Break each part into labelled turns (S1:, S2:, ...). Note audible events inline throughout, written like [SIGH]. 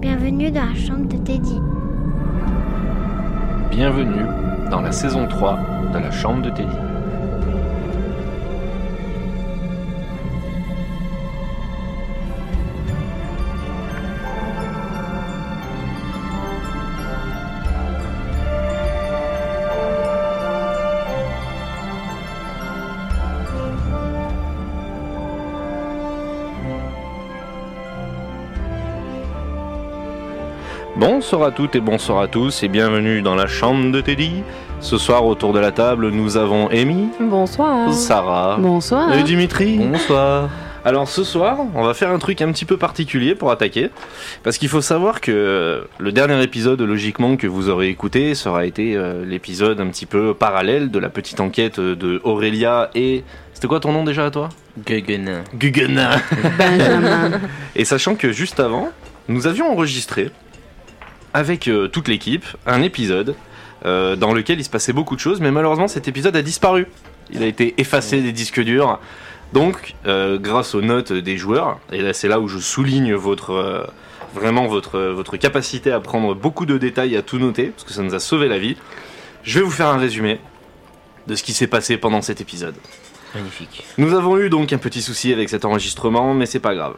S1: bienvenue dans la chambre de Teddy.
S2: Bienvenue dans la saison 3 de la chambre de Teddy. Bonsoir à toutes et bonsoir à tous et bienvenue dans la chambre de Teddy. Ce soir autour de la table nous avons Amy,
S3: Bonsoir.
S2: Sarah
S3: Bonsoir.
S2: et Dimitri. Bonsoir. Alors ce soir on va faire un truc un petit peu particulier pour attaquer parce qu'il faut savoir que le dernier épisode logiquement que vous aurez écouté sera été euh, l'épisode un petit peu parallèle de la petite enquête de Aurélia et... C'était quoi ton nom déjà à toi
S4: Guggen.
S2: Guggen. [LAUGHS]
S3: Benjamin.
S2: Et sachant que juste avant, nous avions enregistré avec euh, toute l'équipe un épisode euh, dans lequel il se passait beaucoup de choses, mais malheureusement cet épisode a disparu. Il a été effacé des disques durs. Donc, euh, grâce aux notes des joueurs, et là c'est là où je souligne votre euh, vraiment votre euh, votre capacité à prendre beaucoup de détails, et à tout noter, parce que ça nous a sauvé la vie. Je vais vous faire un résumé de ce qui s'est passé pendant cet épisode.
S4: Magnifique.
S2: Nous avons eu donc un petit souci avec cet enregistrement, mais c'est pas grave.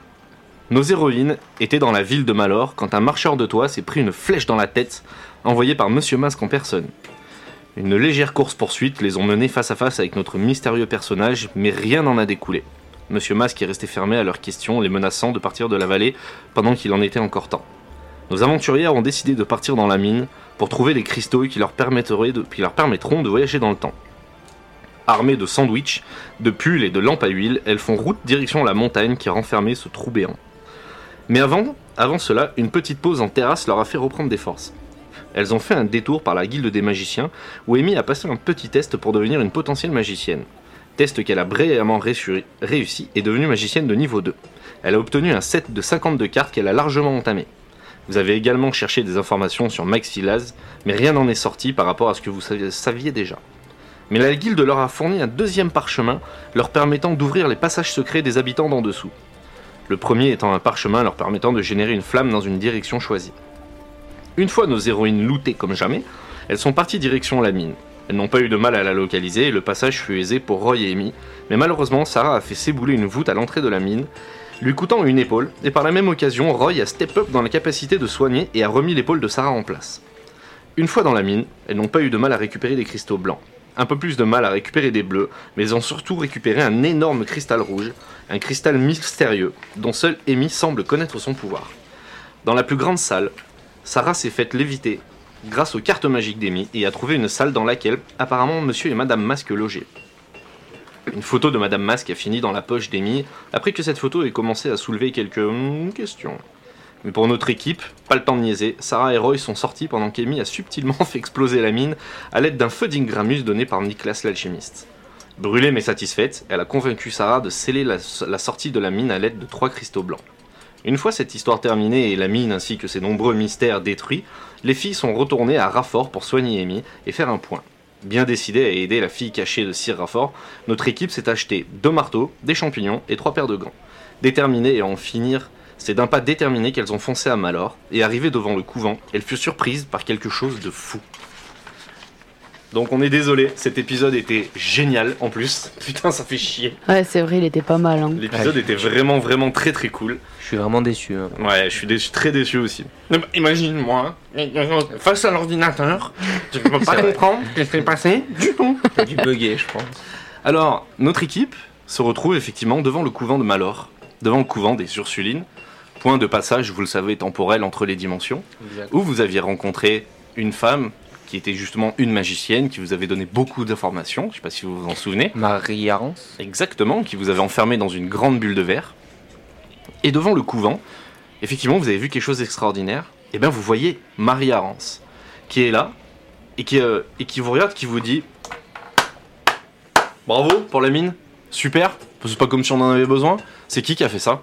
S2: Nos héroïnes étaient dans la ville de Malor quand un marcheur de toit s'est pris une flèche dans la tête, envoyée par Monsieur Masque en personne. Une légère course-poursuite les ont menées face à face avec notre mystérieux personnage, mais rien n'en a découlé. Monsieur Masque est resté fermé à leurs questions, les menaçant de partir de la vallée pendant qu'il en était encore temps. Nos aventurières ont décidé de partir dans la mine pour trouver les cristaux qui leur, permettraient de- qui leur permettront de voyager dans le temps. Armées de sandwichs, de pulls et de lampes à huile, elles font route direction la montagne qui renfermait ce trou béant. Mais avant, avant cela, une petite pause en terrasse leur a fait reprendre des forces. Elles ont fait un détour par la guilde des magiciens, où Amy a passé un petit test pour devenir une potentielle magicienne. Test qu'elle a brillamment réussi- réussi et devenue magicienne de niveau 2. Elle a obtenu un set de 52 cartes qu'elle a largement entamé. Vous avez également cherché des informations sur Max Filaz, mais rien n'en est sorti par rapport à ce que vous saviez- saviez déjà. Mais la guilde leur a fourni un deuxième parchemin leur permettant d'ouvrir les passages secrets des habitants d'en dessous. Le premier étant un parchemin leur permettant de générer une flamme dans une direction choisie. Une fois nos héroïnes lootées comme jamais, elles sont parties direction la mine. Elles n'ont pas eu de mal à la localiser et le passage fut aisé pour Roy et Amy, mais malheureusement Sarah a fait s'ébouler une voûte à l'entrée de la mine, lui coûtant une épaule, et par la même occasion Roy a step up dans la capacité de soigner et a remis l'épaule de Sarah en place. Une fois dans la mine, elles n'ont pas eu de mal à récupérer des cristaux blancs, un peu plus de mal à récupérer des bleus, mais elles ont surtout récupéré un énorme cristal rouge, un cristal mystérieux dont seul Amy semble connaître son pouvoir. Dans la plus grande salle, Sarah s'est faite léviter grâce aux cartes magiques d'Amy et a trouvé une salle dans laquelle apparemment monsieur et madame Masque logeaient. Une photo de madame Masque a fini dans la poche d'Amy après que cette photo ait commencé à soulever quelques hmm, questions. Mais pour notre équipe, pas le temps de niaiser, Sarah et Roy sont sortis pendant qu'Amy a subtilement [LAUGHS] fait exploser la mine à l'aide d'un feu d'Ingramus donné par Nicolas l'alchimiste. Brûlée mais satisfaite, elle a convaincu Sarah de sceller la, la sortie de la mine à l'aide de trois cristaux blancs. Une fois cette histoire terminée et la mine ainsi que ses nombreux mystères détruits, les filles sont retournées à Raffort pour soigner Amy et faire un point. Bien décidée à aider la fille cachée de Sir Raffort, notre équipe s'est acheté deux marteaux, des champignons et trois paires de gants. Déterminées et à en finir, c'est d'un pas déterminé qu'elles ont foncé à Malor et arrivées devant le couvent, elles furent surprises par quelque chose de fou. Donc on est désolé, cet épisode était génial en plus. [LAUGHS] Putain, ça fait chier.
S3: Ouais, c'est vrai, il était pas mal. Hein.
S2: L'épisode était vraiment vraiment très très cool.
S4: Je suis vraiment
S2: [LAUGHS]
S4: déçu. hein.
S2: Ouais, je suis déçu- très déçu aussi.
S5: Imagine-moi, face à l'ordinateur, je ne peux pas comprendre ce qui s'est passé du tout.
S4: T'as dû bugger, je pense.
S2: Alors, notre équipe se retrouve effectivement devant le couvent de Malor, devant le couvent des Ursulines, point de passage, vous le savez, temporel entre les dimensions, où vous aviez rencontré une femme qui était justement une magicienne, qui vous avait donné beaucoup d'informations, je sais pas si vous vous en souvenez.
S4: Marie Arance
S2: Exactement, qui vous avait enfermé dans une grande bulle de verre. Et devant le couvent, effectivement, vous avez vu quelque chose d'extraordinaire. Et bien, vous voyez Marie Arance, qui est là, et qui, euh, et qui vous regarde, qui vous dit Bravo pour la mine, super, c'est pas comme si on en avait besoin. C'est qui qui a fait ça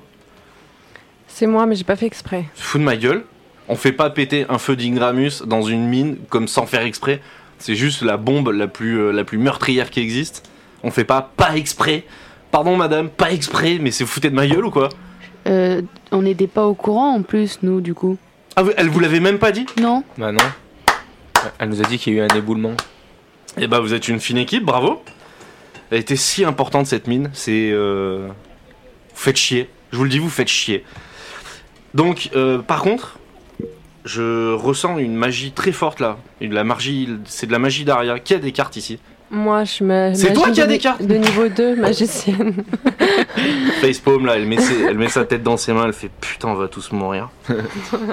S6: C'est moi, mais j'ai pas fait exprès.
S2: Fous de ma gueule, on fait pas péter un feu d'Ingramus dans une mine comme sans faire exprès. C'est juste la bombe la plus, euh, la plus meurtrière qui existe. On fait pas pas exprès. Pardon madame, pas exprès, mais c'est fouté de ma gueule ou quoi
S3: Euh, on n'était pas au courant en plus, nous, du coup.
S2: Ah, vous- elle vous l'avait même pas dit
S3: Non
S4: Bah non. Elle nous a dit qu'il y a eu un éboulement.
S2: Eh bah, vous êtes une fine équipe, bravo. Elle était si importante cette mine, c'est. euh, Vous faites chier. Je vous le dis, vous faites chier. Donc, euh, par contre, je ressens une magie très forte là. Une- la magie, c'est de la magie d'Aria. Qui a des cartes ici
S6: Moi, je me.
S2: C'est toi qui as des cartes
S6: De niveau 2, magicienne. [LAUGHS]
S2: Facepalm là, elle met, ses- elle met sa tête dans ses mains, elle fait putain, on va tous
S6: [LAUGHS]
S2: mourir.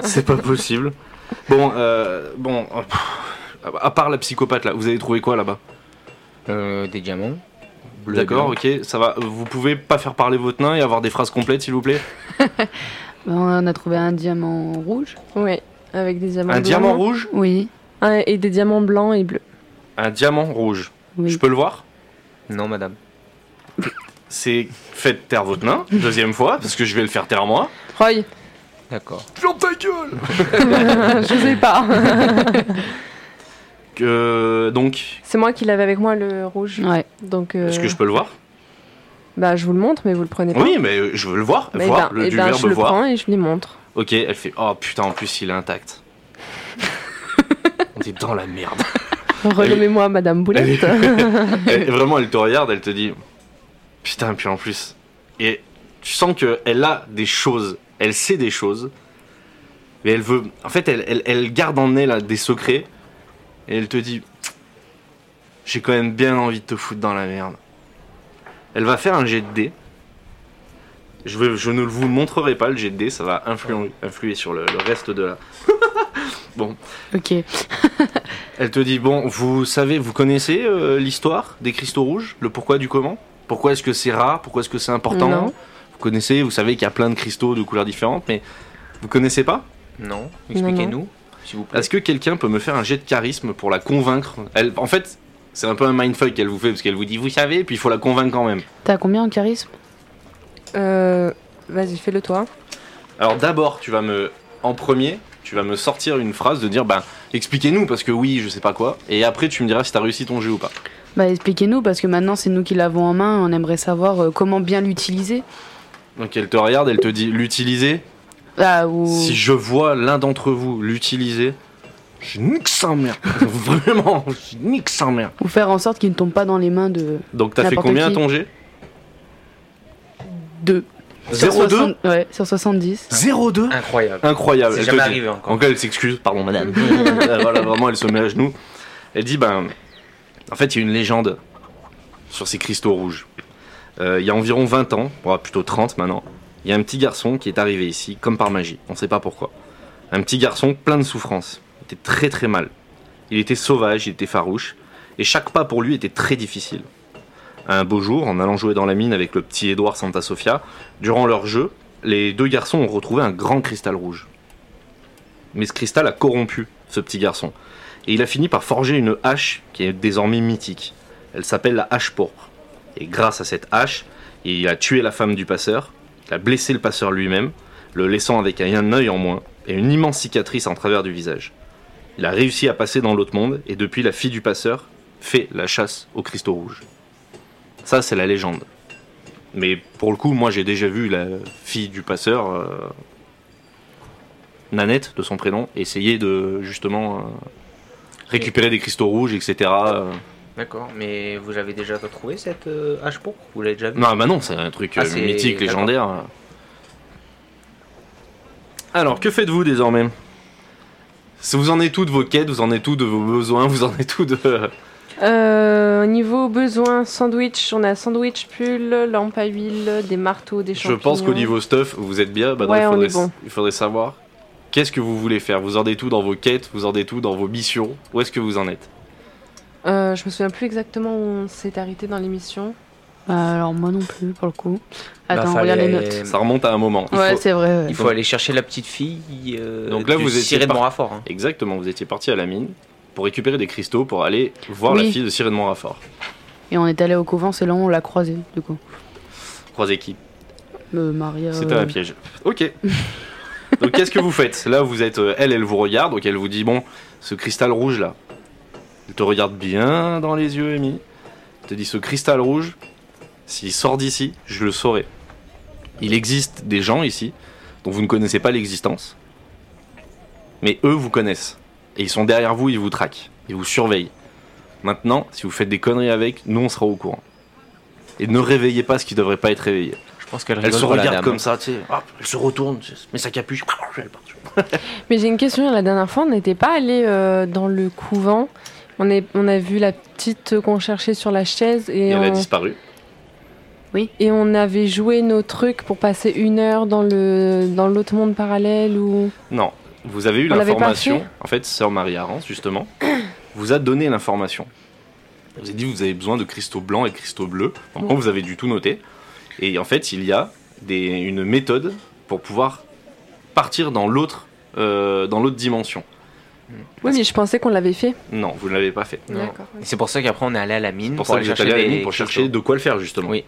S2: c'est pas possible. Bon, euh, bon, euh, pff, à part la psychopathe là, vous avez trouvé quoi là-bas
S4: Euh, des diamants. Bleu et
S2: D'accord,
S4: blanc.
S2: ok, ça va. Vous pouvez pas faire parler votre nain et avoir des phrases complètes, s'il vous plaît
S3: Ben, On a trouvé un diamant rouge.
S6: Oui, avec des diamants
S2: Un
S6: blancs.
S2: diamant rouge
S3: Oui.
S6: Ah, Et des diamants blancs et bleus.
S2: Un diamant rouge.
S3: oui.
S2: Je peux le voir
S4: Non, madame.
S2: C'est faites taire votre
S6: [LAUGHS]
S2: nain, deuxième fois, parce que je vais le faire taire moi.
S6: Roy, [LAUGHS]
S4: D'accord.
S2: Ferme ta gueule
S6: je
S2: [LAUGHS]
S6: sais pas.
S2: Euh, Donc,
S6: C'est moi qui l'avais avec moi, le rouge.
S3: Ouais.
S6: Donc, euh,
S2: est-ce que je peux le voir
S6: Bah, je vous le montre, mais vous le prenez pas.
S2: Oui, mais euh, je veux le voir.
S6: Bah, eh
S2: voir,
S6: ben-
S2: le,
S6: eh
S2: du
S6: ben,
S2: verbe
S6: je le
S2: voir.
S6: prends et je lui montre.
S2: Ok, elle fait Oh putain, en plus il est intact. On est dans la merde.
S6: Renommez-moi
S2: [LAUGHS]
S6: Madame Boulette.
S2: Elle- vraiment, elle te regarde, elle te dit Putain, puis en plus. Et tu sens qu'elle a des choses, elle sait des choses, mais elle veut. En fait, elle, elle- elle garde en elle là, des secrets, et elle te dit J'ai quand même bien envie de te foutre dans la merde. Elle va faire un jet de dés. Je, vais- je ne vous montrerai pas le jet de dés, ça va influer, influer sur le- le reste de la,
S3: Ok.
S2: Elle te dit bon, vous savez, vous connaissez euh, l'histoire des cristaux rouges, le pourquoi du comment Pourquoi est-ce que c'est rare Pourquoi est-ce que c'est important
S6: Non.
S2: Vous connaissez, vous savez qu'il y a plein de cristaux de couleurs différentes, mais vous connaissez pas
S4: Non. Expliquez-nous, s'il vous plaît.
S2: Est-ce que quelqu'un peut me faire un jet de charisme pour la convaincre Elle, en fait, c'est un peu un mindfuck qu'elle vous fait parce qu'elle vous dit vous savez, puis il faut la convaincre quand même.
S3: T'as combien en charisme
S6: Euh, Vas-y, fais-le toi.
S2: Alors d'abord, tu vas me, en premier, tu vas me sortir une phrase de dire ben expliquez-nous parce que oui, je sais pas quoi, et après tu me diras si t'as réussi ton jeu ou pas.
S3: Bah expliquez-nous parce que maintenant c'est nous qui l'avons en main. On aimerait savoir euh, comment bien l'utiliser.
S2: Donc elle te regarde, elle te dit l'utiliser,
S3: Ah ou.
S2: Si je vois l'un d'entre vous l'utiliser, je nique sa mère. [LAUGHS] Vraiment, je nique sa mère.
S3: Ou faire en sorte qu'il ne tombe pas dans les mains de.
S2: Donc t'as fait
S3: N'importe
S2: combien à
S3: qui.
S2: ton jet
S3: 2.
S2: 0,2
S3: Ouais, sur 70.
S2: 0,2
S4: Incroyable.
S2: Incroyable.
S4: C'est
S2: Elle te
S4: jamais
S2: dit-
S4: arrivé encore.
S2: Donc là, elle s'excuse, pardon madame. Euh, voilà, vraiment, [LAUGHS] elle se met à genoux. Elle dit, ben, en fait, il y a une légende sur ces cristaux rouges. Euh, il y a environ 20 ans, bon, plutôt 30 maintenant, il y a un petit garçon qui est arrivé ici, comme par magie, on sait pas pourquoi. Un petit garçon plein de souffrance, il était très très mal. Il était sauvage, il était farouche, et chaque pas pour lui était très difficile. Un beau jour, en allant jouer dans la mine avec le petit Édouard Santa Sofia, durant leur jeu, les deux garçons ont retrouvé un grand cristal rouge. Mais ce cristal a corrompu ce petit garçon. Et il a fini par forger une hache qui est désormais mythique. Elle s'appelle la hache pourpre. Et grâce à cette hache, il a tué la femme du passeur, il a blessé le passeur lui-même, le laissant avec un œil en moins et une immense cicatrice en travers du visage. Il a réussi à passer dans l'autre monde et depuis la fille du passeur fait la chasse aux cristaux rouges. Ça, c'est la légende. Mais pour le coup, moi j'ai déjà vu la fille du passeur euh, Nanette, de son prénom, essayer de justement euh, récupérer des cristaux rouges, etc. euh.
S4: D'accord, mais vous avez déjà retrouvé cette euh, hache pourpre Vous l'avez déjà vue
S2: Non, bah non, c'est un truc
S4: Ah,
S2: euh,
S4: c'est-
S2: mythique,
S4: d'accord.
S2: légendaire. Alors, que faites-vous désormais Si Vous en êtes tout de vos quêtes, vous en êtes tout de vos besoins, vous en êtes tout de.
S6: Euh, niveau besoin, sandwich, on a sandwich, pull, lampe à huile, des marteaux, des
S2: Je
S6: champignons.
S2: pense qu'au niveau stuff, vous êtes bien. Bah, non,
S6: Ouais, on
S2: il, faudrait,
S6: est bon.
S2: il faudrait savoir qu'est-ce que vous voulez faire. Vous en êtes tout dans vos quêtes, vous en êtes tout dans vos missions. Où est-ce que vous en êtes
S6: Euh, je me souviens plus exactement où on s'est arrêté dans l'émission.
S2: Ah.
S3: Bah, alors moi non plus pour le coup. Attends,
S4: Bah, fallait-
S3: regarde les notes.
S2: Ça remonte à un moment. Il
S3: Ouais,
S2: faut-
S3: c'est vrai. ouais.
S4: Il faut aller chercher la petite fille. euh,
S2: Donc là,
S4: du
S2: vous étiez
S4: ciré de
S2: par-
S4: Morafort. hein.
S2: Exactement, vous étiez parti à la mine pour récupérer des cristaux pour aller voir la
S3: Oui.
S2: fille de Cyril de Montrafort.
S3: Et on est allé au couvent, c'est là où on l'a croisé du coup.
S2: Croisez qui
S3: Euh, Maria.
S2: C'était un
S3: euh,
S2: piège. Ok. Donc qu'est-ce que vous faites Là, vous êtes euh, elle, elle vous regarde, donc elle vous dit bon, ce cristal rouge là, elle te regarde bien dans les yeux, Amy. Elle te dit ce cristal rouge, s'il sort d'ici, je le saurai. Il existe des gens ici dont vous ne connaissez pas l'existence. Mais eux vous connaissent. Et ils sont derrière vous, ils vous traquent. Ils vous surveillent. Maintenant, si vous faites des conneries avec, nous on sera au courant. Et ne réveillez pas ce qui devrait pas être réveillé.
S1: Je pense qu'elle
S2: Elle
S1: rigole
S2: se
S1: pas, la
S2: regarde
S1: dame.
S2: comme ça, tu sais. Hop, elle se retourne, tu sais, met sa capuche. [LAUGHS] Elle part.
S6: Mais j'ai une question. La dernière fois, on n'était pas allé euh, dans le couvent. On, est, on a vu la petite qu'on cherchait sur la chaise
S2: Et
S6: et,
S2: elle a
S6: on,
S2: disparu.
S6: et on avait joué nos trucs pour passer une heure dans le dans l'autre monde parallèle ou
S2: Non, vous avez eu
S6: On l'avait pas
S2: l'information.
S6: fait
S2: En fait, sœur Marie Arance, justement, [COUGHS] vous a donné l'information. Elle Vous a dit vous avez besoin de cristaux blancs et de cristaux bleus. Normalement,
S3: Mm.
S2: vous avez du tout noté. Et en fait, il y a des, une méthode pour pouvoir partir dans l'autre euh, dans l'autre dimension.
S6: Oui, mais je pensais qu'on l'avait fait.
S2: Non, vous ne l'avez pas fait.
S4: Non.
S6: D'accord.
S1: Et C'est pour ça qu'après on est allé à la mine
S2: Pour, ça que
S1: aller
S2: j'étais allé
S1: chercher
S2: à la
S1: Mm. des
S2: mine pour chercher
S1: cristaux.
S2: de quoi le faire justement.
S1: Oui.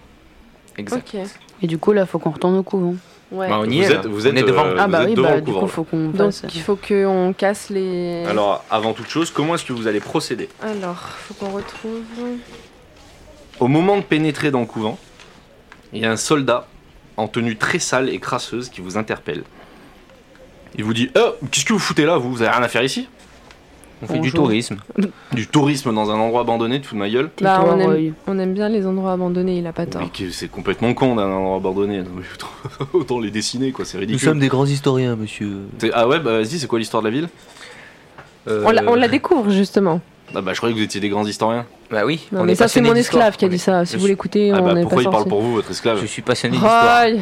S1: Exact.
S6: Ok.
S3: Et du coup, là, faut qu'on retourne au couvent.
S6: Ouais.
S1: Bah, on y
S2: Vous
S1: est,
S2: êtes-
S1: là.
S2: vous êtes,
S1: on est devant.
S2: euh,
S3: ah, bah
S2: vous êtes
S3: oui,
S2: devant
S3: bah,
S2: le
S3: du
S2: couvent.
S3: coup, faut qu'on
S6: Donc
S3: fasse.
S6: il faut qu'on casse les.
S2: Alors, avant toute chose, comment est-ce que vous allez procéder
S6: Alors, faut qu'on retrouve.
S2: Au moment de pénétrer dans le couvent, il y a un soldat en tenue très sale et crasseuse qui vous interpelle. Il vous dit Euh, Qu'est-ce que vous foutez là Vous, vous avez rien à faire ici
S1: On fait du
S3: Bonjour.
S1: tourisme.
S2: Du tourisme dans un endroit abandonné, tout de ma gueule
S6: Bah,
S3: Tais-toi,
S6: on aime,
S3: Roy.
S6: on aime bien les endroits abandonnés. Il a pas tort.
S2: Mais que c'est complètement con d'un endroit abandonné. Non, mais autant, [LAUGHS] autant les dessiner, quoi, c'est ridicule.
S1: des grands historiens, monsieur.
S2: T'es- Ah ouais, bah vas-y, c'est quoi l'histoire de la ville Euh,
S6: On la, on la découvre justement.
S2: Ah bah je croyais que vous étiez des grands historiens.
S1: Bah oui.
S6: Non,
S1: on
S6: mais
S1: est
S6: ça, c'est
S1: passionné
S6: mon
S1: d'histoire.
S6: esclave qui a
S1: On est-
S6: dit ça. Si
S1: Je
S6: vous l'écoutez,
S2: ah
S6: on
S2: bah
S6: n'est pas
S2: pourquoi il parle
S6: sorti.
S2: pour vous, votre esclave
S1: Je suis passionné d'histoire.
S6: Roy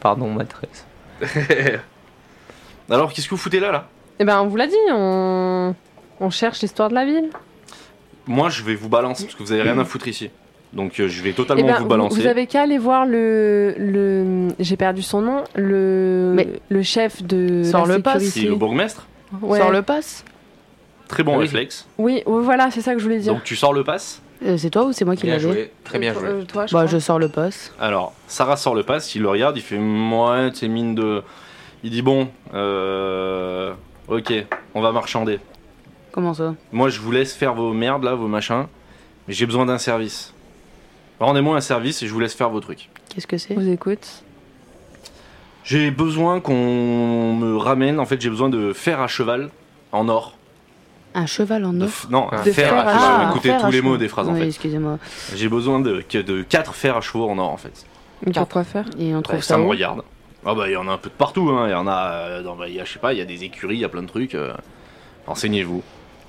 S1: Pardon, maîtresse.
S2: Alors qu'est-ce que vous foutez là, là
S6: Eh ben, on vous l'a dit, on... on cherche l'histoire de la ville.
S2: Moi je vais vous balancer, parce que vous avez rien à foutre ici. Donc euh, je vais
S6: Eh
S2: totalement
S6: ben,
S2: vous balancer.
S6: vous avez qu'à aller voir le. le... J'ai perdu son nom, le,
S3: Mais-
S6: le chef de.
S3: Sors
S6: la
S3: le pass.
S2: C'est
S6: sécurité.
S2: le bourgmestre
S6: Ouais.
S3: Sors le passe.
S2: Très bon
S1: Oui.
S2: réflexe.
S6: Oui, oui, voilà, c'est ça que je voulais dire.
S2: Donc tu sors le pass.
S3: Euh, c'est toi ou c'est moi qui
S1: Bien
S3: l'avais
S1: joué. Très bien
S6: Euh,
S1: joué.
S6: euh, toi, je
S3: Bah,
S6: crois.
S3: je sors le passe.
S2: Alors Sarah sort le pass, il le regarde, il fait ouais, c'est mine de. Il dit bon, euh, ok, on va marchander.
S3: Comment ça
S2: Moi je vous laisse faire vos merdes là, vos machins, mais j'ai besoin d'un service. Rendez-moi un service et je vous laisse faire vos trucs.
S3: Qu'est-ce que c'est
S6: vous écoute.
S2: J'ai besoin qu'on me ramène, en fait j'ai besoin de fer à cheval en or.
S3: Un cheval en
S2: De
S3: or
S2: f- non, un
S1: De
S2: fer,
S6: fer
S2: à
S6: à
S2: cheval.
S6: cheval.
S2: Écoutez
S3: un fer
S2: tous
S3: à
S2: les mots
S3: cheval.
S2: des phrases en
S3: Oui,
S2: fait.
S3: excuse-moi.
S2: J'ai besoin de, que de 4 fers à chevaux en or en fait.
S6: Mais Pourquoi faire
S3: Et on trouve
S2: Bah,
S3: ça.
S2: ça me
S3: où
S2: regarde. Ah bah il y en a un peu de partout, hein. il y en a, euh, dans, bah, il y a, je sais pas, il y a des écuries, il y a plein de trucs. euh, Renseignez-vous.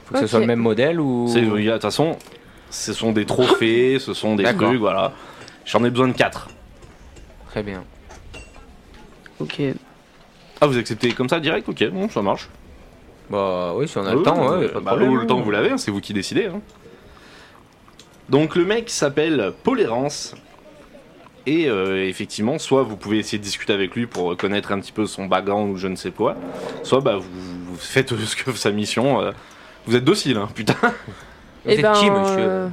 S1: Faut que ce soit
S6: Ok.
S1: le même modèle ou.
S2: C'est- il y a- De toute façon, ce sont des trophées, ce sont des
S1: D'accord.
S2: trucs, voilà. J'en ai besoin de 4.
S1: Très bien.
S3: Ok.
S2: Ah vous acceptez comme ça direct Ok, bon ça marche.
S1: Bah oui, si on a le
S2: Oui,
S1: temps, ouais.
S2: oui, oui.
S1: pas de
S2: Bah,
S1: problème,
S2: ou le
S1: hein.
S2: temps vous l'avez, hein, c'est vous qui décidez. hein. Donc le mec s'appelle Paul Hérance. Et euh, effectivement, soit vous pouvez essayer de discuter avec lui pour connaître un petit peu son background ou je ne sais quoi, soit bah, vous, vous faites [LAUGHS] ce que sa mission. euh, vous êtes docile, hein, putain.
S1: Vous
S6: Eh
S1: êtes
S6: ben,
S1: qui, monsieur
S6: euh,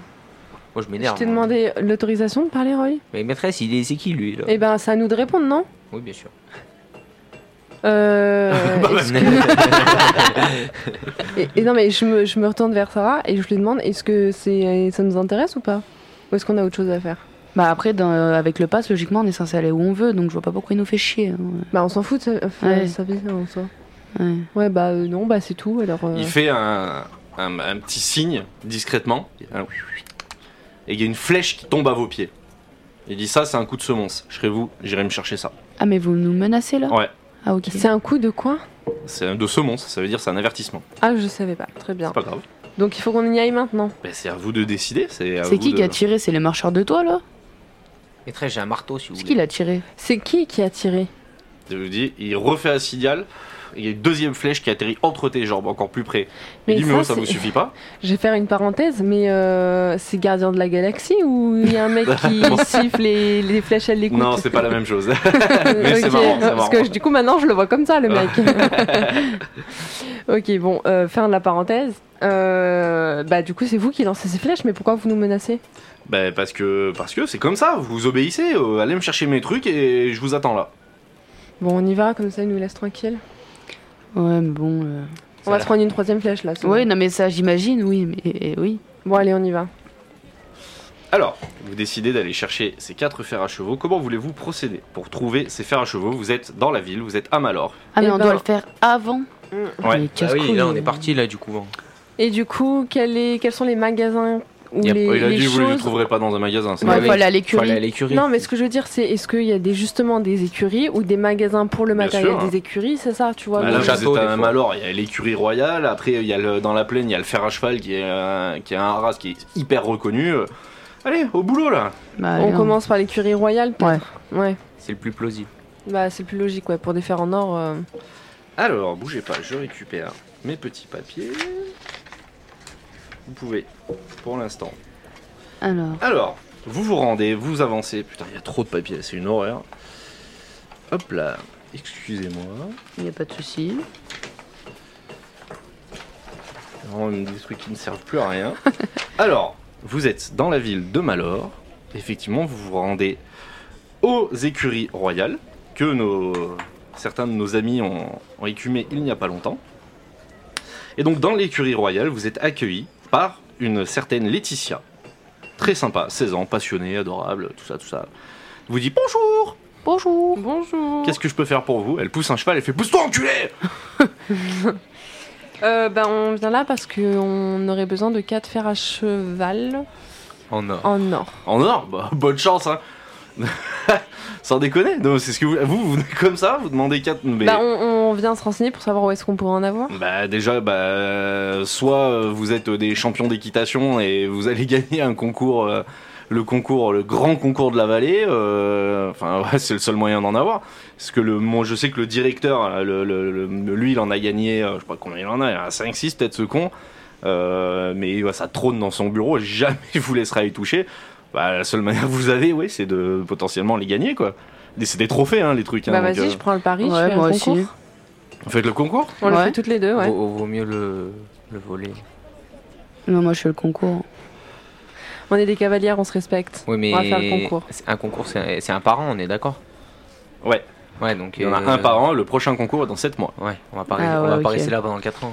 S1: Moi, je
S6: Je
S1: m'énerve.
S6: t'ai
S1: moi.
S6: demandé l'autorisation de parler, Roy.
S1: Mais maîtresse, il est c'est qui lui là
S6: Eh ben, c'est à nous de répondre, non
S1: Oui, bien sûr.
S2: [LAUGHS]
S6: Euh,
S2: Bah,
S6: est-ce que- [LAUGHS] et, et non mais je me, je me retourne vers Sarah et je lui demande est-ce que c'est ça nous intéresse ou pas Ou est-ce qu'on a autre chose à faire
S3: Bah après, dans- euh, avec le pass, logiquement, on est censé aller où on veut, donc je vois pas pourquoi il nous fait chier. hein.
S6: Bah on s'en fout de sa, enfin,
S3: Ouais.
S6: sa vie hein, en soi.
S3: Ouais.
S6: Ouais bah euh, non bah c'est tout alors. euh,
S2: Il fait un, un- un petit signe discrètement. Un- Et il y a une flèche qui tombe à vos pieds. Il dit ça, c'est un coup de semonce. Je serai vous, j'irai me chercher ça.
S3: Ah, mais vous nous menacez là
S2: Ouais.
S3: Ah, ok.
S6: C'est un coup de quoi
S2: C'est un de semonce, ça veut dire c'est un avertissement.
S6: Ah je savais pas. Très bien.
S2: C'est pas grave.
S6: Donc il faut qu'on y aille maintenant.
S2: Ben, c'est à vous de décider. C'est à
S3: C'est
S2: vous
S3: qui
S2: de-
S3: qui a tiré C'est les marcheurs de toit là
S1: Maîtresse, j'ai un marteau si vous
S3: C'est
S1: voulez.
S3: qui l'a tiré
S6: C'est qui qui a tiré
S2: Je vous dis, il refait un signal. Il y a une deuxième flèche qui atterrit entre tes jambes, encore plus près. Il dit, mais moi, ça
S6: c'est-
S2: vous suffit pas
S6: Je vais faire une parenthèse mais euh, c'est Gardien de la Galaxie ou il y a
S2: [LAUGHS]
S6: un mec qui siffle les, les flèches elle l'écoute
S2: Non, c'est pas la même chose. [LAUGHS]
S6: Mais
S2: c'est marrant, c'est
S6: Euh, Parce que
S2: marrant.
S6: du coup, maintenant, je le vois comme ça, le mec. [LAUGHS] ok, bon, euh, fin de la parenthèse. Euh, bah, du coup, c'est vous qui lancez ces flèches, mais pourquoi vous nous menacez
S2: ben, parce que parce que c'est comme ça, vous obéissez. euh, allez me chercher mes trucs et je vous attends là.
S6: Bon, on y va, comme ça, ils nous laissent tranquilles.
S3: Ouais, mais bon. euh.
S6: On va se prendre une troisième flèche, là. c'est
S3: Ouais,
S6: bon.
S3: non, mais ça, j'imagine, oui, mais euh, oui.
S6: Bon, allez, on y va.
S2: Alors, vous décidez d'aller chercher ces quatre fers à chevaux. Comment voulez-vous procéder Pour trouver ces fers à chevaux, vous êtes dans la ville, vous êtes à Malor.
S3: Ah, mais
S6: Eh
S3: on
S6: ben-
S3: doit le faire avant.
S2: Ouais. Bah
S3: Mais
S1: Ah oui,
S3: casse-couille.
S6: euh,
S1: là on est parti là du hein. couvent.
S6: Et du coup, quel est- quels sont les magasins où
S2: Il a,
S6: les,
S2: Oh, il a
S6: les
S2: dit, vous ne les
S6: choses...
S2: trouverez pas dans un magasin. c'est
S3: Ouais,
S2: pas
S3: faut aller à l'écurie.
S1: Voilà, l'écurie.
S6: Non, mais ce que je veux dire, c'est est-ce qu'il y a des, justement des écuries ou des magasins pour le
S2: Bien
S6: matériel
S2: sûr, hein.
S6: des écuries, c'est ça, tu vois
S2: Bah
S1: Au
S2: là,
S6: donc-
S2: vous
S1: château,
S2: êtes à
S1: des fois.
S2: Malor, il y a l'écurie royale, après il y a le- dans la plaine, il y a le fer à cheval qui est, un- qui est un race qui est hyper reconnu. Euh, Allez, au boulot là
S3: Bah,
S6: On
S3: non.
S6: commence par l'écurie royale, peut-être Ouais.
S1: C'est le plus plausible.
S6: Bah, c'est plus logique, ouais, pour des fers en or. euh.
S2: Alors, bougez pas, je récupère mes petits papiers. Vous pouvez, pour l'instant.
S3: Alors,
S2: Alors, vous vous rendez, vous avancez. Putain, il y a trop de papiers, c'est une horreur. Hop là, excusez-moi.
S3: il n'y a pas de souci.
S2: Vraiment, des trucs qui ne servent plus à rien. [LAUGHS] Alors, vous êtes dans la ville de Malor. Effectivement, vous vous rendez aux écuries royales que nos, certains de nos amis ont, ont écumé il n'y a pas longtemps. Et donc, dans l'écurie royale, vous êtes accueillis par une certaine Laetitia. Très sympa, 16 ans, passionnée, adorable, tout ça, tout ça. Elle vous dit bonjour,
S3: Bonjour.
S6: Bonjour.
S2: qu'est-ce que je peux faire pour vous Elle pousse un cheval, elle fait pousse-toi, enculé
S6: Euh, bah, on vient là parce qu'on aurait besoin de 4 fers à cheval
S1: En or.
S6: en or.
S2: En or bah, [LAUGHS] Bonne chance, hein Sans déconner, non, c'est ce que vous, vous, vous venez comme ça, vous demandez 4. Mais,
S6: Bah, on, on vient se renseigner pour savoir où est-ce qu'on pourrait en avoir.
S2: Bah, déjà, bah, euh, soit euh, vous êtes des champions d'équitation et vous allez [LAUGHS] gagner un concours, euh, le concours, le grand concours de la vallée. euh, Enfin, [LAUGHS] ouais, c'est le seul moyen d'en avoir. Parce que le, moi, je sais que le directeur, euh, le, le- le- lui, il en a gagné, euh, je sais pas combien il en a, 5-6 peut-être ce con. Euh, mais ouais, ça trône dans son bureau, [LAUGHS] jamais il vous laissera y toucher. Bah, la seule manière que vous avez, oui, c'est de potentiellement les gagner, quoi. Et C'est des trophées, hein, les trucs. hein,
S6: bah,
S2: donc,
S6: vas-y,
S2: euh,
S6: je prends le pari, je
S3: Ouais,
S6: fais
S3: moi
S6: un
S3: aussi.
S6: concours.
S2: vous faites le concours
S6: On le
S3: Ouais.
S6: fait toutes les deux, ouais.
S1: Vaut, vaut mieux le, le voler.
S3: Non, moi je fais le concours.
S6: On est des cavalières, on se respecte.
S1: Oui, mais
S6: On va faire le concours.
S1: c'est- Un concours, c'est un, c'est un par an, on est d'accord
S2: Ouais.
S1: Ouais, donc.
S2: Il y en a
S1: euh,
S2: un par an, le prochain concours est dans 7 mois.
S1: Ouais, on va pas,
S3: Ah
S1: on
S3: ouais,
S1: va pas
S3: ok.
S1: rester là pendant 4 ans.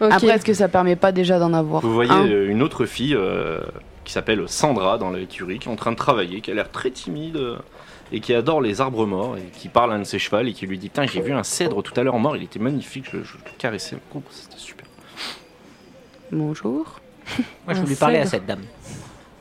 S1: hein.
S6: Ok.
S3: Après, est-ce que ça permet pas déjà d'en avoir
S2: Vous voyez
S3: un
S2: euh, une autre fille euh, qui s'appelle Sandra dans l'écurie, qui est en train de travailler, qui a l'air très timide euh, et qui adore les arbres morts et qui parle à un de ses chevals et qui lui dit Tiens, j'ai vu un cèdre tout à l'heure mort, il était magnifique, je, je le caressais. Oh, C'était super.
S3: Bonjour.
S1: Moi, je
S6: Un
S1: voulais parler à
S6: cèdre.
S1: cette dame.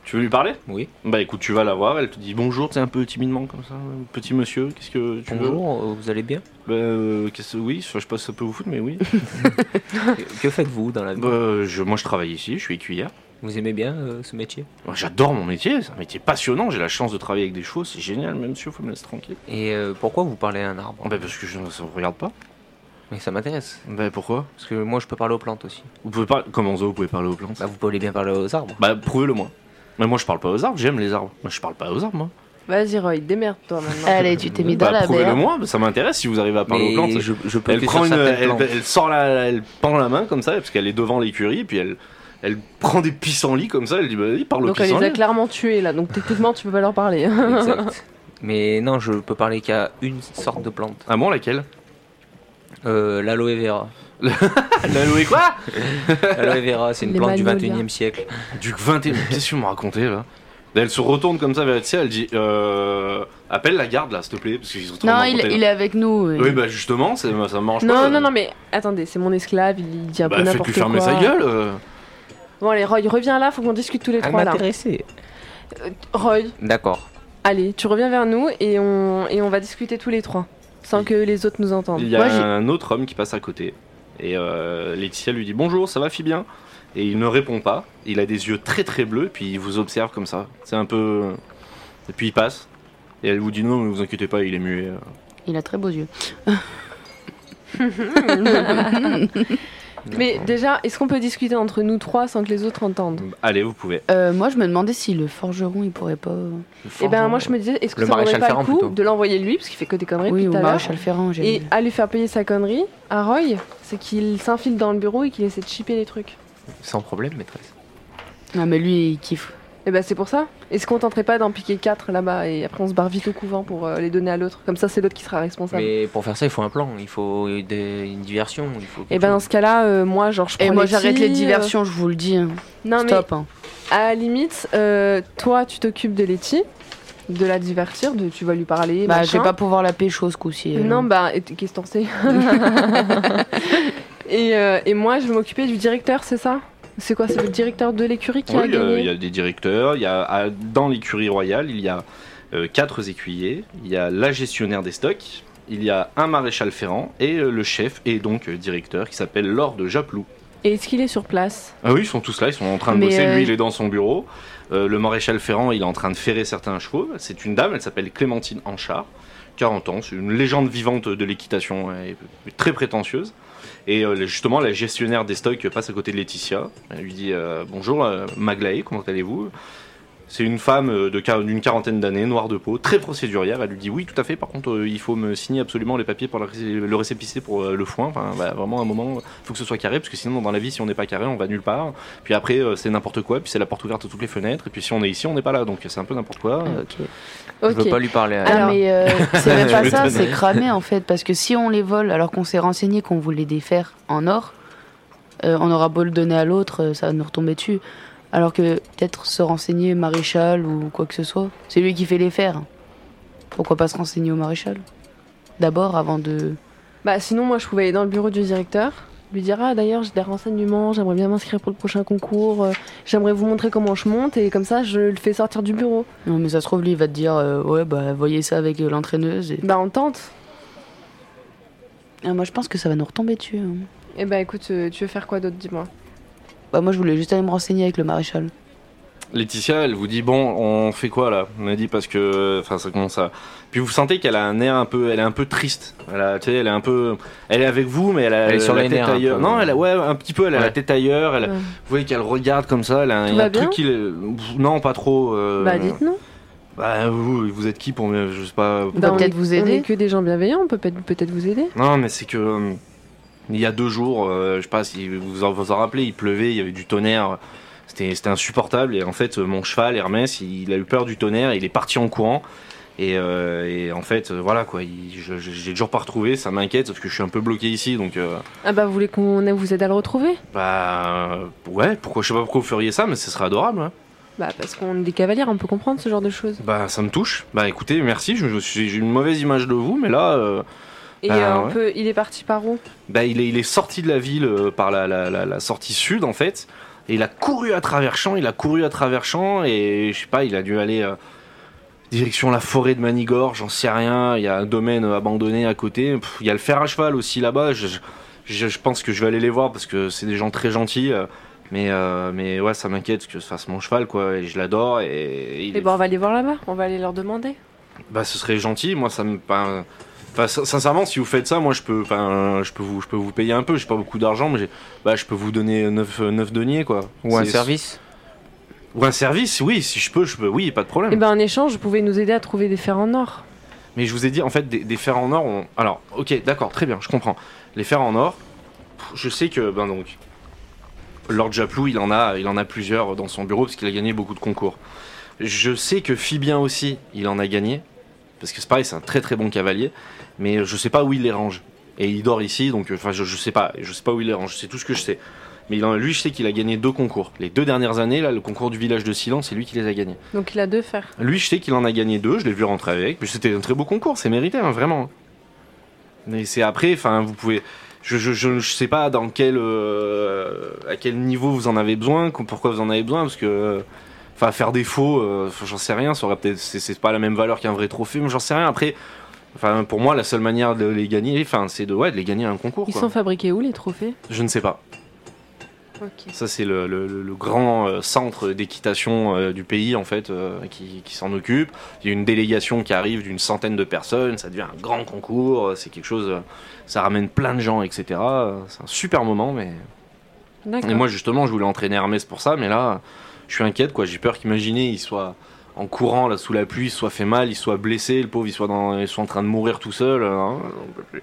S2: Tu veux lui parler
S1: Oui.
S2: Bah écoute, tu vas la voir, elle te dit bonjour, t'es un peu timidement comme ça, euh, petit monsieur, qu'est-ce que tu veux
S1: Bonjour, euh, vous allez
S6: [LAUGHS]
S1: bien
S2: Bah, euh, qu'est-ce- Oui, je sais pas si ça peut vous foutre, mais oui. [LAUGHS]
S1: Que- Que faites-vous dans la vie
S2: Bah, euh, je, moi je travaille ici, je suis cuillère.
S1: Vous aimez bien euh, ce métier
S2: Moi, J'adore mon métier, c'est un métier passionnant, j'ai la chance de travailler avec des chevaux, c'est génial, même si faut me laisse tranquille.
S1: Et euh, pourquoi vous parlez à un arbre
S2: Bah parce que je ne ça vous regarde pas.
S1: Mais ça m'intéresse.
S2: Bah pourquoi
S1: Parce que moi, je peux parler aux plantes aussi.
S2: Vous pouvez parler. Comment ça, vous pouvez parler aux plantes
S1: Bah, vous pouvez bien parler aux arbres.
S2: Bah prouvez-le moi. Mais moi je parle pas aux arbres, j'aime les arbres. Moi je parle pas aux arbres moi.
S6: Vas-y, Roy, démerde-toi maintenant.
S3: Allez, tu t'es mis dans
S2: bah
S3: la
S2: prouvez-le
S3: baie.
S2: moi, ça m'intéresse si vous arrivez à parler
S1: Mais
S2: aux plantes.
S1: je, je peux
S2: Elle
S1: que sur
S2: prend une,
S1: certaines
S2: elle,
S1: plantes.
S2: elle sort la, elle pend la main comme ça parce qu'elle est devant l'écurie puis elle, elle prend des pissenlits comme ça. Elle dit bah il parle aux
S6: Donc, elle les a
S2: pissenlits.
S6: clairement tués là, donc techniquement, tu peux pas leur parler. hein.
S1: Exact. Mais non, je peux parler qu'à une sorte de plante.
S2: Ah bon laquelle
S1: Euh, L'aloe
S2: [LAUGHS]
S1: vera.
S2: L'aloe quoi
S1: L'aloe vera, c'est une
S6: Les
S1: plante du
S6: magnolias.
S1: 21 e siècle.
S2: Du 21 Qu'est-ce que tu me racontais là Elle se retourne comme ça vers elle, elle dit euh, appelle la garde là s'il te plaît parce qu'ils ont trop
S3: Non,
S2: de
S3: il,
S2: raconter,
S3: il
S2: là.
S3: est avec nous. euh.
S2: Oui bah justement c'est- ça me mange pas. euh,
S6: Non, non, non, mais attendez, c'est mon esclave, il dit un peu
S2: Bah
S6: n'importe
S2: faites-lui
S6: quoi.
S2: fermer sa gueule. euh.
S6: Bon, allez, Roy, reviens là, faut qu'on discute tous les trois là.
S1: m'intéressait.
S6: Roy,
S1: D'accord.
S6: allez, tu reviens vers nous et on, et on va discuter tous les trois, sans que les autres nous entendent.
S2: Il y a
S3: Moi, j'ai-
S2: un autre homme qui passe à côté. Et euh, Laetitia lui dit bonjour, ça va Fibien Et il ne répond pas. Il a des yeux très très bleus, puis il vous observe comme ça. C'est un peu. euh, Et puis il passe. Et elle vous dit non, mais vous inquiétez pas, il est muet. bah.
S3: Il a très beaux [LAUGHS] yeux.
S6: Mais déjà, est-ce qu'on peut discuter entre nous trois sans que les autres entendent
S2: Allez, vous pouvez.
S3: Euh, moi, je me demandais si le forgeron, il pourrait pas. euh,
S6: Eh ben, moi je me disais, est-ce que
S1: Le
S6: ça vaudrait
S1: maréchal
S6: pas
S1: Ferrand,
S6: le coup
S1: plutôt.
S6: de l'envoyer lui, parce qu'il fait que des conneries
S3: Oui,
S6: depuis
S3: au
S6: tout à l'heure,
S3: maréchal Ferrand, j'ai
S6: et
S3: vu.
S6: à lui faire payer sa connerie à Roy, c'est qu'il s'infile dans le bureau et qu'il essaie de chipper les trucs.
S1: Sans problème, maîtresse.
S3: Non, mais lui, il kiffe.
S6: Et ben c'est pour ça. Et se contenterait pas d'en piquer 4 là-bas et après on se barre vite au couvent pour euh, les donner à l'autre. Comme ça c'est l'autre qui sera responsable.
S1: Mais pour faire ça, il faut un plan, il faut des- une diversion. Il faut
S6: Et
S1: quelque
S6: ben dans
S1: chose.
S6: ce cas-là, euh, moi genre je prends
S3: Et moi
S6: les
S3: j'arrête
S6: filles,
S3: les diversions, je vous le dis. hein.
S6: euh, Non mais
S3: Stop. hein.
S6: à la limite, euh, toi tu t'occupes de Letty, de la divertir, de tu vas lui parler.
S3: Bah, je
S6: machin.
S3: vais pas pouvoir la pécho ce coup-ci. euh,
S6: Non, bah, et- qu'est-ce que t'en sais et, euh, et moi, je vais m'occuper du directeur, c'est ça C'est quoi C'est le directeur de l'écurie qui
S2: Oui,
S6: a
S2: il y a- il y
S6: gagné
S2: a des directeurs, il y a, à- dans l'écurie royale, il y a euh, quatre écuyers, il y a la gestionnaire des stocks, il y a un maréchal ferrant et euh, le chef et donc euh, directeur qui s'appelle Lord Japlou.
S6: Et est-ce qu'il est sur place
S2: Ah oui, ils sont tous là, ils sont en train de
S3: Mais,
S2: bosser,
S3: euh,
S2: lui il est dans son bureau. Euh, le maréchal ferrant, il est en train de ferrer certains chevaux. C'est une dame, elle s'appelle Clémentine Anchard, 40 ans, c'est une légende vivante de l'équitation, elle est très prétentieuse. Et euh, justement, la gestionnaire des stocks passe à côté de Laetitia. Elle lui dit euh, Bonjour euh, Maglaé, comment allez-vous C'est une femme euh, de quar- d'une quarantaine d'années, noire de peau, très procédurière. Elle lui dit Oui, tout à fait, par contre, euh, il faut me signer absolument les papiers pour la récé- le récépissé pour euh, le foin. Enfin, voilà, vraiment, à un moment, faut que ce soit carré, parce que sinon, dans la vie, si on n'est pas carré, on va nulle part. Puis après, euh, c'est n'importe quoi, puis c'est la porte ouverte à toutes les fenêtres, et puis si on est ici, on n'est pas là, donc c'est un peu n'importe quoi. Euh,
S3: Ah, Ok.
S1: Je veux pas lui parler. à-
S3: Ah,
S6: Alors-
S3: mais [LAUGHS] euh, c'est même
S2: Je
S3: pas
S2: vais
S3: ça,
S2: te
S3: c'est
S2: donner.
S3: cramé en fait, parce que si on les vole alors qu'on s'est renseigné qu'on voulait défaire en or, euh, on aura beau le donner à l'autre, euh, ça va nous retomber dessus. Alors que peut-être se renseigner maréchal ou quoi que ce soit, c'est lui qui fait les faire. Pourquoi pas se renseigner au maréchal D'abord avant de.
S6: Bah, sinon, moi, je pouvais aller dans le bureau du directeur, lui dire Ah, d'ailleurs, j'ai des renseignements, j'aimerais bien m'inscrire pour le prochain concours, euh, j'aimerais vous montrer comment je monte, et comme ça, je le fais sortir du bureau.
S3: Non, mais ça se trouve, lui, il va te dire euh, Ouais, bah, voyez ça avec euh, l'entraîneuse. Et...
S6: Bah, on tente.
S3: Ah, moi, je pense que ça va nous retomber dessus. hein.
S6: Et bah, écoute, euh, tu veux faire quoi d'autre, dis-moi
S3: Bah, moi, je voulais juste aller me renseigner avec le maréchal.
S2: Laetitia, elle vous dit bon, on fait quoi là On a dit parce que, enfin, ça commence à. Puis vous sentez qu'elle a un air un peu, elle est un peu triste. Elle a, tu sais, elle est un peu, elle est avec vous, mais elle a
S1: Elle est sur
S2: la
S1: les
S2: tête
S1: nerfs un
S2: ailleurs.
S1: peu.
S2: Non, elle a, ouais, un petit peu, elle a
S1: Ouais.
S2: la tête ailleurs. Elle,
S6: Ouais.
S2: Vous voyez qu'elle regarde comme ça. Elle a,
S6: Tout
S2: il y a
S6: va
S2: un truc
S6: bien
S2: qui, le- Pff, non, pas trop. euh,
S6: Bah, dites-nous.
S2: bah, vous, vous êtes qui pour, me- je sais pas.
S3: On peut
S6: Bah,
S3: peut-être
S6: est-
S3: vous
S6: on
S3: aider.
S6: est que des gens bienveillants, on peut peut-être peut-être vous aider.
S2: Non, mais c'est que euh, il y a deux jours, euh, je sais pas si vous vous en, vous en rappelez, il pleuvait, il y avait du tonnerre. C'était c'était insupportable. Et en fait, euh, mon cheval, Hermès, il, a eu peur du tonnerre, il est parti en courant. Et, euh, et en fait, euh, voilà quoi, il- je- je- j'ai toujours pas retrouvé, ça m'inquiète, sauf que je suis un peu bloqué ici, donc euh,
S6: Ah, bah, vous voulez qu'on vous aide à le retrouver
S2: bah euh, ouais, pourquoi je sais pas pourquoi vous feriez ça, mais ce serait adorable. hein.
S6: Bah parce qu'on est des cavalières, on peut comprendre ce genre de choses.
S2: Bah ça me touche. Bah écoutez, merci, je- je suis- j'ai une mauvaise image de vous, mais là, euh,
S6: Et
S2: Bah,
S6: euh, on
S2: ouais.
S6: peut- il est parti par où
S2: Bah, il, est, il est sorti de la ville euh, par la, la- la- la sortie sud en fait. Et il a couru à travers champs, il a couru à travers champs et je sais pas, il a dû aller euh, direction la forêt de Manigore, j'en sais rien. Il y a un domaine abandonné à côté. Pff, il y a le fer à cheval aussi là-bas. Je, je- je pense que je vais aller les voir parce que c'est des gens très gentils. euh, mais, euh, mais ouais, ça m'inquiète que se fasse mon cheval quoi. Et je l'adore et, et il
S6: Et
S2: est-
S6: bah on va aller voir là-bas, on va aller leur demander.
S2: bah ce serait gentil, moi ça me enfin, enfin, sin- sincèrement si vous faites ça, moi je peux enfin je peux vous je peux vous payer un peu, j'ai pas beaucoup d'argent mais j'ai- bah je peux vous donner 9, deniers quoi.
S1: Ou un
S2: C'est-
S1: service
S2: Ou un service, oui, si je peux, je peux oui, pas de problème.
S6: Et bah en échange, vous pouvez nous aider à trouver des fers en or.
S2: Mais je vous ai dit en fait des, des fers en or on- alors OK, d'accord, très bien, je comprends. Les fers en or, pff, je sais que ben donc Lord Japlou, il en a il en a plusieurs dans son bureau parce qu'il a gagné beaucoup de concours. Je sais que Fibien aussi, il en a gagné. Parce que c'est pareil, c'est un très très bon cavalier. Mais je sais pas où il les range. Et il dort ici, donc euh, enfin je, je sais pas. Je sais pas où il les range, c'est tout ce que je sais. Mais il en- lui, je sais qu'il a gagné deux concours. Les deux dernières années, là, le concours du village de Silence, c'est lui qui les a gagnés.
S6: Donc il a deux fers.
S2: Lui, je sais qu'il en a gagné deux, je l'ai vu rentrer avec. Puis c'était un très beau concours, c'est mérité, hein, vraiment. Mais c'est après, enfin, vous pouvez. Je, je, je, je sais pas dans quel. euh, à quel niveau vous en avez besoin, com- pourquoi vous en avez besoin, parce que. euh, Enfin, faire des faux, euh, enfin, j'en sais rien, ça aurait peut-être. C'est, c'est pas la même valeur qu'un vrai trophée, mais j'en sais rien. Après, enfin, pour moi, la seule manière de les gagner, enfin, c'est de, ouais, de les gagner à un concours,
S6: Ils
S2: quoi.
S6: sont fabriqués où les trophées
S2: Je ne sais pas.
S6: Ok.
S2: Ça, c'est le, le- le- le grand euh, centre d'équitation euh, du pays, en fait, euh, qui, qui s'en occupe. Il y a une délégation qui arrive d'une centaine de personnes, ça devient un grand concours, euh, c'est quelque chose, euh, ça ramène plein de gens, etc. Euh, C'est un super moment, mais...
S6: D'accord.
S2: Et moi, justement, je voulais entraîner Hermès pour ça, mais là, je suis inquiète, quoi. J'ai peur qu'imaginer, il soit en courant, là, sous la pluie, il soit fait mal, il soit blessé, le pauvre, il soit, dans, il soit en train de mourir tout seul. euh, hein, j'en peux plus.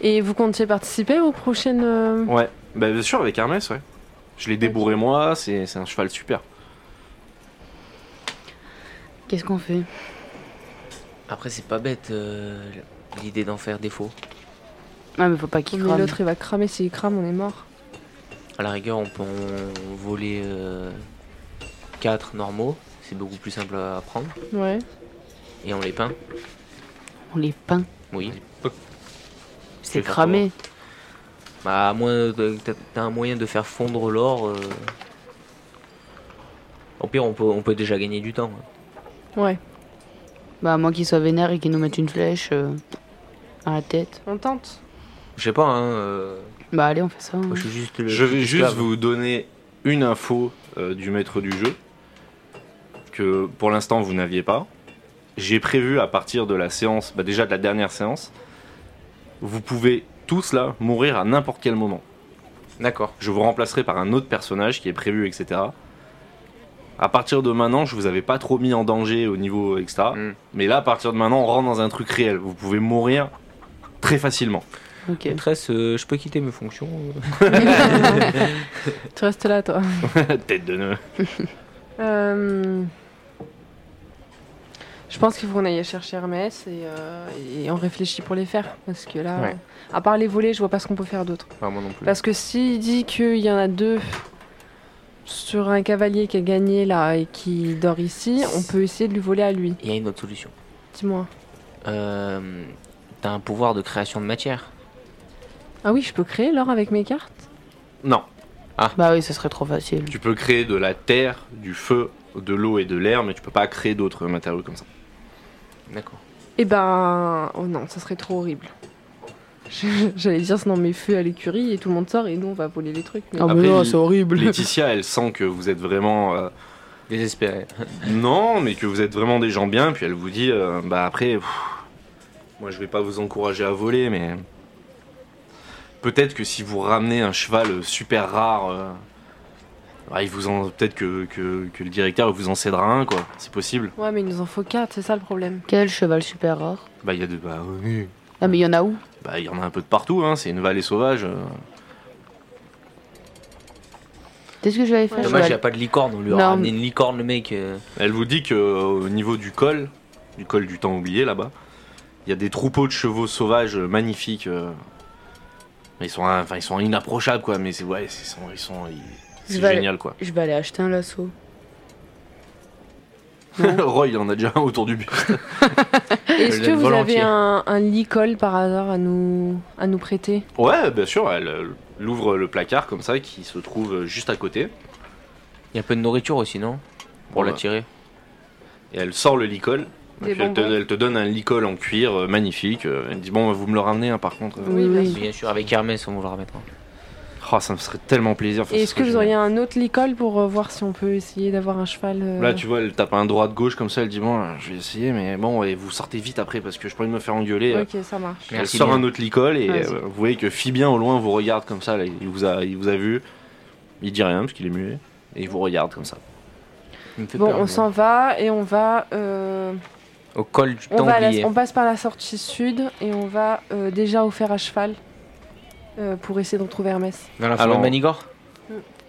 S6: Et vous comptiez participer aux prochaines. euh,
S2: Ouais, bah, bien sûr, avec Hermès, ouais. Je l'ai débourré moi, c'est c'est un cheval super.
S3: Qu'est-ce qu'on fait
S4: Après, c'est pas bête euh, l'idée d'en faire défaut.
S3: Ah, mais faut pas qu'il
S6: Oh, Mais
S3: crame.
S6: l'autre il va cramer, s'il crame, on est mort.
S4: À la rigueur, on peut en voler 4 normaux. C'est beaucoup plus simple à prendre.
S6: Ouais.
S4: Et on les peint.
S3: On les peint.
S4: Oui.
S3: C'est
S4: les faire
S3: cramé.
S4: Bah, à moins de- t'as- t'as un moyen de faire fondre l'or. euh. Au pire, on peut, on peut déjà gagner du temps. hein.
S6: Ouais.
S3: Bah, à moins qu'ils soient vénères et qu'ils nous mettent une flèche euh, à la tête.
S6: On [LAUGHS] tente.
S4: Je sais pas, hein. euh,
S3: Bah, allez, on fait ça. hein.
S4: moi, je suis juste le.
S2: Je vais juste
S4: esclave.
S2: vous donner une info euh, du maître du jeu que pour l'instant vous n'aviez pas. J'ai prévu à partir de la séance, bah déjà de la dernière séance, vous pouvez tous là mourir à n'importe quel moment.
S4: D'accord.
S2: Je vous remplacerai par un autre personnage qui est prévu, etc. À partir de maintenant, je vous avais pas trop mis en danger au niveau euh, extra,
S4: Mm.
S2: mais là à partir de maintenant, on rentre dans un truc réel. Vous pouvez mourir très facilement.
S3: Ok.
S4: Maîtresse, euh, je peux quitter mes fonctions euh
S6: Tu restes là, toi.
S2: Tête de nœud.
S6: Euh, Je pense qu'il faut qu'on aille chercher Hermès et, euh, et on réfléchit pour les faire. Parce que là,
S4: Ouais.
S6: à part les voler, je vois pas ce qu'on peut faire d'autre.
S4: Enfin, moi non plus.
S6: Parce que s'il dit qu'il y en a deux sur un cavalier qui a gagné là et qui dort ici, on peut essayer de lui voler à lui.
S4: Il y a une autre solution.
S6: Dis-moi.
S4: Euh, T'as un pouvoir de création de matière.
S6: Ah oui, je peux créer l'or avec mes cartes
S2: Non.
S3: Bah, oui, ce serait trop facile.
S2: Tu peux créer de la terre, du feu, de l'eau et de l'air, mais tu peux pas créer d'autres matériaux comme ça.
S4: D'accord.
S6: Eh ben. Oh non, ça serait trop horrible. [LAUGHS] J'allais dire sinon mes feux à l'écurie et tout le monde sort et nous on va voler les trucs. mais-
S3: Ah, mais
S2: Après,
S3: non,
S2: il-
S3: c'est horrible.
S6: [LAUGHS]
S2: Laetitia, elle sent que vous êtes vraiment euh,
S4: Désespéré.
S6: Ah,
S2: non, mais que vous êtes vraiment des gens bien, puis elle vous dit euh, bah après, pff, moi je vais pas vous encourager à voler, mais peut-être que si vous ramenez un cheval super rare, euh, bah, il vous en peut-être que, que- que le directeur vous en cédera un quoi, c'est possible.
S6: Ouais, mais il nous en faut quatre, c'est ça le problème.
S3: Quel cheval super rare.
S2: Bah il y a de bah oui.
S3: Ah, mais il y en a où
S2: Bah, il y en a un peu de partout, hein. c'est une vallée sauvage. euh.
S3: Tu sais ce que je vais aller faire Je vais
S4: Dommage, il n'y a
S3: aller-
S4: pas de licorne. On lui a
S3: Non,
S4: ramené
S3: mais-
S4: une licorne, le mec. euh.
S2: Elle vous dit que euh, au niveau du col, du col du temps oublié là-bas, il y a des troupeaux de chevaux sauvages euh, magnifiques. euh. Ils sont, un- enfin, ils sont inapprochables quoi, mais c'est ouais, ils sont, ils sont, ils- c'est
S3: Je vais-
S2: génial quoi.
S3: Je vais aller acheter un lasso.
S2: [LAUGHS] Roy, il en a déjà un autour du but.
S6: Est-ce
S4: l'aime
S6: que vous
S4: volontiers.
S6: avez un, un licol par hasard à nous, à nous prêter
S2: Ouais, bien sûr, elle, euh, elle ouvre le placard comme ça qui se trouve euh, juste à côté
S4: Il y a peu de nourriture aussi, non Pour
S2: Ouais.
S4: l'attirer.
S2: et elle sort le licol.
S6: Des
S2: Et puis elle, te,
S6: bonbons.
S2: elle te donne un licol en cuir euh, magnifique. euh, Elle dit bon, vous me le ramenez hein, par contre.
S6: Oui, bien sûr.
S4: Bien sûr, avec Hermès, on vous le hein. remettra.
S2: Oh, ça me ferait tellement plaisir. Enfin,
S6: Et
S2: ce
S6: est-ce
S2: serait
S6: que vous
S2: génial.
S6: auriez un autre licol pour euh, voir si on peut essayer d'avoir un cheval euh,
S2: Là, tu vois, elle tape un droit de gauche comme ça, elle dit Bon, je vais essayer, mais bon, et vous sortez vite après parce que je pourrais me faire engueuler.
S6: Ok, ça marche.
S2: Elle
S4: Merci
S2: sort
S4: bien.
S2: un autre licol et
S3: Vas-y.
S2: euh, vous voyez que Fibien au loin vous regarde comme ça, là, il, vous a, il vous a vu. Il dit rien parce qu'il est muet et il vous regarde comme ça.
S4: Il me fait
S6: Bon,
S4: peur,
S6: on
S4: moi.
S6: s'en va et on va. euh,
S4: Au col du
S6: on,
S4: temps
S6: va à la-
S4: oublié.
S6: on passe par la sortie sud et on va euh, déjà au fer à cheval euh, pour essayer de retrouver Hermès.
S4: Dans la forêt
S2: Alors-
S4: de Manigore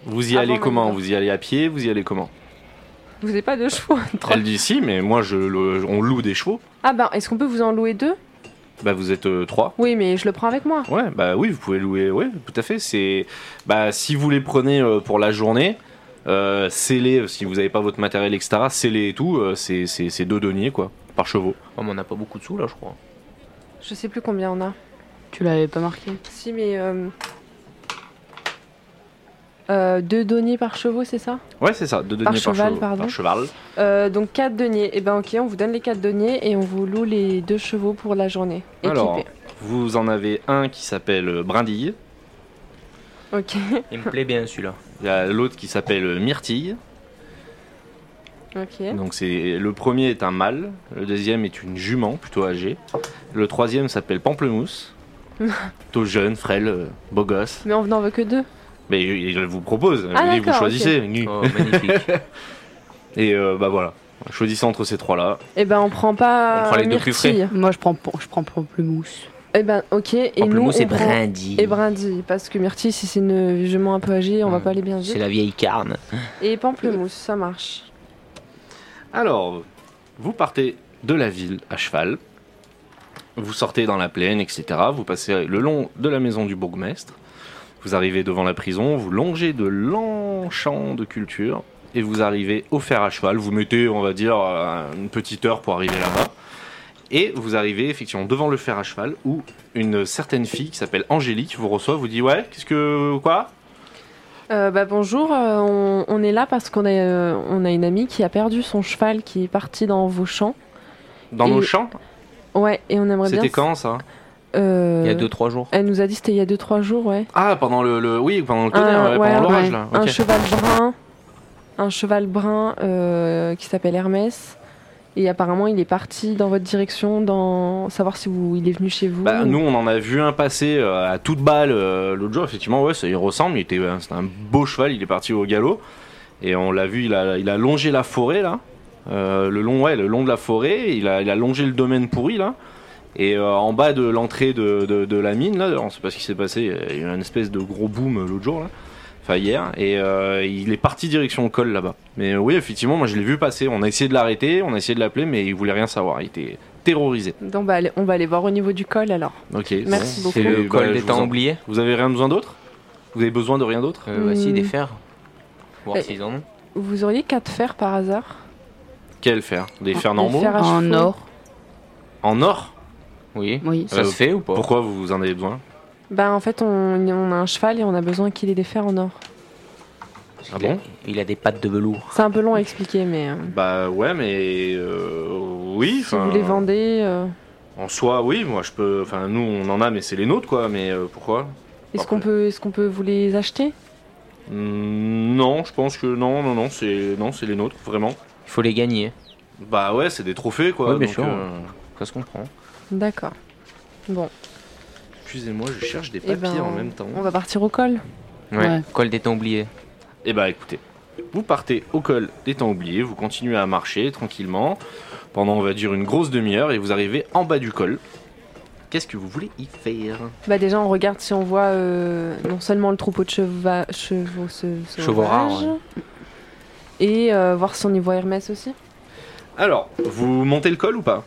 S2: Vous y
S6: Ah
S2: allez
S6: bon,
S2: comment
S6: d'accord.
S2: Vous y allez à pied Vous y allez comment
S6: Vous n'avez pas de chevaux [LAUGHS] trois.
S2: Elle dit Si, mais moi, je, le- on loue des chevaux.
S6: Ah ben, est-ce qu'on peut vous en louer deux
S2: Bah, vous êtes euh, trois.
S6: Oui, mais je le prends avec moi.
S2: Ouais, bah oui, vous pouvez louer, ouais, tout à fait. C'est, bah si vous les prenez euh, pour la journée, euh, scellez, si vous n'avez pas votre matériel, etc., scellez et tout, euh, c'est, c'est, c'est deux deniers, quoi, par chevaux.
S4: Oh, mais on n'a pas beaucoup de sous là, je crois.
S6: Je sais plus combien on a.
S3: Tu l'avais pas marqué
S6: Si, mais. euh, euh, deux deniers par chevaux, c'est ça
S2: Ouais, c'est ça, deux deniers
S6: Par
S2: par,
S6: cheval,
S2: chevaux-
S6: pardon.
S2: par cheval.
S6: Euh, Donc quatre deniers. Et ben ok, on vous donne les quatre deniers et on vous loue les deux chevaux pour la journée.
S2: Alors,
S6: Équipés.
S2: vous en avez un qui s'appelle euh, Brindille,
S6: Ok. [LAUGHS]
S4: Il me plaît bien celui-là.
S2: il y a l'autre qui s'appelle euh, Myrtille.
S6: Ok.
S2: Donc c'est le premier est un mâle, le deuxième est une jument plutôt âgée, le troisième s'appelle
S6: [LAUGHS]
S2: Pamplemousse, plutôt jeune, frêle, euh, beau gosse.
S6: Mais on n'en veut que deux.
S2: Mais il il vous propose,
S6: Ah,
S2: il dit, vous
S6: d'accord, ok.
S2: choisissez. Ni-
S4: Oh, magnifique. [LAUGHS]
S2: Et euh, bah voilà, choisissez entre ces trois-là.
S6: Et ben on prend pas.
S2: On prend les deux plus
S6: Myrtille.
S3: Moi, je prends, pan- je prends pamplemousse.
S6: Eh ben ok. Et
S4: En plus,
S6: nous
S4: moi, c'est
S6: on prend.
S4: Brindy.
S6: Et brindille, parce que myrtille, si c'est une jument un peu âgée, on va
S4: Hmm.
S6: pas aller bien
S4: C'est
S6: vite.
S4: la vieille carne.
S6: Et pamplemousse, ça marche.
S2: Alors, Vous partez de la ville à cheval, vous sortez dans la plaine, etc. Vous passez le long de la maison du bourgmestre, vous arrivez devant la prison, vous longez de longs champs de culture et vous arrivez au fer à cheval. Vous mettez, on va dire, euh, une petite heure pour arriver là-bas. Et vous arrivez effectivement devant le fer à cheval où une certaine fille qui s'appelle Angélique vous reçoit, vous dit Ouais, qu'est-ce que. Quoi
S6: Euh, bah, bonjour, euh, on, on est là parce qu'on a, euh, on a une amie qui a perdu son cheval qui est parti dans vos champs.
S2: Dans
S6: Et-
S2: nos champs
S6: Ouais, et on aimerait bien.
S2: C'était quand ça
S6: Euh,
S1: Il y a 2-3 jours.
S6: Elle nous a dit c'était il y a 2-3 jours, ouais.
S2: Ah, pendant le, le- oui, pendant le tonnerre,
S6: Un-
S2: ouais,
S6: Euh, ouais,
S2: pendant l'orage
S6: ouais.
S2: là.
S6: Un
S2: ok.
S6: cheval brun, un cheval brun euh, qui s'appelle Hermès. Et apparemment, il est parti dans votre direction, dans savoir si vous, il est venu chez vous.
S2: Bah, nous, on en a vu un passer euh, à toute balle euh, l'autre jour. Effectivement, ouais, ça y ressemble. Il était, euh, c'était un beau cheval. Il est parti au galop et on l'a vu. Il a, il a longé la forêt là, Euh, le long, ouais, le long de la forêt. Il a, il a longé le domaine pourri là. Et euh, en bas de l'entrée de, de- de la mine, là, on sait pas ce qui s'est passé, il y a eu une espèce de gros boom euh, l'autre jour, là. enfin hier, et euh, il est parti direction le col là-bas. Mais euh, oui, effectivement, moi je l'ai vu passer, on a essayé de l'arrêter, on a essayé de l'appeler, mais il voulait rien savoir, il était terrorisé.
S6: Donc, bah, allez- on va aller voir au niveau du col alors.
S2: Ok,
S6: Merci beaucoup.
S1: C'est le
S2: Bah,
S1: col des
S2: je vous
S1: temps
S2: en-
S1: oubliés.
S2: Vous avez rien besoin d'autre Vous avez besoin de rien d'autre
S1: Euh, Voici
S6: Hmm.
S1: des fers.
S6: Euh,
S1: Voir s'ils en ont.
S6: Vous auriez quatre fers par hasard
S2: Quel fer Des fers
S6: Ah, des
S2: normaux
S6: fers à
S3: En
S6: chevaux.
S3: or,
S2: En or
S1: Oui.
S3: oui.
S1: Ça se fait ou pas
S2: Pourquoi vous en avez besoin
S6: Bah, en fait, on, on a un cheval et on a besoin qu'il ait des fers en or.
S2: Ah bon
S4: Il a des pattes de velours.
S6: C'est un peu long à expliquer, mais euh,
S2: Bah ouais, mais euh, oui.
S6: si
S2: enfin,
S6: vous les vendez, euh,
S2: En soi, oui. Moi, je peux. Enfin, nous, on en a, mais c'est les nôtres, quoi. Mais euh, pourquoi
S6: est-ce
S2: Après.
S6: qu'on peut, est-ce qu'on peut vous les acheter
S2: Hmm, Non, je pense que non, non, non. C'est non, c'est les nôtres, vraiment.
S4: Il faut les gagner.
S2: Bah ouais, c'est des trophées, quoi.
S4: Ouais, bien
S2: donc,
S4: sûr.
S2: euh,
S4: Ça se comprend.
S6: D'accord. Bon,
S2: Excusez-moi, je cherche des
S6: Eh
S2: papiers
S6: ben,
S2: en même temps.
S6: on va partir au col.
S3: Ouais.
S4: Col des temps oubliés.
S2: Et bah écoutez, vous partez au col des temps oubliés, vous continuez à marcher tranquillement pendant on va dire une grosse demi-heure et vous arrivez en bas du col. Qu'est-ce que vous voulez y faire
S4: hein.
S6: Bah déjà, on regarde si on voit euh, non seulement le troupeau de cheva- chevaux se-
S4: Chevaux rares,
S6: sauvages, et euh, voir si on y voit Hermès aussi.
S2: Alors, vous montez le col ou pas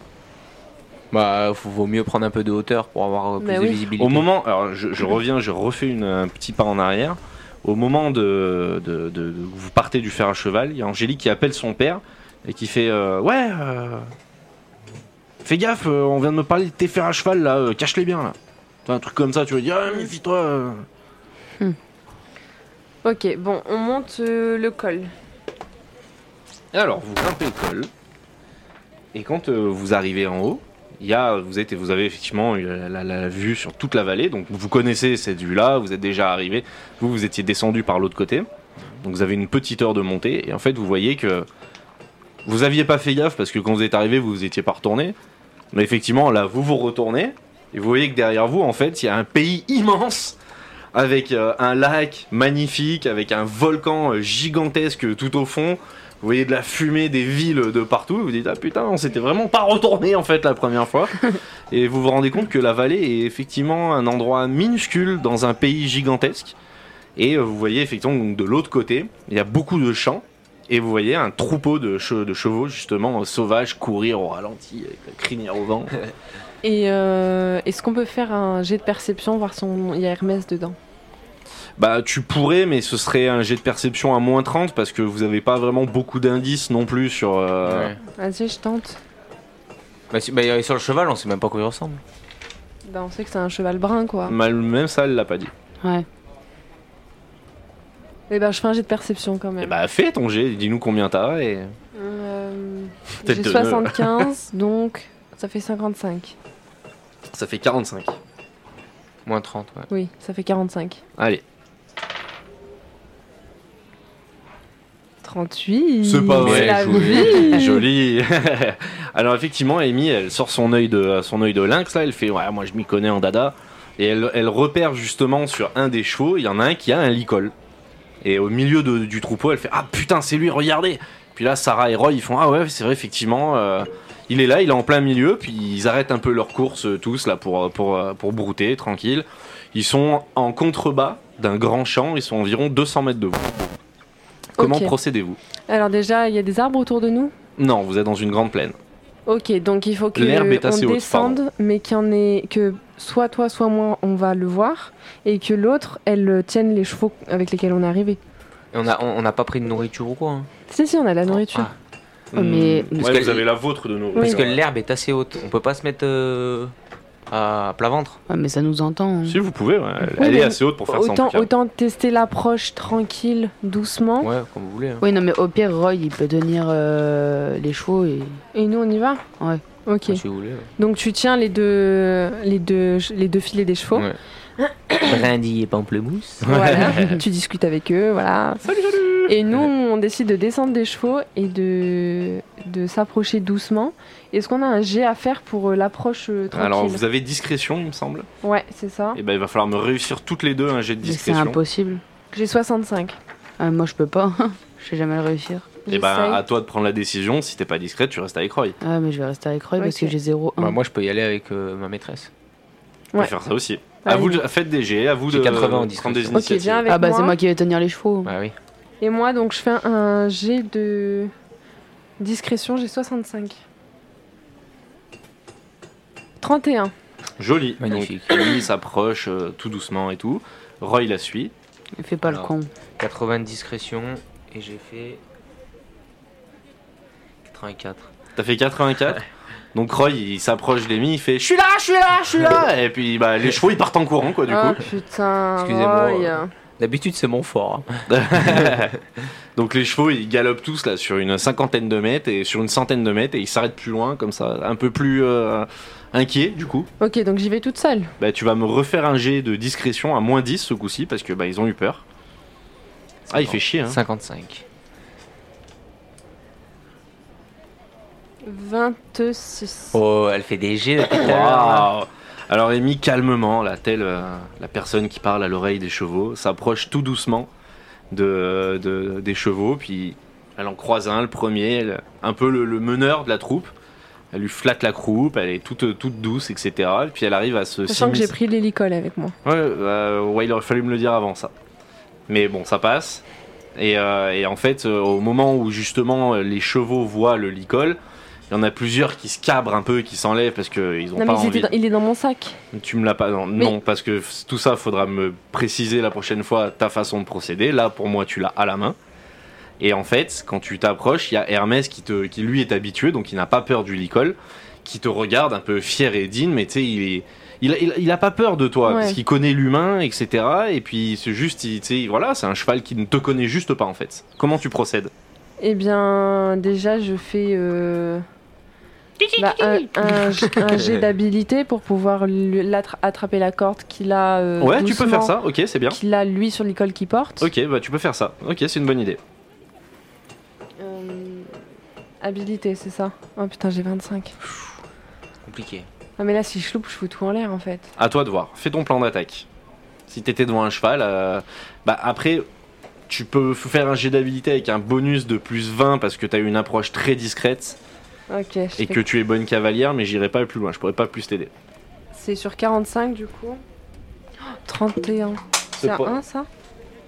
S4: Bah, faut- vaut mieux prendre un peu de hauteur pour avoir euh, plus
S6: Mais
S4: de
S6: Bah oui.
S4: visibilité.
S2: Au moment, alors je, je reviens, je refais une- un petit pas en arrière. Au moment de, de- de- de- vous partez du fer à cheval, il y a Angélique qui appelle son père et qui fait euh, ouais, euh, fais gaffe, euh, on vient de me parler de tes fers à cheval là, euh, cache-les bien là. Tu vois, Un truc comme ça, tu vas dire ah, méfie-toi. euh.
S6: Ok, bon, on monte euh, le col.
S2: Et Alors, vous grimpez le col. Et quand euh, vous arrivez en haut, il y a, vous, êtes, vous avez effectivement eu la, la- la vue sur toute la vallée. Donc, vous connaissez cette vue-là. Vous êtes déjà arrivé. Vous, vous étiez descendu par l'autre côté. Donc, vous avez une petite heure de montée. Et en fait, vous voyez que vous aviez pas fait gaffe parce que quand vous êtes arrivé, vous vous étiez pas retourné. Mais effectivement, là, vous vous retournez. Et vous voyez que derrière vous, en fait, il y a un pays [LAUGHS] immense avec euh, un lac magnifique, avec un volcan euh, gigantesque tout au fond. Vous voyez de la fumée des villes de partout. Vous dites ah putain, on s'était vraiment pas retourné en fait la première fois. et vous vous rendez compte que la vallée est effectivement un endroit minuscule dans un pays gigantesque. Et euh, vous voyez effectivement donc, de l'autre côté, il y a beaucoup de champs. Et vous voyez un troupeau de, che- de chevaux justement euh, sauvages courir au ralenti avec la crinière au vent.
S6: Et euh, est-ce qu'on peut faire un jet de perception, voir si on- il y a Hermès dedans
S2: Bah tu pourrais, mais ce serait un jet de perception à moins 30 parce que vous avez pas vraiment beaucoup d'indices non plus sur... euh,
S4: Ouais.
S6: Vas-y, je tente.
S4: Bah, si- bah, sur le cheval, on sait même pas quoi il ressemble.
S6: Bah, on sait que c'est un cheval brun, quoi.
S2: mal- Même ça, elle l'a pas dit.
S3: Ouais.
S6: Et bah, je fais un jet de perception quand
S2: Et
S6: même.
S2: bah fais ton jet, dis-nous combien t'as et...
S6: Euh,
S2: Tête
S6: J'ai
S2: de nœud. [LAUGHS]
S6: 75, donc ça fait 55.
S2: Ça fait 45.
S4: Moins 30, ouais.
S6: Oui, ça fait 45.
S2: Allez.
S6: 38
S2: C'est pas vrai,
S6: la
S2: [LAUGHS]
S4: joué.
S6: vie.
S2: Joli. Alors effectivement, Amy, elle sort son œil de son œil de lynx là, elle fait ouais, moi je m'y connais en dada et elle, elle repère justement sur un des chevaux, il y en a un qui a un licol. Et au milieu de- du troupeau, elle fait ah putain, c'est lui, regardez. Puis là, Sarah et Roy, ils font ah ouais, c'est vrai effectivement euh, il est là, il est en plein milieu, puis ils arrêtent un peu leur course euh, tous là pour euh, pour euh, pour brouter tranquille. Ils sont en contrebas d'un grand champ, ils sont environ 200 mètres de vous. Comment
S6: Ok.
S2: procédez-vous
S6: Alors déjà, il y a des arbres autour de nous
S2: Non, vous êtes dans une grande plaine.
S6: Ok, donc il faut que
S2: L'herbe est assez
S6: on
S2: haute,
S6: descende, mais qu'il y en ait que soit toi, soit moi, on va le voir, et que l'autre, elle euh, tienne les chevaux avec lesquels on est arrivé.
S4: Et on n'a on, on n'a pas pris de nourriture ou quoi hein.
S6: Si si, on a la nourriture.
S4: Ah,
S3: Oh, mais-
S2: Hmm.
S1: Parce
S2: Ouais,
S1: que-
S2: vous avez la vôtre de nourriture.
S6: Oui.
S4: Parce que l'herbe est assez haute. On peut pas se mettre euh, à plat ventre.
S3: Ouais, mais ça nous entend. hein.
S2: Si vous pouvez, ouais. elle,
S6: Oui,
S2: elle est
S6: mais
S2: assez haute pour faire ça. en
S6: autant,
S2: tout cas.
S6: autant tester l'approche tranquille, doucement,
S4: Ouais, comme vous voulez. hein.
S3: Oui, non, mais au pire, Roy, il peut tenir euh, les chevaux et.
S6: et nous on y va.
S3: Ouais.
S6: Ok.
S4: Si vous voulez. [COUGHS]
S6: Donc tu tiens les deux, les deux, les deux filets des chevaux.
S4: Ouais. Brindis et pamplemousse.
S2: [LAUGHS]
S6: Voilà. tu discutes avec eux, voilà. Et nous, on décide de descendre des chevaux et de, de s'approcher doucement. Est-ce qu'on a un jet à faire pour euh, l'approche euh, tranquille
S2: Alors, vous avez discrétion, il me semble.
S6: Ouais, c'est ça.
S2: Et ben, il va falloir me réussir toutes les deux un jet de
S3: Mais c'est
S2: discrétion.
S3: impossible.
S6: J'ai 65.
S3: Ah, moi, je peux pas. [LAUGHS] je sais jamais le réussir.
S2: Et ben,
S6: J'essaye.
S2: à toi de prendre la décision. Si t'es pas discrète, tu restes avec Roy.
S3: Ah, mais je vais rester avec Roy parce
S6: Ok.
S3: que j'ai 0-1.
S4: Bah, moi, je peux y aller avec euh, ma maîtresse.
S2: On
S6: Ouais.
S2: peut faire ça aussi.
S6: Allez.
S2: À vous, de- faites des G, à vous
S4: J'ai
S2: de
S4: 80 en
S2: prendre
S4: discrétion.
S2: des
S4: Ok,
S2: initiatives.
S6: viens avec
S3: ah, bah,
S6: moi.
S3: c'est moi qui vais tenir les chevaux.
S4: Bah oui.
S6: Et moi, donc, je fais un jet de discrétion. J'ai 65. 31.
S2: Joli.
S4: Magnifique.
S2: Donc, Ellie s'approche euh, tout doucement et tout. Roy la suit.
S3: Fais pas le
S4: Alors.
S3: con.
S4: 80 de discrétion et j'ai fait 84.
S2: T'as fait 84 Donc Roy il s'approche d'Emmy, il fait Je suis là, je suis là, je suis [LAUGHS] là Et puis bah, les chevaux ils partent en courant quoi du
S6: oh
S2: coup.
S6: putain.
S4: Excusez-moi.
S6: Roy.
S4: D'habitude c'est mon fort. hein.
S2: [LAUGHS] Donc les chevaux ils galopent tous là sur une cinquantaine de mètres et sur une centaine de mètres et ils s'arrêtent plus loin comme ça, un peu plus euh, inquiet du coup.
S6: Ok, donc j'y vais toute seule.
S2: Bah tu vas me refaire un jet de discrétion à moins 10 ce coup-ci parce que bah ils ont eu peur. Ah il fait chier hein.
S4: 55.
S6: 26.
S4: Oh, elle fait des jets depuis tout à l'heure, Ah. là.
S2: Waouh Alors Amy, calmement, là, telle euh, la personne qui parle à l'oreille des chevaux, s'approche tout doucement de, de- des chevaux, puis elle en croise un, le premier, elle- un peu le, le meneur de la troupe. Elle lui flatte la croupe, elle est toute, toute douce, etc. Et puis elle arrive à se...
S6: Sachant que j'ai
S2: s'immiscer-
S6: pris l'hélicole avec moi.
S2: Ouais, euh, ouais, il aurait fallu me le dire avant ça. Mais bon, ça passe. Et, euh, et en fait, euh, au moment où justement euh, les chevaux voient le licol, il y en a plusieurs qui se cabrent un peu, qui s'enlèvent parce qu'ils ont pas
S6: Non, mais ils
S2: envie.
S6: étaient dans- il est dans mon sac.
S2: Tu me l'as pas. Non,
S6: Mais-
S2: non, parce que f- tout ça, faudra me préciser la prochaine fois ta façon de procéder. Là, pour moi, tu l'as à la main. Et en fait, quand tu t'approches, il y a Hermès qui, te, qui lui est habitué, donc il n'a pas peur du licol, qui te regarde un peu fier et digne, mais tu sais, il est. Il a, il, a- il a pas peur de toi,
S6: Ouais.
S2: parce qu'il connaît l'humain, etc. Et puis, c'est juste, il- tu sais, voilà, c'est un cheval qui ne te connaît juste pas, en fait. Comment tu procèdes
S6: Eh bien, déjà, je fais euh, bah, un, un j- un jet d'habilité pour pouvoir lui- l'attra- attraper la corde qu'il a. euh,
S2: Ouais, tu peux
S6: doucement,
S2: faire ça, ok, c'est bien.
S6: Qu'il a lui sur l'école qu'il porte.
S2: Ok, bah tu peux faire ça, ok, c'est une bonne idée.
S6: Euh, habilité, c'est ça. Oh putain, j'ai 25.
S4: Compliqué.
S6: Ah, mais là, si je loupe, je fous tout en l'air en fait.
S2: À toi de voir. Fais ton plan d'attaque. Si t'étais devant un cheval, euh, bah après, tu peux f- faire un jet d'habilité avec un bonus de plus 20 parce que t'as eu une approche très discrète
S6: Ok, je fais-
S2: et que tu es bonne cavalière, mais j'irai pas plus loin. Je pourrais pas plus t'aider.
S6: c'est sur 45 du coup. Oh, 31. C'est un
S2: pas-
S6: 1 ça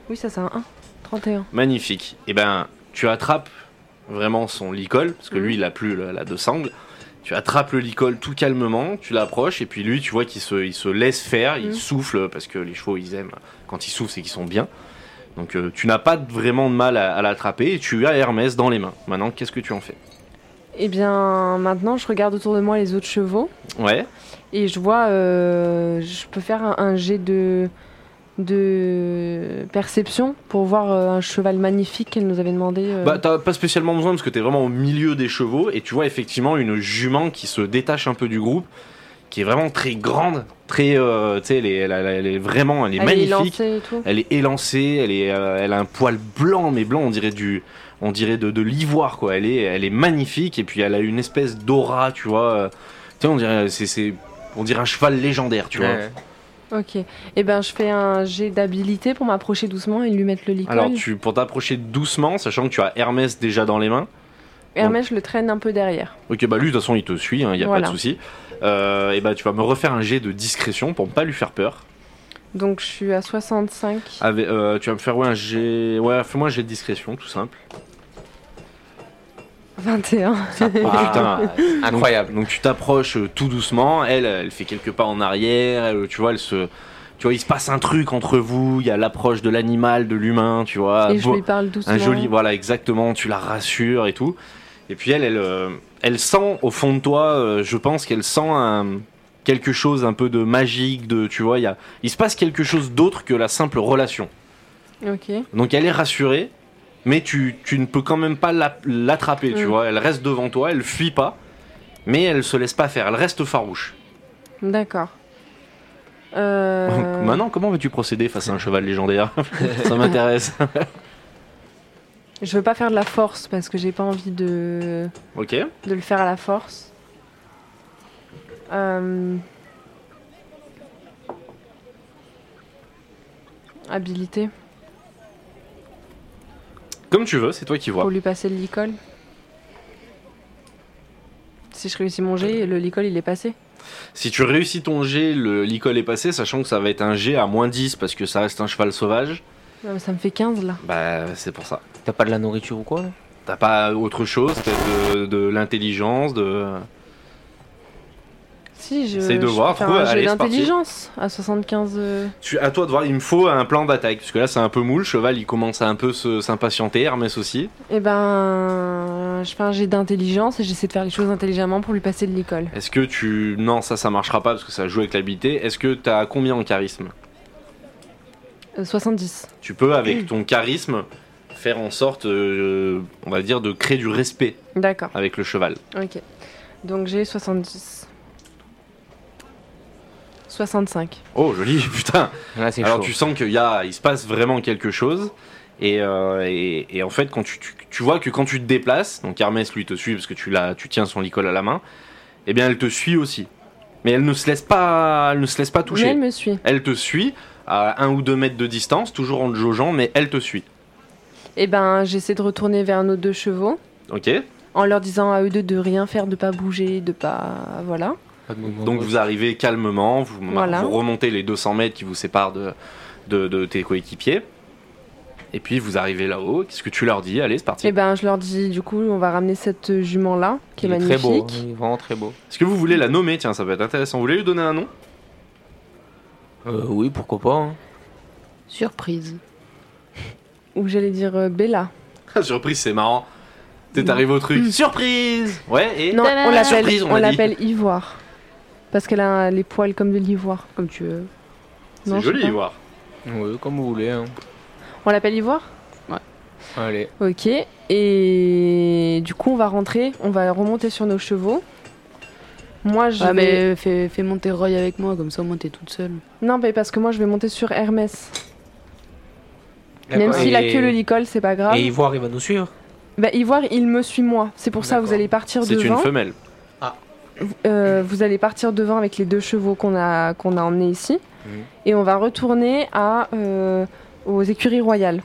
S6: Oui, ça, c'est un 1. 31.
S2: Magnifique. Et ben, tu attrapes vraiment son licol parce que
S6: Mhm.
S2: lui, il a plus la, la deux sangles. Tu attrapes le licol tout calmement, tu l'approches et puis lui, tu vois qu'il se, il se laisse faire,
S6: Mhm.
S2: il souffle parce que les chevaux, ils aiment quand ils soufflent, c'est qu'ils sont bien. Donc euh, tu n'as pas vraiment de mal à, à l'attraper et tu as Hermès dans les mains. Maintenant, qu'est-ce que tu en fais
S6: Eh bien, maintenant, je regarde autour de moi les autres chevaux
S2: Ouais.
S6: et je vois, euh, je peux faire un, un jet de, de perception pour voir euh, un cheval magnifique qu'elle nous avait demandé. euh.
S2: Bah t'as pas spécialement besoin parce que t'es vraiment au milieu des chevaux et tu vois effectivement une jument qui se détache un peu du groupe, qui est vraiment très grande, très, euh, tu sais, elle est, elle- elle- elle est vraiment, elle est
S6: Elle est
S2: magnifique.
S6: lancée et tout.
S2: Elle est élancée, elle, est, euh, elle a un poil blanc, mais blanc, on dirait du, on dirait de, de l'ivoire, quoi. Elle est, elle est magnifique, et puis elle a une espèce d'aura, tu vois. euh, Tu sais, on dirait, c'est, c'est- on dirait un cheval légendaire, tu vois.
S4: [LAUGHS] Ouais.
S6: Ok. Eh bien, je fais un jet d'habilité pour m'approcher doucement et lui mettre le licol.
S2: Alors, tu, pour t'approcher doucement, sachant que tu as Hermès déjà dans les mains.
S6: Hermès, je le traîne un peu derrière.
S2: Ok, bah lui, de toute façon, il te suit, il n'y a
S6: Voilà.
S2: pas de souci. Euh, et bah, tu vas me refaire un jet de discrétion pour ne pas lui faire peur.
S6: Donc, je suis à 65.
S2: Avec- euh, tu vas me faire ouais, un jet. Ouais, fais-moi un jet de discrétion, tout simple.
S6: 21.
S4: oh,
S2: Ça part.
S4: Ah,
S2: Putain.
S1: Incroyable.
S2: Donc tu t'approches euh, tout doucement, elle, elle fait quelques pas en arrière, elle, tu vois, elle se... Tu vois, il se passe un truc entre vous, il y a l'approche de l'animal, de l'humain, tu vois.
S6: et je
S2: Bo-
S6: lui parle doucement.
S2: Ah, un joli, voilà, exactement, tu la rassures et tout. Et puis elle, elle, euh, elle sent au fond de toi, euh, je pense qu'elle sent un, quelque chose un peu de magique, de, tu vois, il y a- il se passe quelque chose d'autre que la simple relation.
S6: Ok.
S2: Donc elle est rassurée, mais tu, tu ne peux quand même pas la- l'attraper, tu
S6: Mm.
S2: vois. Elle reste devant toi, elle fuit pas, mais elle se laisse pas faire, elle reste farouche.
S6: D'accord. Euh,
S2: Donc, [LAUGHS] maintenant, comment veux-tu procéder face à un cheval
S6: [LAUGHS]
S2: légendaire Ça m'intéresse.
S6: Je veux pas faire de la force parce que j'ai pas envie de,
S2: ok.
S6: de le faire à la force. Euh, Habilité
S2: Comme tu veux, c'est toi qui vois.
S6: pour lui passer le licol. Si je réussis mon
S2: Euh.
S6: jet, le licol il est passé.
S2: Si tu réussis ton jet, le- l'icole est passé, sachant que ça va être un jet à moins 10 parce que ça reste un cheval sauvage,
S6: Non, mais Euh, ça me fait 15 là.
S2: bah c'est pour ça.
S4: T'as pas de la nourriture ou quoi là
S2: T'as pas autre chose, t'as de, de l'intelligence, de...
S6: Si, je.
S2: Essaye de
S6: je
S2: voir,
S6: peux faire
S2: trouve,
S6: un
S2: allez,
S6: jet
S2: c'est parti.
S6: d'intelligence à 75. euh,
S2: Tu, à toi de voir, il me faut un plan d'attaque, parce que là c'est un peu mou, le cheval il commence à un peu se- s'impatienter, Hermès aussi.
S6: Eh ben, je fais un jet d'intelligence et j'essaie de faire les choses intelligemment pour lui passer de l'école.
S2: Est-ce que tu... Non, ça ça marchera pas parce que ça joue avec l'habilité. Est-ce que t'as combien en charisme
S6: Euh, 70.
S2: Tu peux avec ton charisme faire en sorte, euh, on va dire, de créer du respect
S6: D'accord,
S2: avec le cheval.
S6: ok. Donc j'ai 70. 65.
S2: Oh joli, [LAUGHS] putain
S4: Là, c'est
S2: Alors
S4: chaud.
S2: tu sens qu'il y a, il se passe vraiment quelque chose. Et, euh, et, et en fait, quand tu, tu, tu vois que quand tu te déplaces, donc Hermès lui te suit parce que tu, l'as- tu tiens son licol à la main, eh bien elle te suit aussi. Mais elle ne se laisse pas, elle ne se laisse pas toucher.
S6: Mais elle me suit.
S2: Elle te suit à un ou deux mètres de distance, toujours en te jaugeant, mais elle te suit.
S6: Eh ben, j'essaie de retourner vers nos deux chevaux
S2: Ok
S6: en leur disant à eux deux de rien faire, de pas bouger, de pas. Voilà.
S4: Pas de mouvement
S2: Donc
S4: de
S2: vous arrivez calmement, vous,
S6: Voilà.
S2: vous remontez les 200 mètres qui vous séparent de, de, de tes coéquipiers. Et puis vous arrivez là-haut. Qu'est-ce que tu leur dis Allez, c'est parti.
S6: Eh ben, je leur dis, du coup, on va ramener cette jument là, qui est
S4: Il est
S6: magnifique.
S4: très beau, hein, il est vraiment très beau.
S2: Est-ce que vous voulez la nommer Tiens, ça peut être intéressant. Vous voulez lui donner un nom [LAUGHS]
S4: Euh, oui, pourquoi pas. hein.
S3: Surprise.
S6: Ou j'allais dire euh, Bella.
S2: Ah, Surprise, c'est marrant. T'es arrivé au
S6: [LAUGHS]
S2: truc. Surprise Ouais, et
S6: Non, on l'appelle,
S2: Surprise, on
S6: on
S2: a dit.
S6: l'appelle Ivoire. Parce qu'elle a les poils comme de l'ivoire.
S3: Comme tu veux.
S6: Non,
S2: c'est
S6: je sais
S2: joli,
S6: pas.
S2: voir.
S4: Oui, comme vous voulez. hein.
S6: On l'appelle Ivoire
S4: Allez.
S6: Ok. Et du coup, on va rentrer, on va remonter sur nos chevaux. Moi, je
S3: Ah,
S6: vais...
S3: mais fais, fais monter Roy avec moi, comme ça au moins t'es toute seule.
S6: Non, mais parce que moi, je vais monter sur Hermès. Même
S4: D'accord.
S6: s'il a
S4: Et-
S6: que le licol, c'est pas grave.
S4: Et Ivoire, il va nous suivre
S6: Bah, Ivoire, il me suit moi. C'est pour ça, vous
S4: D'accord.
S6: allez partir
S2: C'est une
S6: devant.
S2: femelle.
S6: Euh, vous allez partir devant avec les deux chevaux qu'on a, qu'on a emmenés ici.
S4: Mhm.
S6: Et on va retourner à, euh, aux écuries royales.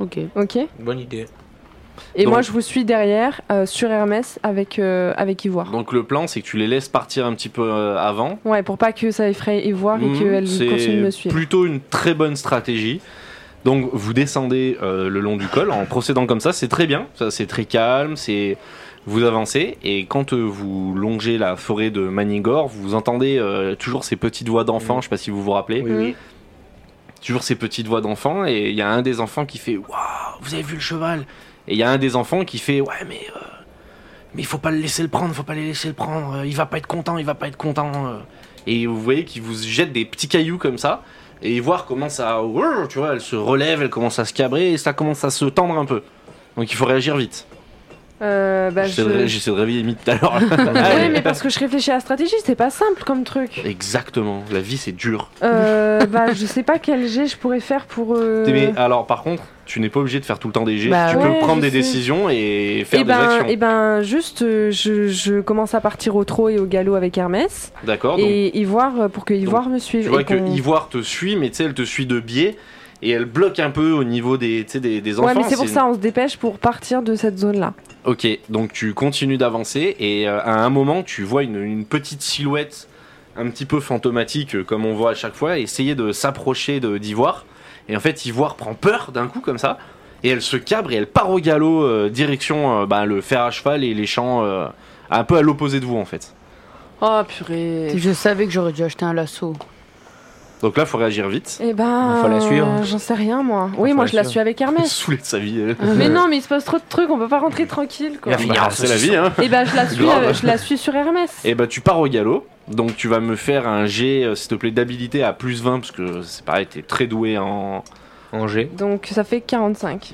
S3: Ok.
S6: Ok
S4: Bonne idée.
S6: Et
S2: Donc-
S6: moi, je vous suis derrière euh, sur Hermès avec, euh, avec Ivoire.
S2: Donc le plan, c'est que tu les laisses partir un petit peu euh, avant.
S6: Ouais, pour pas que ça effraie Ivoire et qu'elle
S2: Hmm,
S6: continue de me
S2: c'est
S6: suivre.
S2: plutôt une très bonne stratégie. Donc vous descendez euh, le long du col en procédant comme ça, c'est très bien. Ça, c'est très calme. C'est vous avancez et quand euh, vous longez la forêt de Manigore, vous entendez euh, toujours ces petites voix d'enfants.
S4: Mhm.
S2: Je sais pas si vous vous rappelez.
S4: Oui, oui.
S2: toujours ces petites voix d'enfants et il y a un des enfants qui fait waouh vous avez vu le cheval et il y a un des enfants qui fait ouais mais euh, mais il faut pas le laisser le prendre faut pas le laisser le prendre euh, il va pas être content il va pas être content euh. et vous voyez qu'il vous jette des petits cailloux comme ça et voir comment ça ouah, tu vois elle se relève elle commence à se cabrer et ça commence à se tendre un peu donc il faut réagir vite
S6: Euh, bah,
S2: j'essaie,
S6: je-
S2: de,
S6: [LAUGHS]
S2: ré- j'essaie de réveiller Mimi tout à l'heure [LAUGHS]
S6: Ouais,
S2: Allez.
S6: mais parce que je réfléchis à la stratégie, c'est pas simple comme
S2: [LAUGHS]
S6: truc.
S2: exactement la vie c'est dur
S6: Euh, bah, je sais pas quel jet je pourrais faire pour. euh,
S2: mais alors par contre tu n'es pas obligé de faire tout le temps des gestes
S3: Bah
S2: tu
S6: ouais,
S2: peux prendre
S6: je
S2: des
S6: sais.
S2: décisions et faire
S6: eh
S2: des
S6: ben,
S2: actions
S6: eh ben, juste, euh, je, je commence à partir au trot et au galop avec Hermès
S2: D'accord. Donc,
S6: et Ivoire euh, pour que Ivoire me suive.
S2: tu vois
S6: et
S2: que
S6: qu'on-
S2: Ivoire te suit, mais tu sais, elle te suit de biais et elle bloque un peu au niveau des, tu sais, des, des enfants.
S6: ouais, mais c'est pour ça, on se dépêche pour partir de cette zone-là.
S2: Ok, donc tu continues d'avancer et euh, à un moment, tu vois une, une petite silhouette un petit peu fantomatique, euh, comme on voit à chaque fois, essayer de s'approcher de- d'Ivoire. Et en fait, Ivoire prend peur d'un coup comme ça. et elle se cabre et elle part au galop euh, direction euh, bah, le fer à cheval et les champs euh, un peu à l'opposé de vous en fait.
S6: Oh purée.
S3: Je savais que j'aurais dû acheter un lasso.
S2: Donc là, faut réagir vite.
S6: Eh ben.
S1: Il faut la suivre.
S6: euh, J'en sais rien moi. Oui,
S1: faut
S6: moi
S1: la
S6: je la
S1: suivre.
S6: suis
S1: [LAUGHS]
S2: [LAUGHS]
S6: avec Hermès.
S2: Saoulée de sa vie. elle.
S6: mais non, mais il se passe trop de trucs, on peut pas rentrer tranquille quoi.
S4: Il a fini.
S2: Bah, c'est la vie, hein.
S6: Eh ben je
S2: [LAUGHS]
S6: la suis,
S2: Grave.
S6: euh, je la suis
S2: [LAUGHS]
S6: sur Hermès.
S2: Et bah, tu pars au galop. Donc, tu vas me faire un jet, euh, s'il te plaît, d'habilité à plus 20, parce que c'est pareil, t'es très doué en.
S1: Angers.
S6: Donc ça fait 45.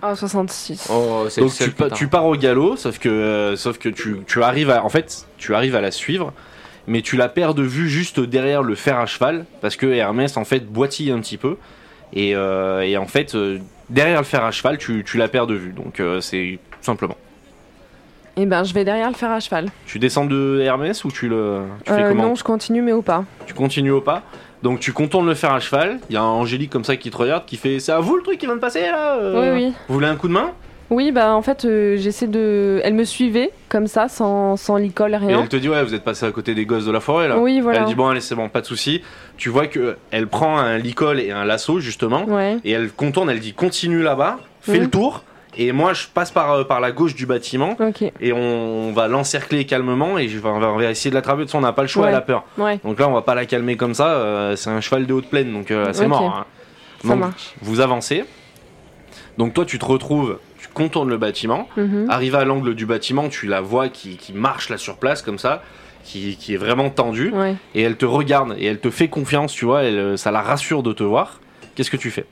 S6: Oh 66.
S4: Oh, c'est le
S2: Donc, tu,
S4: seul
S2: pa-
S4: que
S2: tu pars au galop, sauf que, euh, sauf que tu, tu arrives à. En fait, tu arrives à la suivre, mais tu la perds de vue juste derrière le fer à cheval, parce que Hermès, en fait, boitille un petit peu. Et, euh, et en fait, euh, derrière le fer à cheval, tu, tu la perds de vue. Donc, euh, c'est tout simplement.
S6: Et ben je vais derrière le fer à cheval.
S2: Tu descends de Hermès ou tu le. Tu fais
S6: Euh,
S2: comment
S6: non, je continue mais au pas.
S2: Tu continues au pas. Donc tu contournes le fer à cheval. Il y a un Angélique comme ça qui te regarde, qui fait C'est à vous le truc qui vient de passer là euh,
S6: Oui oui.
S2: Vous voulez un coup de main
S6: Oui, bah en fait, euh, j'essaie de. Elle me suivait comme ça, sans, sans l'icole,
S2: Et
S6: rien.
S2: elle te dit Ouais, vous êtes passé à côté des gosses de la forêt là.
S6: Oui, voilà.
S2: Elle dit Bon, allez, c'est bon, pas de souci. Tu vois que elle prend un licol et un lasso justement.
S6: Ouais.
S2: Et elle contourne, elle dit Continue là-bas, fais
S6: Mhm.
S2: le tour. Et moi, je passe par, euh, par la gauche du bâtiment.
S6: Ok.
S2: Et on, on va l'encercler calmement et je vais- on va, on va essayer de l'attraper. De toute façon, on n'a pas le choix,
S6: Ouais.
S2: elle a peur.
S6: Ouais.
S2: Donc là, on va pas la calmer comme ça. euh, c'est un cheval de haute plaine, donc euh, c'est
S6: Ok.
S2: mort. hein.
S6: Ça
S2: Donc,
S6: marche.
S2: Vous avancez. Donc toi, tu te retrouves, tu contournes le bâtiment.
S6: Mhm.
S2: Arrivé à l'angle du bâtiment, tu la vois qui, qui marche là sur place comme ça, qui, qui est vraiment tendue.
S6: Ouais.
S2: Et elle te regarde et elle te fait confiance, tu vois. Elle, euh, ça la rassure de te voir. Qu'est-ce que tu fais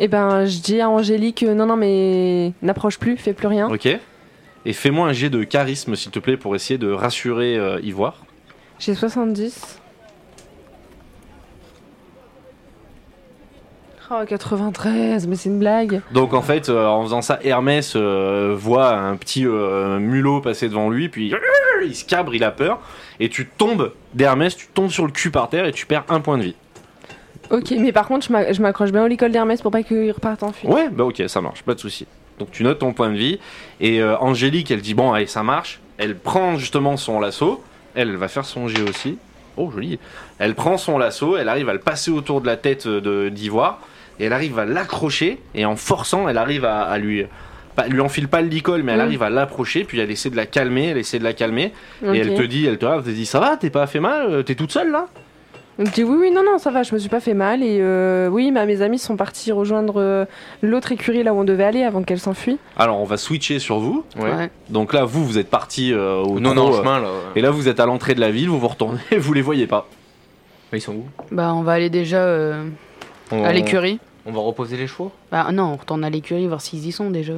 S6: Et ben, je dis à Angélique, euh, non, non, mais n'approche plus, fais plus rien.
S2: Ok. Et fais-moi un jet de charisme, s'il te plaît, pour essayer de rassurer euh, Ivoire.
S6: J'ai 70. Oh, 93, mais c'est une blague.
S2: Donc en fait, euh, en faisant ça, Hermès euh, voit un petit euh, mulot passer devant lui, puis il se cabre, il a peur, et tu tombes d'Hermès, tu tombes sur le cul par terre et tu perds un point de vie.
S6: Ok, mais par contre, je m'a- je m'accroche bien au l'école d'Hermès pour pas qu'il reparte en fuite.
S2: Ouais, bah ok, ça marche, pas de souci. Donc tu notes ton point de vie, et euh, Angélique, elle dit bon, allez, ça marche, elle prend justement son lasso, elle, elle va faire son jet aussi. Oh joli. Elle prend son lasso, elle arrive à le passer autour de la tête euh, de d'Ivoire, et elle arrive à l'accrocher, et en forçant, elle arrive à, à lui. Pas, lui enfile pas le licol, mais elle
S6: Mm.
S2: arrive à l'approcher, puis elle essaie de la calmer, elle essaie de la calmer,
S6: Ok.
S2: et elle te dit, elle te, regarde, elle te dit, ça va, t'es pas fait mal, euh, t'es toute seule là
S6: Je dis oui, oui, non, non, ça va, je me suis pas fait mal. Et euh, oui, ma- mes amis sont partis rejoindre euh, l'autre écurie là où on devait aller avant qu'elle s'enfuit.
S2: Alors on va switcher sur vous.
S4: Ouais.
S3: Ouais.
S2: Donc là, vous, vous êtes parti au
S4: Non,
S2: trot,
S4: non,
S2: euh,
S4: chemin là.
S2: Et là, vous êtes à l'entrée de la ville, vous vous retournez, [LAUGHS] vous les voyez pas.
S4: Mais ils sont où
S3: Bah, on va aller déjà euh,
S4: on,
S3: à l'écurie.
S4: On va reposer les chevaux
S3: Bah, non, on retourne à l'écurie voir s'ils y sont déjà.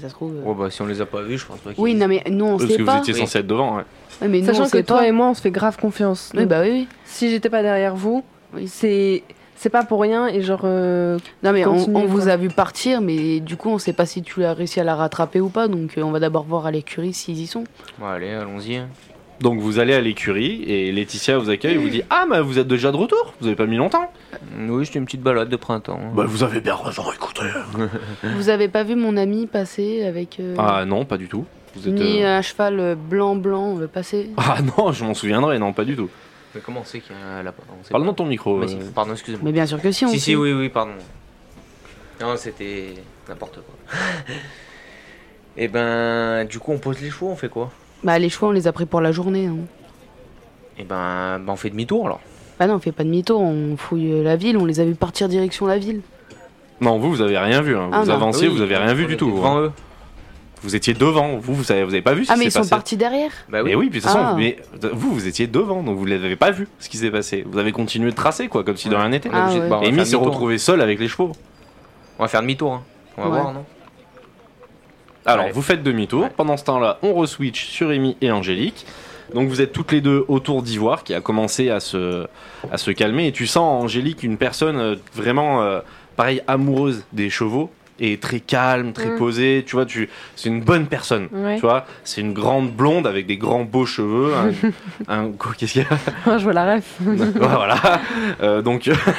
S3: Ça se trouve. euh.
S4: Ouais, bah si on les a pas vus, je pense pas qu'ils.
S3: Oui, non, mais nous on
S2: Parce
S3: sait
S2: que
S3: pas.
S2: vous étiez
S4: Oui.
S2: censé être devant. ouais.
S3: Ouais, mais nous,
S6: Sachant
S3: on
S6: que
S3: sait
S6: toi
S3: pas.
S6: et moi, on se fait grave confiance.
S3: Oui,
S6: Donc,
S3: bah oui, oui.
S6: Si j'étais pas derrière vous,
S3: Oui.
S6: c'est c'est pas pour rien. Et genre, euh,
S3: Non, mais on,
S6: Continuez,
S3: on vous
S6: quoi.
S3: a vu partir, mais du coup, on sait pas si tu as réussi à la rattraper ou pas. Donc, euh, on va d'abord voir à l'écurie s'ils y sont.
S4: Ouais, allez, allons-y. hein.
S2: Donc vous allez à l'écurie et Laetitia vous accueille et vous dit Ah, mais vous êtes déjà de retour Vous avez pas mis longtemps
S4: Oui, c'était une petite balade de printemps. hein.
S2: Bah, vous avez bien raison, écoutez.
S3: vous avez pas vu mon ami passer avec. euh,
S2: Ah non, pas du tout. Vous êtes,
S3: Ni
S2: euh,
S3: un cheval euh, blanc blanc euh, passer.
S2: Ah non, je m'en souviendrai, non, pas du tout.
S4: Mais comment on sait qu'il y a là-bas on sait
S2: Parle
S4: pas.
S2: dans ton micro.
S4: Mais
S2: euh.
S4: si, Pardon, excusez-moi.
S3: Mais bien sûr que si, on
S4: Si,
S3: sait.
S4: si, oui, oui, pardon. Non, c'était n'importe quoi. [LAUGHS] Et ben, du coup, on pose les chevaux, on fait quoi
S3: Bah, les chevaux, on les a pris pour la journée. hein.
S4: Et ben, ben, on fait demi-tour alors.
S3: Bah, non, on fait pas demi-tour, on fouille euh, la ville, on les a vus partir direction la ville.
S2: Non, vous, vous avez rien vu. hein.
S3: Ah,
S2: vous
S3: non.
S2: avancez,
S4: Oui,
S2: vous avez rien vu
S4: on
S2: du
S4: était
S2: tout. vous,
S4: Devant
S2: hein.
S4: eux.
S2: Vous étiez devant, vous, vous avez, vous avez pas vu ce
S3: Ah,
S2: qui
S3: mais ils
S2: s'est
S3: sont
S2: passé.
S3: partis derrière
S4: Bah oui.
S2: Mais Eh oui, puis de toute façon,
S3: Ah.
S2: mais vous, vous étiez devant, donc vous l'avez pas vu ce qui s'est passé. Vous avez continué de tracer, quoi, comme si de
S4: Ouais.
S2: rien n'était.
S4: On est obligé
S3: Ah,
S4: de- bah, on va
S2: Et
S4: faire
S2: Amy s'est
S4: demi-tour, hein.
S2: retrouvée seule avec les chevaux.
S4: On va faire demi-tour. hein. On va
S3: Ouais.
S4: voir, non
S2: Alors,
S4: Ouais.
S2: vous faites demi-tour.
S4: Ouais.
S2: Pendant ce temps-là, on re-switch sur Amy et Angélique. Donc, vous êtes toutes les deux autour d'Ivoire qui a commencé à se, à se calmer. Et tu sens, en Angélique, une personne euh, vraiment, euh, pareil, amoureuse des chevaux et très calme, très
S6: Mm.
S2: posée. Tu vois, tu, c'est une bonne personne.
S6: ouais.
S2: Tu vois, c'est une grande blonde avec des grands beaux cheveux. un-
S6: [LAUGHS]
S2: un- quoi, qu'est-ce qu'il y a
S6: [LAUGHS] je vois la ref.
S2: Ouais,
S6: [LAUGHS]
S2: voilà. Euh, donc [LAUGHS]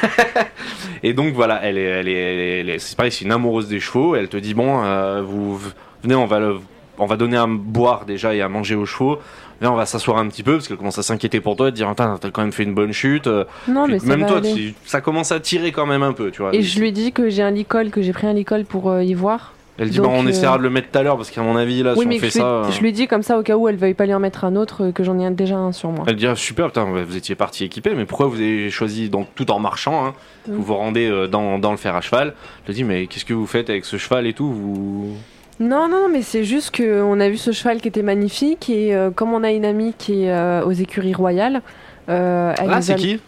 S2: et donc voilà, elle est, elle est, elle est- elle est- c'est pareil, c'est une amoureuse des chevaux. Elle te dit bon, euh, vous v- venez, on va le- on va donner à boire déjà et à manger aux chevaux. Là, on va s'asseoir un petit peu parce qu'elle commence à s'inquiéter pour toi, et te dire Attends, t'as quand même fait une bonne chute. euh,
S6: Non,
S2: puis
S6: mais ça
S2: même
S6: va
S2: toi,
S6: aller.
S2: tu- ça commence à tirer quand même un peu, tu vois.
S6: Et je lui dis que j'ai un licol, que j'ai pris un licol pour euh, y voir.
S2: Elle dit
S6: donc,
S2: Bah, on
S6: euh,
S2: essaiera de le mettre tout à l'heure parce qu'à mon avis, là,
S6: oui,
S2: si
S6: mais
S2: on
S6: que
S2: fait
S6: je,
S2: ça. euh,
S6: lui, je lui dis comme ça au cas où elle veuille pas lui en mettre un autre, euh, que j'en ai un- déjà un sur moi.
S2: Elle dit ah, super, putain, bah, vous étiez parti équipé, mais pourquoi vous avez choisi donc tout en marchant hein,
S6: Mm.
S2: Vous vous rendez euh, dans, dans le fer à cheval. Elle dit mais qu'est-ce que vous faites avec ce cheval et tout Vous
S6: Non, non, mais c'est juste qu'on a vu ce cheval qui était magnifique et euh, comme on a une amie qui est euh, aux écuries royales, euh, elle
S2: là
S6: nous
S2: Ah, c'est
S6: a-
S2: qui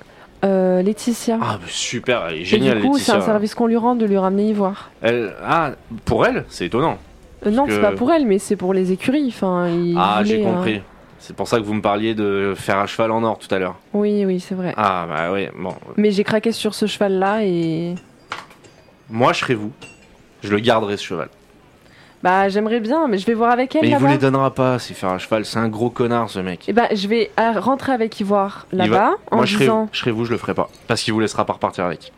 S6: Euh, Laetitia.
S2: Ah bah, super, elle est
S6: et
S2: géniale
S6: du coup, c'est
S2: Laetitia.
S6: un service qu'on lui rend de lui ramener y voir.
S2: Elle ah pour elle c'est étonnant.
S6: Euh, non,
S2: que-
S6: c'est pas pour elle, mais c'est pour les écuries. Enfin, il
S2: ah j'ai
S6: voulait, hein.
S2: compris. C'est pour ça que vous me parliez de fer à cheval en or tout à l'heure.
S6: Oui, oui, c'est vrai.
S2: Ah bah oui bon
S6: Mais j'ai craqué sur ce cheval-là et
S2: moi je serai vous. Je le garderai ce cheval.
S6: bah j'aimerais bien, mais je vais voir avec elle
S2: Mais il vous
S6: là-bas.
S2: les donnera pas ces fer à cheval. C'est un gros connard ce mec.
S6: Et bah je vais euh, rentrer avec Ivoire
S2: Il va-
S6: là-bas en
S2: Moi, je serais,
S6: disant
S2: je serais vous, je le ferai pas. Parce qu'il vous laissera pas repartir avec.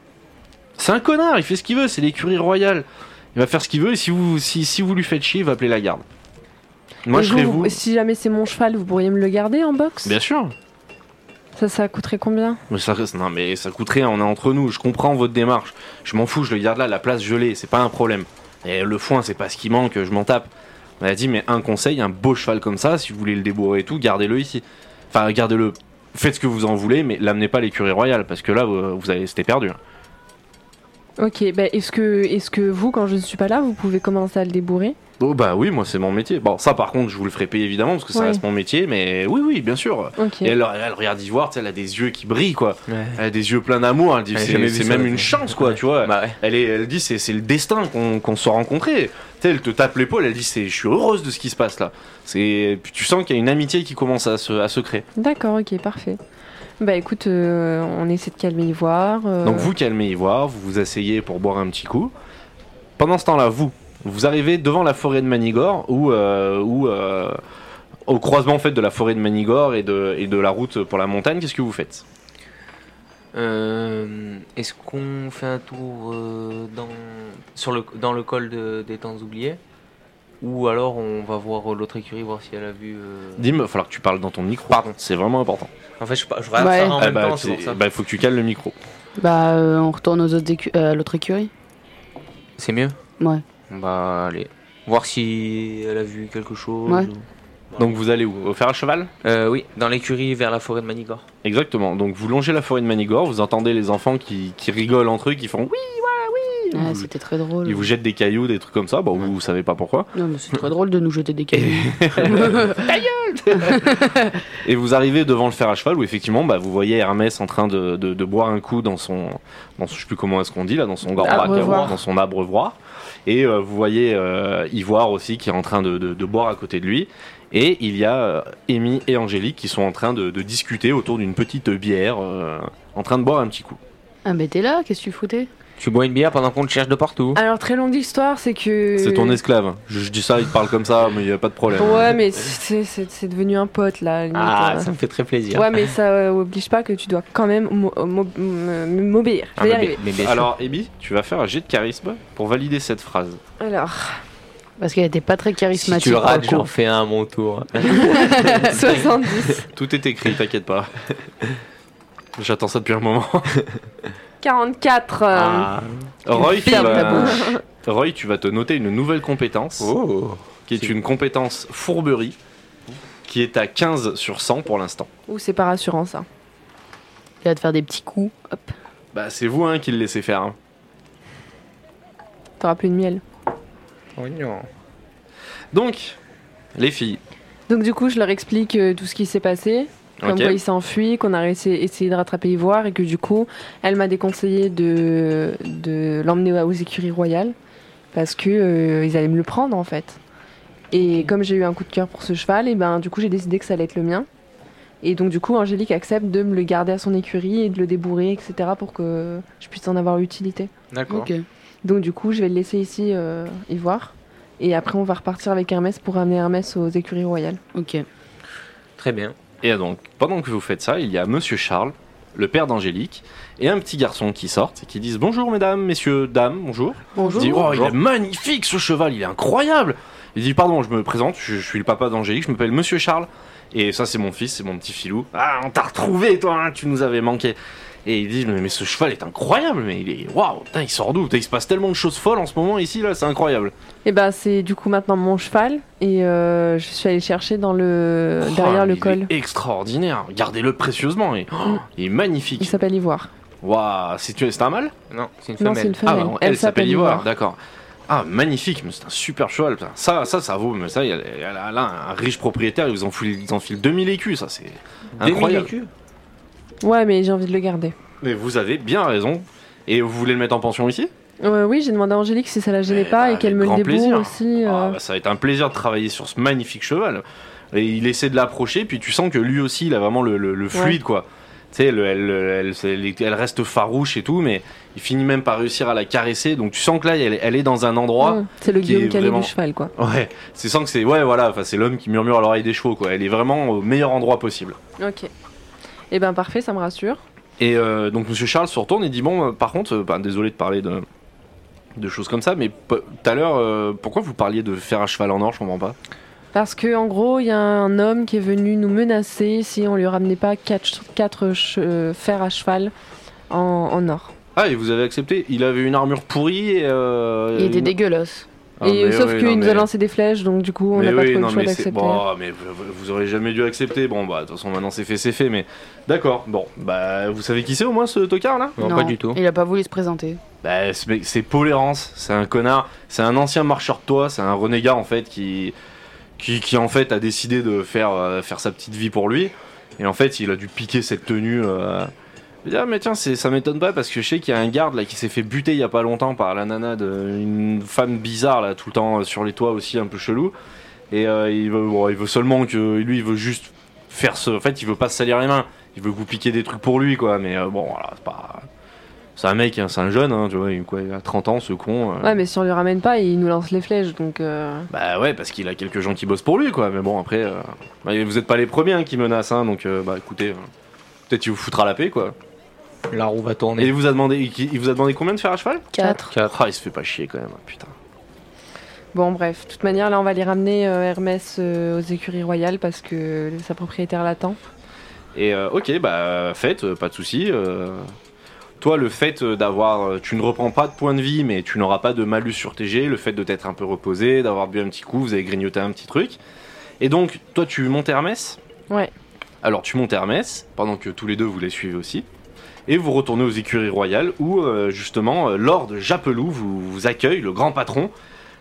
S2: C'est un connard, il fait ce qu'il veut, c'est l'écurie royale. Il va faire ce qu'il veut et si vous, si, si vous lui faites chier, il va appeler la garde. Moi,
S6: Et
S2: je serais
S6: euh, vous,
S2: vous.
S6: Si jamais c'est mon cheval, vous pourriez me le garder en box
S2: Bien sûr.
S6: Ça, ça coûterait combien
S2: Mais ça, reste- non, mais ça coûte rien, on est entre nous, je comprends votre démarche. Je m'en fous, je le garde là, la place gelée, c'est pas un problème. Et le foin, c'est pas ce qui manque, je m'en tape. On a dit, mais un conseil, un beau cheval comme ça, si vous voulez le débourrer et tout, gardez-le ici. Enfin, gardez-le, faites ce que vous en voulez, mais l'amenez pas à l'écurie royale, parce que là, vous, vous avez, c'était perdu. hein.
S6: Ok, bah est-ce que, est que vous, quand je ne suis pas là, vous pouvez commencer à le débourrer
S2: Oh bah oui, moi c'est mon métier. Bon, ça par contre, je vous le ferai payer évidemment parce que ça
S6: Oui.
S2: reste mon métier, mais oui, oui, bien sûr.
S6: Ok.
S2: Et elle, elle regarde Ivoire, tu sais, elle a des yeux qui brillent quoi.
S4: Ouais.
S2: Elle a des yeux pleins d'amour, elle dit
S4: Ouais, j'ai
S2: c'est
S4: jamais vu
S2: c'est
S4: ça,
S2: même
S4: ouais.
S2: une chance quoi, tu vois.
S4: Bah ouais.
S2: Elle, est, elle dit c'est c'est le destin qu'on qu'on soit rencontrés. Tu sais, elle te tape l'épaule, elle dit c'est je suis heureuse de ce qui se passe là. C'est puis tu sens qu'il y a une amitié qui commence à se, à se créer.
S6: D'accord, ok, parfait. Bah écoute, euh, on essaie de calmer Ivoire. euh,
S2: Donc vous calmez Ivoire, vous vous asseyez pour boire un petit coup. Pendant ce temps-là, vous, vous arrivez devant la forêt de Manigore, ou euh, ou, euh, au croisement en fait de la forêt de Manigore et de, et de la route pour la montagne, qu'est-ce que vous faites
S4: Euh, Est-ce qu'on fait un tour euh, dans, sur le, dans le col de- des temps oubliés Ou alors on va voir euh, l'autre écurie, voir si elle a vu. euh,
S2: Dim, il va falloir que tu parles dans ton micro. Pardon, c'est vraiment important.
S4: En fait, je, pa- je regarde
S3: Ouais.
S4: ça en
S2: Ah
S4: même
S2: bah,
S4: temps, c'est pour
S2: c'est-
S4: ça.
S2: bah, il faut que tu calmes le micro.
S3: Bah, euh, on retourne aux autres écu- euh, à l'autre écurie.
S4: C'est mieux
S3: Ouais.
S4: Bah, allez. Voir si elle a vu quelque chose.
S3: Ouais.
S4: ou-
S2: Donc vous allez où Au fer à cheval
S4: Euh, oui, dans l'écurie vers la forêt de Manigore.
S2: Exactement. Donc vous longez la forêt de Manigore, vous entendez les enfants qui, qui rigolent entre eux, qui font oui,
S3: Ah, c'était très drôle.
S2: ils vous jettent des cailloux, des trucs comme ça. Bon, vous savez pas pourquoi.
S3: Non, mais c'est très drôle de nous jeter des cailloux.
S2: [LAUGHS] Et vous arrivez devant le fer à cheval où effectivement bah, vous voyez Hermès en train de, de- de boire un coup dans son, dans son- je sais plus comment est-ce qu'on dit là, dans son gorbac,
S6: Abreuvoir.
S2: dans son abreuvoir. Et euh, vous voyez euh, Ivoire aussi qui est en train de, de- de boire à côté de lui. Et il y a euh, Amy et Angélique qui sont en train de, de discuter autour d'une petite bière, euh, en train de boire un petit coup.
S6: Euh.
S3: ah, mais t'es là, qu'est-ce que tu foutais
S4: Tu bois une bière pendant qu'on te cherche de
S3: Ah,
S4: partout
S6: Alors très longue histoire, c'est que.
S2: C'est ton esclave. hein. Je, je dis ça, il te parle comme ça, mais il n'y a pas de problème.
S6: Ouais, mais c'est- c'est c'est devenu un pote là. à la limite,
S4: Ah,
S6: hein.
S4: ça me fait très plaisir.
S6: Ouais, mais ça euh, oblige pas que tu dois quand même mo- euh, mo- m- m'obéir.
S4: Ah,
S6: Je vais y
S4: mais-
S6: arriver.
S4: mais bien sûr.
S2: Alors, Amy, tu vas faire un jet de charisme pour valider cette phrase. [LAUGHS]
S6: Alors,
S3: Parce qu'elle était pas très
S4: si
S3: charismatique.
S4: tu
S3: pour le Ah.
S4: rates,
S3: coup.
S4: j'en fais un à
S3: [LAUGHS]
S4: mon tour.
S6: 70,
S2: Tout est écrit, t'inquiète pas. [LAUGHS] J'attends ça depuis un moment.
S6: 44. euh,
S2: Ah.
S4: Ah.
S2: Roy, tu
S6: ferme ta
S2: vas... [LAUGHS] Roy, tu vas te noter une nouvelle compétence,
S4: Oh
S2: qui est une compétence fourberie, qui est à 15 sur 100 pour l'instant.
S6: Ouh, c'est pas rassurant ça.
S3: Il va te faire des petits coups. Hop.
S2: Bah, c'est vous hein, qui le laissez faire. hein.
S6: T'auras plus de miel.
S2: Donc, les filles,
S6: Donc du coup, je leur explique euh, tout ce qui s'est passé. Comme
S2: ok
S6: quoi il s'est enfui, qu'on a essayé, essayé de rattraper Ivoire et que du coup, elle m'a déconseillé de, de l'emmener aux écuries royales parce que euh, ils allaient me le prendre en fait. Et comme j'ai eu un coup de cœur pour ce cheval, et ben du coup j'ai décidé que ça allait être le mien. Et donc du coup, Angélique accepte de me le garder à son écurie et de le débourrer, etc. pour que je puisse en avoir utilité.
S4: D'accord.
S3: Ok.
S6: Donc du coup, je vais le laisser ici euh, Ivoire. Et après, on va repartir avec Hermès pour ramener Hermès aux écuries royales.
S3: Ok.
S4: Très bien.
S2: Et donc, pendant que vous faites ça, il y a Monsieur Charles, le père d'Angélique, et un petit garçon qui sortent et qui disent Bonjour, mesdames, messieurs, dames, bonjour.
S3: Bonjour.
S2: Il dit, oh, il est magnifique ce cheval, il est incroyable Il dit Pardon, je me présente, je, je suis le papa d'Angélique, je m'appelle Monsieur Charles. Et ça, c'est mon fils, c'est mon petit filou. Ah, on t'a retrouvé, toi, hein, tu nous avais manqué. Et il dit Mais, mais ce cheval est incroyable, mais il est. Waouh, putain, il sort d'où Putain, Il se passe tellement de choses folles en ce moment ici, là, c'est incroyable.
S6: Et ben c'est du coup maintenant mon cheval et euh, je suis allée chercher dans le
S2: Oh,
S6: Euh, derrière le
S2: il
S6: col. Mm.
S2: est Extraordinaire, gardez-le précieusement. Et, oh, il est
S6: Il
S2: magnifique.
S6: s'appelle Ivoire.
S2: Waouh, c'est c'est un mâle
S4: Non, c'est une
S6: Non,
S4: femelle.
S6: c'est une
S2: Ah,
S6: femelle.
S2: bon, elle, s'appelle Ivoire, d'accord. Ah, magnifique, mais c'est un super cheval. putain. Ça, ça, ça vaut, mais ça, il y a- il y a là, là, un riche propriétaire, il vous enfile, il vous enfile 2000 écus, ça, c'est
S4: 2000
S2: incroyable.
S4: écus
S6: Ouais, mais j'ai envie de le garder.
S2: Mais vous avez bien raison. Et vous voulez le mettre en pension ici
S6: Euh, oui, j'ai demandé à Angélique si ça la gênait
S2: Eh
S6: pas
S2: ben,
S6: et qu'elle me
S2: avec
S6: le
S2: grand plaisir.
S6: débourre aussi.
S2: Ah,
S6: euh.
S2: bah, Ça va être un plaisir de travailler sur ce magnifique cheval. Et il essaie de l'approcher, puis tu sens que lui aussi, il a vraiment le, le- le fluide, quoi. Tu sais, le- elle, elle- elle- elle reste farouche et tout, mais il finit même par réussir à la caresser. Donc tu sens que là, elle, elle est dans un endroit.
S6: Ouais, c'est le
S2: qui est
S6: Guillaume Canet
S2: vraiment-
S6: du cheval, quoi.
S2: Ouais, c'est sans que c'est. Ouais, voilà, enfin, c'est l'homme qui murmure à l'oreille des chevaux, quoi. Elle est vraiment au meilleur endroit possible.
S6: Ok. Et ben parfait, ça me rassure.
S2: Et euh, donc, monsieur Charles se retourne et dit Bon, euh, par contre, euh, bah, désolé de parler de, de choses comme ça, mais p- tout à l'heure, euh, pourquoi vous parliez de faire un cheval en or Je comprends pas.
S6: Parce que en gros, il y a un homme qui est venu nous menacer si on lui ramenait pas 4, fers à cheval en, en or.
S2: Ah, et vous avez accepté Il avait une armure pourrie et. euh,
S3: Il était
S2: une-
S3: dégueulasse.
S2: Ah,
S6: et
S2: mais
S6: sauf
S2: oui,
S6: qu'il
S2: non,
S6: nous a
S2: mais-
S6: lancé des flèches, donc du coup, on
S2: mais
S6: n'a pas
S2: oui,
S6: trop eu le
S2: non,
S6: choix
S2: mais c'est-
S6: d'accepter.
S2: Bon, mais vous, vous aurez jamais dû accepter. Bon, bah, de toute façon, maintenant c'est fait, c'est fait, mais. D'accord, bon, bah, vous savez qui c'est au moins ce tocard là
S4: Non, pas du tout.
S3: Il a pas voulu se présenter.
S2: Bah, ce mec, c'est Paul Errance, c'est un connard, c'est un ancien marcheur de toit, c'est un renégat en fait qui, qui, qui, en fait a décidé de faire, euh, faire sa petite vie pour lui. Et en fait, il a dû piquer cette tenue. euh, il dit, ah, mais tiens, c'est- ça m'étonne pas parce que je sais qu'il y a un garde là qui s'est fait buter il y a pas longtemps par la nana d'une femme bizarre là, tout le temps euh, sur les toits aussi, un peu chelou. Et euh, il, veut, bon, il veut seulement que. Lui, il veut juste faire ce. En fait, il veut pas se salir les mains. Il veut que vous piquiez des trucs pour lui quoi, mais euh, bon, voilà, c'est pas. C'est un mec, hein, c'est un jeune, hein, tu vois, il, quoi, il a 30 ans, ce con. euh.
S6: Ouais, mais si on lui ramène pas, il nous lance les flèches, donc. euh,
S2: Bah ouais, parce qu'il a quelques gens qui bossent pour lui, quoi. Mais bon, après, euh, bah, vous êtes pas les premiers hein, qui menacent, hein, donc euh, bah écoutez, euh, peut-être qu'il vous foutra la paix, quoi.
S4: La roue va
S2: Et
S4: tourner.
S2: il vous a demandé, il il vous a demandé combien de fer à cheval
S3: Quatre.
S2: Ah, il se fait pas chier quand même, hein, putain.
S6: Bon, bref, de toute manière, là, on va les ramener euh, Hermès euh, aux écuries royales parce que sa propriétaire l'attend.
S2: Et euh, ok, bah faites, euh, pas de soucis. euh, Toi, le fait euh, d'avoir. euh, Tu ne reprends pas de points de vie, mais tu n'auras pas de malus sur TG. Le fait de t'être un peu reposé, d'avoir bu un petit coup, vous avez grignoté un petit truc. Et donc, toi, tu montes Hermès
S6: Ouais.
S2: Alors, tu montes Hermès, pendant que tous les deux vous les suivez aussi. Et vous retournez aux écuries royales où, euh, justement, euh, Lord Japelou vous, vous accueille, le grand patron.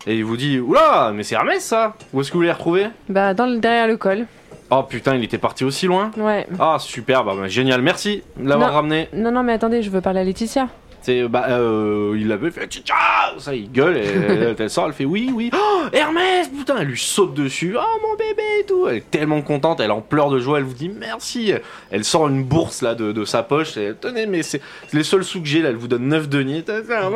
S2: Et il vous dit Oula, mais c'est Hermès ça Où est-ce que vous les retrouvez
S6: Bah, dans le, derrière le col.
S2: Oh putain, il était parti aussi loin
S6: Ouais.
S2: ah super, bah, bah, génial, merci de l'avoir
S6: Non.
S2: ramené.
S6: Non, non, mais attendez, je veux parler à Laetitia.
S2: C'est bah euh, il l'avait fait tcha ça il gueule et elle, elle sort, elle fait oui oui. Oh, Hermès, putain, elle lui saute dessus. Oh mon bébé et tout. Elle est tellement contente, elle en pleure de joie, elle vous dit merci. Elle sort une bourse là de, de sa poche et tenez mais c'est c'est les seuls sous que j'ai là, elle vous donne 9 deniers. ah, bah,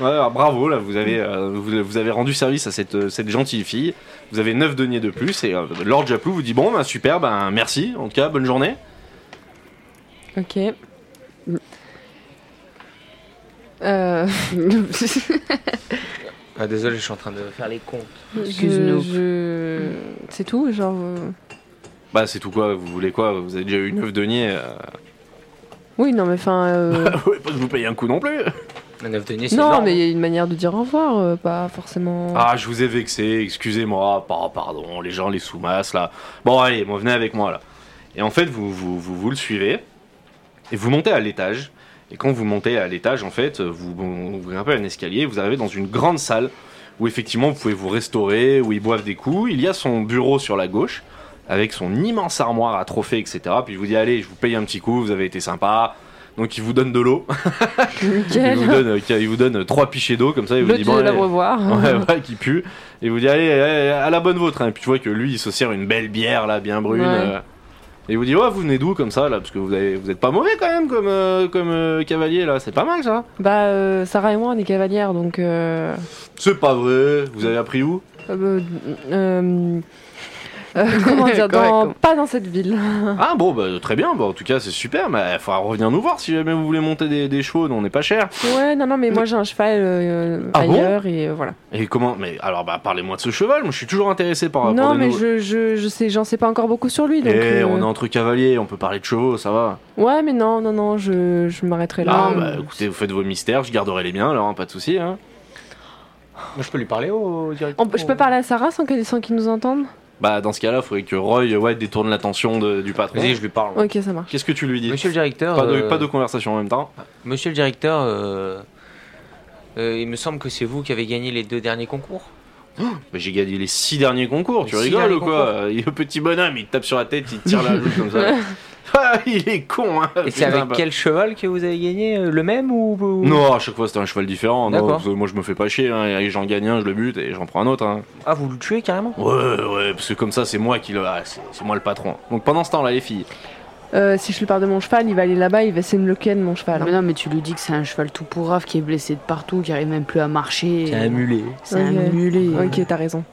S2: Ouais, alors, bravo là, vous avez euh, vous, vous avez rendu service à cette euh, cette gentille fille. Vous avez 9 deniers de plus et euh, Lord Japlou vous dit bon bah super, ben merci. En tout cas, bonne journée.
S6: Ok.
S2: [LAUGHS]
S6: Euh, je-
S4: Ah, désolé, je suis en train de faire les comptes.
S3: Excuse-nous.
S6: je- C'est tout, genre. euh,
S2: Bah c'est tout quoi, vous voulez quoi Vous avez déjà eu 9 deniers [LAUGHS] euh...
S6: Oui, non, mais
S2: [LAUGHS]
S6: enfin. euh,
S2: Vous voulez pas que je vous paye un coup non plus
S4: Un œuf de nez, c'est
S6: Non,
S4: énorme.
S6: mais il y a une manière de dire au revoir, euh, pas forcément.
S2: Ah je vous ai vexé, excusez-moi, par- pardon, les gens les sous-massent là. Bon allez, bon, venez avec moi là. Et en fait vous, vous, vous, vous le suivez, et vous montez à l'étage. Et quand vous montez à l'étage en fait, vous, vous, vous grimpez un escalier, vous arrivez dans une grande salle où effectivement vous pouvez vous restaurer, où ils boivent des coups. Il y a son bureau sur la gauche, avec son immense armoire à trophées, etc. Puis il vous dit allez, je vous paye un petit coup, vous avez été sympa. Donc il vous donne de l'eau. Il
S6: Nickel. [LAUGHS]
S2: vous donne, euh, il vous donne trois pichets d'eau comme ça. Il vous
S6: L'autre,
S2: dit
S6: je
S2: bon,
S6: vais la
S2: allez.
S6: revoir.
S2: [LAUGHS] Ouais, ouais, qui pue. Et il vous dit allez, allez, à la bonne vôtre. hein. Et puis tu vois que lui, il se sert une belle bière là, bien brune.
S6: Ouais.
S2: euh. Et il vous dit ouais, vous venez d'où comme ça là Parce que vous, avez, vous êtes pas mauvais quand même comme, euh, comme euh, cavalier là. C'est pas mal ça.
S6: Bah, euh, Sarah et moi, on est cavalières, donc. euh,
S2: C'est pas vrai. Vous avez appris où
S6: euh, euh,
S2: [LAUGHS]
S6: Euh, comment dire, dans- pas dans cette ville.
S2: Ah bon, bah, très bien. Bah, en tout cas, c'est super. Mais il faudra revenir nous voir si jamais vous voulez monter des, des chevaux. Nous, on n'est pas cher.
S6: Ouais, non, non, mais moi j'ai un cheval euh,
S2: Ah bon
S6: ailleurs et euh, voilà.
S2: Et comment Mais alors, bah, parlez-moi de ce cheval. Moi, je suis toujours intéressé par. par
S6: non,
S2: des
S6: mais
S2: nouveaux-
S6: je, je, je sais, j'en sais pas encore beaucoup sur lui. Donc,
S2: Ah, Eh,
S6: euh,
S2: on est entre cavaliers. On peut parler de chevaux, ça va.
S6: Ouais, mais non, non, non, je, je m'arrêterai là.
S2: Ah, bah, écoutez, vous faites vos mystères. Je garderai les miens, alors hein, pas de souci. Hein.
S4: Moi, je peux lui parler au directeur.
S6: On peut- je peux parler à Sarah sans qu'elle sans qu'il nous entende
S2: Bah, dans ce cas-là, faudrait que Roy euh, ouais, détourne l'attention de- du patron.
S4: Vas-y, je lui parle.
S6: Ok, ça marche.
S2: Qu'est-ce que tu lui dis
S4: Monsieur le directeur.
S2: pas de,
S4: euh, Ah.
S2: pas de conversation en même temps.
S4: Monsieur le directeur, euh, euh, il me semble que c'est vous qui avez gagné les deux derniers concours.
S2: Mais Bah, j'ai gagné les six derniers concours, tu
S4: Les six
S2: rigoles
S4: derniers
S2: ou quoi Euh, Il Le petit bonhomme, il te tape sur la tête, il te tire la joue comme ça. Ah, il est con, hein
S4: Et c'est
S2: putain,
S4: avec
S2: bah.
S4: quel cheval que vous avez gagné euh, Le même ou ou-
S2: Non, à chaque fois c'était un cheval différent. Non,
S4: D'accord.
S2: parce que moi je me fais pas chier, hein. Et j'en gagne un, je le bute et j'en prends un autre. hein.
S4: Ah, vous le tuez carrément
S2: Ouais, ouais, parce que comme ça c'est moi qui le. ah, c'est c'est moi le patron. Donc pendant ce temps-là, les filles.
S6: Euh, si je lui parle de mon cheval, il va aller là-bas, il va essayer de me le ken, mon cheval.
S3: Ah, Mais non, mais tu lui dis que c'est un cheval tout pourrave qui est blessé de partout, qui arrive même plus à marcher.
S4: mulet.
S3: C'est un
S6: Ok.
S3: mulet.
S6: hein. Ok, t'as raison.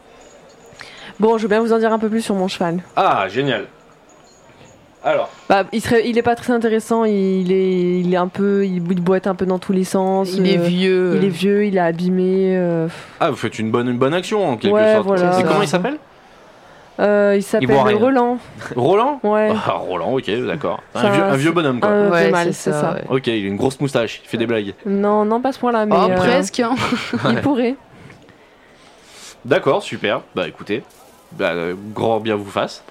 S6: Bon, je veux bien vous en dire un peu plus sur mon cheval.
S2: Ah, génial. Alors,
S6: Bah, il, serait, il est pas très intéressant, il est, il est un peu, il, il boite un peu dans tous les sens.
S3: Il est
S6: euh,
S3: vieux.
S6: Il est vieux, il est abîmé. euh,
S2: ah, vous faites une bonne, une bonne action en quelque
S6: Ouais,
S2: sorte.
S6: voilà.
S2: Et comment il s'appelle
S6: euh, il
S4: Il boit
S6: s'appelle
S4: rien.
S6: Roland.
S2: Roland
S6: Ouais.
S2: Ah, Roland, ok, d'accord.
S6: Ça,
S2: Un, vieux, un
S6: c'est-
S2: vieux bonhomme quoi.
S6: Euh,
S3: Ouais,
S6: fait mal,
S3: c'est
S6: c'est
S3: ça,
S6: ça.
S3: ouais.
S2: Ok, il a une grosse moustache, il fait des blagues.
S6: Non, non, pas à ce point-là, mais
S3: Oh,
S6: euh,
S3: presque. hein.
S6: il pourrait.
S2: D'accord, super. Bah écoutez, bah, euh, grand bien vous fasse.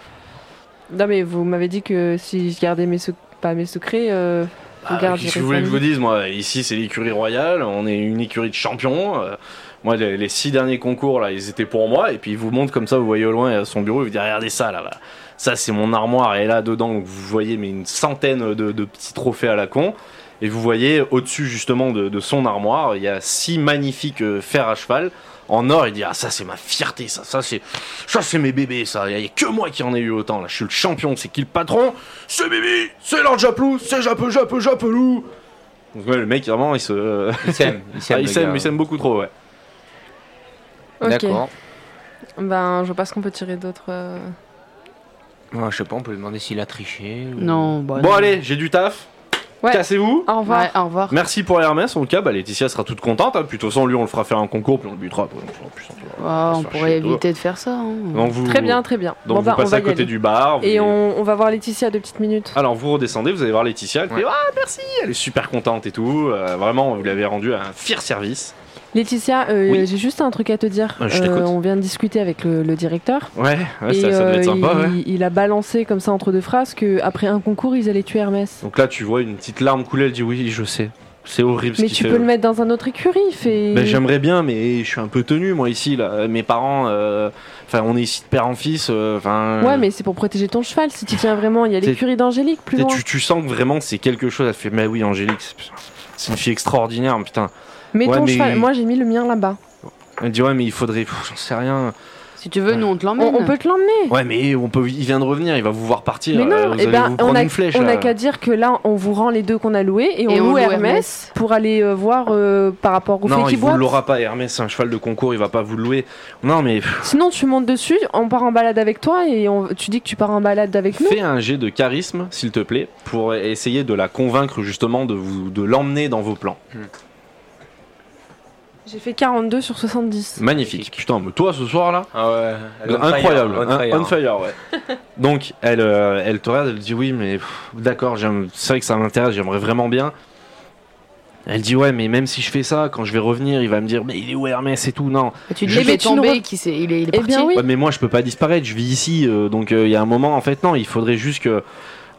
S6: Non, mais vous m'avez dit que si je gardais mes sec- pas mes secrets, euh,
S2: Ah,
S6: garderez
S2: Qu'est-ce que vous voulez que je
S6: ça.
S2: vous dise Moi, ici, c'est l'écurie royale. On est une écurie de champions. euh, moi, les, les six derniers concours, là, ils étaient pour moi. Et puis, ils vous montrent comme ça, vous voyez au loin euh, son bureau. Il vous dit Regardez ça, là. là. Ça, c'est mon armoire. Et là, dedans, donc, vous voyez mais une centaine de, de petits trophées à la con. Et vous voyez au-dessus, justement, de, de son armoire, il y a six magnifiques euh, fers à cheval. En or, il dit Ah, ça, c'est ma fierté, ça. Ça, c'est ça, c'est mes bébés, ça. Il n'y a que moi qui en ai eu autant, là. Je suis le champion. C'est qui le patron C'est Bibi C'est Lord Japlou C'est Jappe, Jappe, Japelou donc ouais, le mec vraiment il se euh,
S4: Il s'aime. Il
S2: [LAUGHS]
S4: s'aime.
S2: ah, il
S4: le
S2: s'aime
S4: gars.
S2: il s'aime beaucoup trop ouais.
S6: Ok.
S4: D'accord.
S6: Ben, je vois pas ce qu'on peut tirer d'autre. euh.
S4: Ouais, je sais pas, on peut demander s'il a triché. ou-
S3: Non, bah,
S2: Bon
S3: non.
S2: allez, j'ai du taf.
S6: Ouais.
S2: Cassez-vous.
S6: Au revoir.
S3: Ouais, au revoir.
S2: Merci pour Hermès, en tout cas, bah, Laetitia sera toute contente, hein, puis de toute façon, lui, on le fera faire un concours, puis on le butera. puis on s'en- puis on s'en-
S3: Ouais,
S2: va
S3: on
S2: se faire
S3: pourrait
S2: chier, toi.
S3: éviter de faire ça. hein.
S2: Donc vous,
S6: Très bien, très bien.
S2: Donc
S6: bon,
S2: vous
S6: ben, on
S2: passez
S6: va
S2: à
S6: y
S2: côté
S6: aller.
S2: du Ah. bar. vous-
S6: Et on, on va voir Laetitia deux petites minutes.
S2: Alors vous redescendez, vous allez voir Laetitia, elle fait
S4: Ouais.
S2: Ah merci, elle est super contente et tout. euh, vraiment, vous l'avez rendu un fier service.
S6: Laetitia, euh,
S2: Oui.
S6: j'ai juste un truc à te dire.
S2: Euh, je t'écoute.
S6: on vient de discuter avec le, le directeur.
S2: Ouais, ouais,
S6: et
S2: ça, ça doit être
S6: euh,
S2: sympa, ouais.
S6: il, il a balancé comme ça entre deux phrases que après un concours, ils allaient tuer Hermès.
S2: Donc là, tu vois une petite larme couler, elle dit Oui, je sais, c'est horrible ce
S6: Mais
S2: qu'il
S6: tu
S2: fait.
S6: peux le mettre dans un autre écurie. il Fait...
S2: Ben, j'aimerais bien, mais je suis un peu tenu moi ici. Là. Mes parents, euh, enfin, on est ici de père en fils. euh, Enfin,
S6: Ouais, mais c'est pour protéger ton cheval. Si tu tiens vraiment, il y a
S2: T'es-
S6: l'écurie d'Angélique plus
S2: et
S6: loin.
S2: tu, tu sens que vraiment c'est quelque chose. Elle fait, mais oui, Angélique, c'est- c'est une fille extraordinaire, putain.
S6: Mets
S2: Ouais,
S6: ton
S2: mais-
S6: cheval. Moi, j'ai mis le mien là-bas.
S2: Elle dit, ouais, mais il faudrait, pff, j'en sais rien.
S3: Si tu veux, nous on te
S6: On,
S3: l'emmène.
S6: on peut te l'emmener.
S2: Ouais, mais on peut, il vient de revenir, il va vous voir partir.
S6: Mais
S2: euh,
S6: non,
S2: vous
S6: eh
S2: allez
S6: ben,
S2: vous
S6: on
S2: prendre
S6: a-
S2: une flèche. euh.
S6: on
S2: là.
S6: n'a qu'à dire que là, on vous rend les deux qu'on a loués et on, loue, Hermès, pour aller euh, voir euh, par rapport au
S2: Non,
S6: fait
S2: il
S6: qu'il
S2: vous
S6: boit.
S2: l'aura pas, Hermès, c'est un cheval de concours, il va pas vous le louer. Non, mais pff,
S6: Sinon, tu montes dessus, on part en balade avec toi et on- tu dis que tu pars en balade avec nous.
S2: fais un jet de charisme, s'il te plaît, pour essayer de la convaincre justement de, vous, de l'emmener dans vos plans.
S6: J'ai fait 42 sur 70.
S2: Magnifique. Putain, mais toi ce soir là,
S4: Ah ouais. elle est on
S2: incroyable,
S4: fire,
S2: Un-
S4: on fire.
S2: on fire, ouais. [LAUGHS] Donc elle, euh, elle te regarde, elle dit oui, mais pff, d'accord, j'aime- c'est vrai que ça m'intéresse, j'aimerais vraiment bien. Elle dit ouais, mais même si je fais ça, quand je vais revenir, il va me dire mais il est où Hermès et tout, non.
S3: Et tu
S2: Eh
S3: dis qu'il
S6: ben,
S3: est
S6: tu nous
S3: tombé,
S6: re-
S3: qu'il s'est- il est, il est
S6: Eh
S3: parti.
S6: bien oui,
S2: Ouais, mais moi je peux pas disparaître, je vis ici, euh, donc euh, il y a un moment en fait non, il faudrait juste que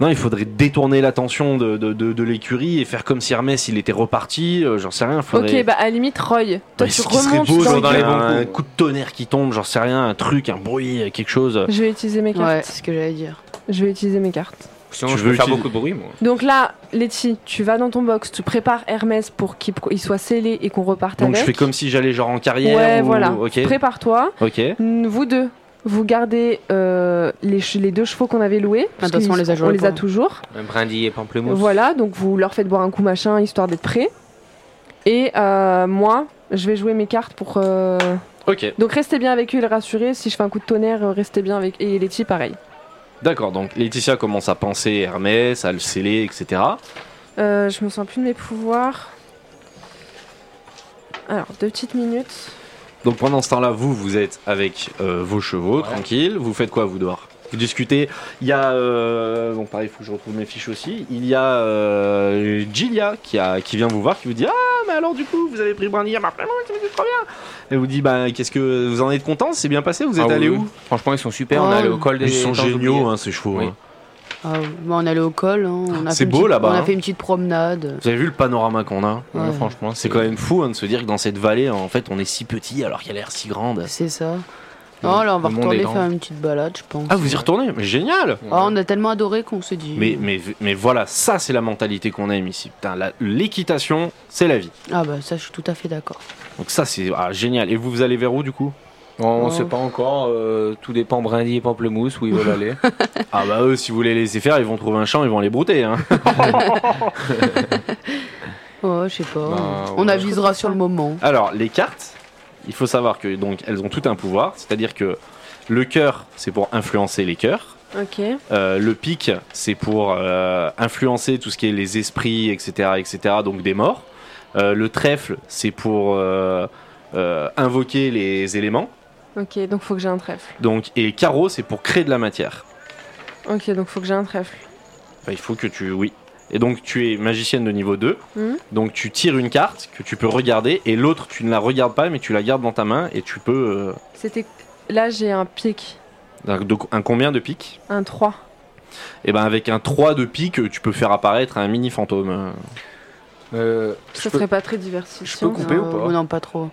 S2: non, il faudrait détourner l'attention de, de, de- de l'écurie et faire comme si Hermès il était reparti, euh, j'en sais rien. Faudrait...
S6: Ok, bah à la limite, Roy, toi
S2: Mais
S6: tu
S2: ce qui serait
S6: remontes
S2: beau,
S6: dans
S2: c'est
S6: le
S2: dans
S4: les
S2: les
S4: bons
S2: un
S4: coups.
S2: coup de tonnerre qui tombe, j'en sais rien, un truc, un bruit, euh, quelque chose.
S6: Je vais utiliser mes
S3: Ouais,
S6: cartes.
S3: c'est ce que j'allais dire.
S6: Je vais utiliser mes cartes.
S4: Sinon,
S2: Tu
S4: je
S2: veux
S4: veux faire
S2: utiliser-
S4: beaucoup de bruit, moi.
S6: Donc là, Letty, tu vas dans ton box, tu prépares Hermès pour qu'il il soit scellé et qu'on reparte
S2: Donc
S6: avec.
S2: je fais comme si j'allais genre en carrière.
S6: Ouais,
S2: ou-
S6: voilà.
S2: Ok.
S6: Prépare-toi.
S2: Ok.
S6: Mm, Vous deux, vous gardez euh, les, che- les deux chevaux qu'on avait loués. parce
S3: Ah, toute façon,
S6: qu'ils-
S3: on les a joués pour eux.
S6: toujours.
S4: Un brindis et pamplemousse.
S6: Voilà, donc vous leur faites boire un coup machin histoire d'être prêts. Et euh, moi, je vais jouer mes cartes pour. euh,
S2: Ok,
S6: Donc restez bien avec eux, les rassurez. Si je fais un coup de tonnerre, euh, restez bien avec et Letty pareil.
S2: d'accord. Donc Laetitia commence à penser Hermès, à le sceller, etc.
S6: Euh, je me sens plus de mes pouvoirs. Alors deux petites minutes.
S2: Donc pendant ce temps-là, vous, vous êtes avec euh, vos chevaux,
S4: Ouais.
S2: tranquille. Vous faites quoi, vous dehors Vous discutez. Il y a... euh, bon, pareil, il faut que je retrouve mes fiches aussi. Il y a euh, Gilia qui, a, qui vient vous voir, qui vous dit Ah, mais alors du coup, vous avez pris Brandy à ma vraiment, ça vous trop bien Elle vous dit Bah, qu'est-ce que... Vous en êtes content C'est bien passé Vous êtes
S4: Ah
S2: allé
S4: oui,
S2: où Ah
S4: oui. Franchement, ils sont super. on
S3: Oh,
S4: est allé au col des. temps oubliés.
S2: hein, ces chevaux.
S4: Oui.
S3: Ah, bah, on allait au col. hein, on a
S2: C'est
S3: fait une
S2: beau,
S3: petite-
S2: là-bas,
S3: On
S2: hein.
S3: a fait une petite promenade.
S2: Vous avez vu le panorama qu'on a
S4: Ouais,
S3: Ouais.
S4: Franchement,
S2: hein. C'est quand même fou hein, de se dire que dans cette vallée, en fait, on est si petit alors qu'elle a l'air si grande.
S3: C'est ça. Non, là, on va
S4: le monde est
S3: retourner
S4: grand.
S3: faire une petite balade, je pense.
S2: Ah, vous y retournez Mais génial
S3: Ah, on a tellement adoré qu'on se dit.
S2: Mais, mais, mais voilà, ça c'est la mentalité qu'on aime ici. Putain, la- l'équitation, c'est la vie.
S3: Ah, bah ça, je suis tout à fait d'accord.
S2: Donc ça c'est ah, génial. Et vous, vous allez vers où du coup
S4: On
S3: Oh.
S4: sait pas encore. euh, tout dépend Brindy et Pamplemousse où ils veulent aller.
S2: Ah bah eux, si vous les laissez faire, ils vont trouver un champ, ils vont les brouter. Hein.
S3: Ouais, je sais pas.
S4: Bah,
S3: on
S4: ouais.
S3: avisera sur le moment.
S2: Alors les cartes, il faut savoir que donc elles ont tout un pouvoir. C'est-à-dire que le cœur, c'est pour influencer les cœurs.
S6: Ok.
S2: Euh, le pic, c'est pour euh, influencer tout ce qui est les esprits, etc., etc. Donc des morts. Euh, le trèfle, c'est pour euh, euh, invoquer les éléments.
S6: Ok. Donc faut que j'ai un trèfle.
S2: Donc et carreau, c'est pour créer de la matière.
S6: Ok. Donc faut que j'ai un trèfle.
S2: Bah, il faut que tu. Oui. Et donc tu es magicienne de niveau 2.
S6: Mhm.
S2: Donc tu tires une carte que tu peux regarder et l'autre tu ne la regardes pas mais tu la gardes dans ta main et tu peux.
S6: C'était. Là j'ai un pic.
S2: euh, un, de- un combien de pique
S6: Un 3.
S2: Et ben avec un 3 de pique tu peux faire apparaître un mini fantôme. euh.
S4: Euh, je
S6: Ça
S4: peux-
S6: serait pas très diversifiant.
S4: je peux couper. Coupé ou pas
S3: Euh, Non, pas trop.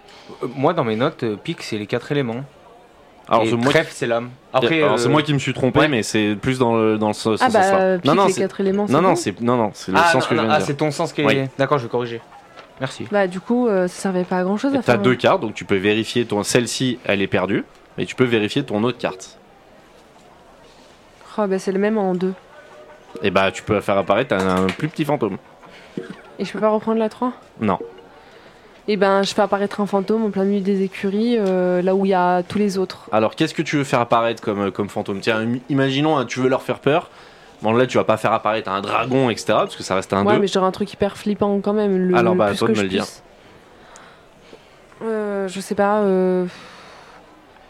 S4: euh, Moi, dans mes notes, euh, pique, c'est les quatre éléments.
S2: Alors,
S4: et
S2: c'est moi, qui-
S4: trèfle, c'est l'âme. Après,
S2: alors, c'est
S4: euh,
S2: moi qui me suis trompé
S4: ouais.
S2: mais c'est plus dans le, dans le sens.
S6: Ah
S2: sens- sens-
S6: bah pic
S2: non, non,
S6: les
S2: c'est.
S6: quatre éléments.
S2: Non,
S6: c'est
S2: non,
S6: bon.
S2: c'est non, non, c'est le
S4: Ah,
S2: sens
S4: non,
S2: que je
S4: non,
S2: viens
S4: ah,
S2: de
S4: c'est
S2: dire.
S4: ton sens qui est.
S2: Oui.
S4: D'accord, je vais corriger. Merci.
S6: Bah du coup euh, ça servait pas à grand chose
S2: Et
S6: à
S2: T'as
S6: faire.
S2: deux cartes donc tu peux vérifier ton celle-ci elle est perdue mais tu peux vérifier ton autre carte.
S6: Oh bah c'est le même en deux.
S2: Et bah tu peux faire apparaître un- un plus petit fantôme.
S6: Et je peux pas reprendre la 3
S2: Non.
S6: Et ben je fais apparaître un fantôme en plein milieu des écuries, euh, là où il y a tous les autres.
S2: Alors, qu'est-ce que tu veux faire apparaître comme, euh, comme fantôme Tiens, im- imaginons, hein, tu veux leur faire peur. Bon, là, tu vas pas faire apparaître un dragon, etc. Parce que ça reste un
S6: ouais
S2: 2.
S6: mais j'aurais un truc hyper flippant quand même. Le,
S2: Alors, bah,
S6: le plus
S2: toi
S6: que
S2: de me
S6: je
S2: le dire.
S6: puisse. Euh, je sais pas, euh,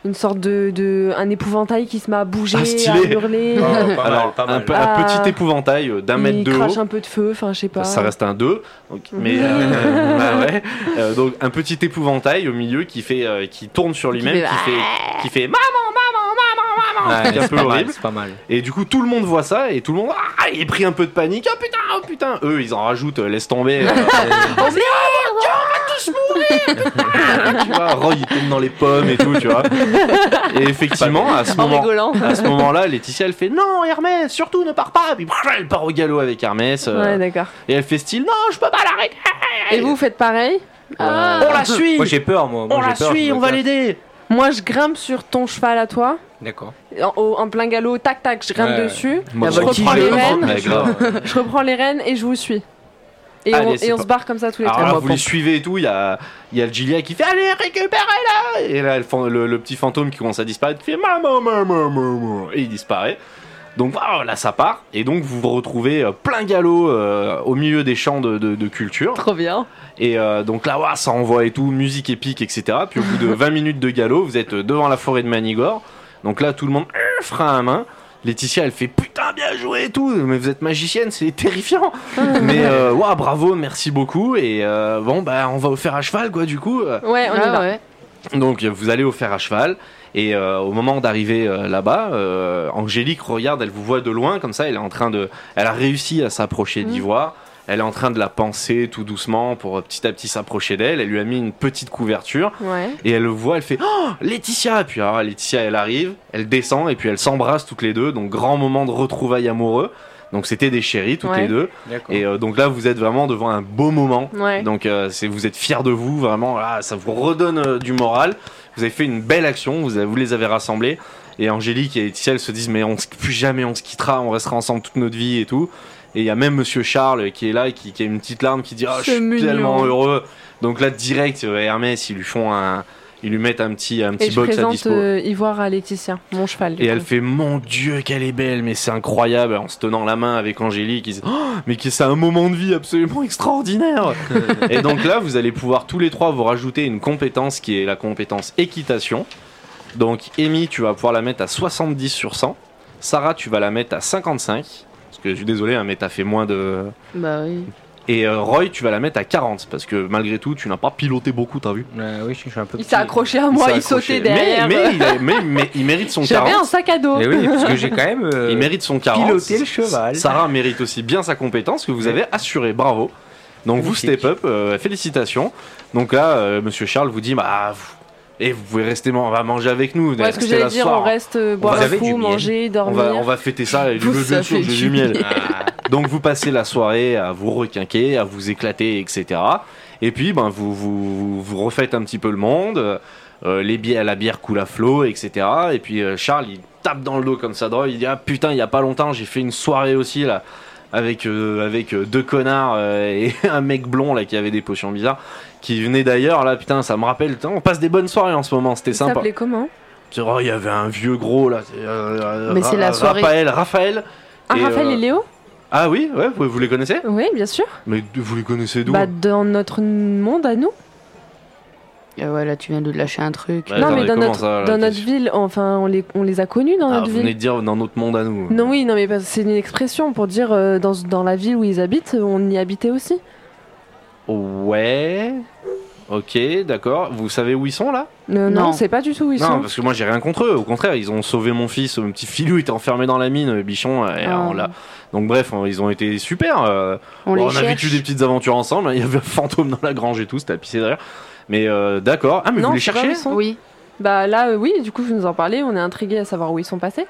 S6: une sorte de, de- un épouvantail qui se met à bouger,
S2: Ah, stylé. [LAUGHS]
S6: à hurler.
S4: [LAUGHS]
S2: Alors, un, pe- un
S6: Ah.
S2: petit épouvantail euh, d'un mètre
S6: il
S2: de
S6: crache
S2: haut.
S6: un peu de feu, enfin je sais pas.
S2: Ça reste un 2, mais
S6: Mhm.
S2: [LAUGHS] euh, bah ouais. Euh, donc un petit épouvantail au milieu qui fait, euh, qui tourne sur lui-même, qui
S6: fait-
S2: fait, qui fait maman, maman, maman, maman, un
S4: Ouais,
S2: truc un
S4: c'est
S2: peu
S4: pas mal,
S2: horrible.
S4: c'est pas mal.
S2: Et du coup, tout le monde voit ça et tout le monde ah, il est pris un peu de panique. Oh putain, oh putain. Eux, ils en rajoutent, euh, laisse [LAUGHS] tomber. euh, on se dit, oh mon Dieu, on va tous mourir. putain. [LAUGHS] tu vois, Roy, il tombe dans les pommes et tout, tu vois. Et effectivement, à ce
S6: En
S2: moment.
S3: [LAUGHS]
S6: rigolant.
S2: À ce moment-là, Laetitia, elle fait Non, Hermès, surtout ne pars pas. Puis brrr, elle part au galop avec Hermès. euh,
S6: Ouais d'accord.
S2: et elle fait style Non, je peux pas l'arrêter.
S6: Et vous faites pareil
S4: Ah.
S2: On la suit.
S4: Moi, j'ai peur, moi. Moi,
S2: on
S4: j'ai
S2: la
S4: peur,
S2: suit,
S4: je me
S2: on va
S4: cache.
S2: l'aider.
S6: Moi je grimpe sur ton cheval à toi.
S4: D'accord.
S6: en, au- en plein galop, tac tac, je grimpe
S4: Ouais.
S6: dessus,
S2: Moi,
S6: Bah, je reprends les
S2: voltige.
S6: rênes,
S2: Mais
S6: [LAUGHS]
S2: grave.
S6: je reprends les rênes et je vous suis. Et,
S2: Allez,
S6: on,
S2: c'est
S6: et on
S2: pas-
S6: se barre comme ça tous les
S2: Alors
S6: trois.
S2: là,
S6: Moi,
S2: vous
S6: pour-
S2: les suivez et tout, il y a, il y a le Gilia qui fait Allez, récupérez-la Et là, le, fan- le- le petit fantôme qui commence à disparaître, qui fait Maman, maman, maman Et il disparaît. Donc voilà, là, ça part. Et donc, vous vous retrouvez euh, plein galop euh, au milieu des champs de, de- de culture.
S6: Trop bien.
S2: Et euh, donc là, ouah, ça envoie et tout, musique épique, etc. Puis au bout de 20 minutes de galop, vous êtes devant la forêt de Manigore. Donc là, tout le monde euh, frein à main. Laetitia, elle fait putain bien joué et tout, mais vous êtes magicienne, c'est terrifiant. mais euh, ouah, bravo, merci beaucoup. Et euh, bon, bah, on va au fer à cheval, quoi, du coup.
S6: Ouais, on y
S3: Ah,
S6: va.
S3: ouais.
S2: Donc vous allez au fer à cheval et euh, au moment d'arriver euh, là-bas, euh, Angélique regarde, elle vous voit de loin comme ça, elle est en train de, elle a réussi à s'approcher d'Ivoire. Elle est en train de la penser tout doucement pour euh, petit à petit s'approcher d'elle. Elle lui a mis une petite couverture
S6: Ouais.
S2: et elle le voit, elle fait oh, Laetitia. Puis alors Laetitia, elle arrive, elle descend et puis elle s'embrasse toutes les deux. Donc grand moment de retrouvailles amoureux. Donc c'était des chéries toutes
S6: Ouais.
S2: les deux.
S4: D'accord.
S2: Et euh, donc là, vous êtes vraiment devant un beau moment.
S6: Ouais.
S2: Donc euh, c'est- vous êtes fiers de vous, vraiment, là, ça vous redonne euh, du moral. Vous avez fait une belle action, vous, avez- vous les avez rassemblés. Et Angélique et Laetitia, elles se disent, mais on se, plus jamais on se quittera, on restera ensemble toute notre vie et tout. Et il y a même Monsieur Charles qui est là, qui, qui a une petite larme, qui dit, Ah, je
S6: C'est
S2: suis
S6: mignon.
S2: tellement heureux. Donc là, direct, euh, Hermès, ils lui font un... Ils lui mettent un petit, un
S6: Et
S2: petit
S6: je
S2: box à
S6: présente
S2: dispo.
S6: euh, Ivoire à Laetitia, mon cheval. du
S2: Et elle
S6: coup.
S2: fait Mon Dieu, qu'elle est belle, mais c'est incroyable en se tenant la main avec Angélique. Ils disent, Oh, mais que c'est un moment de vie absolument extraordinaire. et donc là, vous allez pouvoir tous les trois vous rajouter une compétence qui est la compétence équitation. Donc, Amy, tu vas pouvoir la mettre à 70 sur 100. Sarah, tu vas la mettre à 55. Parce que je suis désolé, hein, mais t'as fait moins de.
S3: Bah oui.
S2: Et euh, Roy, tu vas la mettre à 40. Parce que malgré tout, tu n'as pas piloté beaucoup, t'as vu
S1: Euh, oui, je suis un peu.
S6: Il
S1: petit.
S6: s'est accroché à moi,
S2: s'est
S6: il,
S2: accroché.
S6: sautait derrière.
S2: Mais, mais il, a- mais- mais il mérite son
S6: [LAUGHS] J'avais
S2: 40.
S6: un sac à dos.
S1: Mais
S6: [LAUGHS]
S1: oui, parce que j'ai quand même. euh,
S2: Il mérite son 40.
S1: piloter le cheval.
S2: Sarah mérite aussi bien sa compétence que vous avez assurée. Bravo. Donc vous
S1: Magnifique.
S2: step up, euh, félicitations. Donc là, euh, Monsieur Charles vous dit, bah, vous, et vous pouvez rester, on va manger avec nous. Vous allez
S6: Ouais, ce que
S2: rester
S6: j'allais
S2: là ce
S6: dire,
S2: soir.
S6: on reste euh, boire
S2: va-
S6: un
S1: du
S6: coup,
S1: miel.
S6: manger,
S2: on
S6: dormir.
S2: va, on va fêter ça. Et je
S6: Vous,
S2: veux
S6: ça
S2: bien sûr,
S6: fait
S2: j'ai
S6: du
S2: du miel.
S1: [LAUGHS] Ah.
S2: Donc vous passez la soirée à vous requinquer, à vous éclater, etc. Et puis ben vous vous, vous refaites un petit peu le monde. euh, les bières, la bière coule à flot, etc. Et puis euh, Charles il tape dans le dos comme ça droit. Il dit ah putain il y a pas longtemps j'ai fait une soirée aussi là avec euh, avec euh, deux connards euh, et [LAUGHS] un mec blond là qui avait des potions bizarres qui venait d'ailleurs là putain ça me rappelle putain, on passe des bonnes soirées en ce moment c'était
S6: Il
S2: sympa.
S6: s'appelait comment
S2: Tu vois, Il y avait un vieux gros là. euh,
S3: Mais c'est la soirée.
S2: Raphaël Raphaël.
S6: Ah,
S2: Et,
S6: Raphaël
S2: euh,
S6: et Léo
S2: Ah oui, ouais, vous, vous les connaissez
S6: Oui, bien sûr.
S2: Mais d- vous les connaissez d'où
S6: Bah, dans notre monde à nous.
S3: Euh, ouais, là, tu viens de lâcher un truc.
S2: Bah,
S6: non,
S2: attendez,
S6: mais dans
S2: comment
S6: notre,
S2: ça, là, qu'est-ce
S6: dans notre
S2: que-
S6: ville, enfin, on les, on les a connus dans
S2: Ah,
S6: notre
S2: vous
S6: ville.
S2: venez de dire dans notre monde à nous.
S6: Non, oui, non, mais parce que c'est une expression pour dire euh, dans, dans la ville où ils habitent, on y habitait aussi.
S2: Ouais. Ok, d'accord. Vous savez où ils sont là
S6: Euh, non,
S3: Non.
S6: c'est pas du tout où ils
S2: Non,
S6: sont.
S2: parce que moi j'ai rien contre eux. Au contraire, ils ont sauvé mon fils. Mon petit filou était enfermé dans la mine, le bichon. et
S3: Ah.
S2: on l'a- Donc bref, on- ils ont été super. euh,
S3: On
S2: Bon,
S3: les
S2: on a
S3: cherche.
S2: vécu des petites aventures ensemble. [LAUGHS] Il y avait un fantôme dans la grange et tout, c'était à pisser derrière. Mais euh, d'accord. Ah, mais
S6: Non,
S2: vous les
S6: je sais pas où
S2: cherchez
S6: ils sont.
S3: Oui.
S6: Bah là, euh, oui, du coup, vous nous en parlez, on est intrigués à savoir où ils sont passés.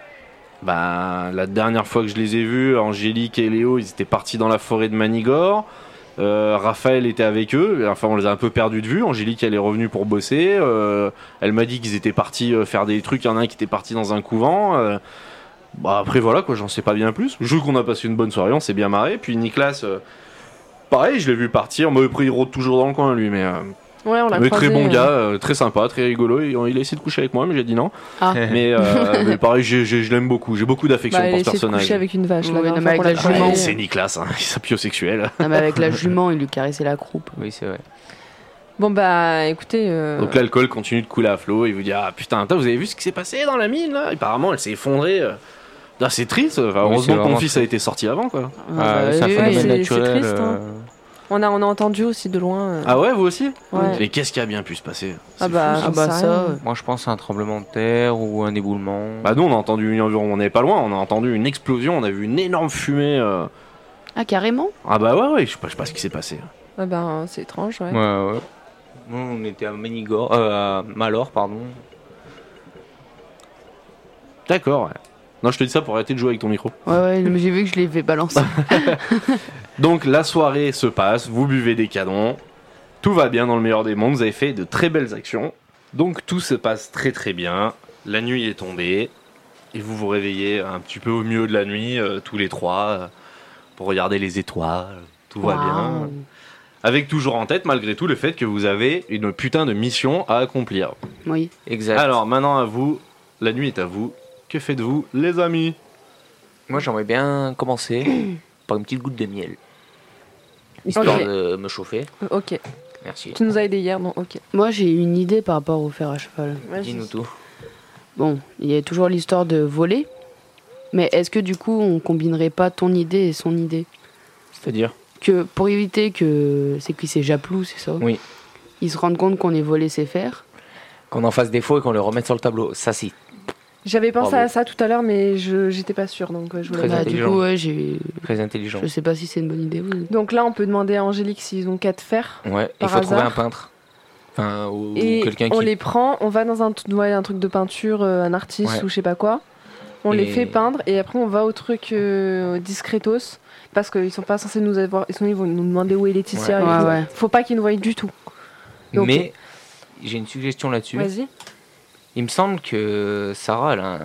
S2: Bah, la dernière fois que je les ai vus, Angélique et Léo, ils étaient partis dans la forêt de Manigore. Euh, Raphaël était avec eux. Enfin, on les a un peu perdus de vue. Angélique, elle est revenue pour bosser. Euh, elle m'a dit qu'ils étaient partis euh, faire des trucs. Il y en a un qui était parti dans un couvent. Euh, bah, après, voilà, quoi, j'en sais pas bien plus. Je trouve qu'on a passé une bonne soirée, on s'est bien marré. Puis Nicolas, euh, pareil, je l'ai vu partir. Mais après, il rôde toujours dans le coin, lui. Mais, euh,
S6: Ouais, on l'a
S2: mais
S6: croisé,
S2: très bon
S6: euh,
S2: gars, euh, très sympa, très rigolo. Il, il a essayé de coucher avec moi, mais j'ai dit non.
S4: [LAUGHS]
S3: Ah.
S2: [LAUGHS] Mais, euh, mais pareil, j'ai- j'ai- je l'aime beaucoup. J'ai beaucoup
S6: Bah,
S2: d'affection
S6: elle
S2: pour ce
S6: essaie de
S2: personnage.
S6: coucher avec une vache.
S3: Oui,
S6: la
S3: non,
S6: dernière
S3: mais avec
S6: fois qu'on
S3: la
S6: l'a
S2: Ouais,
S3: jument.
S6: croisé.
S2: c'est Nicolas, hein, il s'appuie au sexuel.
S3: Non, mais avec la jument, il lui caressait la croupe.
S1: Oui, c'est vrai.
S6: Bon, bah, écoutez. euh,
S2: Donc l'alcool continue de couler à flot. Il vous dit Ah putain, putain, vous avez vu ce qui s'est passé dans la mine là Apparemment, elle s'est effondrée. euh. Ah, c'est triste. Enfin,
S1: Oui, c'est
S2: heureusement que mon
S1: vraiment
S2: fils a été sorti avant quoi.
S3: Ah,
S1: Ah,
S3: bah
S1: c'est un
S3: oui,
S1: phénomène
S3: oui.
S6: c'est-
S1: naturel.
S6: c'est triste, hein.
S1: euh,
S6: On a, on a entendu aussi de loin. euh,
S2: Ah ouais, vous aussi
S6: ouais.
S2: Mais qu'est-ce qui a bien pu se passer
S6: Ah
S2: C'est
S6: bah,
S2: fou, ça.
S3: Ah, bah
S6: j'en sais
S3: ça.
S6: rien.
S3: ouais.
S1: Moi, je pense à un tremblement de terre ou un éboulement.
S2: Bah nous on a entendu une environ, on n'est pas loin, on a entendu une explosion, on a vu une énorme fumée. euh.
S3: Ah, carrément
S2: Ah bah ouais ouais, je sais pas, je sais pas ce qui s'est passé.
S6: Ah bah, c'est étrange, ouais.
S1: Ouais, ouais. Nous, on était à Ménigore, euh, à Malor, pardon.
S2: D'accord. ouais. Non, je te dis ça pour arrêter de jouer avec ton micro.
S3: Ouais, ouais, mais j'ai vu que je l'ai fait balancer.
S2: Donc la soirée se passe, vous buvez des canons, tout va bien dans le meilleur des mondes, vous avez fait de très belles actions. Donc tout se passe très très bien, la nuit est tombée, et vous vous réveillez un petit peu au milieu de la nuit, euh, tous les trois, euh, pour regarder les étoiles, tout va bien. Avec toujours en tête malgré tout le fait que vous avez une putain de mission à accomplir.
S3: bien. Oui.
S1: Exact.
S2: Alors maintenant à vous, la nuit est à vous, que faites-vous les amis
S1: Moi, j'aimerais bien commencer
S6: [COUGHS]
S1: par une petite goutte de miel, histoire de me chauffer.
S6: Ok.
S1: Merci.
S6: Tu nous as aidé hier, non Ok.
S3: Moi, j'ai une idée par rapport au fer à cheval.
S1: Dis-nous tout.
S3: Bon, il y a toujours l'histoire de voler. Mais est-ce que du coup, on combinerait pas ton idée et son idée
S1: C'est-à-dire
S3: Que pour éviter que c'est qui c'est Japlou, c'est ça
S1: Oui.
S3: Ils se rendent compte qu'on ait volé ses fers.
S1: Qu'on en fasse défaut et qu'on le remette sur le tableau. Ça, si.
S6: J'avais pensé
S1: Bravo.
S6: à ça tout à l'heure, mais je j'étais pas sûre, donc euh, je voulais.
S1: Très
S3: Bah,
S6: pas-
S3: du
S1: intelligent.
S3: coup, ouais, j'ai.
S1: Très intelligent.
S3: Je sais pas si c'est une bonne idée. vous.
S6: Donc là, on peut demander à Angélique s'ils ont quatre fers.
S1: Ouais, il
S6: Par
S1: faut trouver un
S6: hasard.
S1: peintre. Enfin, ou, ou
S6: Et
S1: quelqu'un
S6: on
S1: qui.
S6: les prend, on va dans un, t- ouais, un truc de peinture, euh, un artiste
S1: Ouais.
S6: ou je sais pas quoi. On les
S1: Et-
S6: fait peindre et après on va au truc euh, discretos parce qu'ils sont pas censés nous avoir. Ils, sont, ils vont nous demander où est Laetitia.
S3: Ouais.
S6: et tout.
S3: Ouais, ouais.
S6: Faut pas qu'ils nous voient du tout. Donc-
S1: Mais j'ai une suggestion là-dessus.
S6: Vas-y.
S1: Il me semble que Sarah, elle a un,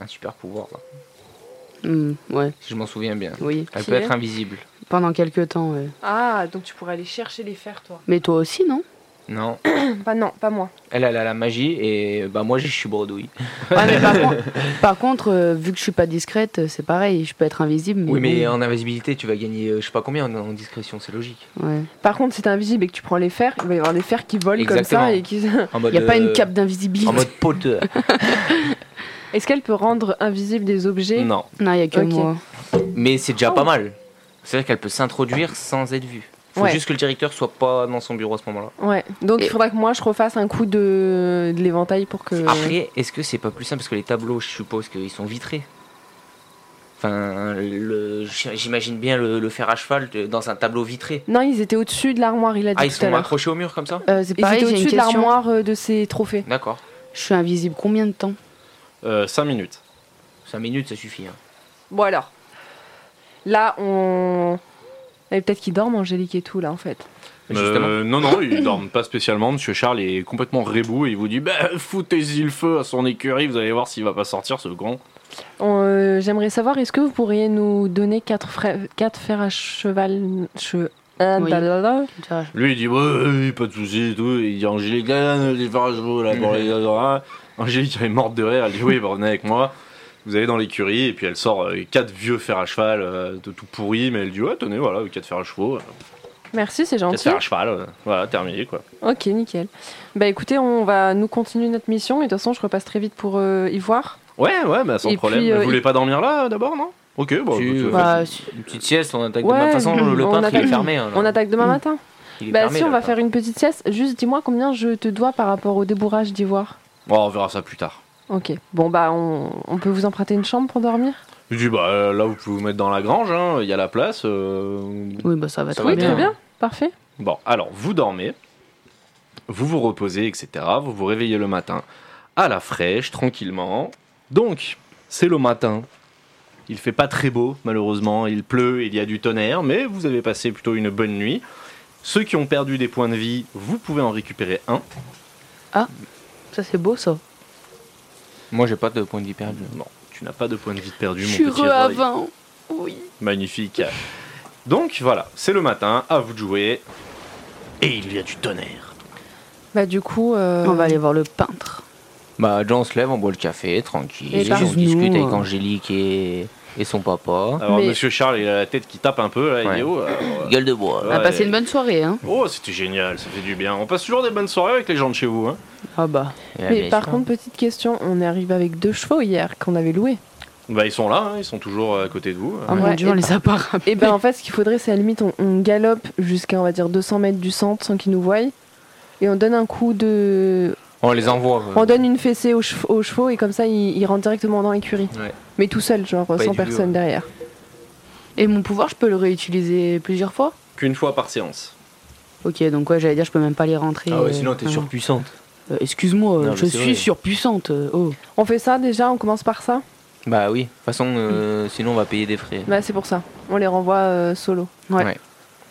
S1: un super pouvoir, là,
S3: Hmm, ouais,
S1: si je m'en souviens bien.
S3: oui.
S1: Elle
S6: Qui
S1: peut
S6: est
S1: être invisible.
S3: Pendant quelques temps, ouais.
S6: Ah, donc tu pourrais aller chercher les fers, toi.
S3: Mais toi aussi, non
S4: Non.
S6: Pas non, pas moi.
S4: Elle, elle a la magie et bah moi je suis bredouille.
S3: Ouais, mais par, contre- par contre, euh, vu que je suis pas discrète, euh, c'est pareil, je peux être invisible. Mais
S4: Oui, mais
S3: bon,
S4: en invisibilité, tu vas gagner euh, je sais pas combien en, en discrétion, c'est logique.
S3: ouais.
S6: Par contre, si t'es invisible et que tu prends les fers, il va y avoir des fers qui volent comme
S4: Exactement.
S6: ça et qui.
S4: En mode,
S3: Y a pas
S4: euh,
S3: une cape d'invisibilité.
S4: En mode poteur.
S6: [LAUGHS] Est-ce qu'elle peut rendre invisible des objets
S4: non.
S3: [LAUGHS] Non, y a que
S6: Ok.
S3: moi.
S4: Mais c'est déjà
S6: Oh.
S4: pas mal. C'est-à-dire qu'elle peut s'introduire sans être vue. Faut
S6: Ouais.
S4: juste que le directeur soit pas dans son bureau à ce moment-là.
S6: Ouais. Donc il
S3: Et-
S6: faudra que moi je refasse un coup de, de l'éventail pour que.
S1: Ah,
S4: Après, est-ce que c'est pas plus simple parce que les tableaux, je suppose qu'ils sont vitrés. Enfin, le- j'imagine bien le, le fer à cheval de- dans un tableau vitré.
S6: Non, ils étaient au-dessus de l'armoire, il a dit
S4: Ah, ils
S6: tout à
S4: sont
S6: l'heure.
S4: accrochés au mur comme ça
S3: Euh, c'est
S6: Ils
S3: pareil,
S6: étaient
S3: j'ai
S6: au-dessus
S3: une
S6: de
S3: question.
S6: l'armoire euh, de ses trophées.
S4: D'accord.
S3: Je suis invisible combien de temps
S2: 5 Euh, minutes.
S4: 5 minutes, ça suffit. hein.
S6: Bon alors. Là, on. Et Eh, peut-être qu'ils dorment, Angélique et tout, là, en fait.
S4: Mais Justement.
S2: Euh, non, non,
S6: [LAUGHS]
S2: ils dorment pas spécialement. Monsieur Charles est complètement rebou et il vous dit bah, Foutez-y le feu à son écurie, vous allez voir s'il va pas sortir ce con.
S6: On, euh, J'aimerais savoir, est-ce que vous pourriez nous donner 4 fers à cheval. che- ah,
S3: Oui.
S6: da, da, da.
S3: Tu vois, je-
S2: Lui, il dit ouais, ouais, pas de soucis et tout. Il dit Angélique, là, là, les vous là,
S6: [LAUGHS]
S2: pour les adorants. Angélique, elle est morte de rire. Elle dit Oui, bah, venez avec moi. Vous allez dans l'écurie et puis elle sort euh, quatre vieux fers à cheval euh, de tout pourri. Mais elle dit Ouais, tenez, voilà, quatre fers à chevaux. euh,
S6: Merci, c'est
S2: Quatre
S6: gentil.
S2: fers à cheval. euh, Voilà, terminé quoi.
S6: Ok, nickel. Bah écoutez, on va nous continuer notre mission. Et de toute façon, je repasse très vite pour euh, y voir.
S2: Ouais, ouais, bah, sans
S6: Et
S2: problème.
S6: puis, euh,
S2: vous voulez
S6: il-
S2: pas dormir là euh, d'abord, non Ok, bon.
S4: Tu-
S2: écoute, euh,
S4: Bah,
S3: Bah, si-
S4: Une petite sieste, on attaque
S6: Ouais,
S4: demain. De toute
S6: [CLEARS THROAT]
S4: façon, le, le
S6: on
S4: peintre, il
S6: attaque-
S4: est fermé. hein, là.
S6: On attaque demain
S3: Mm.
S6: matin.
S4: Il est
S6: Bah
S4: fermé,
S6: si, on
S4: là,
S6: va
S4: le
S6: faire une petite sieste. Juste dis-moi combien je te dois par rapport au débourrage d'ivoire.
S2: bon, on verra ça plus tard.
S6: Ok. Bon bah on, on peut vous emprunter une chambre pour dormir
S2: Je dis Bah, euh, là, vous pouvez vous mettre dans la grange, hein, il y a la place. euh,
S3: Oui, bah ça va
S2: Ça
S3: très
S2: va
S3: bien.
S6: Très bien. Parfait.
S2: Bon, alors vous dormez, vous vous reposez, etc. Vous vous réveillez le matin à la fraîche, tranquillement. Donc, c'est le matin. Il fait pas très beau, malheureusement. Il pleut, il y a du tonnerre, mais vous avez passé plutôt une bonne nuit. Ceux qui ont perdu des points de vie, vous pouvez en récupérer un.
S3: Ça, c'est beau, ça.
S4: peintre. Moi, j'ai pas de point de vie perdu.
S2: Non, tu n'as pas de points de vie de perdu,
S3: Je
S2: mon
S3: suis
S2: petit
S3: re
S2: Roy.
S3: avant. Oui.
S2: Magnifique. Donc voilà, c'est le matin, à vous de jouer. Et il y a du tonnerre.
S6: Bah du coup. euh,
S3: On va aller voir le peintre.
S4: Bah, déjà, on se lève, on boit le café, tranquille.
S6: Et par-
S4: on discute
S3: Nous,
S4: avec
S3: euh,
S4: Angélique et, et son papa.
S2: Alors
S6: Mais-
S2: Monsieur Charles, il a la tête qui tape un peu. Là, il
S4: Ah, Ouais.
S2: dit, oh, alors,
S4: Gueule de bois.
S3: On a
S2: Ouais.
S3: passé Ah, une bonne soirée, hein.
S2: Oh, c'était génial, ça fait du bien. On passe toujours des bonnes soirées avec les gens de chez vous. Hein.
S3: Ah bah.
S4: Et
S6: Mais
S4: bien
S6: par
S4: sûr.
S6: contre, petite question. On est arrivé avec deux chevaux hier qu'on avait loués.
S2: Bah, ils sont là, hein, ils sont toujours à côté de vous. hein.
S3: Oh
S6: Ouais,
S3: mon dieu, on
S6: et-
S3: les a pas rappelés.
S6: Et ben en fait, ce qu'il faudrait, c'est à la limite, on, on galope jusqu'à on va dire 200 mètres du centre sans qu'ils nous voient. Et on donne un coup de.
S4: On les envoie. euh,
S6: On donne une fessée aux chevaux, aux chevaux et comme ça, ils, ils rentrent directement dans l'écurie.
S4: Ouais.
S6: Mais tout seul, genre
S4: être
S6: sans
S4: violent.
S6: personne derrière.
S3: Et mon pouvoir, je peux le réutiliser plusieurs fois
S2: Qu'une fois par séance.
S3: Ok, donc ouais, j'allais dire, je peux même pas les rentrer.
S4: Ah ouais,
S3: euh,
S4: sinon, t'es
S3: ah non.
S4: surpuissante.
S3: Euh, Excuse-moi,
S4: Non, mais
S3: je
S4: c'est
S3: suis
S4: vrai.
S3: surpuissante. euh, Oh.
S6: On fait ça déjà, on commence par ça
S4: Bah oui. De toute façon, euh, sinon, on va payer des frais.
S6: Bah c'est pour ça. On les renvoie euh, solo.
S3: Ouais.
S4: Ouais.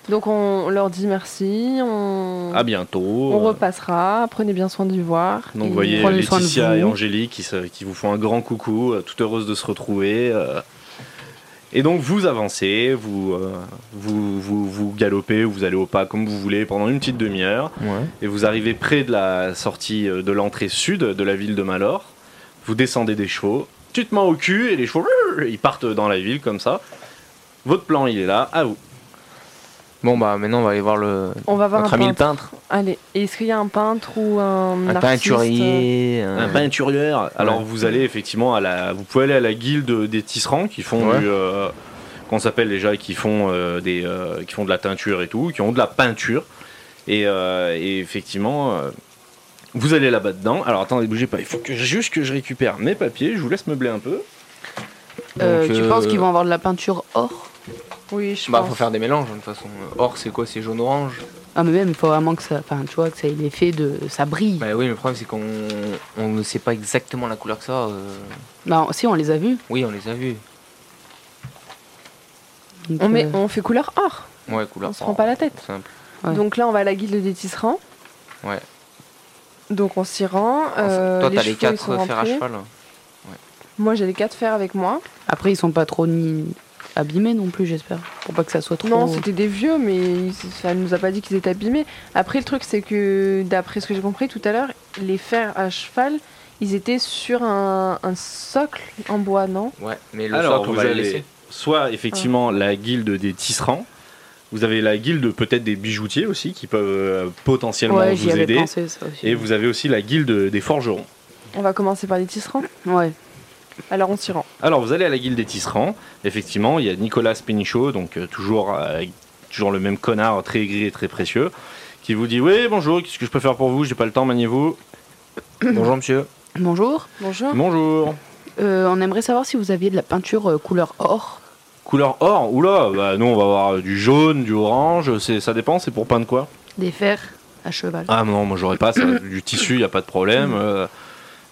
S6: Donc on, on leur dit merci, on,
S2: À bientôt.
S4: euh,
S6: on repassera, prenez bien soin d'ivoire.
S2: Donc,
S6: Et-
S2: vous voyez
S3: Prenez soin de
S2: Laetitia
S3: vous.
S2: et Angélique qui, se- qui vous font un grand coucou, euh, toutes heureuses de se retrouver. euh. Et donc, vous avancez, vous, euh, vous, vous, vous galopez, vous allez au pas comme vous voulez pendant une petite demi-heure.
S4: Ouais.
S2: et vous arrivez près de la sortie euh, de l'entrée sud de la ville de Malor. Vous descendez des chevaux, tu te mets au cul et les chevaux, [LAUGHS] brrr, ils partent dans la ville comme ça. Votre plan, il est là, à vous.
S4: Bon, bah maintenant, on va aller voir le.
S6: On va voir
S4: Notre
S6: un
S4: ami le
S6: peintre.
S4: peintre.
S6: Allez, est-ce qu'il y a un peintre ou un,
S4: Un
S6: artiste
S4: teinturier. euh,
S2: Un peinturier. Alors vous allez effectivement à la, vous pouvez aller à la guilde des tisserands qui font
S4: Ouais.
S2: du, euh, qu'on s'appelle déjà, qui font euh, des, euh, qui font de la teinture et tout, qui ont de la peinture. Et, euh, et effectivement, euh, vous allez là-bas dedans. Alors attendez, bougez pas. Il faut que juste que je récupère mes papiers. Je vous laisse meubler un peu.
S3: Euh,
S4: Donc,
S3: tu
S4: euh,
S3: penses qu'ils vont avoir de la peinture or
S6: Oui, je
S4: Bah,
S6: pense.
S4: faut faire des mélanges, de toute façon. Or, c'est quoi C'est jaune-orange
S3: Ah, mais même, il faut vraiment que ça. Enfin, tu vois, que ça ait l'effet de. Ça brille.
S4: Bah oui, mais le problème, c'est qu'on on ne sait pas exactement la couleur que ça. euh.
S3: Bah, si, on les a vus.
S4: Oui, on les a vus.
S3: donc,
S6: On, met,
S3: euh,
S6: on fait couleur or,
S4: Ouais,
S6: on
S4: couleur.
S6: se prend pas la tête.
S4: Simple.
S3: Ouais.
S6: Donc là, on va à la guilde des tisserands.
S4: Ouais.
S6: Donc on s'y rend. euh,
S4: Toi, t'as les
S6: les chevaux,
S4: 4
S6: ils sont
S4: fers à
S6: rentrés.
S4: cheval.
S6: Moi, j'ai les quatre fers avec moi.
S3: Après, ils sont pas trop ni. abîmés non plus, j'espère. Pour pas que ça soit trop.
S6: Non, c'était des vieux, mais ils- ça elle nous a pas dit qu'ils étaient abîmés. Après, le truc, c'est que, d'après ce que j'ai compris tout à l'heure, les fers à cheval, ils étaient sur un, un socle en bois, non
S4: Ouais, mais le
S2: Alors,
S4: socle, on
S2: vous
S4: va le
S2: avez
S4: [COUGHS] laisser.
S2: soit effectivement la guilde des tisserands, vous avez la guilde peut-être des bijoutiers aussi qui peuvent euh, potentiellement
S3: Ouais, j'y
S2: vous
S3: avais
S2: aider.
S3: pensé, ça aussi.
S2: Et vous avez aussi la guilde des forgerons.
S6: On va commencer par les tisserands.
S3: Ouais.
S6: Alors, on s'y rend.
S2: Alors vous allez à la guilde des tisserands, effectivement, il y a Nicolas Pénichaud, donc euh, toujours, euh, toujours le même connard très aigri et très précieux, qui vous dit Oui, bonjour, qu'est-ce que je peux faire pour vous J'ai pas le temps, maniez-vous.
S4: Bonjour monsieur.
S3: Bonjour.
S6: Bonjour.
S2: Bonjour.
S3: Euh, on aimerait savoir si vous aviez de la peinture euh, couleur or.
S2: Couleur or Oula, bah, nous on va avoir euh, du jaune, du orange, c'est, ça dépend, c'est pour peindre quoi
S3: Des fers à cheval.
S2: Ah non, moi j'aurais
S3: [COUGHS]
S2: pas ça, du tissu, y a pas de problème.
S3: Mm.
S2: euh,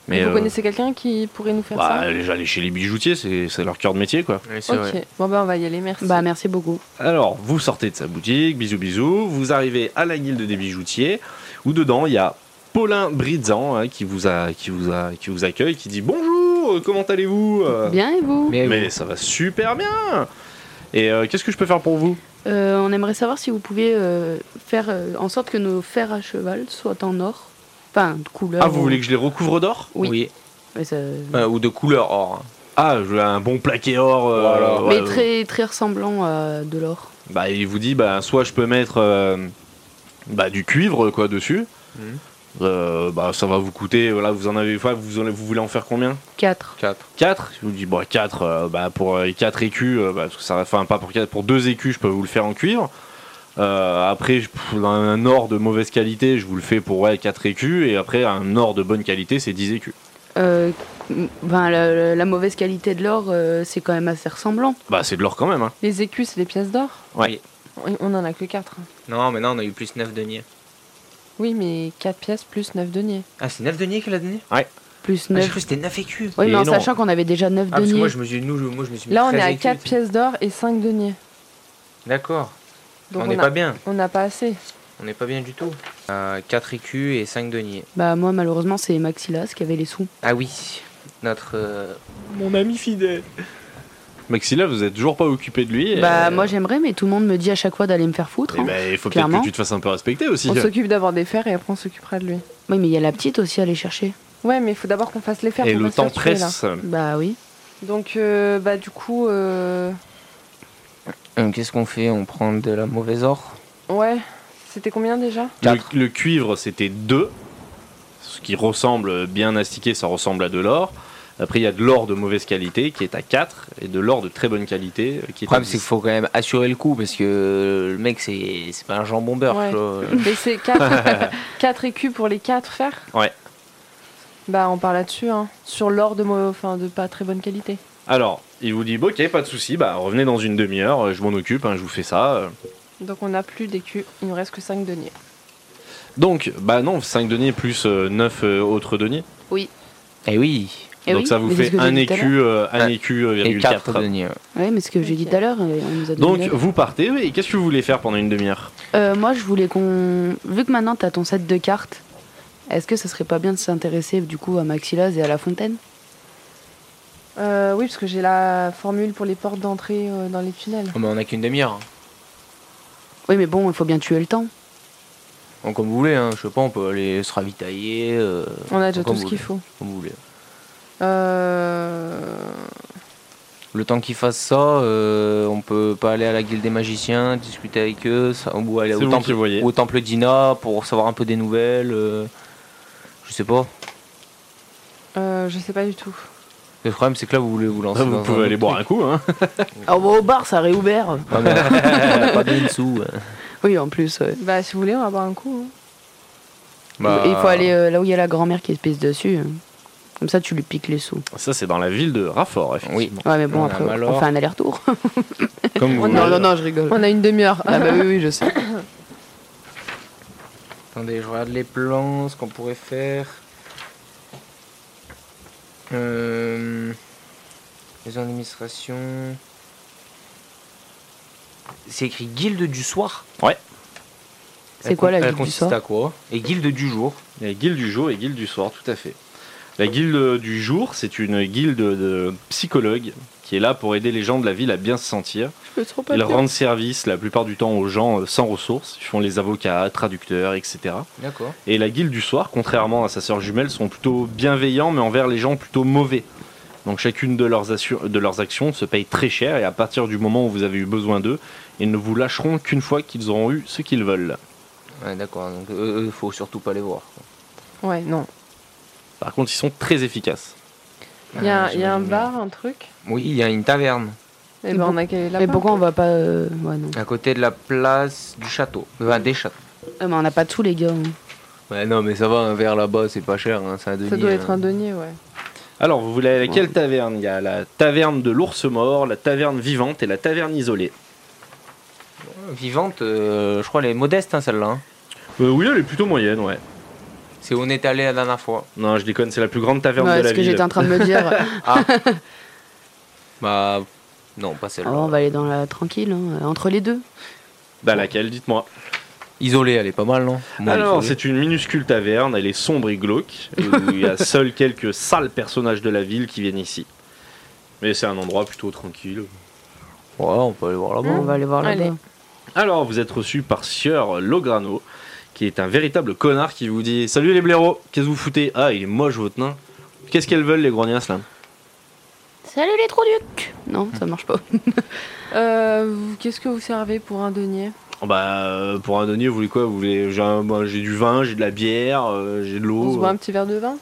S2: mais
S6: vous
S2: euh,
S6: connaissez quelqu'un qui pourrait nous faire
S2: bah, déjà aller chez les bijoutiers, c'est, c'est leur cœur de métier quoi.
S4: Ouais, c'est
S6: ça Ok.
S4: vrai.
S6: Bon, bah, on va y aller, merci.
S3: Bah merci beaucoup.
S2: Alors, vous sortez de sa boutique, bisous bisous, vous arrivez à la guilde des bijoutiers, où dedans il y a Paulin Bridzan hein, qui, vous a, qui, vous a, qui vous accueille, qui dit bonjour, euh, comment allez-vous Euh,
S3: Bien et vous
S4: Mais,
S2: Mais ça va super bien Et euh, qu'est-ce que je peux faire pour vous
S3: Euh, On aimerait savoir si vous pouviez euh, faire euh, en sorte que nos fers à cheval soient en or. Enfin, de couleur.
S2: Ah, vous
S3: ou-
S2: voulez que je les recouvre d'or
S3: Oui.
S4: oui.
S3: Mais, ça-
S4: Euh, ou de couleur or.
S2: Ah, je veux un bon plaqué or. euh,
S4: Voilà.
S2: ouais,
S3: Mais très, très ressemblant à de l'or.
S2: Bah, il vous dit, bah, soit je peux mettre euh, bah, du cuivre quoi dessus.
S4: Mhm.
S2: Euh, bah, ça va vous coûter. Voilà, vous en avez. Vous, en- vous voulez en faire combien
S3: 4.
S4: 4.
S2: 4 Je vous dis, bon, 4, bah, pour 4 écus, euh, bah, parce que ça va enfin, pas pour 4, pour 2 écus, je peux vous le faire en cuivre. Euh, après, je- pff, un or de mauvaise qualité, je vous le fais pour 4 écus, et après, un or de bonne qualité, c'est 10 écus.
S3: Euh, ben, la, la- la mauvaise qualité de l'or, euh, c'est quand même assez ressemblant.
S2: Bah, c'est de l'or quand même, hein.
S6: Les écus, c'est des pièces d'or
S2: Ouais.
S6: Oui, On en a que 4.
S4: Non, mais non, on a eu plus 9 deniers.
S6: Oui, mais 4 pièces plus 9 deniers.
S4: Ah, c'est 9 deniers qu'elle a donné
S3: Plus
S4: ah, J'ai
S3: 9.
S4: cru que c'était 9 écus.
S3: oui, mais
S2: Et
S3: en
S2: non.
S3: sachant qu'on avait déjà 9
S4: Ah, parce que
S3: deniers.
S4: moi je me suis, nous, je- moi, je me suis mis
S6: Là, on
S4: 13
S6: est à
S4: écus,
S6: 4
S4: tu sais.
S6: pièces d'or et 5 deniers.
S4: D'accord.
S6: Donc
S4: On n'est
S6: a-
S4: pas bien.
S6: on n'a pas assez.
S4: On n'est pas bien du tout. Euh, 4 écus et 5 deniers.
S3: Bah, moi, malheureusement, c'est Maxilas qui avait les sous.
S4: Ah oui, notre. euh,
S2: Mon ami fidèle. Maxila, vous êtes toujours pas occupé de lui. et- euh,
S3: Bah, moi, j'aimerais, mais tout le monde me dit à chaque fois d'aller me faire foutre.
S2: Eh
S3: hein.
S2: ben, il faut peut-être
S3: clairement.
S2: que tu te fasses un peu respecter aussi.
S6: On s'occupe d'abord des fers et après on s'occupera de lui.
S3: Oui, mais il y a la petite aussi à aller chercher.
S6: Ouais, mais il faut d'abord qu'on fasse les fers.
S2: Et
S6: pour
S2: le
S6: pas se faire
S2: temps
S6: tuer, là.
S2: presse.
S3: Bah oui.
S6: Donc, euh, bah, du coup, euh,
S4: euh, Qu'est-ce qu'on fait On prend de la mauvaise or
S6: ouais. C'était combien déjà
S2: Le, le cuivre, c'était 2. Ce qui ressemble bien astiqué, ça ressemble à de l'or. Après, il y a de l'or de mauvaise qualité qui est à 4 et de l'or de très bonne qualité euh, qui est à
S4: Le problème, c'est qu'il
S2: 10.
S4: faut quand même assurer le coup parce que euh, le mec, c'est c'est pas un jambon beurre.
S6: Ouais.
S4: tu
S6: [LAUGHS]
S4: vois.
S6: Mais c'est 4, écus pour les 4 fers
S2: Ouais.
S6: Bah, on parle là-dessus, hein. Sur l'or de, mo- enfin, de pas très bonne qualité.
S2: Alors, il vous dit, bon, ok, pas de souci, bah, revenez dans une demi-heure, euh, je m'en occupe, hein, je vous fais ça. euh.
S6: Donc, on n'a plus d'écus. Il nous reste que 5 deniers.
S2: Donc, bah non, 5 deniers plus 9 autres deniers.
S4: Eh oui
S3: Eh
S2: Donc
S3: oui,
S2: ça vous
S3: mais c'est ce
S2: fait
S3: que j'ai
S2: 1
S3: dit tout à
S2: écu, euh, un
S4: Ouais.
S2: écu, euh,
S4: Et
S2: virgule
S4: 4
S2: quatre.
S4: deniers.
S3: Oui, mais ce que j'ai
S6: Ok.
S3: dit tout à l'heure, euh, on nous a
S2: Donc,
S3: donné.
S2: vous partez, oui, et qu'est-ce que vous voulez faire pendant une demi-heure
S3: Euh, moi, je voulais qu'on. Vu que maintenant, t'as ton set de cartes, est-ce que ça serait pas bien de s'intéresser du coup à Maxilas et à la fontaine
S6: Euh, oui, parce que j'ai la formule pour les portes d'entrée euh, dans les tunnels.
S4: Oh, mais on a qu'une demi-heure.
S3: Oui, mais bon, il faut bien tuer le temps.
S4: Donc, comme vous voulez, hein, je sais pas, on peut aller se ravitailler. euh,
S6: On a déjà
S4: comme
S6: tout ce
S4: vous
S6: qu'il
S4: voulez,
S6: faut.
S4: Comme vous voulez.
S6: Euh...
S4: Le temps qu'ils fassent ça, euh, on peut pas aller à la guilde des magiciens, discuter avec eux, ça- ou aller
S2: C'est
S4: au
S2: vous qui
S4: temple,
S2: voyez.
S4: ou au temple d'Ina pour savoir un peu des nouvelles. euh, je sais pas.
S6: euh, je sais pas du tout.
S4: Le problème, c'est que là, vous voulez vous lancer.
S2: Vous pouvez aller boire un coup, hein
S3: Ah, bah, au bar, ça a réouvert
S4: coup. on a Ah, [LAUGHS] pas bien de sous. ouais.
S3: Oui, en plus. ouais.
S6: Bah, si vous voulez, on va boire un coup. hein.
S2: Bah,
S3: Il faut aller euh, là où il y a la grand-mère qui se pisse dessus. hein. Comme ça, tu lui piques les sous.
S2: Ça, c'est dans la ville de Raffort, effectivement.
S4: Oui.
S3: Ouais, mais bon,
S4: On a
S3: après,
S4: mal
S3: on
S4: or.
S3: fait un aller-retour.
S2: [LAUGHS] Comme vous
S6: Non,
S2: voulez.
S3: non, je rigole.
S6: On a une demi-heure.
S3: Ah, bah oui, oui, je sais.
S4: Attendez, je regarde les plans, ce qu'on pourrait faire. Euh, maison d'administration. C'est écrit guilde du soir.
S3: C'est quoi la
S4: Elle
S3: guilde du
S4: consiste
S3: soir
S4: à quoi Et guilde du jour.
S2: Il y a guilde du jour et guilde du soir, tout à fait. La guilde du jour, c'est une guilde de psychologues qui est là pour aider les gens de la ville à bien se sentir.
S6: [LAUGHS] Je peux trop pas
S2: Ils
S6: dire.
S2: rendent service la plupart du temps aux gens euh, sans ressources. Ils font les avocats, traducteurs, etc.
S4: D'accord.
S2: Et la guilde du soir, contrairement à sa sœur jumelle, sont plutôt bienveillants, mais envers les gens plutôt mauvais. Donc chacune de leurs, assur- de leurs actions se paye très cher, et à partir du moment où vous avez eu besoin d'eux, ils ne vous lâcheront qu'une fois qu'ils auront eu ce qu'ils veulent.
S4: Ouais, d'accord. Donc, euh, euh, faut surtout pas les voir.
S6: Ouais, non.
S2: Par contre, ils sont très efficaces.
S6: Il y a,
S4: Ah,
S6: il y a un
S4: j'imagine
S6: bar, un truc.
S4: bien. Oui, il y a une taverne
S6: Et
S3: Et
S6: ben,
S3: pour-
S6: on a qu'à aller là-bas.
S3: Mais pourquoi on va pas. euh, Ouais, non.
S4: à côté de la place du château. Enfin, des châteaux.
S3: Ah, mais on n'a pas tout, les gars. hein.
S4: Ouais, non, mais ça va, un verre là-bas, c'est pas cher. hein, c'est un denier.
S6: Ça doit être un
S3: euh,
S4: hein.
S6: denier, ouais.
S2: Alors, vous voulez aller à quelle taverne Il y a la taverne de l'ours mort, la taverne vivante et la taverne isolée.
S4: Vivante, euh, je crois, elle est modeste, hein, celle-là. hein.
S2: Euh, oui, elle est plutôt moyenne, ouais.
S4: C'est où on est allé la dernière fois.
S2: Non, je déconne, c'est la plus grande taverne
S3: Ouais,
S2: de la
S3: ce que
S2: ville.
S3: j'étais en train de
S2: [LAUGHS]
S3: me dire.
S4: Bah, non, pas celle-là.
S3: Alors, Ah, on va aller dans la tranquille, hein, entre les deux.
S2: Bah laquelle, dites-moi.
S4: Isolée, elle est pas mal, non Moi,
S2: Alors,
S4: isolée.
S2: c'est une minuscule taverne, elle est sombre et glauque, où il y
S3: [LAUGHS]
S2: a seuls quelques sales personnages de la ville qui viennent ici. Mais c'est un endroit plutôt tranquille.
S4: Ouais, on peut aller voir là-bas.
S3: Bon, on va aller voir
S6: Allez.
S3: là-bas.
S2: Alors, vous êtes reçu par Sieur Lograno, qui est un véritable connard qui vous dit Salut les blaireaux, qu'est-ce que vous foutez Ah, il est moche votre nain. Qu'est-ce qu'elles veulent les grognasses là
S3: Salut les trous ducs Non, ça marche pas.
S6: Euh, vous- Qu'est-ce que vous servez pour un denier
S2: Oh, Bah, euh, pour un denier, vous voulez quoi Vous voulez j'ai un- moi, j'ai du vin, j'ai de la bière, euh, j'ai de
S4: Oh.
S6: On se
S2: l'eau.
S6: boit un petit verre de vin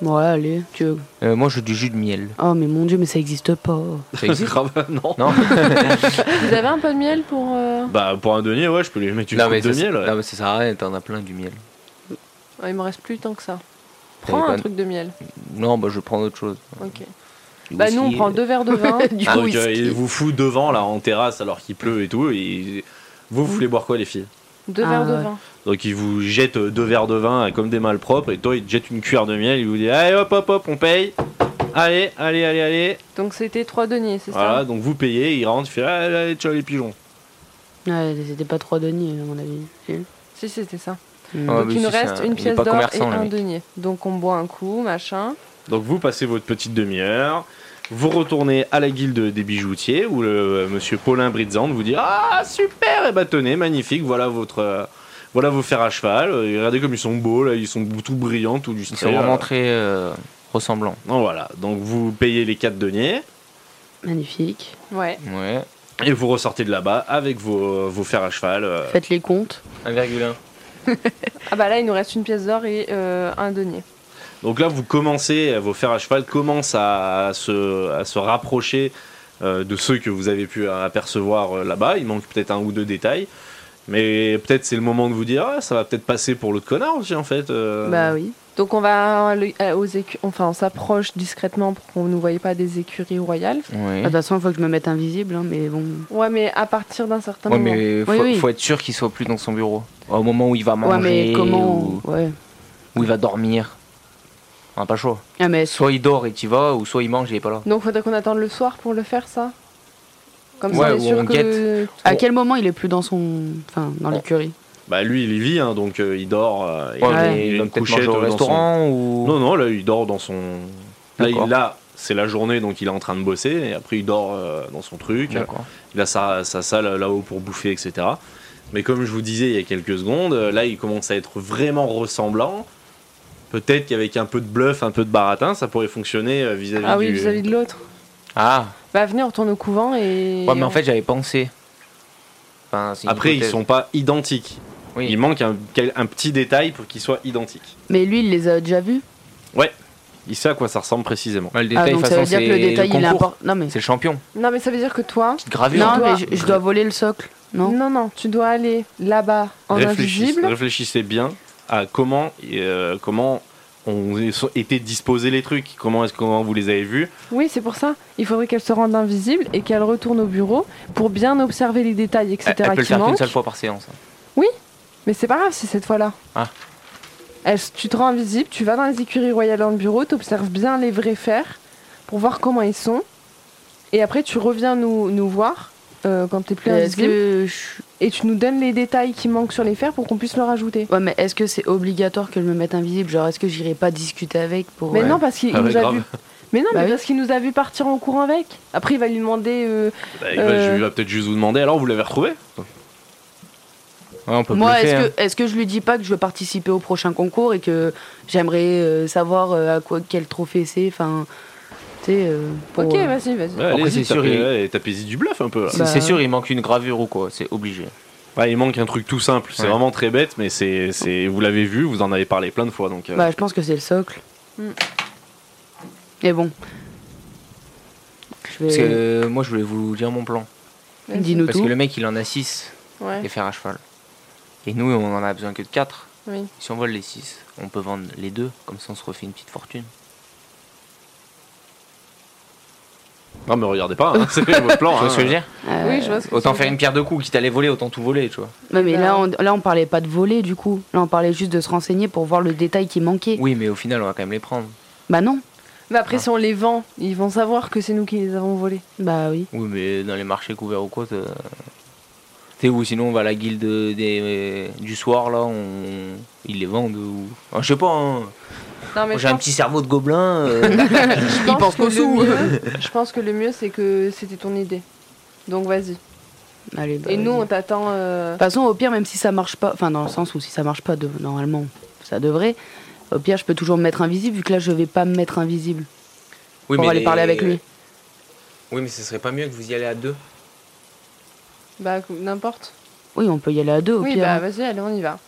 S3: Bon, ouais, allez, tu veux.
S4: Euh, moi, je veux du jus de miel.
S3: Oh, mais mon dieu, mais ça existe
S4: [LAUGHS]
S3: pas.
S4: Ça existe
S2: [LAUGHS] Grave, euh, non.
S4: Non,
S6: Vous avez un peu de miel pour. euh,
S2: Bah, pour un denier, ouais, je peux les mettre une
S4: non,
S2: coupe
S4: mais
S2: de
S4: ça,
S2: miel. ouais.
S4: non, mais ça sert à rien, t'en as plein du miel.
S6: Ah, il me reste plus tant que ça.
S4: Ça
S6: Prends un
S4: dépend.
S6: truc de miel.
S4: Non, bah, je prends autre chose.
S6: Ok.
S4: Du
S6: Bah nous on
S4: whisky, euh.
S6: prend deux verres
S4: [LAUGHS]
S6: de vin.
S3: du
S2: Ah,
S3: coup,
S2: donc,
S3: il
S2: euh, il
S3: se-
S2: vous fout devant là en terrasse alors qu'il pleut et tout. Et vous, vous voulez boire quoi les filles
S6: Deux
S3: Ah,
S6: verres de
S3: ouais.
S6: vin.
S2: Donc il vous jette euh, deux verres de vin euh, comme des malpropres et toi il te jette une cuillère de miel. Il vous dit allez hop hop hop on paye. Allez allez allez allez.
S6: Donc c'était trois deniers, c'est
S2: Voilà donc vous payez. Il rentre il fait allez, allez ciao les pigeons.
S3: Ouais, c'était pas trois deniers, à mon avis. Si.
S6: ça Si c'était ça.
S3: Mm.
S4: Ah,
S6: Donc
S4: mais
S6: il nous
S4: si, c'est
S6: reste
S4: un- il
S6: une
S4: est
S6: pièce
S4: pas
S6: d'or et
S4: commerçant, le
S6: un
S4: mec.
S6: denier. Donc on boit un coup, machin.
S2: Donc vous passez votre petite demi-heure. Vous retournez à la guilde des bijoutiers où le euh, monsieur Paulin Bridzand vous dit ah super et bah tenez magnifique voilà votre euh, voilà vos fers à cheval. Euh, Regardez comme ils sont beaux là ils sont tout brillants tout du
S4: Ils sont
S2: style, euh,
S4: vraiment très euh, ressemblants.
S2: Donc voilà, donc vous payez les 4 deniers
S3: Magnifique.
S6: Ouais.
S4: Ouais.
S2: et vous ressortez de là-bas avec vos, vos fers à cheval. euh.
S3: Faites les comptes.
S4: 1,1.
S6: Ah bah là il nous reste une pièce d'or et euh, un denier.
S2: Donc là, vous commencez, vos fers à cheval commencent à, se, à se rapprocher euh, de ceux que vous avez pu apercevoir euh, là-bas. Il manque peut-être un ou deux détails. Mais peut-être c'est le moment de vous dire, ah, ça va peut-être passer pour l'autre connard aussi en fait. euh.
S3: Bah
S4: hmm.
S3: oui.
S6: Donc on va aller- euh, aux écu- enfin on s'approche discrètement pour qu'on ne nous voie pas des écuries royales.
S3: Ah,
S4: Ouais.
S3: De toute façon, il faut que je me mette invisible, hein, mais bon.
S6: Ouais mais à partir d'un certain
S4: Ouais,
S6: moment.
S4: mais faut,
S3: Oui, oui.
S4: faut être sûr qu'il soit plus dans son bureau. Au moment où il va manger,
S3: ouais, mais comment.
S4: ou,
S3: Ouais.
S4: où il va dormir. On a pas chaud.
S3: Ah, mais.
S4: Soit il dort et t'y vas, ou soit il mange et il est pas là.
S6: Donc faudrait qu'on attende le soir pour le faire ça. Comme
S4: Ouais,
S6: ça on est
S4: ou
S6: sûr
S4: on Ah,
S6: que
S3: À quel moment il est plus dans son. Enfin, dans l'écurie
S2: Bah lui il y vit, hein, donc euh, il dort. euh, et
S4: Ouais,
S2: il a
S4: mais
S2: une
S4: il va peut-être
S2: couchette
S4: manger au
S2: dans son-
S4: restaurant ou.
S2: Non, non, là il dort dans son... Là, il-
S4: D'accord.
S2: là, c'est la journée, donc il est en train de bosser, et après il dort euh, dans son truc.
S4: D'accord.
S2: Il a sa, sa salle là-haut pour bouffer, etc. Mais comme je vous disais il y a quelques secondes, euh, là, il commence à être vraiment ressemblant. Peut-être qu'avec un peu de bluff, un peu de baratin, ça pourrait fonctionner euh, vis-à-vis
S6: Ah oui
S2: du...
S6: vis-à-vis de l'autre.
S4: Ah,
S6: Bah venez on retourne au couvent et.
S4: ouais, mais en fait, j'avais pensé. Enfin, c'est une
S2: Après, ils
S4: hypothèse.
S2: sont pas identiques.
S4: Oui.
S2: Il manque un, quel- un petit détail pour qu'ils soient identiques.
S3: Mais lui, il les a déjà vus.
S2: Il sait à quoi ça ressemble précisément.
S4: Ouais, le
S3: Ah,
S4: détail,
S3: donc
S4: de toute
S3: ça veut
S4: façon,
S3: dire que le
S4: c'est
S3: détail, il est
S4: concours.
S3: important. Non, mais.
S4: C'est le champion.
S6: Non, mais ça veut dire que toi.
S4: Petite gravure.
S3: Non,
S6: dois-
S3: mais je, je dois voler le socle, non
S6: Non, non, tu dois aller là-bas en
S2: Réfléchisse-
S6: invisible.
S2: réfléchissez bien à comment, euh, comment ont été disposés les trucs, comment est-ce comment vous les avez vus.
S6: Oui, c'est pour ça. Il faudrait qu'elle se rende invisible et qu'elle retourne au bureau pour bien observer les détails, etc.
S4: Elle, elle peut le
S6: qui
S4: faire qu'une
S6: manquent.
S4: seule fois par séance.
S6: Mais c'est pas grave si cette fois-là.
S4: Ah.
S6: Elle- tu te rends invisible, tu vas dans les écuries royales dans le bureau, t'observes bien les vrais fers pour voir comment ils sont. Et après, tu reviens nous, nous voir euh, quand t'es plus
S3: Est-ce
S6: invisible.
S3: que je-
S6: et tu nous donnes les détails qui manquent sur les fers pour qu'on puisse le rajouter.
S3: Ouais, mais est-ce que c'est obligatoire que je me mette invisible Genre, est-ce que j'irai pas discuter avec pour. euh,
S6: Mais non, parce qu'il
S2: Ah ouais,
S6: nous a
S2: grave.
S6: vu. Mais non,
S3: Bah
S6: mais
S3: oui.
S6: parce qu'il nous a vu partir en courant avec. Après, il va lui demander. euh,
S2: Bah, il va,
S6: Euh.
S2: je- il va peut-être juste vous demander alors vous l'avez retrouvé Ouais, on peut
S3: Moi,
S2: bluffer,
S3: est-ce
S2: hein.
S3: que, est-ce que je lui dis pas que je veux participer au prochain concours et que j'aimerais euh, savoir euh, à quoi, quel trophée c'est Enfin, tu sais. euh, pour,
S6: Ok,
S3: euh,
S6: vas-y, vas-y.
S2: Ouais,
S4: Après,
S2: allez-y,
S4: c'est
S2: tapez-
S4: sûr, il-
S2: ouais, tapez-y du bluff un peu. là.
S4: C'est
S3: Bah,
S4: c'est sûr,
S3: ouais.
S4: il manque une gravure ou quoi, c'est obligé.
S2: Ouais, il manque un truc tout simple. C'est
S4: Ouais.
S2: vraiment très bête, mais c'est, c'est- vous l'avez vu, vous en avez parlé plein de fois. Donc, euh,
S3: Bah, je pense que c'est le socle.
S6: Hmm.
S3: Mais bon. Je
S4: Parce
S3: vais- euh,
S4: que euh, moi, je voulais vous dire mon plan.
S6: Vas-y.
S3: Dis-nous
S4: Parce
S3: tout.
S4: que le mec, il en a 6
S6: Ouais.
S4: des fers à cheval. Et nous, on en a besoin que de 4.
S6: Oui.
S4: Si on vole les 6, on peut vendre les deux, comme ça on se refait une petite fortune.
S2: Non, mais regardez pas, hein, [LAUGHS] c'est votre plan.
S4: Tu vois
S2: hein.
S4: ce que je veux dire
S3: Euh,
S6: Oui, je vois ce que
S4: Autant
S6: tu
S4: faire
S6: veux
S4: une pierre de coups, quitte à les voler, autant tout voler, tu vois.
S3: Ouais, mais
S6: Bah
S3: là, on, là, on parlait pas de voler du coup. Là, on parlait juste de se renseigner pour voir le détail qui manquait.
S4: Oui, mais au final, on va quand même les prendre.
S3: Bah non.
S6: dire. Mais
S4: Ah.
S6: après, si on les vend, ils vont savoir que c'est nous qui les avons volés.
S3: Bah oui.
S4: Oui, mais dans les marchés couverts ou quoi, t'es t'es où Sinon, on va à la guilde des... du soir, là, on... ils les vendent ou. Ah, je sais pas, hein.
S6: Non, mais
S4: Moi, j'ai un petit cerveau de
S3: [LAUGHS]
S4: gobelin. euh,
S6: je pense que le mieux- Je pense que le mieux, c'est que c'était ton idée. Donc vas-y.
S3: Allez, bah,
S6: Et nous,
S3: vas-y.
S6: on t'attend. euh,
S3: De toute façon, au pire, même si ça marche pas, enfin, dans le sens où si ça marche pas, de- normalement, ça devrait. Au pire, je peux toujours me mettre invisible, vu que là, je vais pas me mettre invisible
S4: [LAUGHS] Oui,
S3: pour
S4: mais
S3: aller
S4: les-
S3: parler avec lui.
S4: Oui, mais ce serait pas mieux que vous y allez à deux.
S6: Bah, n'importe.
S3: Oui, on peut y aller à deux, au
S6: Oui,
S3: pire. hein.
S6: bah vas-y, allez, on y va.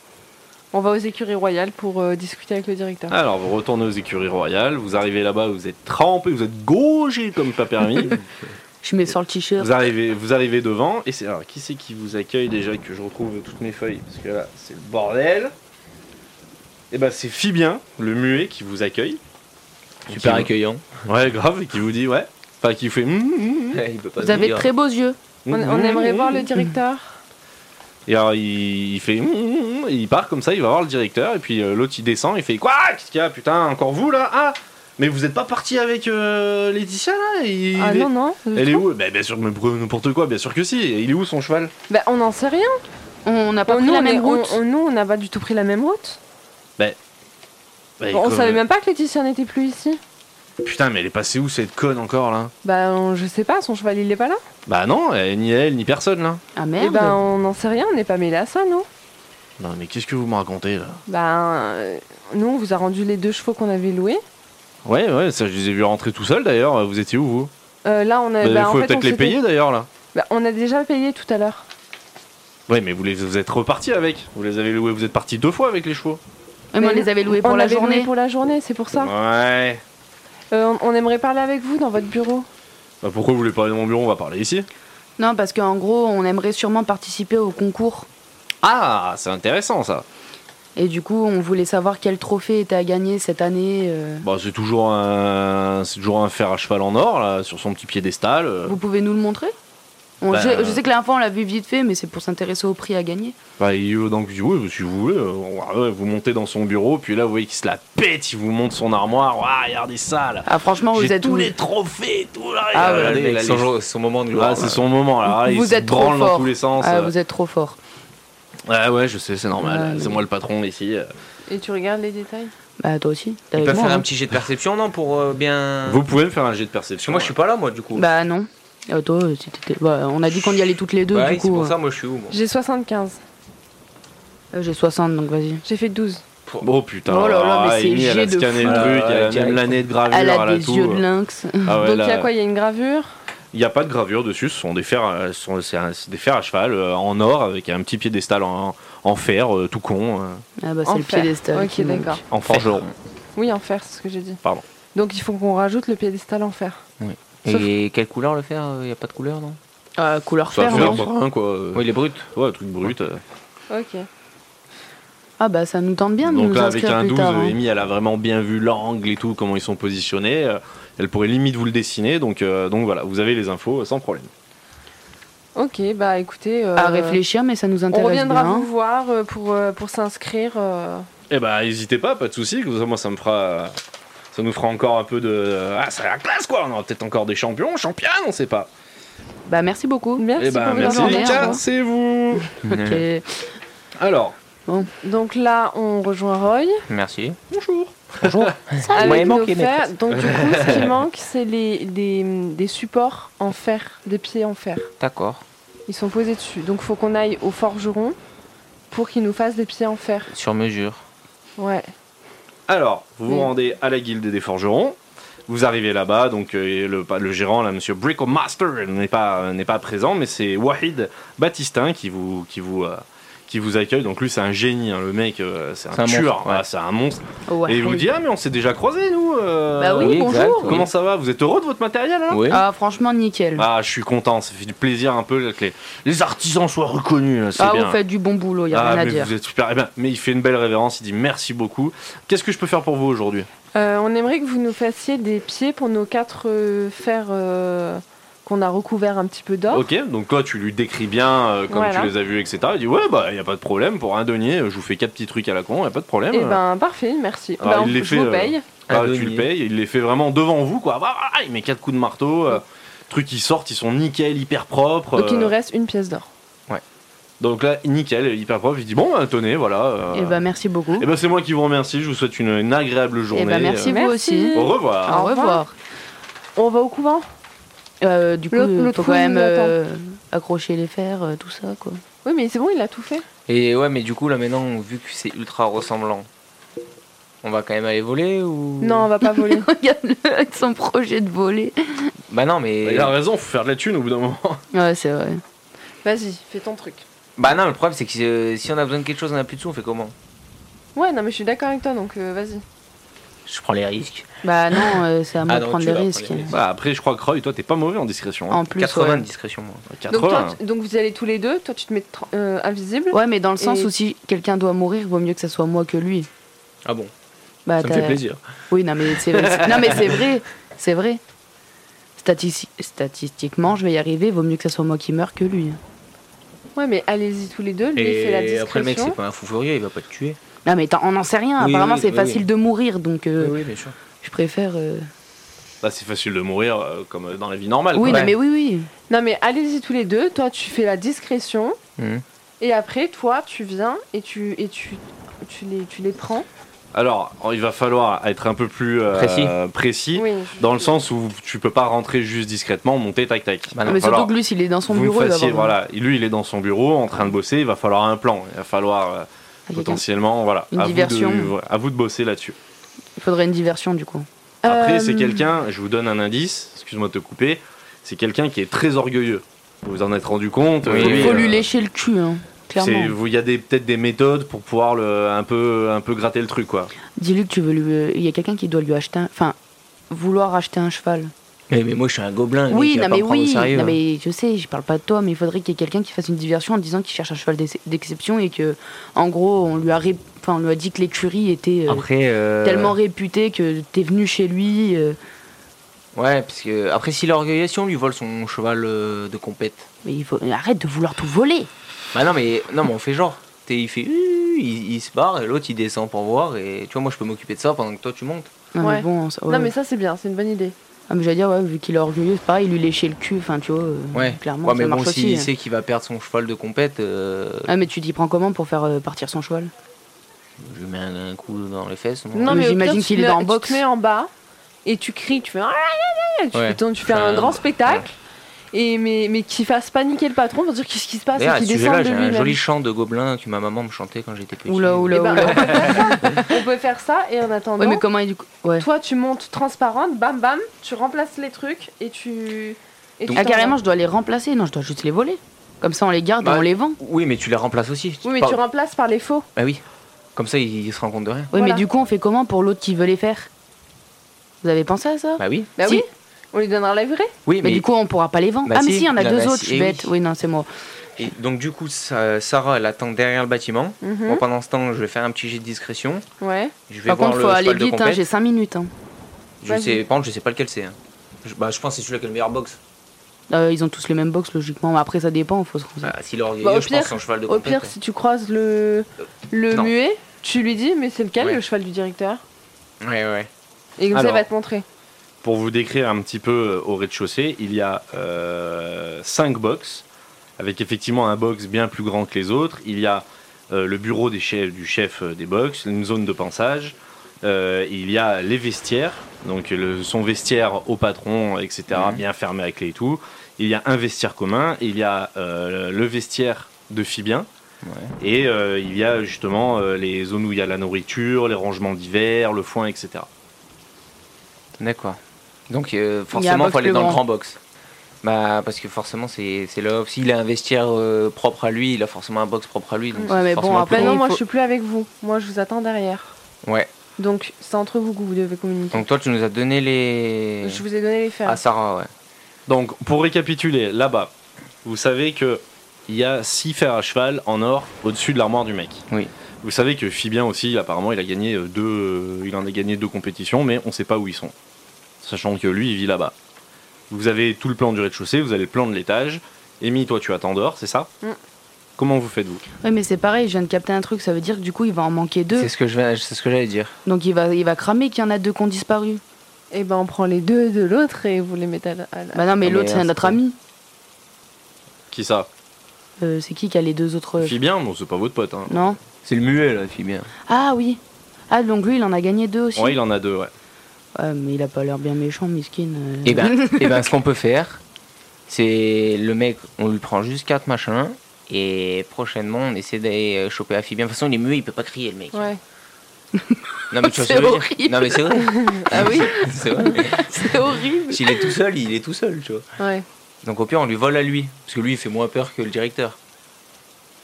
S6: On va aux écuries royales pour euh, discuter avec le directeur.
S2: Alors, vous retournez aux écuries royales, vous arrivez là-bas, vous êtes trempé, vous êtes gaugé comme pas
S4: [LAUGHS]
S2: permis.
S3: Je mets sur le t-shirt.
S2: vous, arrivez, vous arrivez devant, et c'est. Alors, qui c'est qui vous accueille déjà que je retrouve toutes mes feuilles Parce que là, c'est le bordel. Et bah, c'est Fibien, le muet, qui vous accueille.
S4: Super
S2: Qui-
S4: accueillant.
S3: Mmh.
S2: Ouais, grave, et qui vous dit, ouais. Enfin, qui fait. Mm,
S4: [LAUGHS] Il peut pas
S3: Vous
S4: nous
S3: avez de
S4: dire.
S3: très beaux yeux.
S2: mm,
S6: On,
S2: mm,
S6: on
S2: mm,
S6: aimerait
S2: mm,
S6: voir
S2: mm.
S6: le directeur.
S2: Et alors il, il fait Hum, hum, hum et il part comme ça, il va voir le directeur et puis euh, l'autre il descend, il fait quoi Qu'est-ce qu'il y a Putain, encore vous là Ah mais vous êtes pas parti avec euh, Laetitia là Il-
S6: Ah
S2: il est-
S6: non, non. je
S2: Elle est
S6: trouve.
S2: où Bah bien sûr, mais pourquoi- n'importe quoi, bien sûr que si. Et il est où son cheval
S6: Bah, on n'en sait rien.
S3: On n'a pas
S6: On-
S3: pris
S6: nous,
S3: la
S6: on est-
S3: même
S6: Oh on-
S3: route.
S6: on- nous, on n'a pas du tout pris la même route.
S2: Bah,
S6: on
S2: comme- euh,
S6: savait même pas que Laetitia n'était plus ici.
S2: Putain, mais elle est passée où cette conne encore là
S6: Bah, on- je sais pas, son cheval, il est pas là.
S2: Bah non, elle- ni elle ni personne là.
S3: Ah
S6: Et
S3: merde.
S6: ben, on n'en sait rien, on n'est pas mêlés à ça, non
S2: Non mais qu'est-ce que vous me racontez là
S6: Bah, euh, nous, on vous a rendu les deux chevaux qu'on avait loués.
S2: Ouais ouais, ça je les ai vus rentrer tout seuls d'ailleurs. Vous étiez où vous
S6: Euh, là, on a.
S2: Bah,
S6: bah, en
S2: Faut
S6: fait, on
S2: peut-être les
S6: s'était-
S2: payer d'ailleurs là.
S6: Bah, on a déjà payé tout à l'heure.
S2: Ouais mais vous les vous êtes repartis avec. Vous les avez loués, vous êtes partis deux fois avec les chevaux.
S3: Mais on les avait loués pour
S6: on
S3: la
S6: avait loué
S3: journée.
S6: pour la journée, c'est pour ça.
S2: Ouais.
S6: Euh, on, on aimerait parler avec vous dans votre bureau.
S2: Bah pourquoi vous voulez parler de mon bureau On va parler ici.
S3: Non, parce qu'en gros, on aimerait sûrement participer au concours.
S2: Ah, c'est intéressant ça.
S3: Et du coup, on voulait savoir quel trophée était à gagner cette année. euh.
S2: Bah c'est toujours un, c'est toujours un fer à cheval en or là, sur son petit piédestal. euh.
S3: Vous pouvez nous le montrer On-
S2: Bah,
S3: je,
S2: euh,
S3: je sais que l'info, on l'a vu vite fait, mais c'est pour s'intéresser au prix à gagner.
S2: Bah il veut donc oui, bah, si vous voulez, euh, ouais, ouais, vous montez dans son bureau, puis là vous voyez qu'il se la pète, il vous montre son armoire. Ouah, regardez ça là.
S3: Ah, franchement, vous
S2: J'ai
S3: êtes
S2: tous
S3: où
S2: les trophées, et tout là.
S3: Ah,
S4: euh,
S2: regardez,
S3: ouais,
S2: là, les-
S4: son, jour- son moment de gloire.
S2: Ah, c'est son moment là.
S3: Vous
S2: il se
S3: êtes trop
S2: branle dans
S3: fort.
S2: tous les sens.
S3: Ah,
S2: euh.
S3: vous êtes trop fort.
S2: Ouais ouais, je sais, c'est
S3: Ah,
S2: normal.
S3: oui. Ah.
S2: c'est moi le patron ici. euh.
S6: Et tu regardes les détails
S3: Bah, toi aussi. t'es
S4: Il
S3: avec
S4: peut
S3: moi,
S4: faire
S3: hein.
S4: un petit jet de perception, non Pour euh, bien.
S2: Vous pouvez me faire un jet de
S4: Parce que
S2: perception.
S4: moi, je suis pas là, moi, du coup.
S3: Bah, non. Euh, toi, euh, si t'étais- bah, on a dit qu'on y allait toutes les deux,
S4: Bah
S3: du
S4: oui, c'est
S3: coup.
S4: pour
S3: euh,
S4: ça, moi, je suis où moi
S6: J'ai 75.
S3: euh, J'ai 60, donc vas-y.
S6: J'ai fait 12.
S2: Oh putain,
S3: Oh là là, mais
S2: ah,
S3: c'est
S2: Amy, elle a
S3: jet de
S2: scanné le
S4: fou.
S2: truc,
S4: Ah,
S2: elle a
S4: direct.
S2: même l'année de gravure,
S3: Elle a
S2: elle a
S3: des
S2: tout.
S3: yeux de lynx.
S2: Ah ouais,
S6: Donc il
S2: là,
S6: y a quoi Il y a une gravure
S2: Il n'y a pas de gravure dessus, ce sont des fers, euh, ce sont- c'est un- c'est des fers à cheval euh, en or avec un petit piédestal en, en fer, euh, tout con, euh,
S3: Ah, bah,
S6: En
S3: c'est le
S6: fer.
S3: piédestal.
S6: Ok,
S3: qui manque.
S6: d'accord.
S2: en forgeron.
S6: Oui, en fer, c'est ce que j'ai dit.
S2: Pardon.
S6: Donc il faut qu'on rajoute le piédestal en fer. Sauf-
S4: Et quelle couleur le faire Il n'y a pas de couleur, non
S3: Euh, couleur
S2: Soit
S3: fer,
S2: fer
S3: non
S2: brun quoi. euh,
S4: Oui, il est brut.
S2: Ouais, un truc brut. euh.
S6: Ok.
S3: Ah, bah, ça nous tente bien de
S2: Donc
S3: nous
S2: là, avec
S3: inscrire
S2: un
S3: plus
S2: 12,
S3: tard.
S2: euh,
S3: hein.
S2: Amy, elle a vraiment bien vu l'angle et tout, comment ils sont positionnés. euh, elle pourrait limite vous le dessiner, donc, euh, donc voilà, vous avez les infos euh, sans problème.
S6: Ok, bah écoutez. euh,
S3: À réfléchir, mais ça nous
S6: On
S3: intéresse
S6: reviendra
S3: bien.
S6: vous voir euh, pour, euh, pour s'inscrire. euh.
S2: Eh bah, n'hésitez pas, pas de soucis, comme ça, moi, ça me fera. euh, Ça nous fera encore un peu de. Ah, c'est la classe quoi! On aura peut-être encore des champions, championnes, on sait pas.
S3: Bah, merci beaucoup.
S6: [LAUGHS] Merci
S2: Eh ben,
S6: pour hein.
S3: votre
S2: merci,
S3: journée, au revoir.
S2: cassez-vous
S3: Ok.
S2: Alors,
S6: Donc là, on rejoint Roy.
S4: Merci.
S6: Ah, Avec
S1: Ouais, il manque
S6: nos
S1: les
S6: fers.
S1: maîtresses.
S6: Donc du coup,
S1: [LAUGHS]
S6: ce qui manque, c'est les, des, des supports en fer, des pieds en fer.
S4: D'accord.
S6: Ils sont posés dessus. Donc faut qu'on aille au forgeron pour qu'il nous fasse des pieds en fer.
S4: Sur mesure.
S6: Ouais.
S2: Alors, vous vous
S6: Mm.
S2: rendez à la guilde des forgerons. Vous arrivez là-bas, donc euh, le, pas- le gérant, là, Monsieur Brickmaster, n'est pas euh, n'est pas présent, mais c'est Wahid Batistin qui vous qui vous euh, qui vous accueille. Donc lui, c'est un génie, hein, le mec, euh, c'est un,
S4: C'est un
S2: tueur,
S4: monstre, ouais.
S2: ah, c'est un monstre.
S3: Ouais.
S2: Et il vous dit ah mais on s'est déjà croisés nous. euh,
S3: Bah oui,
S4: oui,
S3: bonjour.
S4: exact,
S2: Comment ça va Vous êtes heureux de votre matériel hein
S4: Oui.
S3: Ah, franchement, nickel. Ah,
S2: Ah, je suis content, ça fait du plaisir un peu que les, les artisans soient reconnus, là, c'est bien.
S3: Ah, vous faites du bon boulot, y a
S2: ah,
S3: rien à
S2: mais
S3: dire.
S2: vous êtes super. Eh ben, mais il fait une belle révérence, il dit merci beaucoup. Qu'est-ce que je peux faire pour vous aujourd'hui
S6: Euh, on aimerait que vous nous fassiez des pieds pour nos quatre euh, fers euh, qu'on a recouverts un petit peu
S3: Ah.
S6: d'or.
S2: Ok, donc toi tu lui décris bien euh, comme
S6: Voilà.
S2: tu les as vus, etc. Il dit ouais bah y a pas de problème pour un denier, je vous fais quatre petits trucs à la con, y a pas de problème.
S6: Eh ben parfait, merci.
S2: Ah,
S6: Bah,
S2: il
S6: on-
S2: les
S6: je
S2: fait,
S6: vous
S2: euh,
S6: paye.
S2: Ah,
S4: Un
S2: tu
S4: denier.
S2: le payes, il les fait vraiment devant vous quoi. Ah, ah, ah, il met quatre coups de marteau,
S3: Oh.
S2: euh, trucs qui sortent, ils sont nickel, hyper propres.
S6: Donc il
S2: euh,
S6: nous reste une pièce d'or.
S2: donc là nickel, hyper propre. Il dit bon bah, tenez voilà. euh,
S3: Et bah, merci beaucoup.
S2: eh ben, c'est moi qui vous remercie, je vous souhaite une, une agréable journée.
S3: Et bah, merci
S2: euh,
S3: vous
S6: Merci.
S3: aussi.
S2: Au
S4: Ah,
S2: revoir.
S3: Au
S6: Au
S3: revoir.
S6: revoir. On va au couvent
S3: Euh, du coup,
S6: L'autre- l'autre
S3: faut
S6: fou,
S3: quand même
S6: il attend.
S3: euh, accrocher les fers, euh, tout ça, quoi.
S6: Oui, mais c'est bon, il a tout fait.
S4: Et ouais, mais du coup, là maintenant, vu que c'est ultra ressemblant, on va quand même aller voler ou.
S6: Non, on va
S2: [LAUGHS]
S6: pas voler.
S3: [LAUGHS] Regarde-le avec son projet de voler.
S4: Bah non, mais.
S2: Il a raison, faut faire de la thune au bout d'un moment. [LAUGHS]
S3: Ouais, c'est vrai.
S6: Vas-y, fais ton truc.
S4: Bah non, le problème c'est que euh, si on a besoin de quelque chose, on a plus de sous, on fait comment
S6: Ouais, non, mais je suis d'accord avec toi, donc euh, vas-y.
S4: Je prends les risques.
S3: Bah non, euh, c'est à moi
S4: Ah
S3: de
S4: non,
S3: prendre
S4: tu
S3: les
S4: vas prendre
S3: risques.
S4: les risques.
S2: Bah après je crois que Roy, toi t'es pas mauvais en discrétion. hein.
S3: En plus,
S4: 80 de
S3: ouais.
S4: discrétion, moi.
S6: Donc, toi,
S2: 80.
S6: tu- donc vous y allez tous les deux, toi tu te mets tra- euh, invisible.
S3: Ouais, mais dans le sens
S6: Et-
S3: où si quelqu'un doit mourir, vaut mieux que ça soit moi que lui.
S4: Ah bon
S3: Bah,
S2: Ça me fait
S3: t'as-
S2: plaisir.
S3: Oui, non, mais c'est vrai. non, mais c'est
S4: [LAUGHS]
S3: vrai. C'est vrai. Statisti- Statistiquement, je vais y arriver. Vaut mieux que ça soit moi qui meure que lui.
S6: Ouais, mais allez-y tous les deux, lui il fait la
S4: Et
S6: discrétion.
S4: après, le mec, c'est pas un fou furieux, il va pas te tuer.
S3: Non, mais t'en- on n'en sait rien.
S4: Oui,
S3: Apparemment,
S4: oui,
S3: c'est
S4: oui,
S3: facile
S4: oui.
S3: de mourir, donc euh,
S4: oui, bien sûr.
S3: je préfère. euh,
S2: Bah c'est facile de mourir euh, comme euh, dans la vie normale.
S3: Oui,
S2: quoi.
S3: non, mais oui, oui.
S6: Non, mais allez-y tous les deux, toi tu fais la discrétion,
S4: Mhm.
S6: et après toi tu viens et tu, et tu, tu, les, tu les prends.
S2: Alors oh, il va falloir être un peu plus euh,
S4: Précis.
S2: précis,
S6: Oui,
S2: dans le sens où tu peux pas rentrer juste discrètement, monter tac tac.
S4: Bah non.
S3: mais
S2: Alors,
S3: surtout que lui, s'il est dans son
S2: vous me
S3: bureau, il va
S2: fassiez-
S3: avoir-
S2: voilà, lui il est dans son bureau en train de bosser, il va falloir un plan, il va falloir euh,
S3: Ah, quelqu'un-
S2: potentiellement voilà,
S3: Une
S2: à,
S3: diversion.
S2: Vous de, à vous de bosser là-dessus.
S3: Il faudrait une diversion, du coup.
S2: Après
S6: Euh,
S2: c'est quelqu'un, je vous donne un indice, excuse-moi de te couper, c'est quelqu'un qui est très orgueilleux. Vous vous en êtes rendu compte
S4: Oui,
S2: euh,
S3: Il
S4: oui,
S3: faut
S2: euh,
S3: lui lécher le cul, hein,
S2: c'est-
S3: clairement.
S2: vous- Il y a des- peut-être des méthodes pour pouvoir le, un, peu, un peu gratter le truc quoi.
S3: Dis-lui que tu veux lui. euh, Il y a quelqu'un qui doit lui acheter un. Enfin, vouloir acheter un cheval.
S4: Mais, mais moi, je suis un gobelin. le mec,
S3: Oui,
S4: il va
S3: non,
S4: pas
S3: mais
S4: me prendre au
S3: oui.
S4: sérieux. hein.
S3: Non, mais je sais, je parle pas de toi, mais il faudrait qu'il y ait quelqu'un qui fasse une diversion en disant qu'il cherche un cheval d'ex- d'exception et que, en gros, on lui a, ré- enfin, on lui a dit que l'écurie était euh,
S4: Après. euh,
S3: tellement réputée que t'es venu chez lui. euh,
S4: Ouais, parce que. Après, s'il est orgueilleux, si on lui vole son cheval euh, de compète.
S3: Mais il faut arrête de vouloir tout voler.
S4: Bah non, mais, non, mais on fait genre. T'es- il fait. Huuuh Il, il se barre et l'autre, il descend pour voir. Et tu vois, moi, je peux m'occuper de ça pendant que toi, tu montes.
S3: Non, mais
S6: Ouais.
S3: bon, ça- ouais.
S6: Non, mais ça c'est bien, c'est une bonne idée.
S3: Ah, mais j'allais dire, ouais, vu qu'il est orgueilleux, c'est pareil, lui lécher le cul, enfin, tu vois, euh,
S4: Ouais.
S3: clairement,
S4: ouais,
S3: ça
S4: mais bon,
S3: marche aussi.
S4: s'il
S3: hein.
S4: sait qu'il va perdre son cheval de compète, euh,
S3: Ah, mais tu t'y prends comment pour faire euh, partir son cheval
S4: je lui mets un, un coup dans les fesses. non
S6: Non,
S3: Mais
S6: mais au
S3: j'imagine
S6: pire, tu
S3: qu'il
S6: te
S3: est
S6: mets-
S3: en
S6: tu te
S3: boxe.
S6: mets en bas et tu cries, tu fais. Ah, ah, ah, Tu,
S4: Ouais.
S6: fais ton- tu fais un
S4: Enfin,
S6: grand spectacle. Et mais, mais qu'il fasse paniquer le patron pour dire qu'est-ce qui se passe et
S4: D'ailleurs, à
S6: qu'il
S4: ce
S6: descende
S4: sujet-là,
S6: de
S4: j'ai un joli
S6: lui-même.
S4: chant de gobelin que ma maman me chantait quand j'étais petit.
S3: Oula,
S6: Eh
S3: oula,
S6: ben, [LAUGHS]
S3: oula.
S6: on, peut faire ça, on peut faire ça et en attendant,
S3: Ouais, mais comment il du coup Ouais.
S6: toi tu montes transparente, bam bam, tu remplaces les trucs et tu. Et tu
S3: Ah,
S6: t'en
S3: carrément,
S6: vas.
S3: je dois les remplacer, non, je dois juste les voler. Comme ça, on les garde
S4: Bah,
S3: et on les vend.
S4: Oui, mais tu les remplaces aussi.
S6: Oui, mais
S4: Par-
S6: tu remplaces par les faux.
S4: Ah oui. Comme ça, il, il se rend compte de rien.
S3: Oui,
S6: Voilà.
S3: mais du coup, on fait comment pour l'autre qui veut les faire Vous avez pensé à ça
S4: Bah oui.
S6: Bah
S3: Si.
S6: oui, on lui donnera la vraie.
S4: Oui,
S3: mais, Ah. Bah, du coup, on pourra pas les vendre.
S4: Bah
S3: ah, mais
S4: si,
S3: si, on a
S4: bah,
S3: deux
S4: bah
S3: autres,
S4: si,
S3: je suis
S4: eh oui.
S3: bête. Oui, non, c'est moi.
S4: et donc du coup, Sa- Sarah, elle attend derrière le bâtiment.
S6: Mhm.
S4: Moi, pendant ce temps, je vais faire un petit jet de discrétion.
S6: Ouais.
S4: Je vais
S3: Hmm. Par
S4: voir
S3: contre,
S4: le
S3: faut aller
S4: cheval de
S3: vite, hein,
S4: compète.
S3: j'ai 5 minutes. hein.
S4: je
S6: Vas-y.
S4: sais, par contre, je sais pas lequel c'est. hein. Je, bah, je pense que c'est celui qui a le meilleur box.
S3: Euh, ils ont tous les mêmes box, logiquement. Après, ça dépend, faut se renseigner.
S4: Bah, s'il est orgueilleux,
S6: Bah, au
S4: je
S6: pire-
S4: pense son cheval de
S6: Au
S4: compète.
S6: pire, si tu croises le, le
S4: non.
S6: muet, tu lui dis mais c'est lequel
S4: Ouais.
S6: le cheval du directeur
S4: Ouais, ouais.
S6: Et comme ça, il
S2: Alors.
S6: va te montrer.
S2: Pour vous décrire un petit peu euh, au rez-de-chaussée, il y a 5 box, avec effectivement un box bien plus grand que les autres. Il y a euh, le bureau des chefs, du chef euh, des box, une zone de pensage. Euh, il y a les vestiaires, donc le- son vestiaire au patron, etc., bien fermé à clé et tout. Il y a un vestiaire commun, il y a euh, le vestiaire de Fibien, et euh, il y a justement euh, les zones où il y a la nourriture, les rangements d'hiver, le foin, etc.
S4: D'accord. Donc euh,
S3: un
S4: forcément,
S3: box
S4: il faut aller
S3: plus
S4: dans le
S3: grand.
S4: grand box. Bah, parce que forcément, c'est c'est là. S'il a un vestiaire euh, propre à lui, il a forcément un box propre à lui. Donc
S3: Ouais,
S4: c'est
S3: mais bon,
S4: forcément
S3: après,
S4: plus
S6: Bah
S3: il
S6: non, moi
S3: faut-
S6: je suis plus avec vous. Moi je vous attends derrière.
S4: grand. Ouais.
S6: Donc c'est entre vous que vous devez communiquer.
S4: Donc toi, tu nous as donné les.
S6: Je vous ai donné les
S4: À
S6: fers.
S4: Sarah, ouais.
S2: Donc, pour récapituler, là-bas, vous savez que il y a 6 fers à cheval en or au-dessus de l'armoire du mec.
S4: Oui.
S2: Vous savez que Fibien aussi, apparemment, il a gagné euh, deux, euh, il en a gagné deux compétitions, mais on sait pas où ils sont. Sachant que lui, il vit là-bas. Vous avez tout le plan du rez-de-chaussée, vous avez le plan de l'étage. Amy, toi, tu attends dehors, c'est ça
S6: Mm.
S2: Comment vous faites-vous
S3: Oui, mais c'est pareil, je viens de capter un truc, ça veut dire que du coup, il va en manquer deux.
S4: C'est ce que je vais- c'est ce que j'allais dire.
S3: Donc il va, il va cramer qu'il y en a deux qui ont disparu.
S6: Et ben on prend les deux de l'autre et vous les mettez à la. à la-
S3: Bah non, mais
S4: mais
S3: l'autre, c'est
S4: là,
S3: notre
S4: c'est-
S3: ami.
S2: Qui ça
S3: Euh, c'est qui qui a les deux autres. euh,
S2: Fibien Non, c'est pas votre pote. Hein.
S3: Non
S4: C'est le muet, là, fille bien.
S3: Ah oui Ah, donc lui, il en a gagné deux aussi.
S2: Ouais, il en a deux, ouais.
S3: Ouais, mais il a pas l'air bien méchant, miskin. euh.
S4: Et ben, et ben, ce qu'on peut faire, c'est le mec, on lui prend juste quatre machins. Et prochainement, on essaie d'aller euh, choper Amphibien. De toute façon, il est muet, il peut pas crier, le mec.
S6: Ouais.
S4: Non,
S3: [LAUGHS]
S4: mais tu vois ce
S3: C'est
S4: que je veux dire
S3: horrible.
S4: Non, mais c'est vrai.
S3: [LAUGHS] Ah oui,
S4: [LAUGHS] C'est vrai.
S3: [LAUGHS] c'est horrible.
S4: S'il est tout seul, il est tout seul, tu vois.
S6: Ouais.
S4: Donc au pire, on lui vole à lui. Parce que lui, il fait moins peur que le directeur.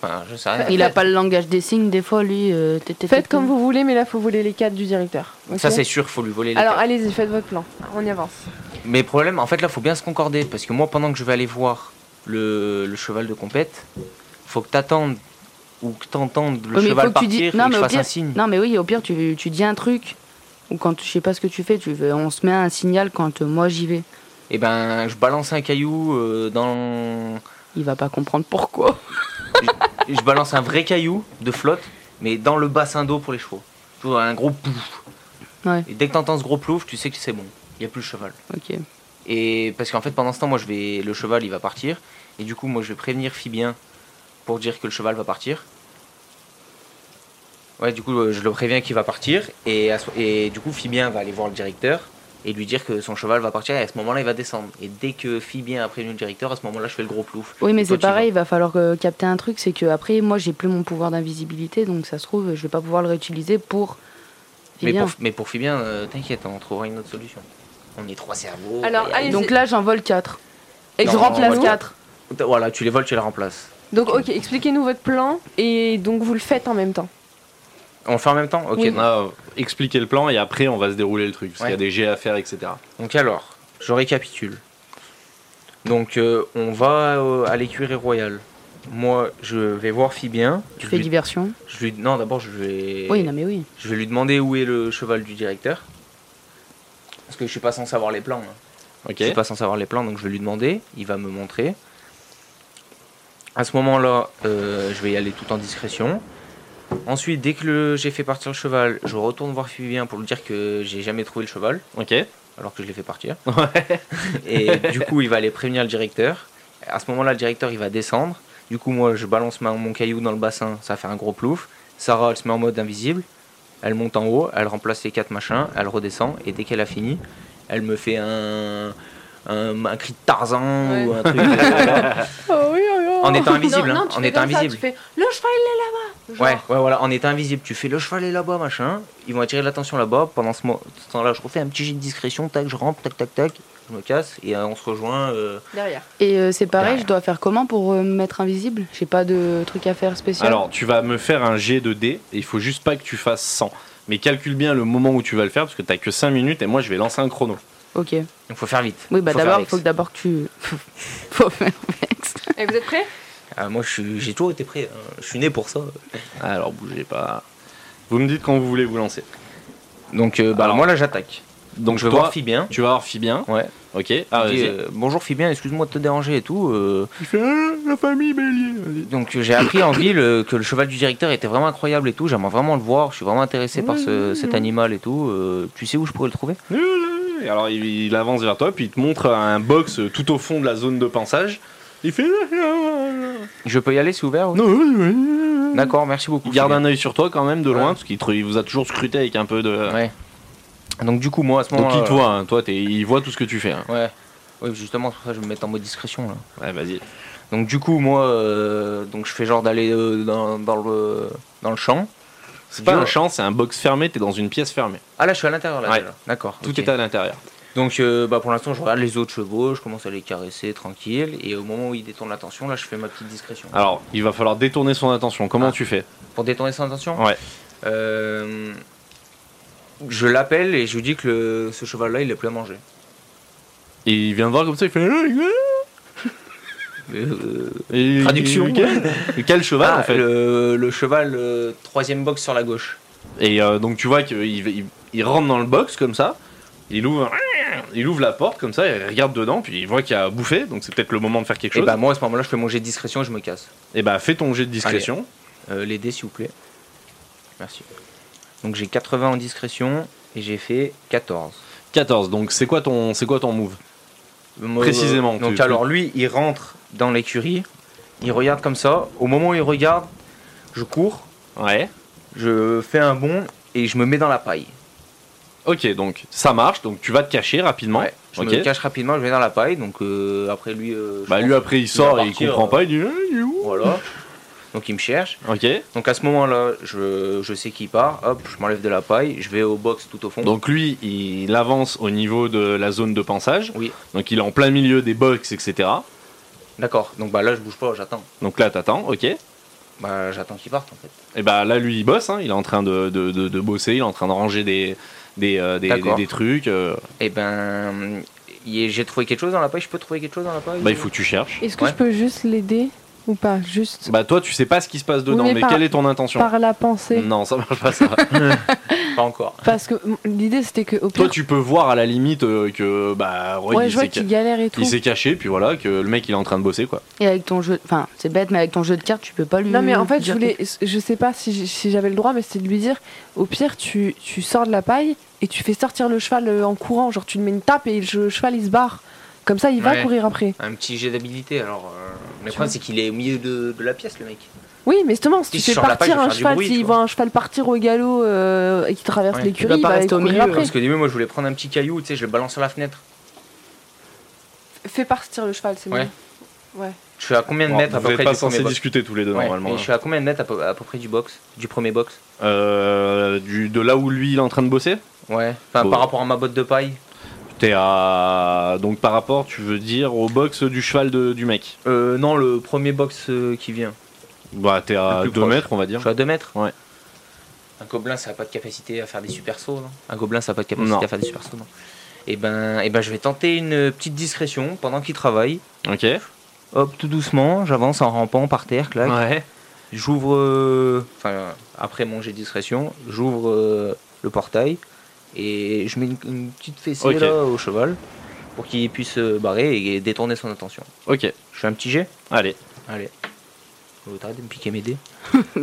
S4: Enfin, je sais rien.
S3: Il a pas le langage des signes, des fois, lui. euh, t'es- t'es-
S6: Faites
S3: t'es-
S6: comme vous voulez, mais là faut voler les quatre du directeur. ok
S4: Ça, c'est sûr, faut lui voler les
S6: Alors
S4: cartes.
S6: allez-y, faites votre plan. On y avance.
S4: Mais problème, en fait, là, faut bien se concorder. Parce que moi, pendant que je vais aller voir le, le cheval de compète, faut que t'attendes ou que t'entendes le
S3: Ouais, mais
S4: cheval
S3: faut que tu
S4: partir
S3: dis-
S4: et
S3: non,
S4: que
S3: mais
S4: je
S3: au
S4: fasse un
S3: pire-
S4: signe.
S3: Non, mais oui, au pire, tu, tu dis un truc. Ou quand tu- je sais pas ce que tu fais, tu veux, on se met un signal quand euh, moi j'y vais.
S4: Et ben, je balance un caillou euh, dans...
S3: Il va pas comprendre pourquoi. [LAUGHS]
S4: Je balance un vrai caillou de flotte, mais dans le bassin d'eau pour les chevaux. Tu vois, un gros plouf.
S3: Ouais.
S4: Et dès que t'entends ce gros plouf, tu sais que c'est bon. Il n'y a plus le cheval.
S3: Ok.
S4: Et parce qu'en fait, pendant ce temps, moi, je vais, le cheval, il va partir. Et du coup, moi, je vais prévenir Fibien pour dire que le cheval va partir. Ouais, du coup, euh, je le préviens qu'il va partir. Et, à ce- et du coup, Fibien va aller voir le directeur et lui dire que son cheval va partir. Et à ce moment-là, il va descendre. Et dès que Fibien a prévenu le directeur, à ce moment-là, je fais le gros plouf.
S3: Oui, mais
S4: Toi,
S3: c'est
S4: tu vas.
S3: pareil, il va falloir euh, capter un truc, c'est que après, moi, j'ai plus mon pouvoir d'invisibilité, donc ça se trouve, je vais pas pouvoir le réutiliser pour.
S4: Mais
S3: Fibien.
S4: pour, mais pour Fibien, euh, t'inquiète, on trouvera une autre solution. On est trois cerveaux.
S6: Alors,
S4: et-
S6: allez-
S3: Donc là, j'en vole 4. Et que
S4: Non,
S3: je
S4: on
S3: remplace
S4: vole
S3: 4.
S4: Voilà, tu les voles, tu les remplaces.
S6: Donc ok, expliquez-nous votre plan et donc vous le faites en même temps.
S4: On le fait en même temps Ok,
S6: Oui.
S2: On a expliqué le plan et après, on va se dérouler le truc, parce
S4: Ouais.
S2: qu'il y a des jets à faire, etc.
S4: Donc alors, je récapitule. Donc euh, on va euh, à l'écurie royale. Moi, je vais voir Fibien.
S3: Tu
S4: Je
S3: fais
S4: lui-
S3: diversion.
S4: je lui, non, d'abord je vais.
S3: Oui, non, mais oui.
S4: Je vais lui demander où est le cheval du directeur. Parce que je suis pas sans savoir les plans. hein.
S2: Ok.
S4: Je suis pas sans savoir les plans, donc je vais lui demander. Il va me montrer. À ce moment-là, euh, je vais y aller tout en discrétion. Ensuite, dès que le- j'ai fait partir le cheval, je retourne voir Fibien pour lui dire que j'ai jamais trouvé le cheval
S2: Ok.
S4: alors que je l'ai fait partir. Et du coup, il va aller prévenir le directeur. À ce moment-là, le directeur, il va descendre. Du coup, moi, je balance ma- mon caillou dans le bassin, ça fait un gros plouf. Sarah, elle se met en mode invisible. Elle monte en haut, elle remplace les quatre machins, elle redescend. Et dès qu'elle a fini, elle me fait un, un, un cri de Tarzan
S6: Ouais.
S4: ou un truc. Voilà.
S6: Oh oui, oh, oh.
S4: En étant invisible, hein,
S6: tu
S4: en
S6: fais
S4: étant
S6: comme ça,
S4: invisible.
S6: tu fais, le cheval il est là-bas.
S4: ouais, ouais,
S6: Genre,
S4: voilà, en étant invisible, tu fais le cheval est là-bas, machin. Ils vont attirer l'attention là-bas. Pendant ce, mo- ce temps-là, je refais un petit jet de discrétion, tac, je rentre, tac, tac, tac. Je me casse et euh, on se rejoint. euh,
S6: Derrière.
S3: Et euh, c'est pareil,
S4: Ouais.
S3: je dois faire comment pour euh, me mettre invisible J'ai pas de truc à faire spécial.
S2: Alors, tu vas me faire un G de dés et il faut juste pas que tu fasses 100. Mais calcule bien le moment où tu vas le faire parce que t'as que 5 minutes et moi je vais lancer un chrono.
S3: Ok.
S4: Donc faut faire vite.
S3: Oui, bah
S4: Faut faire
S3: d'abord, il
S4: vite.
S3: faut que d'abord que tu. [LAUGHS] faut faire vex.
S6: Et vous êtes prêts
S4: Ah, moi je suis- j'ai toujours été prêt. hein. Je suis né pour ça.
S2: Alors, bougez pas. Vous me dites quand vous voulez vous lancer.
S4: Donc euh, bah,
S2: Alors,
S4: moi là j'attaque.
S2: Donc,
S4: je vais
S2: toi,
S4: voir Fibien.
S2: tu vas voir Fibien.
S4: Ouais.
S2: Ok. Ah,
S4: Je dis,
S2: vas-y.
S4: euh, bonjour Fibien, excuse-moi de te déranger et tout. euh,
S2: Il fait, Ah, la famille Bélier. Vas-y.
S4: donc euh, j'ai appris en ville euh, que le cheval du directeur était vraiment incroyable et
S3: Mmh.
S4: tout. J'aimerais vraiment le voir. Je suis vraiment intéressé par ce- cet animal et tout. euh, tu sais où je pourrais le trouver
S2: Ah, là, là, Et alors il, il avance vers toi, puis il te montre un box tout au fond de la zone de pensage. Il fait. hein,
S4: Je peux y aller, c'est ouvert ou-
S2: Non, oui, oui.
S4: D'accord, merci beaucoup.
S2: Il garde
S4: Julien.
S2: un œil sur toi quand même de loin,
S4: Ouais.
S2: parce qu'il te- il vous a toujours scruté avec un peu de.
S4: Ouais. Donc du coup, moi à ce
S2: Donc
S4: moment-là. euh,
S2: il te voit, hein. toi t'es- il voit tout ce que tu fais. hein.
S4: Ouais. Oui, justement, c'est pour ça que je vais me mettre en mode discrétion là.
S2: Ouais, vas-y.
S4: Donc du coup, moi, euh, donc je fais genre d'aller euh, dans, dans le dans le champ.
S2: C'est pas
S4: dur.
S2: un champ, c'est un box fermé, t'es dans une pièce fermée.
S4: Ah là, je suis à l'intérieur là.
S2: Ouais.
S4: déjà. D'accord.
S2: Tout
S4: ok.
S2: est à l'intérieur.
S4: Donc euh, bah, pour l'instant, je regarde les autres chevaux, je commence à les caresser tranquille, et au moment où ils détournent l'attention, là, je fais ma petite discrétion.
S2: Alors, il va falloir détourner son attention. Comment
S4: Ah.
S2: tu fais
S4: Pour détourner son attention.
S2: Ouais.
S4: Euh, je l'appelle et je lui dis que le- ce cheval-là, il est plus à manger.
S2: Et il vient de voir comme ça, il fait. euh,
S4: Euh,
S2: Et-
S4: Traduction.
S2: Quel, quel cheval
S4: ah,
S2: en fait
S4: le, le cheval euh, troisième box sur la gauche.
S2: Et euh, donc tu vois qu'il il- il rentre dans le box comme ça, il ouvre, il ouvre la porte comme ça, il regarde dedans, puis il voit qu'il y a à bouffer, donc c'est peut-être le moment de faire quelque
S4: Et
S2: chose.
S4: bah moi, à ce moment-là, je fais mon jet de discrétion et je me casse.
S2: Et bah fais ton jet de discrétion.
S4: Euh, les dés, s'il vous plaît. Merci. Donc j'ai 80 en discrétion et j'ai fait 14.
S2: 14, donc c'est quoi ton c'est quoi ton move
S4: Euh,
S2: Précisément,
S4: donc
S2: tu-
S4: alors lui, il rentre dans l'écurie, il regarde comme ça. Au moment où il regarde, je cours,
S2: Ouais.
S4: je fais un bond et je me mets dans la paille.
S2: Ok, donc ça marche, donc tu vas te cacher rapidement.
S4: Ouais, je
S2: ok.
S4: me cache rapidement, je me mets dans la paille. Donc euh, après lui, euh, je
S2: Bah lui
S4: pense-
S2: après il sort
S4: va
S2: et il
S4: partir,
S2: comprend
S4: euh.
S2: pas, il dit Eh, il est où
S4: voilà. Donc il me cherche.
S2: Ok.
S4: Donc à ce moment-là, je, je sais qu'il part. Hop, je m'enlève de la paille, je vais au box tout au fond.
S2: Donc lui il avance au niveau de la zone de pensage.
S4: Oui.
S2: Donc il est en plein milieu des box, etc.
S4: D'accord. Donc bah là, je bouge pas, j'attends.
S2: Donc là t'attends, ok.
S4: Bah j'attends qu'il parte en fait.
S2: Et bah là, lui, il bosse, hein. il est en train de, de- de- de bosser, il est en train de ranger des, des, euh, des,
S4: D'accord.
S2: des- des trucs. euh.
S4: Eh ben, y est- j'ai trouvé quelque chose dans la paille. Je peux trouver quelque chose dans la paille
S2: Bah, il faut que tu cherches.
S6: Est-ce que
S4: Ouais.
S6: je peux juste l'aider ou pas Juste
S2: Bah, toi, tu sais pas ce qui se passe dedans,
S6: Oui, mais
S2: mais
S6: par-
S2: quelle est ton intention
S6: par la pensée.
S2: Non, ça marche pas ça.
S4: Pas encore.
S6: Parce que m- l'idée c'était que au
S2: toi,
S6: pire,
S2: tu peux voir à la limite euh, que, bah, ouais,
S6: ouais,
S2: il
S6: je vois
S2: s'est ca-
S6: qu'il galère et tout.
S2: il s'est caché, puis voilà, que le mec, il est en train de bosser, quoi.
S3: Et avec ton jeu, enfin, c'est bête, mais avec ton jeu de cartes, tu peux pas lui.
S6: Non mais en fait Hmm, je
S3: dire
S6: voulais, je sais pas si j- si j'avais le droit, mais c'était de lui dire, au pire tu, tu sors de la paille et tu fais sortir le cheval euh, en courant, genre tu lui mets une tape et le cheval il se barre. Comme ça il va
S4: Ouais.
S6: courir après.
S4: Un petit jet d'habilité. Alors, euh, le
S6: Tu vois.
S4: problème c'est qu'il est au milieu de, de la pièce, le mec.
S6: Oui mais justement si
S4: Si
S6: tu
S4: je
S6: fais
S4: sors de la paille,
S6: partir
S4: je vais
S6: un
S4: faire du
S6: cheval,
S4: bruit, tu
S6: s'il
S4: vois.
S6: voit un cheval partir au galop euh, et qui traverse
S4: Ouais.
S3: Tu vas
S6: l'écurie, bah,
S3: pas
S6: il va
S3: rester au
S6: courir
S3: milieu,
S6: après.
S4: Parce que début, moi, je voulais prendre un petit caillou. Tu sais, je le balance à la fenêtre.
S6: Fais partir le cheval, c'est
S4: Ouais.
S6: mieux. Ouais.
S4: Je suis à combien de
S2: Alors,
S4: mètres à
S2: vous
S4: peu
S2: n'êtes
S4: près
S2: pas
S4: du
S2: censé
S4: premier box
S2: discuter tous les deux,
S4: Ouais,
S2: normalement. hein.
S4: et je suis à combien de mètres à peu, à peu près du box Du premier box
S2: Euh, du, de là où lui, il est en train de bosser
S4: Ouais. Enfin,
S2: Bon.
S4: par rapport à ma botte de paille
S2: T'es à. Donc, par rapport, tu veux dire, au box du cheval de- du mec
S4: euh, Non, le premier box euh, qui vient.
S2: Bah, t'es à
S4: Le plus
S2: 2
S4: proche.
S2: mètres, on va
S4: Je
S2: dire.
S4: suis à 2 mètres
S2: Ouais.
S4: Un gobelin, ça n'a pas de capacité à faire des super sauts, non Un gobelin, ça n'a pas de capacité
S2: Non.
S4: à faire des super sauts, non Eh ben, eh ben, je vais tenter une petite discrétion pendant qu'il travaille.
S2: Ok.
S4: Hop, tout doucement, j'avance en rampant par terre, clac.
S2: Ouais.
S4: J'ouvre. euh, Enfin, après mon jet de discrétion, j'ouvre euh, le portail et je mets une, une petite fessée
S2: Ok.
S4: là, au cheval pour qu'il puisse euh, barrer et détourner son attention.
S2: Ok,
S4: Je fais un petit jet
S2: allez.
S4: Allez. Oh, T'arrêtes de me piquer mes dés.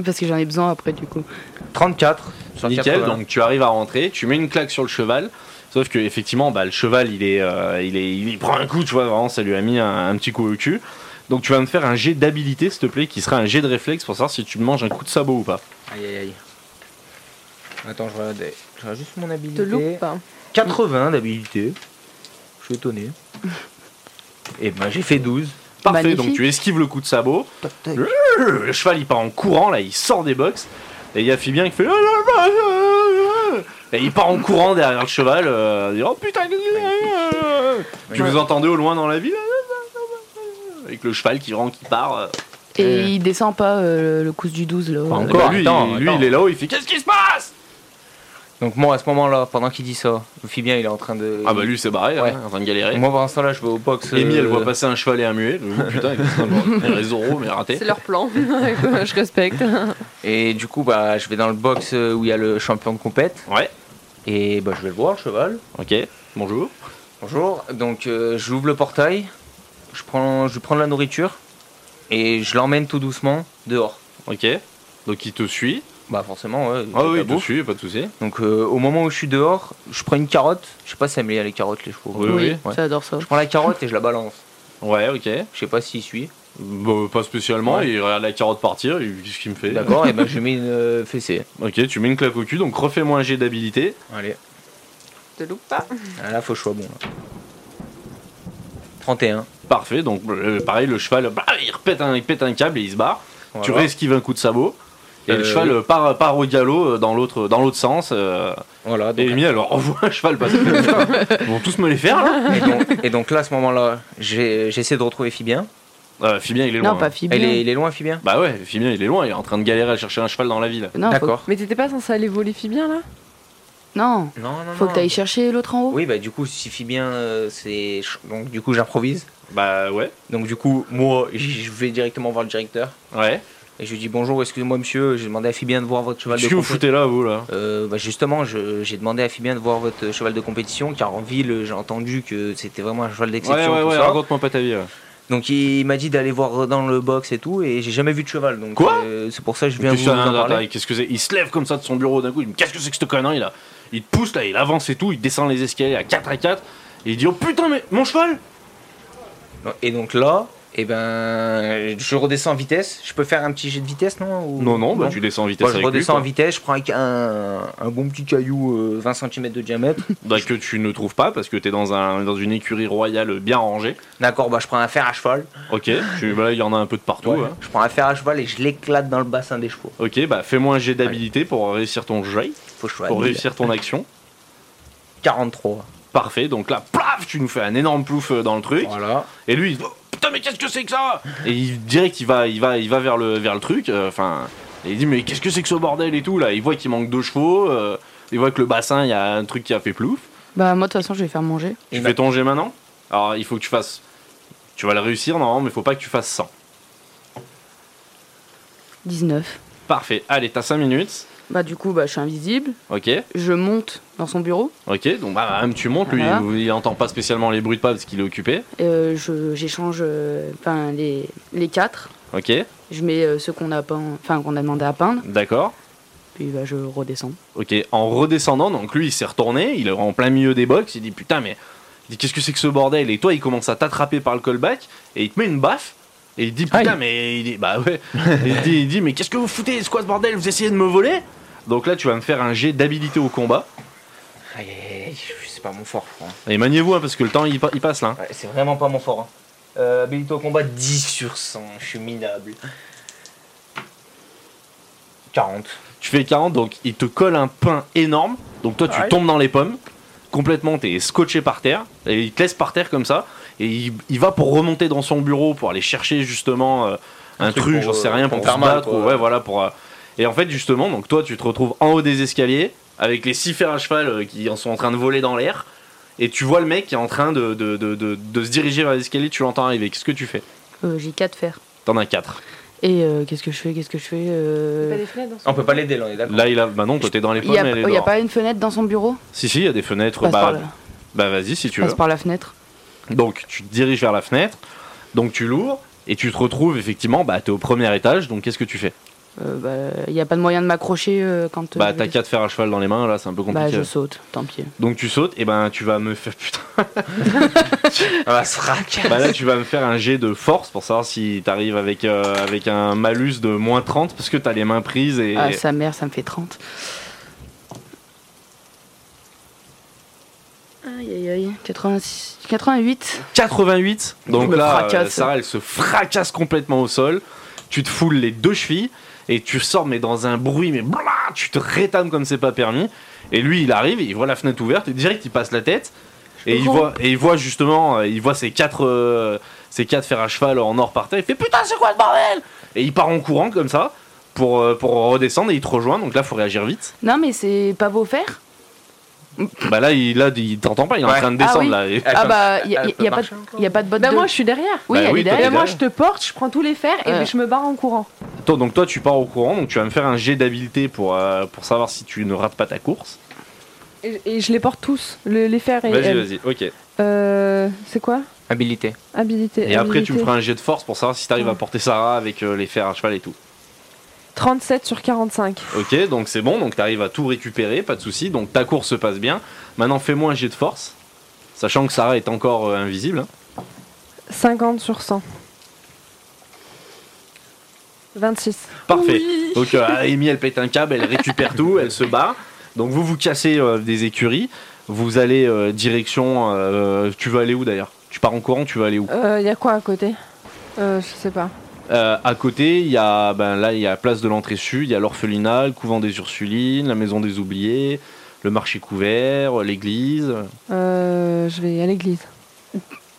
S3: Parce que j'en ai besoin après, du coup.
S4: 34 sur
S2: Nickel,
S4: 80.
S2: donc tu arrives à rentrer, tu mets une claque sur le cheval, sauf que effectivement, bah, le cheval, il est, euh, il est, il prend un coup, tu vois, vraiment, ça lui a mis un, un petit coup au cul. Donc tu vas me faire un jet d'habilité, s'il te plaît, qui sera un jet de réflexe pour savoir si tu manges un coup de sabot ou pas.
S4: Aïe aïe aïe. Attends, je regarde. Je regarde juste mon
S6: Te
S4: habilité.
S6: loupe.
S4: 80 d'habilité. Je suis
S6: [LAUGHS]
S4: étonné. Et ben j'ai fait 12.
S2: Parfait,
S3: Magnifique.
S2: donc tu esquives le coup de sabot. Le cheval, il part en courant, là, il sort des box, et il y a Fibien qui fait. Ah, Et il part en courant derrière le cheval, euh, il dit, oh putain, ah, tu vous entendez au loin dans la ville ah, avec le cheval qui rend, qui part. euh,
S3: Et
S4: Euh.
S3: il descend pas euh, le coup du 12 là.
S2: Pas
S4: Ouais.
S2: encore.
S4: Bah,
S2: Eh ben, lui,
S4: attends,
S2: il- lui,
S4: attends.
S2: il est là-haut, il fait Qu'est-ce qui se passe
S4: Donc moi à ce moment-là, pendant qu'il dit ça, le Fibien il est en train de.
S2: Ah, bah lui, c'est barré,
S4: Ouais.
S2: hein, en train de galérer.
S4: Moi pendant ce temps-là je vais au box. euh,
S2: Amy, elle voit passer un cheval et un muet. Elle dit, Putain, qu'est-ce [LAUGHS] que c'est Les oraux, mais raté.
S6: leur plan. [LAUGHS] je respecte.
S4: Et du coup bah je vais dans le box euh, où il y a le champion de compète.
S2: Ouais,
S4: Et bah je vais le voir le cheval.
S2: ok, bonjour.
S4: Bonjour. Donc euh, j'ouvre le portail, je prends, je lui prends de la nourriture et je l'emmène tout doucement dehors.
S2: Ok, donc il te suit.
S4: Bah forcément, ouais.
S2: Ah
S4: t'as
S2: oui,
S4: la bouffe.
S2: dessus, pas de souci.
S4: Donc euh, au moment où je suis dehors, je prends une carotte. Je sais pas si ça met les carottes, les chevaux.
S2: Oui, oui.
S4: Ouais.
S3: J'adore ça.
S4: Je prends la carotte et je la balance.
S2: Ouais, ok.
S4: Je sais pas s'il suit.
S2: Bah, pas spécialement,
S4: Ouais.
S2: il regarde la carotte partir, il- qu'est-ce qu'il me fait
S4: D'accord, et ben
S2: [LAUGHS]
S4: je mets une euh, fessée.
S2: Ok, tu mets une claque au cul, donc refais-moi un jet d'habilité.
S4: Allez,
S6: Te loupe pas.
S4: Ah, là faut que je sois bon. là. 31.
S2: Parfait, donc euh, pareil, le cheval, bah, il, repète un, il pète un câble et il se barre. Tu
S4: Voilà.
S2: réesquives un coup de sabot. Et le
S4: Euh,
S2: cheval euh, part, part au galop euh, dans l'autre dans l'autre sens. euh,
S4: Voilà,
S2: et
S4: donc
S2: Amy, elle leur envoie un cheval passer. [LAUGHS] Ils vont tous me les faire là [LAUGHS]
S4: Et donc, et donc là, à ce moment-là, j'ai- j'essaie de retrouver Fibien. Ah,
S2: euh, Fibien, il est loin.
S3: Non, pas
S2: hein.
S3: Phoebe.
S4: Il est, il est loin, Fibien
S2: Bah ouais, Fibien, il est loin, il est en train de galérer à chercher un cheval dans la ville.
S3: Non, faut-
S4: D'accord.
S6: [LAUGHS] Mais t'étais pas censé aller voler Fibien là
S3: Non,
S4: Non, non,
S3: faut que
S4: non.
S3: t'ailles chercher l'autre en haut.
S4: Oui, bah du coup, si Fibien, euh, c'est. Donc du coup, j'improvise.
S2: Bah ouais,
S4: Donc du coup, moi, j- je vais directement voir le directeur.
S2: ouais.
S4: Et je lui dis bonjour, excusez-moi monsieur, j'ai demandé à Fibien de voir votre
S3: Bah,
S4: cheval
S2: Qu'est-ce
S4: de
S2: que vous foutez
S4: compétition.
S2: là, vous là
S4: Euh, bah justement, je- j'ai demandé à Fibien de voir votre cheval de compétition, car en ville, j'ai entendu que c'était vraiment un cheval
S2: Ouais,
S4: d'exception.
S2: ouais,
S4: tout
S2: ouais,
S4: ça.
S2: raconte-moi pas ta vie. ouais.
S4: Donc il m'a dit d'aller voir dans le box et tout, et j'ai jamais vu de cheval. Donc
S2: Quoi
S4: euh, C'est pour ça que je viens
S2: Qu'est-ce
S4: vous
S2: que-
S4: en
S2: attends,
S4: parler.
S2: attends, qu'est-ce que c'est Il se lève comme ça de son bureau d'un coup, il me dit Qu'est-ce que c'est que cette connerie là Il te pousse là, il avance et tout, il descend les escaliers à 4 à 4 et il dit Oh putain, mais mon cheval
S4: Et donc là, eh ben, je redescends en vitesse. Je peux faire un petit jet de vitesse, non ou-
S2: Non, non, bah tu descends en vitesse
S4: Moi, je
S2: avec lui.
S4: redescends
S2: quoi.
S4: en vitesse, je prends avec un, un bon petit caillou euh, 20 cm
S2: [LAUGHS]
S4: de diamètre.
S2: Bah, que tu ne trouves pas parce que t'es dans, un, dans une écurie royale bien rangée.
S4: D'accord, bah, je prends un fer à cheval.
S2: Ok, tu, bah, là il y en a un peu de partout.
S4: Ouais.
S2: hein.
S4: Je prends un fer à cheval et je l'éclate dans le bassin des chevaux.
S2: Ok, bah fais-moi un jet d'habilité pour réussir ton jet,
S4: Faut que je sois
S2: pour
S4: habile.
S2: réussir ton action.
S4: 43.
S2: Parfait, donc là, plaf, tu nous fais un énorme plouf euh, dans le truc.
S4: Voilà.
S2: Et lui, il dit, Oh, putain, mais qu'est-ce que c'est que ça Et il, direct, il va, il va, il va vers le, vers le truc. euh, Enfin, et il dit, mais qu'est-ce que c'est que ce bordel et tout là Il voit qu'il manque deux chevaux. euh, il voit que le bassin, il y a un truc qui a fait plouf.
S3: Bah, moi, de toute façon, je vais faire manger.
S2: Tu
S4: Et
S2: fais ton jet maintenant Alors, il faut que tu fasses. Tu vas le réussir, non Mais faut pas que tu fasses 100.
S3: 19.
S2: Parfait. Allez, t'as 5 minutes.
S3: Bah, du coup, bah, je suis invisible.
S2: Ok,
S3: Je monte dans son bureau.
S2: ok. Donc, bah, même tu montes, lui,
S3: Voilà.
S2: il, il entend pas spécialement les bruits de pas parce qu'il est occupé.
S3: Euh, je- J'échange euh, enfin, les, les quatre.
S2: Ok,
S3: Je mets euh, ceux qu'on a, peint- enfin, qu'on a demandé à peindre.
S2: d'accord.
S3: Puis, bah, je redescends.
S2: Ok, en redescendant, donc lui il s'est retourné, il est en plein milieu des box, il dit putain mais il dit, qu'est-ce que c'est que ce bordel Et toi il commence à t'attraper par le callback et il te met une baffe et il dit putain
S7: Aïe.
S2: mais il dit bah ouais, [LAUGHS] il dit il dit mais qu'est-ce que vous foutez C'est quoi ce bordel Vous essayez de me voler Donc là tu vas me faire un jet d'habilité au combat
S4: Aïe, aïe, aïe, c'est pas mon fort, franc.
S2: et maniez-vous hein, parce que le temps il, pa- il passe là. hein.
S4: Ouais, c'est vraiment pas mon fort. hein. Euh, habilité au combat 10 sur 100, je suis minable. 40.
S2: Tu fais 40 donc il te colle un pain énorme donc toi tu
S4: Aïe.
S2: tombes dans les pommes complètement t'es scotché par terre et il te laisse par terre comme ça et il, il va pour remonter dans son bureau pour aller chercher justement euh, un,
S4: truc
S2: truc,
S4: pour,
S2: j'en sais
S4: euh,
S2: rien
S4: pour
S2: pour,
S4: faire
S2: se
S4: mal,
S2: battre
S4: quoi,
S2: ou-
S4: ouais.
S2: ouais voilà pour euh, et en fait justement donc toi tu te retrouves en haut des escaliers avec les six fers à cheval euh, qui en sont en train de voler dans l'air et tu vois le mec qui est en train de, de, de- de- de se diriger vers l'escalier tu l'entends arriver qu'est-ce que tu fais
S3: Euh, J'ai quatre fers.
S2: t'en as 4
S3: Et euh, qu'est-ce que je fais Qu'est-ce que je fais Euh,
S6: T'as des fenêtres dans ce
S4: On peut pas l'aider là, on est d'accord.
S2: là il a bah non toi t'es dans les
S3: Il
S2: pommes
S3: n'y a,
S2: elle est
S3: oh, y a
S2: dehors.
S3: pas une fenêtre dans son bureau
S2: si si il y a des fenêtres
S3: passe, par
S2: bah,
S3: la,
S2: bah vas-y si tu veux
S3: passe par la fenêtre.
S2: Donc tu te diriges vers la fenêtre, donc tu l'ouvres et tu te retrouves effectivement, bah t'es au premier étage, donc qu'est-ce que tu fais
S3: Euh, bah, Il n'y a pas de moyen de m'accrocher euh, quand. euh,
S2: Bah
S3: je
S2: t'as
S3: vais-
S2: qu'à te faire à cheval dans les mains, là c'est un peu
S3: Bah,
S2: compliqué.
S3: je saute, tant pis.
S2: Donc tu sautes et ben tu vas me faire
S3: [LAUGHS]
S2: putain.
S4: Ah, se fracasse.
S2: Bah là tu vas me faire un jet de force pour savoir si t'arrives avec euh, avec un malus de moins 30 parce que t'as les mains prises et
S3: Ah, sa mère, ça me fait 30. Aïe aïe aïe, 86 88.
S2: 88.
S3: Je
S2: Donc
S3: me
S2: là
S3: fracasse.
S2: euh, Sarah elle se fracasse complètement au sol. Tu te foules les deux chevilles et tu sors mais dans un bruit mais blah, tu te rétames comme c'est pas permis. Et lui il arrive, il voit la fenêtre ouverte et direct il passe la tête. Et il, voit, et il voit justement, euh, il voit ces quatre, euh, ces quatre fers à cheval en or par terre. Il fait putain, c'est quoi le bordel Et il part en courant comme ça pour, euh, pour redescendre et il te rejoint. Donc là, faut réagir vite.
S3: Non, mais c'est pas beau faire
S2: Bah là, il, là, il t'entend pas, il est en
S4: Ouais.
S2: train de
S3: Ah
S2: descendre
S3: oui.
S2: là. Et-
S3: Ah
S6: Euh,
S3: bah, il n'y a,
S4: elle
S3: y a
S4: peut
S3: pas
S4: marcher
S3: de- y a pas de botte
S6: Bah
S3: de-
S6: moi je suis derrière.
S3: Oui,
S2: Bah
S3: elle
S2: oui,
S3: est
S2: toi,
S6: Et
S2: t'es
S3: derrière.
S6: moi je te porte, je prends tous les fers et
S3: Ouais.
S6: je me barre en courant.
S2: Toi, donc toi, tu pars au courant, donc tu vas me faire un jet d'habileté pour, euh, pour savoir si tu ne rates pas ta course.
S6: Et, et je les porte tous, le- les fers et
S2: Vas-y,
S6: elle.
S2: vas-y, ok.
S6: Euh, c'est quoi
S4: Habilité.
S6: Habilité.
S2: Et après, tu me
S6: habilité.
S2: feras un jet de force pour savoir si t'arrives à porter Sarah avec euh, les fers à cheval et tout.
S6: 37 sur 45.
S2: Ok, donc c'est bon, donc t'arrives à tout récupérer, pas de souci. Donc ta course se passe bien. Maintenant, fais-moi un jet de force, sachant que Sarah est encore euh, invisible. hein.
S6: 50 sur 100. 26.
S2: Parfait. Donc euh, Amy, elle pète un câble, elle récupère tout, elle se bat. Donc vous vous cassez euh, des écuries. Vous allez euh, direction. euh, tu veux aller où d'ailleurs Tu pars en courant, tu veux aller où
S6: Il y a quoi à côté euh, Je sais pas.
S2: Euh, À côté, il y a ben là, il y a la place de l'entrée sud, il y a l'orphelinat, le couvent des Ursulines, la maison des oubliés, le marché couvert, l'église.
S6: Euh, je vais à l'église.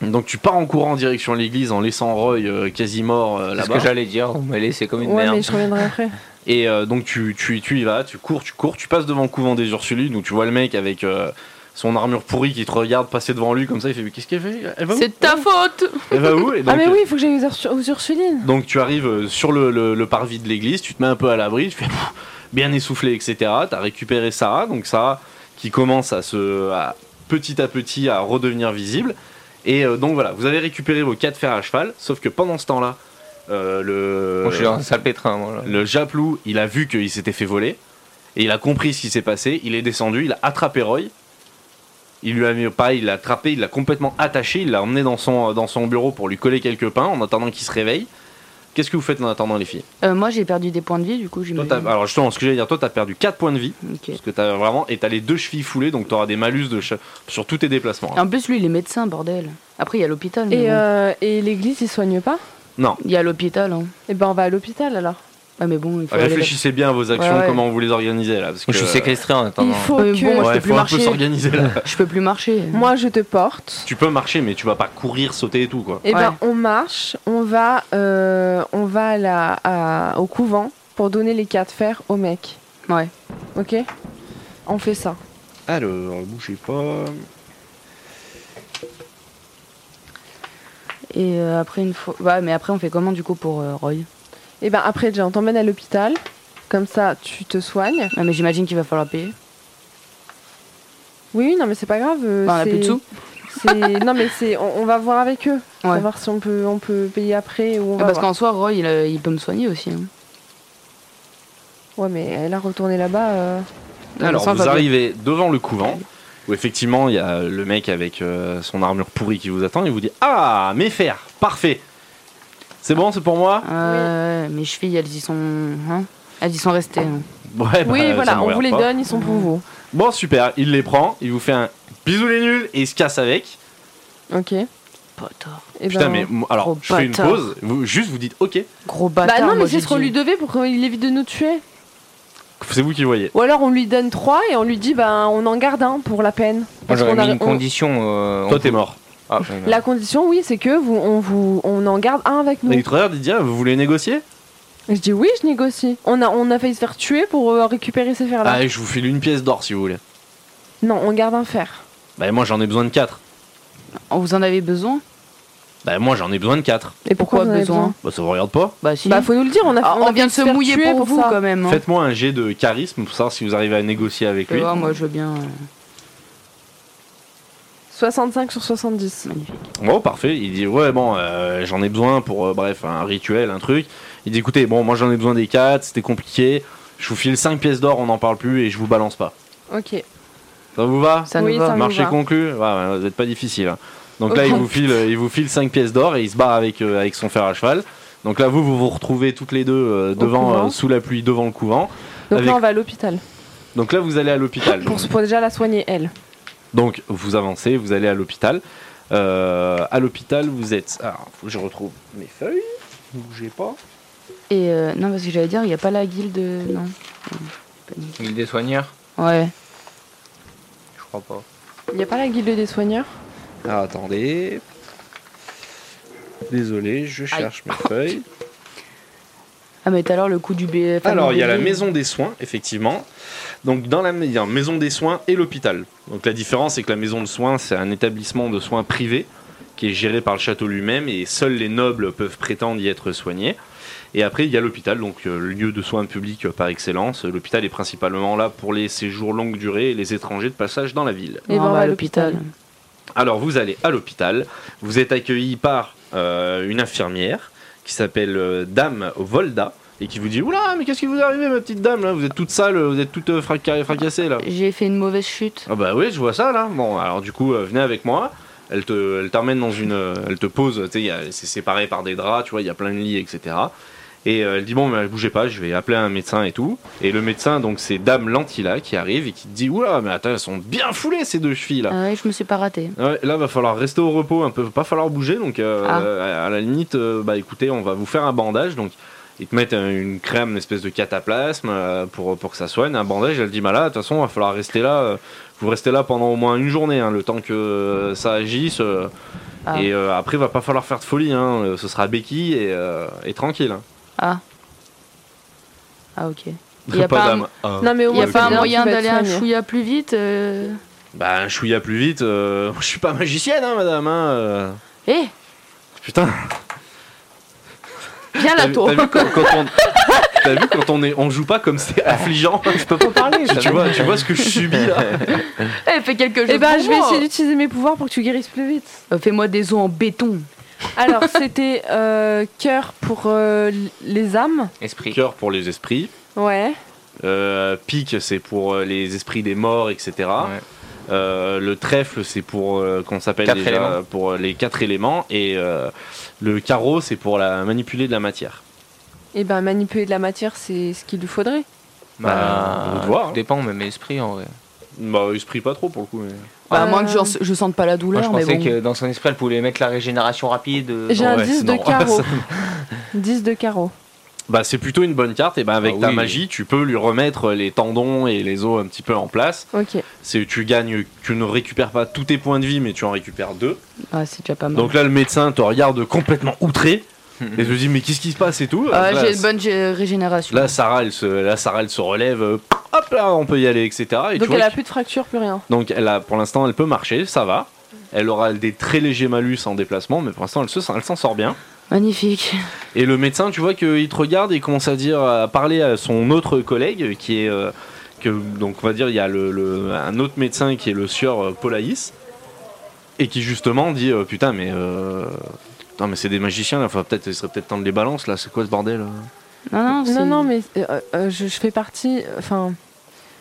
S2: Donc tu pars en courant en direction l'église en laissant Roy euh, quasi mort euh,
S4: C'est ce
S2: là-bas.
S4: que j'allais dire. On m'a laissé comme une
S6: Ouais,
S4: merde.
S6: mais je
S2: [LAUGHS]
S6: reviendrai après.
S2: Et euh, donc tu, tu, tu y vas, tu cours, tu cours, tu passes devant le couvent des Ursulines où tu vois le mec avec euh, son armure pourrie qui te regarde passer devant lui comme ça, il fait mais qu'est-ce qu'elle fait Elle va où
S3: C'est de ta faute
S2: Elle va où Et donc, euh,
S6: ah, mais oui, il faut que j'aille aux, Ursu- aux Ursulines.
S2: donc tu arrives euh, sur le, le- le parvis de l'église, tu te mets un peu à l'abri, tu fais pff, bien essoufflé, etc. T'as récupéré Sarah, donc Sarah qui commence à se à, petit à petit à redevenir visible. Et euh, donc voilà, vous avez récupéré vos quatre fers à cheval, sauf que pendant ce temps-là, euh, le
S4: Moi, je suis un sale pétrin, moi. là.
S2: le Japlou, il a vu qu'il s'était fait voler. Et il a compris ce qui s'est passé. Il est descendu, il a attrapé Roy. Il lui a mis pas, il l'a attrapé, il l'a complètement attaché. Il l'a emmené dans son, dans son bureau pour lui coller quelques pains en attendant qu'il se réveille. Qu'est-ce que vous faites en attendant, les filles
S3: Euh, Moi, j'ai perdu des points de vie, du coup,
S2: Toi,
S3: j'imagine.
S2: t'as- Alors, justement, ce que j'allais dire, toi, t'as perdu 4 points de vie.
S3: Ok.
S2: Parce que t'as vraiment. Et t'as les deux chevilles foulées, donc t'auras des malus de cha- sur tous tes déplacements. hein.
S3: En plus, lui, il est médecin, bordel. Après, il y a l'hôpital. mais
S6: Et,
S3: bon.
S6: euh, et l'église, ils soignent pas
S3: Il y a l'hôpital, hein.
S6: Eh ben, on va à l'hôpital alors.
S3: Ah, Ouais, mais bon, il
S2: Ah,
S3: faut. aller
S2: Réfléchissez bien à vos actions,
S3: Ouais, ouais.
S2: comment vous les organisez là. Parce que
S4: Moi, je suis séquestré en attendant.
S6: Il faut
S3: Euh,
S6: que.
S3: bon,
S2: Ouais,
S3: Moi, je
S2: faut
S3: peux plus
S2: un peu
S3: marcher.
S2: s'organiser là.
S3: [LAUGHS] là. Je peux plus marcher.
S6: Moi, je te porte.
S2: tu peux marcher, mais tu vas pas courir, sauter et tout quoi.
S6: Eh ben,
S3: Ouais.
S6: on marche. On va, euh, on va à la- à- au couvent pour donner les quatre fers au mec.
S3: Ouais.
S6: Ok On fait ça.
S8: Alors, bougez pas.
S3: Et euh, après, une fois. Ouais, mais après, on fait comment, du coup, pour euh, Roy
S6: Et ben après, déjà, on t'emmène à l'hôpital. Comme ça, tu te soignes.
S3: Ouais, mais j'imagine qu'il va falloir payer.
S6: Oui, oui, non, mais c'est pas grave. euh,
S3: Enfin, on a plus de
S6: c'est-
S3: sous.
S6: c'est- [LAUGHS] non, mais c'est, on, on va voir avec eux. On va
S3: Ouais.
S6: voir si on peut, on peut payer après ou on va
S3: Parce
S6: voir.
S3: qu'en soi, Roy, il, euh, il peut me soigner aussi. hein.
S6: Ouais, mais elle a retourné là-bas. euh,
S3: Ah,
S2: Alors,
S3: ça
S2: vous
S3: va bien.
S2: arrivez devant le couvent, où effectivement, il y a le mec avec euh, son armure pourrie qui vous attend. Il vous dit Ah, mes fers, parfait. C'est bon, c'est pour moi
S3: Euh, Mes chevilles, elles y sont. hein elles y sont restées. hein.
S2: Ouais, bah,
S6: Oui,
S2: ça
S6: voilà, on
S2: m'emmerde
S6: vous les
S2: pas.
S6: donne, ils sont pour vous.
S2: Bon, super, il les prend, il vous fait un bisou les nuls et il se casse avec.
S6: Ok. Eh Et
S3: Pas tort.
S6: Eh ben,
S2: Putain, mais m- alors,
S3: gros
S2: je fais une
S3: bâtard.
S2: pause, vous, juste vous dites Ok,
S3: Gros
S6: Bah
S3: bâtard.
S6: non,
S3: moi,
S6: mais c'est
S3: j'ai
S6: ce qu'on
S3: dit.
S6: lui devait pour qu'il évite de nous tuer.
S2: c'est vous qui voyez.
S6: Ou alors on lui donne trois et on lui dit, ben on en garde un pour la peine.
S4: Moi,
S6: Parce
S4: j'aurais
S6: qu'on a-
S4: mis une
S6: on-
S4: condition. euh,
S2: Toi,
S4: on-
S2: t'es mort.
S4: Ah, ouais, merde.
S6: La condition, oui, c'est que vous, on, vous, on en garde un avec nous.
S2: Et il te regarde, il dit Ah, vous voulez négocier
S6: Et Je dis oui, je négocie. On a, on a failli se faire tuer pour euh, récupérer ces fers-là.
S2: Ah, je vous file une pièce d'or si vous voulez.
S6: Non, on garde un fer.
S2: Bah, moi j'en ai besoin de 4.
S3: Oh, Vous en avez besoin
S2: Bah, moi j'en ai besoin de 4.
S6: Et
S3: Pourquoi besoin
S2: Bah, ça vous regarde pas
S3: Bah si.
S6: Bah faut nous le dire, on a,
S3: Ah,
S6: a
S3: on vient de
S6: failli
S3: se
S6: faire
S3: mouiller
S6: tuer
S3: pour, vous
S6: ça.
S3: quand même. hein.
S2: Faites-moi un jet de charisme pour savoir si vous arrivez à négocier avec
S3: Tu
S2: lui.
S3: vois, moi je veux bien. euh,
S6: 65 sur 70.
S3: magnifique.
S2: Bon, Oh, parfait. Il dit Ouais, bon, euh, j'en ai besoin pour, euh, bref, un rituel, un truc. Il dit Écoutez, bon, moi j'en ai besoin des 4, c'était compliqué. Je vous file 5 pièces d'or, on n'en parle plus et je vous balance pas.
S6: Ok.
S2: Ça vous va
S3: Ça
S6: Oui,
S3: nous va.
S6: ça me
S2: Marché
S6: va.
S2: conclu Ouais, ouais, vous êtes pas difficile. hein. Donc là,
S6: Ok.
S2: il vous file, euh, il vous file 5 pièces d'or et il se barre avec, euh, avec son fer à cheval. Donc là, vous, vous vous retrouvez toutes les deux euh, devant,
S6: couvent.
S2: euh, sous la pluie, devant le couvent.
S6: Donc
S2: Avec-
S6: là on va à l'hôpital.
S2: Donc là, vous allez à l'hôpital.
S6: Pour, se- pour déjà la soigner elle.
S2: Donc vous avancez, vous allez à l'hôpital. Euh, à l'hôpital, vous êtes. Alors, faut que je retrouve mes feuilles. Bougez pas.
S3: Et euh, non, parce que j'allais dire, il n'y a pas la guilde. euh, Non.
S4: Guilde des soigneurs
S3: Ouais.
S4: Je crois pas.
S6: Il n'y a pas la guilde des soigneurs
S8: Ah, attendez. Désolé, je cherche mes feuilles.
S3: Ah, mais tout à l'heure, le coup du euh, BF.
S2: Alors, il y a la maison des soins, effectivement. Donc, dans la il y a maison des soins et l'hôpital. Donc, la différence, c'est que la maison de soins, c'est un établissement de soins privé qui est géré par le château lui-même et seuls les nobles peuvent prétendre y être soignés. Et après, il y a l'hôpital, donc euh, le lieu de soins publics euh, par excellence. L'hôpital est principalement là pour les séjours longue durée et les étrangers de passage dans la ville.
S6: Eh ben, on va à
S3: à l'hôpital.
S2: Alors vous allez à l'hôpital, vous êtes accueilli par euh, une infirmière qui s'appelle euh, Dame Volda, et qui vous dit Oula, mais qu'est-ce qui vous arrive, ma petite dame là Vous êtes toute sale, vous êtes toute euh, fracca- fracassée là.
S3: J'ai fait une mauvaise chute.
S2: Ah bah oui, je vois ça là. Bon, alors du coup, euh, venez avec moi. Elle te, elle t'emmène dans une, euh, elle te pose. Tu sais, il y a- c'est séparé par des draps, tu vois, il y a plein de lits, etc. Et euh, elle dit bon, mais bougez pas, je vais appeler un médecin et tout. Et le médecin, donc c'est Dame Lantila qui arrive et qui te dit oula, mais attends, elles sont bien foulées ces deux chevilles là.
S3: Ah ouais, je me suis pas ratée.
S2: Ouais, là, va falloir rester au repos un peu, va pas falloir bouger. Donc, euh,
S6: Ah.
S2: à, à la limite, euh, bah écoutez, on va vous faire un bandage. Donc, ils te mettent un- une crème, une espèce de cataplasme euh, pour, pour que ça soigne. Un bandage, elle dit, bah là, de toute façon, va falloir rester là. euh, vous restez là pendant au moins une journée, hein, le temps que euh, ça agisse. euh,
S3: Ah.
S2: Et euh, après, va pas falloir faire de folie. hein, euh, ce sera béquille et, euh, et tranquille. hein.
S3: Ah. Ah, ok.
S2: [LAUGHS]
S3: Y a pas un-
S2: d'âme. Ah.
S6: Non, mais au
S3: Il n'y
S6: moins,
S3: a
S6: c'est
S3: pas
S6: bien,
S3: un
S6: tu
S3: moyen
S6: vas te
S3: d'aller un
S6: soigner.
S3: chouïa plus vite euh
S2: Bah, un chouïa plus vite. euh, [LAUGHS] je suis pas magicienne, hein, madame. hein, euh.
S3: Eh,
S2: Putain.
S3: viens
S2: T'as
S3: là,
S2: vu-
S3: toi
S2: T'as vu quand, quand on... t'as vu quand on est, on joue pas comme c'est affligeant. Je peux pas parler. Ah, Tu, vois, tu vois ce que je subis [LAUGHS] là.
S3: [LAUGHS] Eh, fais quelque chose
S6: Eh ben,
S3: pour
S6: je vais
S3: moi.
S6: essayer d'utiliser mes pouvoirs pour que tu guérisses plus vite.
S3: Euh, Fais-moi des os en béton.
S6: Alors, c'était euh, cœur pour euh, les âmes.
S4: Esprit.
S2: Cœur pour les esprits.
S6: Ouais.
S2: Euh, pique c'est pour euh, les esprits des morts, etc.
S4: Ouais.
S2: Euh, le trèfle c'est pour euh, qu'on s'appelle
S4: Quatre
S2: déjà
S4: éléments.
S2: pour euh, les quatre éléments et euh, le carreau c'est pour la manipuler de la matière.
S6: Et ben, manipuler de la matière, c'est ce qu'il lui faudrait.
S2: Bah, on va
S4: tout
S2: voir, hein.
S4: euh, dépend, même esprit en vrai.
S2: Bah esprit pas trop pour le coup. mais-
S3: Bah, à
S6: Euh,
S3: moins que je, je sente pas la
S4: Moi,
S3: douleur,
S4: je pensais
S3: mais bon.
S4: que dans son esprit, elle pouvait mettre la régénération rapide. euh,
S6: J'ai un
S2: ouais,
S6: 10
S2: c'est [LAUGHS]
S6: de
S2: normal,
S6: carreau.
S2: ça.
S6: 10 de carreau.
S2: Bah, c'est plutôt une bonne carte. Et ben avec
S4: Ah
S2: ta
S4: oui.
S2: magie, tu peux lui remettre les tendons et les os un petit peu en place.
S6: Ok.
S2: C'est tu gagnes, tu ne récupères pas tous tes points de vie, mais tu en récupères deux.
S3: Ah, c'est déjà pas mal.
S2: Donc là, le médecin te regarde complètement outré et te dit mais qu'est-ce qui se passe et tout.
S3: Ah,
S2: là,
S3: j'ai une bonne gé- régénération.
S2: là, Sarah, elle se, là, Sarah, elle se relève. euh, Hop là, on peut y aller, etc. Et tu
S6: Donc,
S2: vois
S6: elle a
S2: que-
S6: plus de fracture, plus rien.
S2: donc elle a, pour l'instant, elle peut marcher, ça va. Elle aura des très légers malus en déplacement, mais pour l'instant, elle se sent- elle s'en sort bien.
S3: Magnifique.
S2: Et le médecin, tu vois qu'il te regarde et commence à dire, à parler à son autre collègue qui est, euh, que, donc on va dire, il y a le, le- un autre médecin qui est le sieur euh, Polaïs et qui justement dit, euh, putain mais, euh, putain, mais c'est des magiciens là, Enfin, peut-être, il serait peut-être temps de les balances là, c'est quoi ce bordel euh
S3: Non, non, c'est-
S6: Non, non, mais euh, euh, je, je fais partie. Enfin,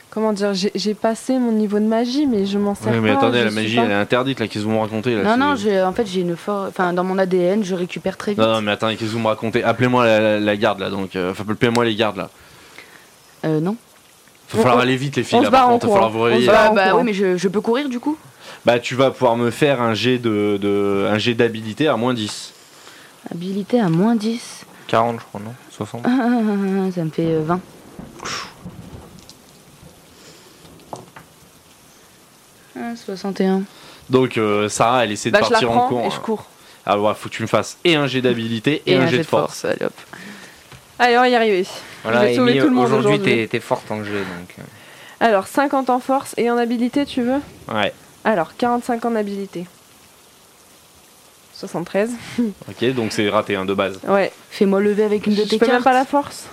S6: comment dire j'ai- J'ai passé mon niveau de magie, mais je m'en sers
S2: Ouais, mais
S6: pas.
S2: attendez,
S6: je
S2: la
S6: suis
S2: magie
S6: pas-
S2: elle est interdite là, qu'est-ce que vous me racontez là
S3: Non,
S2: c'est-
S3: non, j'ai- en fait, j'ai une forte. Enfin, dans mon ADN, je récupère très vite.
S2: Non, non, mais attendez, qu'est-ce que vous me racontez Appelez-moi la, la- la garde là, donc, euh, enfin appelez-moi les gardes là.
S3: Euh, non.
S2: Il va falloir
S6: On-
S2: aller vite les filles
S6: on
S2: là,
S6: se
S2: par
S6: barre en
S2: contre, il va falloir
S6: courant.
S2: vous
S6: On se
S2: réveiller.
S6: barre.
S3: Bah,
S6: en
S3: bah
S6: courant.
S3: oui, mais je, je peux courir du coup
S2: Bah tu vas pouvoir me faire un jet de, de- un jet d'habilité à moins 10.
S3: Habilité à moins [LAUGHS] 10.
S4: 40, je crois, non 60.
S3: Ah, ah, ah, ah, ça me fait euh, 20. Ah, 61.
S2: Donc euh, Sarah elle essaie de
S6: Bah, je la
S2: partir en
S6: prends
S2: courant.
S6: et je cours.
S2: Ah ouais, faut que tu me fasses et un jet d'habilité et, un jet de force.
S3: allez, hop.
S6: Allez, on va y arriver. je
S4: Voilà,
S6: vais sauver
S4: Amy,
S6: tout le monde
S4: aujourd'hui,
S6: aujourd'hui.
S4: t'es- t'es forte en jeu. Donc, euh,
S6: Alors, 50 en force et en habilité, tu veux
S2: Ouais.
S6: Alors, 45 en habilité. 73.
S2: OK, donc c'est raté hein, de base.
S6: Ouais.
S3: Fais-moi lever avec une de
S6: Je
S3: tes
S6: peux même
S3: cartes.
S6: pas la force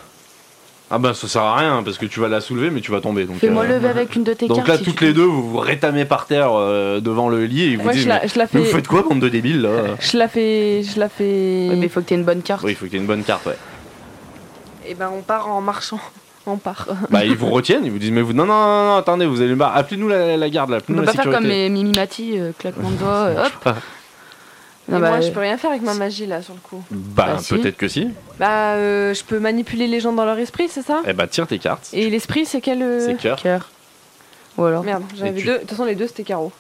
S2: Ah bah ça sert à rien parce que tu vas la soulever mais tu vas tomber donc
S3: Fais-moi
S2: euh,
S3: lever avec une de tes
S2: Donc
S3: cartes.
S2: là
S3: si
S2: toutes
S3: tu
S2: les
S3: veux.
S2: deux vous vous rétamez par terre euh, devant le lit et ils vous
S6: Moi,
S2: disent
S6: je
S2: mais,
S6: la, je la
S2: mais
S6: fais.
S2: vous faites quoi bande de débiles là
S6: Je la fais. Je la fais.
S3: Ouais, mais faut que t'aies une bonne carte.
S2: Oui, il faut qu'il y ait une bonne carte ouais.
S6: Et ben, on part en marchant. [LAUGHS] On part.
S2: bah ils vous retiennent, ils vous disent mais vous non non non, non, attendez, vous allez pas appelez-nous la, la garde là,
S3: On
S2: appelez-nous
S3: peut
S2: la
S3: pas
S2: [LAUGHS]
S3: faire comme
S2: sécurité. Bah,
S3: les Mimi Mati, euh, claquement de doigts, euh, hop.
S6: Et
S3: Non, bah,
S6: moi, je peux rien faire avec ma magie là sur le coup.
S2: Bah,
S3: Bah, si.
S2: peut-être que si.
S6: Bah, euh, je peux manipuler les gens dans leur esprit, c'est ça
S2: Eh bah tire tes cartes.
S6: Et l'esprit, c'est quel. euh,
S2: C'est cœur.
S3: cœur. Ou alors.
S6: Merde, j'avais
S2: tu-
S6: deux. De toute façon, les deux, c'était carreau.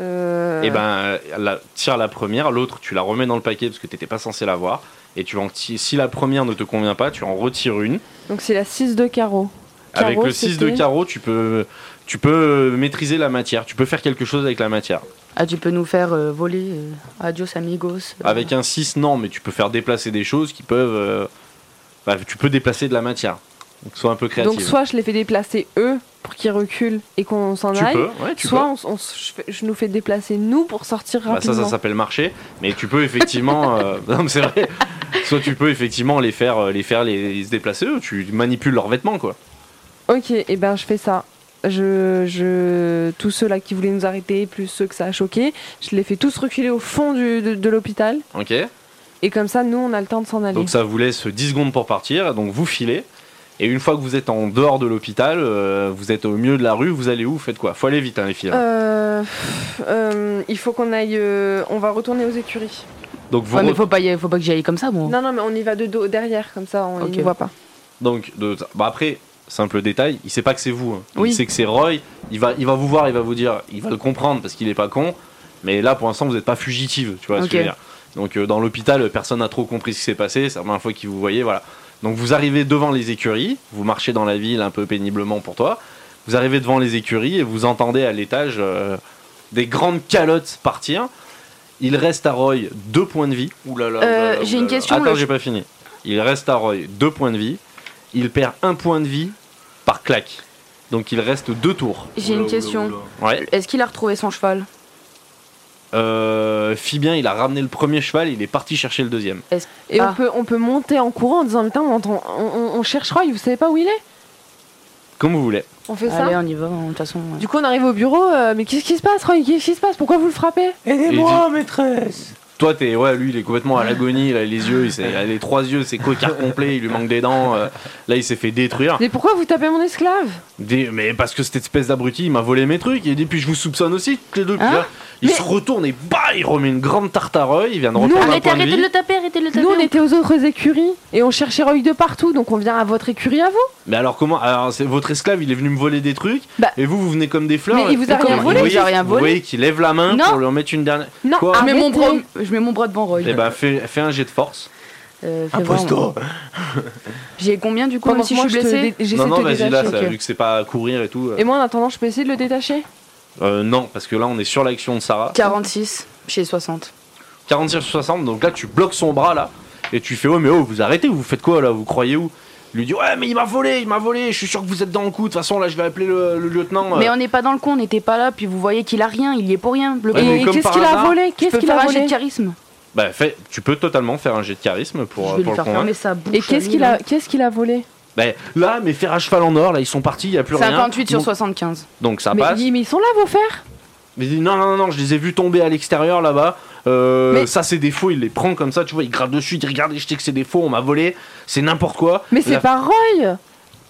S6: Euh...
S2: Et ben, euh, la, tire la première, l'autre tu la remets dans le paquet parce que t'étais pas censé l'avoir. Et tu en ti- si la première ne te convient pas, tu en retires une.
S6: Donc, c'est la 6 de carreau. Carreau,
S2: avec le 6 de
S6: c'était-
S2: carreau, tu peux, tu peux euh, maîtriser la matière, tu peux faire quelque chose avec la matière.
S3: Ah, tu peux nous faire euh, voler. euh, adios amigos. euh,
S2: Avec un 6, non, mais tu peux faire déplacer des choses qui peuvent. euh, bah, tu peux déplacer de la matière. Donc sois un peu créatif.
S6: Donc, soit je les fais déplacer eux pour qu'ils reculent et qu'on s'en
S2: tu
S6: aille.
S2: peux, ouais, tu
S6: soit
S2: peux.
S6: on, s- on s- je, fais- je nous fais déplacer nous pour sortir
S2: Bah, ça,
S6: rapidement.
S2: ça s'appelle marcher, mais tu peux effectivement. euh, [LAUGHS] non, mais c'est vrai. Soit tu peux effectivement les faire, euh, les faire les, les se déplacer eux. Tu manipules leurs vêtements, quoi.
S6: Ok, et ben je fais ça. Je, je, tous ceux là qui voulaient nous arrêter, plus ceux que ça a choqué, je les fais tous reculer au fond du- de, de l'hôpital.
S2: Ok.
S6: Et comme ça, nous, on a le temps de s'en aller.
S2: Donc ça vous laisse 10 secondes pour partir, donc vous filez. Et une fois que vous êtes en dehors de l'hôpital, euh, vous êtes au milieu de la rue, vous allez où Vous faites quoi Faut aller vite, hein, les filles. hein.
S6: Euh, euh, il faut qu'on aille. euh, on va retourner aux écuries.
S2: Donc vous
S3: Euh, Ouais, mais
S2: re-
S3: faut pas, y aller- faut pas que j'y aille comme ça, moi.
S6: Non, non, mais on y va de dos derrière, comme ça, on
S3: Ok.
S6: ne voit pas.
S2: donc de- bah après simple détail, il sait pas que c'est vous. hein.
S3: Oui.
S2: Il sait que c'est Roy. Il va il va vous voir, il va vous dire, il va le comprendre parce qu'il est pas con. Mais là pour l'instant vous n'êtes pas fugitive, tu vois ce
S3: Ok.
S2: que je veux dire. Donc euh, dans l'hôpital personne n'a trop compris ce qui s'est passé. C'est la première fois qu'ils vous voyaient, voilà. Donc vous arrivez devant les écuries, vous marchez dans la ville un peu péniblement pour toi. Vous arrivez devant les écuries et vous entendez à l'étage euh, des grandes calottes partir. Il reste à Roy deux points de vie.
S4: Ouh là
S3: Euh,
S4: là, ouh là là,
S3: j'ai
S4: ouh
S3: une
S4: là là.
S3: question.
S2: Attends,
S3: le-
S2: j'ai pas fini. Il reste à Roy deux points de vie. Il perd un point de vie par claque. Donc il reste deux tours.
S3: J'ai une question.
S2: Ouais.
S3: Est-ce qu'il a retrouvé son cheval
S2: Euh, Fibien, il a ramené le premier cheval, il est parti chercher le deuxième.
S6: Et
S3: Ah.
S6: on, peut, on peut monter en courant en disant Putain, on, entend- on, on- on cherche Roy, vous savez pas où il est
S2: Comme vous voulez.
S6: On fait
S3: Allez,
S6: ça.
S3: on y va, hein, de toute façon. ouais.
S6: Du coup, on arrive au bureau. euh, mais qu'est-ce qui se passe, Roy Qu'est-ce qui se passe Pourquoi vous le frappez
S2: Aidez-moi,
S9: maîtresse
S2: Toi, t'es, ouais, lui, il est complètement à l'agonie, il a les yeux, il s'est- il a les trois yeux, c'est cocard complet, il lui manque des dents. euh, là, il s'est fait détruire.
S6: Mais pourquoi vous tapez mon esclave
S2: Des- mais parce que cette espèce d'abruti, il m'a volé mes trucs. Et puis je vous soupçonne aussi, toutes les deux. Puis
S3: Hein
S2: là, il
S6: Mais-
S2: se retourne et bah, il remet une grande tarte à Roy, il vient de
S6: Non,
S2: reprendre un
S3: Arrêtez,
S2: point de
S3: arrêtez de
S2: vie.
S3: le taper, arrêtez de le taper.
S6: Nous, on était aux autres écuries et on cherchait Roy de partout, donc on vient à votre écurie à vous.
S2: Mais alors comment alors, c'est votre esclave, il est venu me voler des trucs
S6: Bah.
S2: et vous vous venez comme des fleurs.
S6: Mais il vous a
S2: Comment
S6: rien volé,
S2: voyez-
S3: il vous a rien
S2: vous
S3: volé.
S2: voyez qu'il lève la main
S3: Non.
S2: pour lui en mettre une dernière.
S6: Non,
S2: Quoi
S3: Je mets, ah, mon bras,
S6: arrêtez.
S3: je mets mon bras devant Roy.
S2: Et bah fais, fais un jet de force.
S3: Euh, fais voir, moi. J'ai combien du coup,
S6: Pendant
S3: même si
S6: que
S3: je
S6: moi,
S3: suis
S6: te
S3: blessée
S6: dé- j'essaie
S2: non
S6: de
S2: non
S6: te
S2: vas-y là
S6: détacher.
S2: ça,
S3: ok.
S2: vu que c'est pas à courir et tout. euh,
S6: Et moi, en attendant, je peux essayer de le détacher.
S2: euh, non parce que là on est sur l'action de Sarah.
S3: 46 chez 60.
S2: 46 sur 60 donc là tu bloques son bras là et tu fais oh mais oh vous arrêtez vous faites quoi là vous croyez où Il lui dit ouais mais il m'a volé il m'a volé je suis sûr que vous êtes dans le coup de toute façon là je vais appeler le, le lieutenant.
S3: Mais
S2: euh.
S3: on n'est pas dans le con, on n'était pas là, puis vous voyez qu'il a rien, il y est pour rien. Le
S2: Ouais,
S3: con.
S2: mais
S6: et
S2: comme
S6: qu'est-ce
S2: par
S6: qu'il a
S2: hasard,
S6: volé
S3: Je
S6: Qu'est-ce
S3: peux
S6: qu'il
S3: faire
S6: a
S3: un jet
S6: volé
S3: de charisme
S2: Bah fais tu peux totalement faire un jet de charisme pour,
S3: Je
S2: euh,
S3: vais
S2: pour
S3: lui
S2: le
S3: faire
S2: convaincre.
S3: fermer sa bouche.
S6: Et qu'est-ce
S3: lui,
S6: qu'il
S3: là.
S6: a, qu'est-ce qu'il a volé
S2: Bah, là mes fers à cheval en or là ils sont partis il y a plus rien.
S3: 58 sur
S2: Donc-
S3: 75.
S2: Donc ça
S6: mais,
S2: passe.
S6: il- mais ils sont là, vos fers
S2: Mais il dit non, non, non, non, je les ai vus tomber à l'extérieur là-bas. Euh,
S6: Mais-
S2: Ça, c'est des faux. Il les prend comme ça, tu vois. Il gratte dessus. Il dit regardez, je sais que c'est des faux. On m'a volé. C'est n'importe quoi.
S6: Mais c'est
S2: Là-
S6: pas Roy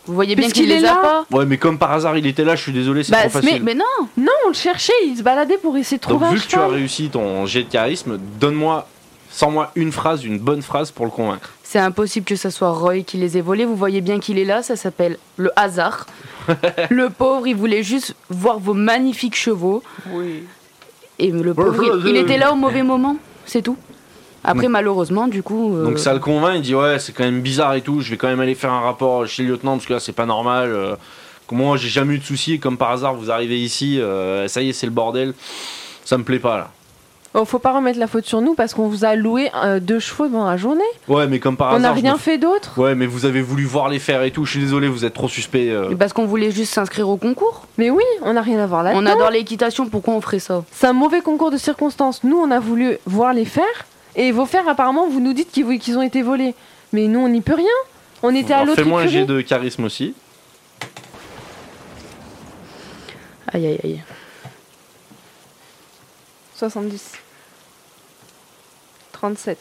S3: Vous voyez bien
S6: Puisqu'il
S3: qu'il les
S6: est
S3: a
S6: là.
S3: pas.
S2: Ouais, mais comme par hasard, il était là. Je suis désolé, c'est
S3: Bah,
S2: trop
S3: mais,
S2: facile.
S3: mais non,
S6: Non, on le cherchait, il se baladait pour essayer de
S2: Donc,
S6: trouver un
S2: vu que tu as
S6: cheval.
S2: réussi ton jet de charisme, donne-moi, sans moi, une phrase, une bonne phrase pour le convaincre.
S3: c'est impossible que ce soit Roy qui les ait volés. Vous voyez bien qu'il est là, ça s'appelle le
S2: [LAUGHS]
S3: hasard. le pauvre, il voulait juste voir vos magnifiques chevaux.
S4: Oui.
S3: Et le pauvre, il, il était là au mauvais moment, c'est tout. Après, malheureusement, du coup. euh,
S2: Mm. Donc, ça le convainc. Il dit ouais, c'est quand même bizarre et tout. Je vais quand même aller faire un rapport chez le lieutenant parce que là, c'est pas normal. euh, moi, j'ai jamais eu de soucis. et Comme par hasard, vous arrivez ici. euh, ça y est, c'est le bordel. Ça me plaît pas là.
S6: Oh, faut pas remettre la faute sur nous parce qu'on vous a loué euh, deux chevaux dans la journée.
S2: Ouais, mais comme par
S6: on n'a
S2: hasard, je me
S6: rien fait d'autre.
S2: Ouais, mais vous avez voulu voir les faire et tout. Je suis désolé, vous êtes trop suspect. euh.
S3: Parce qu'on voulait juste s'inscrire au concours.
S6: Mais oui, on n'a rien à voir là-dedans.
S3: On adore l'équitation, pourquoi on ferait ça
S6: C'est un mauvais concours de circonstances. Nous, on a voulu voir les fers. Et vos fers, apparemment, vous nous dites qu'ils vous- qu'ils ont été volés. Mais nous, on n'y peut rien. On était à
S2: Alors,
S6: l'autre
S2: Fais-moi un jet
S6: écurie.
S2: de charisme aussi.
S3: Aïe aïe aïe.
S6: 70. 37.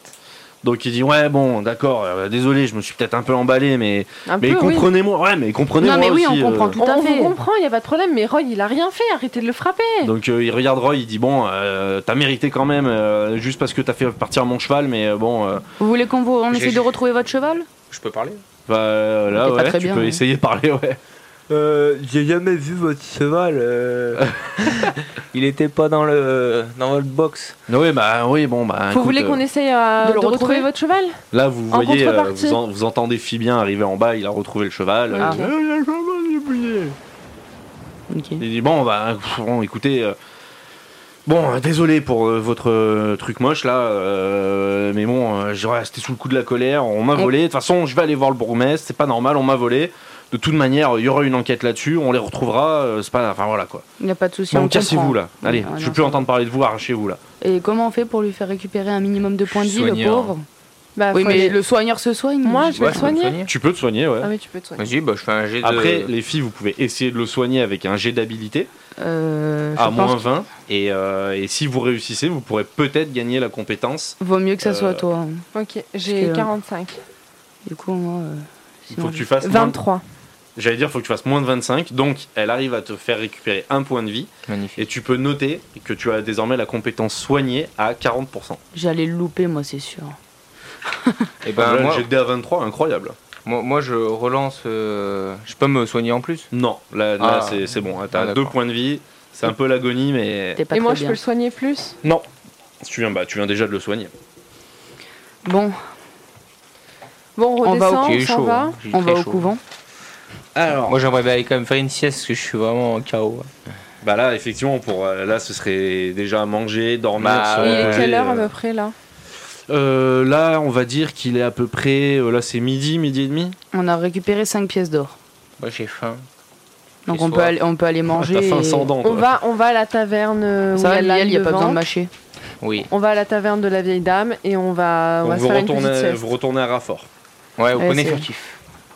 S2: Donc il dit ouais bon d'accord euh, désolé je me suis peut-être un peu emballé mais
S6: Un
S2: mais
S6: peu, oui.
S2: comprenez-moi ouais mais comprenez-moi
S3: Non, mais oui,
S2: aussi, euh.
S3: on comprend
S6: On,
S3: Tout à
S6: on
S3: fait.
S6: vous comprend, il n'y a pas de problème. Mais Roy, il a rien fait. Arrêtez de le frapper.
S2: Donc euh, il regarde Roy il dit bon euh, t'as mérité quand même euh, juste parce que t'as fait partir mon cheval mais euh, bon euh,
S3: Vous voulez qu'on vous- on
S9: J'ai-
S3: essaie de retrouver votre cheval
S9: Je peux parler
S2: bah, euh,
S3: Il
S2: là
S3: est pas
S2: ouais
S3: très
S2: tu
S3: bien,
S2: peux
S3: ouais.
S2: essayer de parler [LAUGHS] ouais
S4: Euh, j'ai jamais vu votre cheval. euh. [LAUGHS] Il était pas dans le dans votre box.
S2: oui bah oui bon bah
S6: vous
S2: écoute,
S6: voulez
S2: euh,
S6: qu'on essaye euh,
S3: de
S6: de,
S3: le
S6: retrouver,
S3: retrouver
S6: votre cheval
S2: là vous
S6: en
S2: voyez euh,
S6: contrepartie.
S2: vous, en- vous entendez Fibien arriver en bas il a retrouvé le cheval
S3: Ah.
S2: Euh, le cheval, j'ai oublié.
S3: Ok.
S2: Il dit bon bah pff, bon, écoutez euh, bon euh, désolé pour euh, votre euh, truc moche là euh, mais bon euh, j'ai resté sous le coup de la colère on m'a
S3: On-
S2: volé de toute façon je vais aller voir le bourgmestre c'est pas normal on m'a volé de toute manière il y aura une enquête là-dessus on les retrouvera euh, c'est pas enfin voilà quoi
S3: Il n'y a pas de souci. on
S2: bon
S3: comprend.
S2: cassez-vous là allez
S3: Ouais,
S2: je
S3: non, Ah
S2: veux plus
S3: ça-
S2: entendre parler de vous arrachez-vous là
S3: Et comment on fait pour lui faire récupérer un minimum de points de vie, le
S9: Soigneur.
S3: pauvre
S6: Bah,
S3: Oui,
S6: faut
S3: mais
S6: aller-
S3: le soigneur se soigne.
S6: Moi, je vais
S9: Ouais,
S6: le
S9: je peux me
S6: soigner.
S9: soigner.
S2: tu peux te soigner ouais
S6: Ah oui, tu peux te soigner.
S9: Vas-y, bah, je fais un jet de...
S2: après les filles vous pouvez essayer de le soigner avec un jet d'habilité
S3: Euh, je
S2: à
S3: pense-
S2: Ah, moins 20 Et, euh, et si vous réussissez, vous pourrez peut-être gagner la compétence.
S3: Vaut mieux que ça soit
S2: Euh,
S3: toi. hein.
S6: Ok, j'ai
S3: que-
S6: 45.
S3: Du coup, moi. euh,
S2: Il
S3: sinon,
S2: faut que
S3: je-
S2: tu fasses. moins-
S6: 23.
S2: J'allais dire, faut que tu fasses moins de 25. Donc, elle arrive à te faire récupérer un point de vie.
S4: Magnifique.
S2: Et tu peux noter que tu as désormais la compétence soignée à 40%.
S3: J'allais le louper, moi, c'est sûr.
S4: Et
S2: Là,
S4: ben
S2: le
S4: moi,
S2: jet de dé à 23, incroyable.
S4: moi, moi, je relance. euh, je peux me soigner en plus.
S2: Non, là, là,
S4: Ah.
S2: c'est- c'est bon. hein, T'as
S4: Ah, d'accord. Mm.
S2: deux points de vie. C'est un peu l'agonie, mais.
S3: T'es pas
S6: Et
S3: très
S6: moi, je
S3: bien.
S6: peux le soigner plus
S2: Non. Tu viens, bah, tu viens déjà de le soigner.
S3: Bon,
S6: Bon, on
S3: On va au-
S6: redescend, on,
S4: J'ai eu
S6: s'en
S4: chaud.
S6: va.
S4: hein. J'ai eu
S3: on va
S4: très
S3: au
S4: chaud.
S3: couvent.
S4: Moi, j'aimerais bien quand même faire une sieste parce que je suis vraiment en chaos.
S2: Bah là, effectivement, pour euh, là, ce serait déjà manger, dormir.
S4: Bah,
S2: se
S6: Et
S4: ouais.
S6: à quelle
S2: reposer,
S6: heure à
S2: euh.
S6: peu près là
S2: Euh, Là, on va dire qu'il est à peu près. euh, là, c'est midi, midi et demi.
S3: On a récupéré 5 pièces d'or.
S4: Moi, j'ai faim.
S3: Donc
S4: Et
S3: on peut,
S4: soir.
S3: aller, on peut aller manger.
S2: T'as faim
S3: et-
S2: sans dents.
S6: on
S2: Toi.
S6: va, on va à la taverne euh, où
S3: Ça va,
S6: il y a l'âne
S3: Liel, il n'y a pas
S6: devant.
S3: besoin de mâcher.
S4: Oui.
S6: On va à la taverne de la vieille dame et on va, on
S2: Donc
S6: va se
S2: vous
S6: faire une petite
S2: retournez,
S6: sieste.
S2: vous retournez à Raffort.
S4: Ouais, au
S3: Ouais,
S4: poney
S3: c'est-
S4: furtif.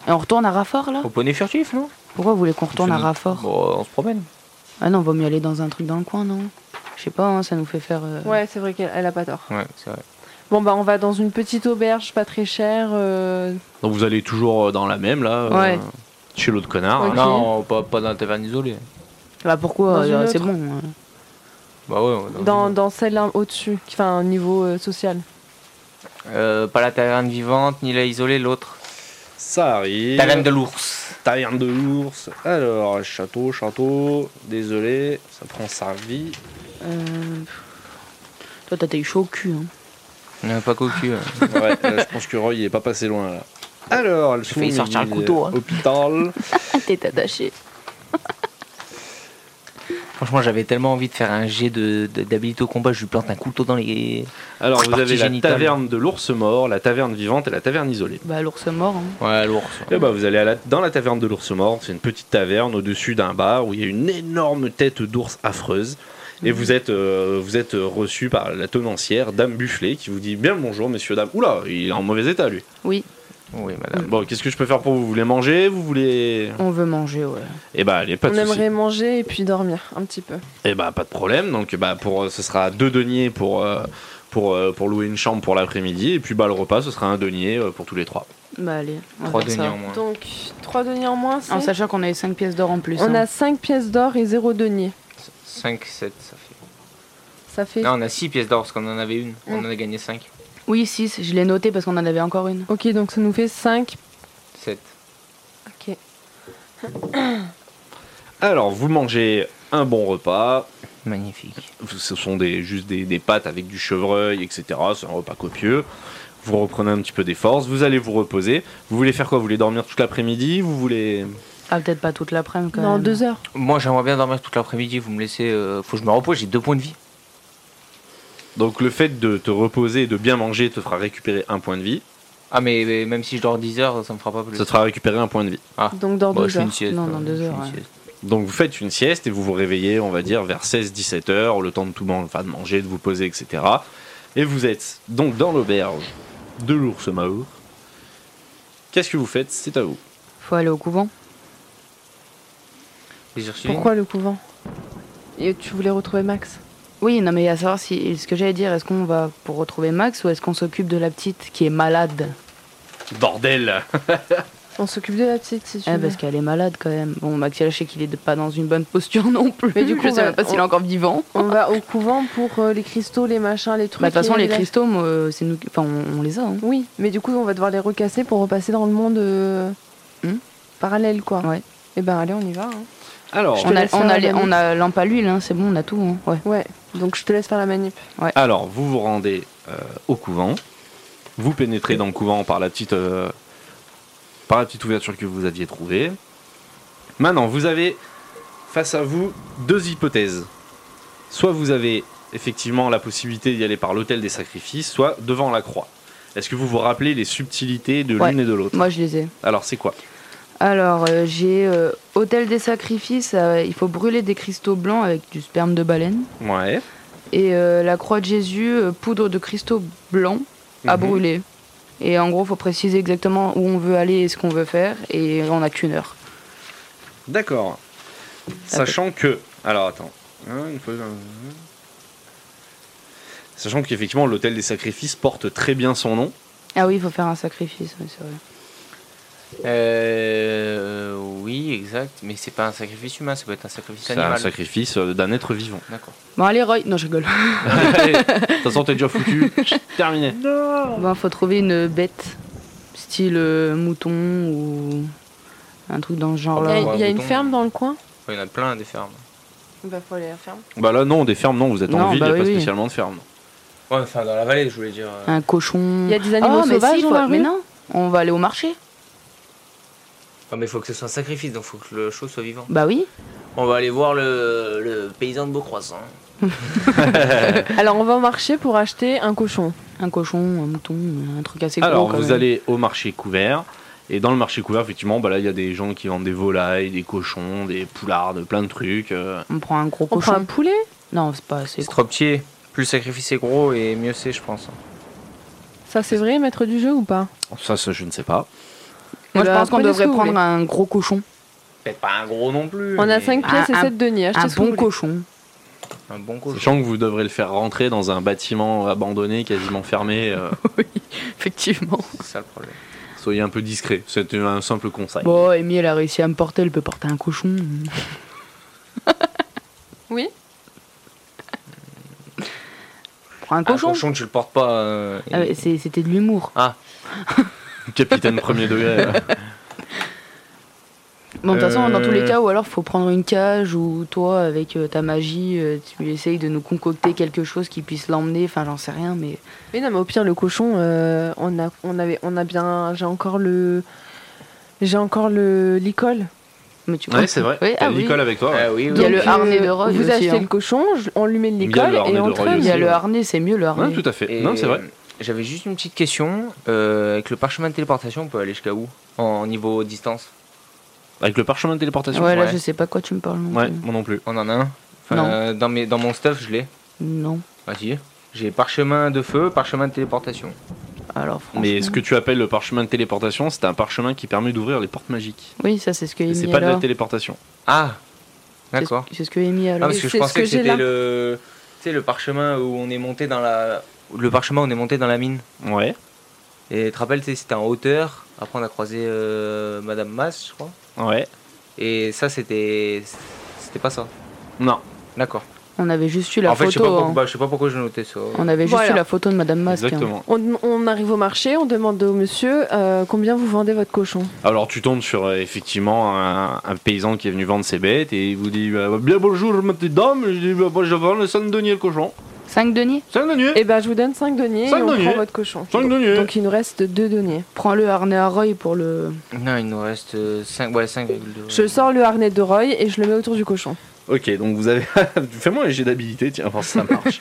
S3: Et on retourne à Raffort là
S4: Au poney furtif, non
S3: Pourquoi vous voulez qu'on retourne à
S4: C'est-
S3: Raffort
S4: Bon, on se promène.
S3: Ah non, vaut mieux aller dans un truc dans le coin, non Je sais pas, hein, ça nous fait faire. euh,
S6: Ouais, c'est vrai qu'elle elle a pas tort.
S4: Ouais, c'est vrai.
S6: Bon, bah, on va dans une petite auberge pas très chère. euh,
S2: Donc vous allez toujours euh, dans la même là. euh,
S3: Ouais.
S2: Chez l'autre connard.
S6: Ok.
S2: hein.
S4: Non, pas, pas dans la taverne isolée.
S3: Bah pourquoi
S6: Dans une
S3: euh, C'est
S6: autre.
S3: bon. euh.
S4: Bah ouais, on va
S6: dans, dans celle-là au-dessus, qui- enfin, au niveau euh, social.
S4: Euh, pas la taverne vivante, ni la isolée, l'autre.
S2: Ça arrive.
S4: Taverne de l'ours.
S2: Taverne de l'ours. Alors, château, château. Désolé, ça prend sa vie.
S3: Euh, Toi, t'as t'as eu chaud au cul. Hein.
S4: Euh, Pas cocu. hein. [LAUGHS]
S2: Ouais, euh, je pense que Roy il est pas passé loin là.
S4: Ah.
S2: Alors, le
S4: J'ai failli sortir un couteau, hein.
S2: Hôpital.
S6: Ah,
S3: T'es attaché.
S4: Franchement, j'avais tellement envie de faire un jet de- de- d'habilité au combat, je lui plante un couteau dans les.
S2: Alors, vous
S4: Partie
S2: avez la
S4: génitale.
S2: taverne de l'ours mort, la taverne vivante et la taverne isolée.
S3: Bah l'ours mort. hein.
S4: Ouais, l'ours.
S2: Et bah, vous allez à la- dans la taverne de l'ours mort, c'est une petite taverne au-dessus d'un bar où il y a une énorme tête d'ours affreuse. Et vous êtes, euh, vous êtes reçu par la tenancière, Dame Bufflet, qui vous dit bien le bonjour, messieurs, dames. Oula, il est en mauvais état lui.
S4: Oui, madame.
S2: Ah, Bon, qu'est-ce que je peux faire pour vous Vous voulez manger Vous voulez.
S3: On veut manger, ouais.
S2: Eh bah, allez, pas de
S6: on
S2: soucis.
S6: aimerait manger et puis dormir un petit peu.
S2: Eh bah pas de problème. Donc bah pour euh, ce sera deux deniers pour euh, pour euh, pour louer une chambre pour l'après-midi et puis bah le repas ce sera un denier euh, pour tous les trois.
S3: Bah allez, on va
S4: Trois
S3: faire
S4: deniers
S3: ça.
S4: en moins.
S6: Donc, 3 deniers en moins, c'est-
S3: En sachant qu'on avait 5 pièces d'or en plus.
S6: On
S3: hein.
S6: a 5 pièces d'or et 0 deniers.
S4: 5, 7, ça fait.
S6: Ça fait.
S4: Non,
S2: Ah.
S4: on a 6 pièces d'or parce qu'on en avait une. On en a gagné 5.
S3: Oui, 6, je l'ai noté parce qu'on en avait encore une.
S6: Ok, donc ça nous fait 5.
S4: 7.
S6: Ok.
S2: Alors vous mangez un bon repas.
S4: Magnifique.
S2: Ce sont des juste des, des pâtes avec du chevreuil etc. C'est un repas copieux. Vous reprenez un petit peu des forces. Vous allez vous reposer. Vous voulez faire quoi Vous voulez dormir toute l'après-midi Vous voulez
S3: Ah, peut-être pas toute l'après-midi quand
S6: Dans
S3: même.
S6: 2 heures.
S4: Moi, j'aimerais bien dormir toute l'après-midi. Vous me laissez. euh, Faut que je me repose, j'ai 2 points de vie.
S2: donc le fait de te reposer et de bien manger te fera récupérer un point de vie.
S4: Ah, mais, mais même si je dors 10 heures, ça me fera pas plus.
S2: Ça te fera récupérer un point de vie.
S6: Donc, dans
S4: Bon,
S6: 2
S4: Bah, je fais
S6: heures.
S4: une sieste.
S3: Non,
S4: ouais,
S3: dans deux
S4: je fais
S3: heures,
S4: une
S3: ouais.
S4: sieste.
S2: Donc vous faites une sieste et vous vous réveillez, on va dire, vers 16-17 heures, le temps de tout man- enfin, de manger, de vous poser, etc. Et vous êtes donc dans l'auberge de l'ours Mahour. Qu'est-ce que vous faites C'est à vous.
S3: Faut aller au couvent.
S4: Les Ursulines
S6: Pourquoi le couvent Et tu voulais retrouver Max
S3: Oui, non, mais à savoir si. Ce que j'allais dire, est-ce qu'on va pour retrouver Max ou est-ce qu'on s'occupe de la petite qui est malade
S2: Bordel
S6: On s'occupe de la petite si tu
S3: Eh,
S6: veux.
S3: parce qu'elle est malade quand même. Bon, Max, je sais qu'il est pas dans une bonne posture non plus.
S6: Mais du coup,
S3: je sais
S6: on va-
S3: même pas s'il est
S6: on-
S3: encore vivant.
S6: On va au couvent pour euh, les cristaux, les machins, les trucs.
S3: Bah, de toute façon,
S6: et
S3: les
S6: la-
S3: cristaux, moi, euh, c'est nous. qui- Enfin, on, on les a. hein.
S6: Oui, mais du coup, on va devoir les recasser pour repasser dans le monde euh,
S3: Hmm.
S6: parallèle, quoi.
S3: Ouais.
S6: Et ben, allez, on y va. hein.
S2: Alors,
S6: te
S3: On a,
S6: laisse
S3: on
S6: faire
S3: a,
S6: la
S3: les-
S6: manip.
S3: on a lampe à l'huile, hein, c'est bon, on a tout. hein, Ouais.
S6: Ouais. Donc, je te laisse faire la manip.
S2: alors, vous vous rendez euh, au couvent, vous pénétrez dans le couvent par la petite, euh, par la petite ouverture que vous aviez trouvée. Maintenant, vous avez face à vous deux hypothèses. Soit vous avez effectivement la possibilité d'y aller par l'autel des sacrifices, soit devant la croix. Est-ce que vous vous rappelez les subtilités de
S3: Ouais.
S2: l'une et de l'autre
S3: Moi, je les ai.
S2: Alors c'est quoi
S3: Alors, euh, j'ai euh, Hôtel des sacrifices, euh, il faut brûler des cristaux blancs avec du sperme de baleine.
S2: Ouais.
S3: Et euh, la croix de Jésus, euh, poudre de cristaux blancs à
S2: Mhm.
S3: brûler. Et en gros, faut préciser exactement où on veut aller et ce qu'on veut faire, et on n'a qu'une heure.
S2: D'accord. Sachant que... Alors attends. Hein, il faut- Sachant qu'effectivement, l'hôtel des sacrifices porte très bien son nom.
S3: Ah oui, il faut faire un sacrifice, ouais, c'est vrai.
S4: Euh, oui, exact. Mais c'est pas un sacrifice humain, ça peut être un sacrifice
S2: C'est un
S4: animal.
S2: sacrifice euh, d'un être [LAUGHS] vivant.
S4: D'accord.
S3: Bon, allez, Roy. Non, je rigole.
S2: Allez, De toute façon, t'es déjà
S3: [LAUGHS]
S2: foutu. Terminé.
S3: Bon, faut trouver une bête, style euh, mouton ou un truc dans ce
S6: Il y
S3: genre-là.
S6: a,
S4: Ouais,
S6: il y a une
S4: bouton.
S6: ferme dans le coin
S4: Il y en a plein hein. des fermes.
S6: Il va falloir aller à la ferme.
S2: Bah là, non, des fermes, non, vous êtes en
S3: Non,
S2: ville, il
S3: bah
S2: n'y a
S3: oui,
S2: pas
S3: oui.
S2: spécialement de ferme.
S4: Ouais, enfin dans la vallée, je voulais dire. euh,
S3: Un cochon.
S6: Il y a des animaux
S3: Ah, mais
S6: sauvages
S3: si,
S6: dans
S3: faut-
S6: la
S3: Mais
S6: rue
S3: non, on va aller au marché.
S4: Ah, mais il faut que ce soit un sacrifice, donc faut que le show soit vivant.
S3: Bah oui.
S4: On va aller voir le, le paysan de hein. Beaucroissant.
S6: Alors on va au marché pour acheter un cochon.
S3: Un cochon, un mouton, un truc assez
S2: Alors,
S3: gros. quand
S2: vous
S3: même.
S2: allez au marché couvert. Et dans le marché couvert, effectivement, bah là, il y a des gens qui vendent des volailles, des cochons, des poulards, de plein de trucs. euh.
S3: On prend un gros
S6: On
S3: cochon.
S6: prend un poulet
S3: Non, c'est pas assez
S4: C'est
S3: gros.
S4: trop petit. Plus le sacrifice est gros et mieux c'est, je pense. hein.
S6: Ça c'est vrai, maître du jeu ou pas
S2: Ça, ça, je ne sais pas.
S3: Moi,
S6: Eh
S3: je
S6: ben,
S3: pense qu'on
S6: prenez ce
S3: devrait
S6: que vous
S3: prendre
S6: voulez.
S3: un gros cochon.
S4: Peut-être pas un gros non plus.
S6: On a
S4: mais
S6: 5
S3: Un-
S6: pièces et
S3: un-
S6: 7 deniers. Achetez
S3: Un
S6: ce que vous
S3: bon
S6: voulez. [LAUGHS]
S3: cochon.
S4: Un bon cochon.
S2: Sachant que vous devrez le faire rentrer dans un bâtiment abandonné, quasiment fermé. euh,
S3: Effectivement.
S4: C'est ça le problème.
S2: soyez un peu discret. C'était un simple conseil.
S3: Bon, Amy, elle a réussi à me porter, elle peut porter un cochon.
S6: Oui.
S3: Prends un cochon.
S4: Un cochon, Ah, tu le portes pas. euh,
S3: Ah ouais, c'est- C'était de l'humour.
S2: [LAUGHS] Capitaine premier degré. euh.
S3: Bon, de toute façon, dans tous les
S2: Euh.
S3: cas, ou alors faut prendre une cage ou toi, avec euh, ta magie, euh, tu essayes de nous concocter quelque chose qui puisse l'emmener. Enfin, j'en sais rien, mais
S6: Mais non, mais au pire, le cochon, euh, on, a, on, avait, on a bien. J'ai encore le. J'ai encore le l'icole.
S3: mais
S2: [LAUGHS]
S3: tu
S2: Ouais, c'est vrai.
S3: Oui,
S2: T'as
S3: ah oui.
S2: l'école avec toi. ouais.
S4: Ah oui,
S3: Il
S4: oui.
S3: y a
S6: Donc, euh,
S3: le harnais de Roy
S6: Vous
S3: aussi,
S6: achetez
S3: hein.
S6: le cochon, je- on lui met de
S2: y a
S6: l'école
S2: le harnais
S6: et
S2: de
S6: on
S2: Roy
S3: Il
S6: traîne.
S3: y a
S2: aussi,
S3: le
S2: ouais.
S3: harnais, c'est mieux le harnais.
S2: Ouais, tout à fait.
S4: Et
S2: Non, c'est vrai.
S4: J'avais juste une petite question. euh, avec le parchemin de téléportation, on peut aller jusqu'à où En niveau distance
S2: Avec le parchemin de téléportation.
S3: Ouais, là,
S4: Ouais.
S3: je sais pas quoi tu me parles. non
S2: Ouais,
S3: plus.
S2: moi non plus.
S4: On en a un Enfin,
S3: Non.
S4: euh, dans, mes, dans mon stuff, je l'ai.
S3: Non.
S4: Bah si. J'ai parchemin de feu, parchemin de téléportation.
S3: Alors, franchement.
S2: Mais ce que tu appelles le parchemin de téléportation, c'est un parchemin qui permet d'ouvrir les portes magiques.
S3: Oui, ça, c'est ce que
S2: Et
S3: Amy
S2: c'est pas de la
S3: alors.
S2: téléportation.
S4: Ah
S3: C'est ce-
S4: D'accord.
S3: C'est ce que Amy
S4: Ah,
S3: alors.
S4: parce que
S6: c'est
S4: je
S6: ce
S4: pensais
S6: que
S4: que,
S6: j'ai là.
S4: c'était le, tu sais, le parchemin où on est monté dans la. Le parchemin où on est monté dans la mine.
S2: Ouais.
S4: Et tu te rappelles, tu sais, c'était en hauteur. Après, on a croisé euh, Madame Mas, je crois.
S2: Ouais.
S4: Et ça, c'était. C'était pas ça.
S2: Non.
S4: D'accord.
S3: On avait juste eu la
S4: en fait, je sais, pas
S3: photo.
S4: pourquoi,
S3: hein.
S4: bah, je sais pas pourquoi j'ai noté ça.
S3: On avait juste
S6: Voilà.
S3: eu la photo de Madame Masque. hein.
S2: Exactement.
S6: On, on arrive au marché, on demande au monsieur euh, combien vous vendez votre cochon.
S2: Alors tu tombes sur euh, effectivement un, un paysan qui est venu vendre ses bêtes et il vous dit euh, bien bonjour ma petite dame, je dis bah, moi, je vends le Saint-Denis le cochon.
S3: 5 deniers
S2: Saint-Denis
S6: Eh ben, je vous donne 5 deniers
S2: Cinq
S6: et on
S2: deniers.
S6: prend votre cochon.
S2: Saint-Denis
S6: Donc il nous reste 2 deniers.
S3: Prends le harnais à Roy pour le.
S4: Non, il nous reste 5, ouais, 5,2.
S6: Je sors le harnais de Roy et je le mets autour du cochon.
S2: Ok, donc vous avez. [LAUGHS] Fais-moi un jet d'habilité, tiens, voir si ça marche.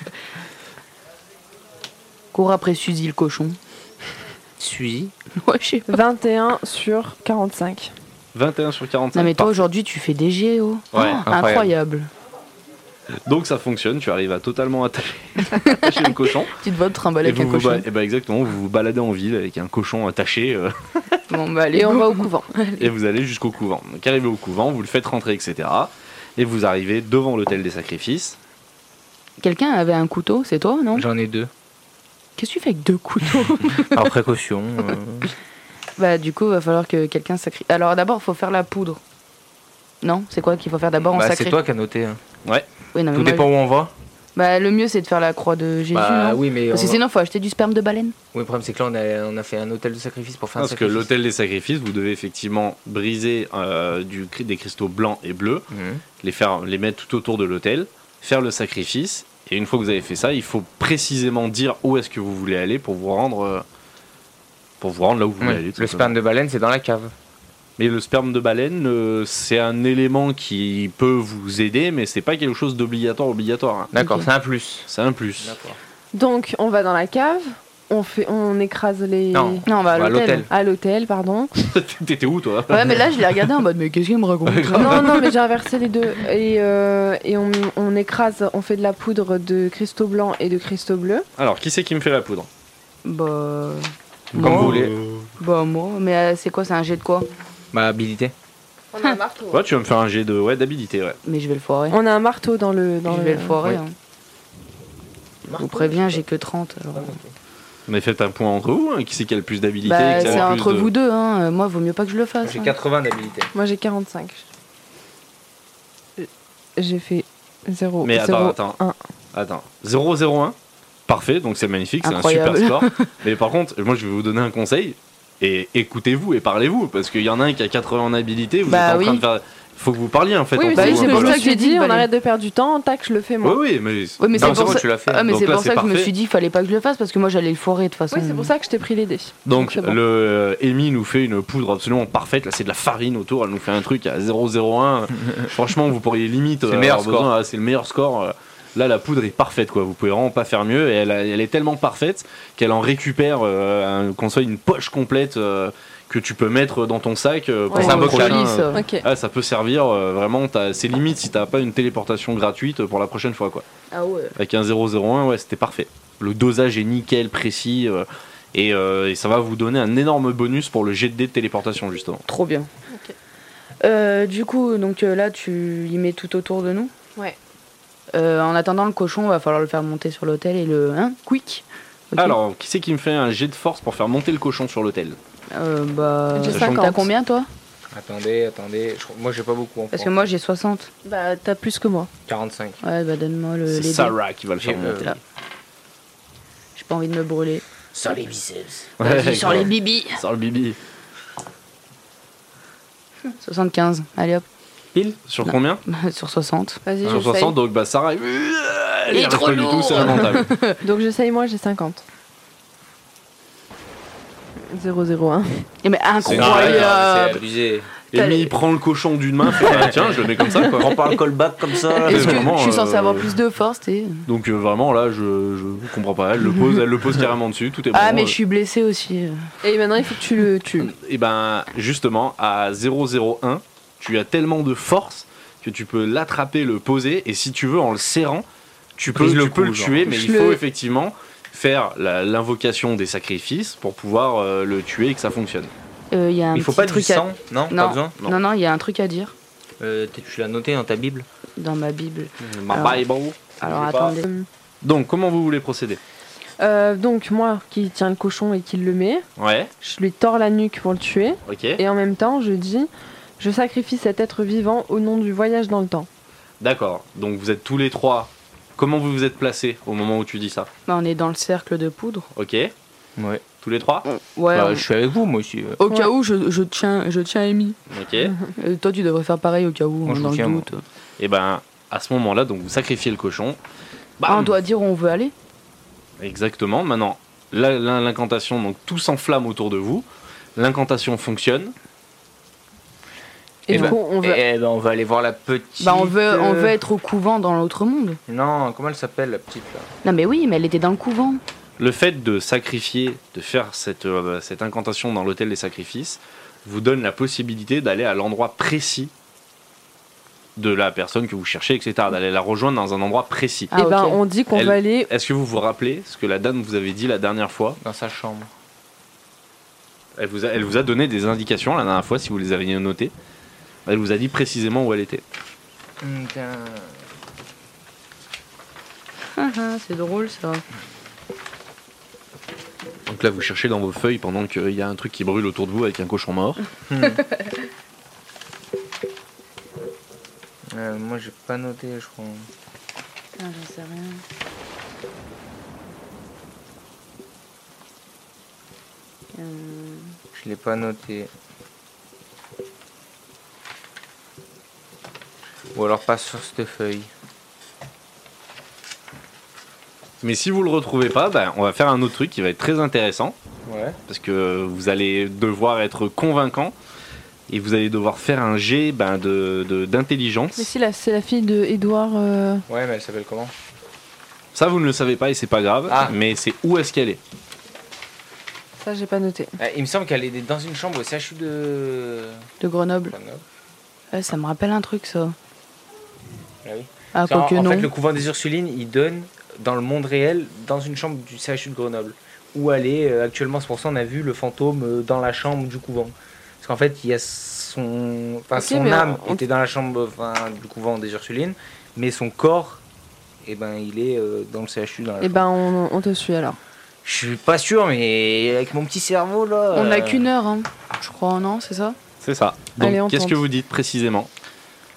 S3: Cours après Suzy le cochon.
S4: Suzy.
S3: [LAUGHS] Ouais, je sais pas.
S6: 21 sur 45.
S2: 21 sur 45.
S3: Non, mais toi aujourd'hui, tu fais des GO.
S2: Ouais,
S4: incroyable.
S3: incroyable.
S2: Donc ça fonctionne, tu arrives à totalement
S3: [LAUGHS]
S2: attacher, attacher le cochon.
S3: Tu te vas te trimballer
S2: Et
S3: avec un
S2: vous vous, ba-
S4: bah.
S3: cochon.
S2: eh ben exactement, vous vous baladez en ville avec un cochon attaché euh,
S3: Bon, bah, allez,
S6: Et on va au couvent.
S2: et vous allez jusqu'au couvent. Donc arrivé au couvent, vous le faites rentrer, etc. Et vous arrivez devant l'hôtel des sacrifices.
S3: Quelqu'un avait un couteau, c'est toi, non
S4: J'en
S3: [LAUGHS]
S4: ai deux.
S3: Qu'est-ce que tu fais avec deux couteaux
S4: [LAUGHS] Par précaution. euh,
S3: Bah, du coup, va falloir que quelqu'un sacrifie. Alors, d'abord, faut faire la poudre. Non C'est quoi qu'il faut faire d'abord On
S4: bah, c'est
S3: sacrifie.
S4: toi qui as noté. hein.
S3: Oui, non, mais
S4: Tout
S3: moi,
S4: dépend où on va.
S3: Bah, le mieux, c'est de faire la croix de Jésus.
S4: Bah
S3: non
S4: oui, mais.
S3: Parce
S4: on-
S3: que sinon, faut acheter du sperme de baleine.
S4: Oui, le problème, c'est que là, on a, on a fait un hôtel de sacrifice pour faire un
S2: Parce que
S4: sacrifice.
S2: l'hôtel des sacrifices, vous devez effectivement briser euh, du, cri- des cristaux blancs et bleus,
S4: Mhm.
S2: les, faire, les mettre tout autour de l'hôtel, faire le sacrifice. Et une fois que vous avez fait ça, il faut précisément dire où est-ce que vous voulez aller pour vous rendre, euh, pour vous rendre là où vous voulez
S4: Ouais.
S2: aller. tout
S4: le
S2: simplement.
S4: sperme de baleine, c'est dans la cave.
S2: Mais le sperme de baleine, euh, c'est un élément qui peut vous aider, mais c'est pas quelque chose d'obligatoire obligatoire. hein.
S4: D'accord,
S3: Ok.
S4: c'est un plus.
S2: C'est un plus.
S4: D'accord.
S6: Donc on va dans la cave, on, fait, on écrase les...
S4: Non.
S3: Non, bah,
S4: Bah,
S3: à l'hôtel.
S4: l'hôtel.
S6: À l'hôtel, pardon.
S2: [LAUGHS] T'étais où toi
S3: Ouais, mais là, je l'ai regardé en mode, mais qu'est-ce qu'il me
S4: [LAUGHS]
S3: raconte ça
S6: non, non, mais j'ai inversé les deux. Et, euh, et on, on écrase, on fait de la poudre de cristaux blancs et de cristaux bleus.
S2: Alors, qui c'est qui me fait la poudre
S3: Bah.
S4: Comme
S3: moi.
S4: vous voulez.
S3: Bah, moi. Mais euh, c'est quoi C'est un jet de quoi
S4: Bah, habilité.
S1: On a un marteau.
S2: Ouais, tu vas me faire un jet de ouais, d'habilité, ouais.
S3: Mais je vais le foirer.
S6: On a un marteau dans le. Dans
S3: je
S6: le...
S3: vais le foirer.
S2: ouais.
S3: hein. Je vous préviens, j'ai que 30. alors.
S2: On a fait un point entre vous, hein, qui c'est qui a le plus d'habilité
S3: Bah,
S2: et qui a
S3: c'est
S2: le plus
S3: entre
S2: de-
S3: vous deux. Hein. euh, Moi, vaut mieux pas que je le fasse.
S4: J'ai
S3: hein.
S4: 80 d'habilité.
S6: Moi j'ai 45. Euh, J'ai fait 0.
S2: Mais attends,
S6: 0,
S2: attends.
S6: 1.
S2: Attends, 001, parfait, donc c'est magnifique, c'est un super
S3: Incroyable.
S2: score.
S3: [LAUGHS]
S2: Mais par contre, moi je vais vous donner un conseil, et écoutez-vous et parlez-vous, parce qu'il y en a un qui a 80 en habilité, vous
S3: Bah
S2: êtes en train
S3: oui.
S2: de faire... Faut que vous parliez en hein. fait.
S6: Oui, mais
S2: entre
S3: bah
S6: c'est
S2: vous,
S6: c'est
S3: oui,
S6: pour
S2: voilà.
S6: ça que j'ai dit, on arrête de perdre du temps, tac, je le fais moi.
S2: Oui, oui, mais...
S3: Oui, mais
S2: Non,
S3: c'est pour
S2: vrai,
S3: ça-
S2: tu l'as fait.
S4: hein.
S3: Ah, mais
S2: Donc
S3: c'est
S2: là,
S3: pour ça que je me
S2: parfait.
S3: suis dit, il fallait pas que je le fasse parce que moi, j'allais le foirer de toute façon.
S6: Oui, c'est pour ça que je t'ai pris les dés.
S2: Donc
S6: C'est bon.
S2: le euh, Amy nous fait une poudre absolument parfaite. Là, c'est de la farine autour. Elle nous fait un truc à 0,01. Franchement, vous pourriez limite.
S4: le
S2: euh,
S4: meilleur
S2: avoir besoin. Ah, C'est le meilleur score. euh. Là, la poudre est parfaite, quoi. Vous pouvez vraiment pas faire mieux. Et elle, a- elle est tellement parfaite qu'elle en récupère, euh, un- qu'on soit une poche complète euh, que tu peux mettre dans ton sac. euh, pour
S6: Ouais,
S2: le
S6: c'est un
S2: prochain,
S3: joli,
S2: euh,
S3: ça.
S6: Ok.
S2: ah, ça peut servir euh, vraiment. t'as- C'est limite si t'as pas une téléportation gratuite pour la prochaine fois, quoi.
S3: Ah ouais.
S2: Avec un 001, ouais, c'était parfait. Le dosage est nickel, précis. euh, et, euh, et ça va vous donner un énorme bonus pour le jet de dés de téléportation, justement.
S3: Trop bien.
S1: Ok.
S3: Euh, du coup, donc euh, là, tu y mets tout autour de nous.
S1: Ouais.
S3: Euh, en attendant le cochon, va falloir le faire monter sur l'hôtel et le hein, quick. Ok.
S2: Alors, qui c'est qui me fait un jet de force pour faire monter le cochon sur l'hôtel
S3: Euh, bah,
S6: J'ai
S3: t'as
S6: 50.
S3: combien toi
S4: Attendez, attendez. je- Moi, j'ai pas beaucoup en
S3: Parce que
S4: France.
S3: moi j'ai 60.
S6: Bah, t'as plus que moi.
S4: 45.
S3: Ouais, bah donne-moi le. les
S2: C'est
S3: dés.
S2: Sarah qui va le
S4: J'ai
S2: faire monter.
S4: euh,
S3: là. J'ai pas envie de me brûler.
S4: Sur les biceps.
S2: Ouais,
S3: euh, Vas-y,
S2: [LAUGHS]
S3: sur les
S2: grave.
S3: bibis.
S2: Sors le bibi.
S3: 75. Allez hop, [LAUGHS]
S2: Sur
S3: Non.
S2: combien
S3: sur 60.
S6: Vas-y,
S2: Sur 60,
S6: j'essaye.
S2: donc bah Sarah. Elle
S3: est trop
S2: pas du tout,
S3: lourd.
S2: c'est
S3: [LAUGHS]
S2: lamentable.
S6: Donc j'essaye moi, j'ai 50. 001.
S3: Et Eh, mais
S4: Ah, C'est
S3: incroyable
S4: abusé.
S3: T'as-
S2: Amy prend le cochon d'une main, fait, ah, tiens, je le mets comme ça, quoi.
S10: Prends pas le callback comme ça.
S3: Est-ce que
S2: Vraiment,
S3: je suis censé
S2: euh,
S3: avoir plus de force t'es-
S2: Donc euh, vraiment, là, je, je comprends pas. Elle le pose, elle le
S3: [LAUGHS]
S2: pose carrément dessus, tout est bon.
S3: Ah, mais
S2: euh,
S3: je suis blessé aussi.
S6: Et maintenant, il faut que tu le tues.
S2: Et ben justement à 001, tu as tellement de force que tu peux l'attraper, le poser et si tu veux en le serrant, tu peux,
S4: Brise
S2: tu
S4: le
S2: peux
S4: cou,
S2: le
S4: genre.
S2: tuer mais
S6: Je
S2: il faut
S6: le-
S2: effectivement faire la- l'invocation des sacrifices pour pouvoir euh, le tuer et que ça fonctionne.
S3: Euh, Il y a un
S4: Il faut
S3: petit
S4: pas du
S3: truc à...
S4: sang, non, Pas
S3: Non,
S4: besoin
S2: Non.
S3: non, non, il y a un truc à dire
S4: Euh, t'es- Tu l'as noté dans ta Bible
S3: dans ma Bible.
S2: Ma
S3: Alors-
S2: Bible.
S3: Alors
S2: Je sais pas.
S3: attendez.
S2: Donc comment vous voulez procéder
S6: Euh, donc, moi qui tiens le cochon et qui le met,
S2: Ouais,
S6: je lui tords la nuque pour le tuer.
S2: ok.
S6: Et en même temps, je dis Je sacrifie cet être vivant au nom du voyage dans le temps.
S2: D'accord. Donc vous êtes tous les trois. Comment vous vous êtes placés au moment où tu dis ça
S3: Bah, on est dans le cercle de poudre.
S2: Ok
S4: Ouais.
S2: Tous les trois
S3: Ouais.
S4: Bah,
S3: on-
S4: Je suis avec vous, moi aussi. euh.
S3: Au cas où, je, je tiens, je tiens Amy.
S2: Ok.
S3: Euh, toi, tu devrais faire pareil au cas où,
S4: Moi,
S3: hein,
S4: je
S3: dans
S4: vous
S3: le
S4: tiens, moi.
S3: doute.
S2: Et ben à ce moment-là, donc vous sacrifiez le cochon.
S3: Ah, on
S2: Bam
S3: doit dire où on veut aller.
S2: Exactement. Maintenant, la- la- l'incantation, donc tout s'enflamme autour de vous. L'incantation fonctionne.
S4: Eh
S6: Et, du
S4: ben,
S6: coup, on va.
S4: Eh ben, on va aller voir la petite.
S3: Bah, on veut, on
S4: euh,
S3: veut être au couvent dans l'autre monde.
S4: Non, comment elle s'appelle la petite là
S3: Non, mais oui, mais elle était dans le couvent.
S2: Le fait de sacrifier, de faire cette, euh, cette incantation dans l'hôtel des sacrifices, vous donne la possibilité d'aller à l'endroit précis de la personne que vous cherchez, etc. D'aller la rejoindre dans un endroit précis.
S3: Ah,
S6: eh ben,
S3: ok.
S6: on dit qu'on
S2: Elle-
S6: va aller.
S2: Est-ce que vous vous rappelez ce que la dame vous avait dit la dernière fois
S4: Dans sa chambre.
S2: elle vous, a, elle vous a donné des indications la dernière fois, si vous les aviez notées. Elle vous a dit précisément où elle était.
S4: Putain.
S3: Ah, ah, c'est drôle ça.
S2: Donc là, vous cherchez dans vos feuilles pendant qu'il y a un truc qui brûle autour de vous avec un cochon mort.
S4: Euh, moi j'ai pas noté, je crois.
S3: Ah, j'en sais rien. Euh,
S4: Je l'ai pas noté. Ou alors pas sur cette feuille.
S2: Mais si vous le retrouvez pas, ben, on va faire un autre truc qui va être très intéressant
S4: Ouais.
S2: parce que vous allez devoir être convaincant et vous allez devoir faire un jet ben, de- de- d'intelligence.
S6: Mais si, là, c'est la fille de Edouard. euh,
S4: Ouais, mais elle s'appelle comment
S2: Ça, vous ne le savez pas et c'est pas grave,
S4: Ah.
S2: mais c'est où est-ce qu'elle est
S6: Ça, j'ai pas noté.
S4: Euh, Il me semble qu'elle est dans une chambre au CHU de.
S3: De Grenoble.
S4: Grenoble.
S3: Ouais, ça me rappelle un truc ça.
S4: Ah oui.
S3: Ah,
S4: Ça, en,
S3: quoique
S4: en
S3: non.
S4: fait, le couvent des Ursulines, il donne dans le monde réel, dans une chambre du CHU de Grenoble, où elle est euh, actuellement. C'est pour ça qu'on a vu le fantôme euh, dans la chambre du couvent. Parce qu'en fait, il y a s- son, enfin,
S6: Ok,
S4: son
S6: mais
S4: âme
S6: on-
S4: était dans la chambre enfin, du couvent des Ursulines, mais son corps, eh ben, il est euh, dans le
S3: Eh
S4: CHU. Dans la
S6: Et
S4: chambre.
S6: ben, on, on te suit alors.
S4: Je suis pas sûr, mais avec mon petit cerveau là.
S3: On n'a
S4: euh,
S3: qu'une heure, hein. je crois, non C'est ça
S2: C'est ça. Donc,
S6: Allez, on
S2: qu'est-ce
S6: tente.
S2: que vous dites précisément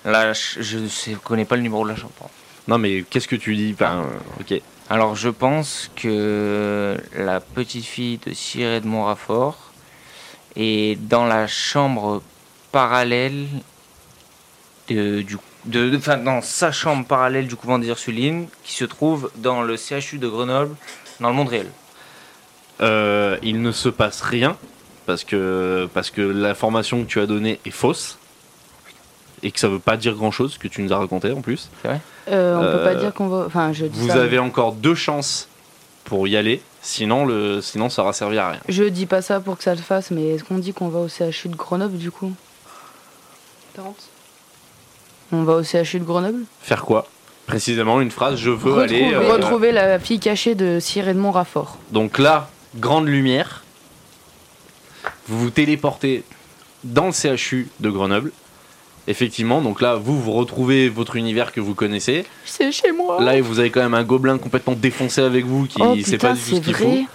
S4: euh, Là, je, je sais- connais pas le numéro de la chambre.
S2: Non, mais qu'est-ce que tu dis Ben, euh, ok.
S4: Alors, je pense que la petite fille de Cire et de Montrafort est dans la chambre parallèle de, du, de, de- enfin, dans sa chambre parallèle du couvent des Ursulines, qui se trouve dans le CHU de Grenoble, dans le monde réel.
S2: Euh, il ne se passe rien parce que, parce que l'information que tu as donnée est fausse et que ça veut pas dire grand chose ce que tu nous as raconté en plus.
S3: Euh, On peut pas
S2: Euh,
S3: dire qu'on va. Enfin, je dis
S2: Vous
S3: ça.
S2: avez encore deux chances pour y aller, sinon, le, sinon ça aura servi à rien.
S3: Je dis pas ça pour que ça le fasse, mais est-ce qu'on dit qu'on va au CHU de Grenoble du coup On va au CHU de Grenoble
S2: Faire quoi Précisément une phrase je veux aller.
S3: Retrouver,
S2: euh,
S3: retrouver la fille cachée de Sir Edmond Raffort.
S2: Donc là, grande lumière, vous vous téléportez dans le CHU de Grenoble. Effectivement, donc là, vous, vous retrouvez votre univers que vous connaissez.
S3: C'est chez moi
S2: Là, vous avez quand même un gobelin complètement défoncé avec vous qui
S3: Oh
S2: ne sait
S3: putain,
S2: pas du tout
S3: c'est
S2: ce qu'il
S3: vrai
S2: faut.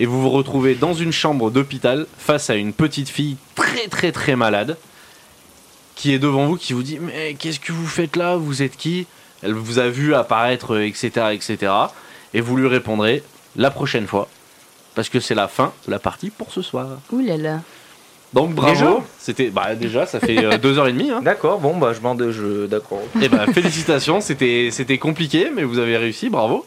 S2: Et vous vous retrouvez dans une chambre d'hôpital face à une petite fille très très très malade qui est devant vous, qui vous dit Mais qu'est-ce que vous faites là Vous êtes qui Elle vous a vu apparaître, etc. etc. Et vous lui répondrez la prochaine fois. Parce que c'est la fin de la partie pour ce soir.
S3: Ouh là là
S2: Donc
S4: Déjà
S2: bravo, c'était bah déjà ça fait euh, deux heures et demie. hein.
S4: D'accord, bon, bah, je m'en de je. D'accord.
S2: Eh ben, félicitations, c'était c'était compliqué, mais vous avez réussi, bravo.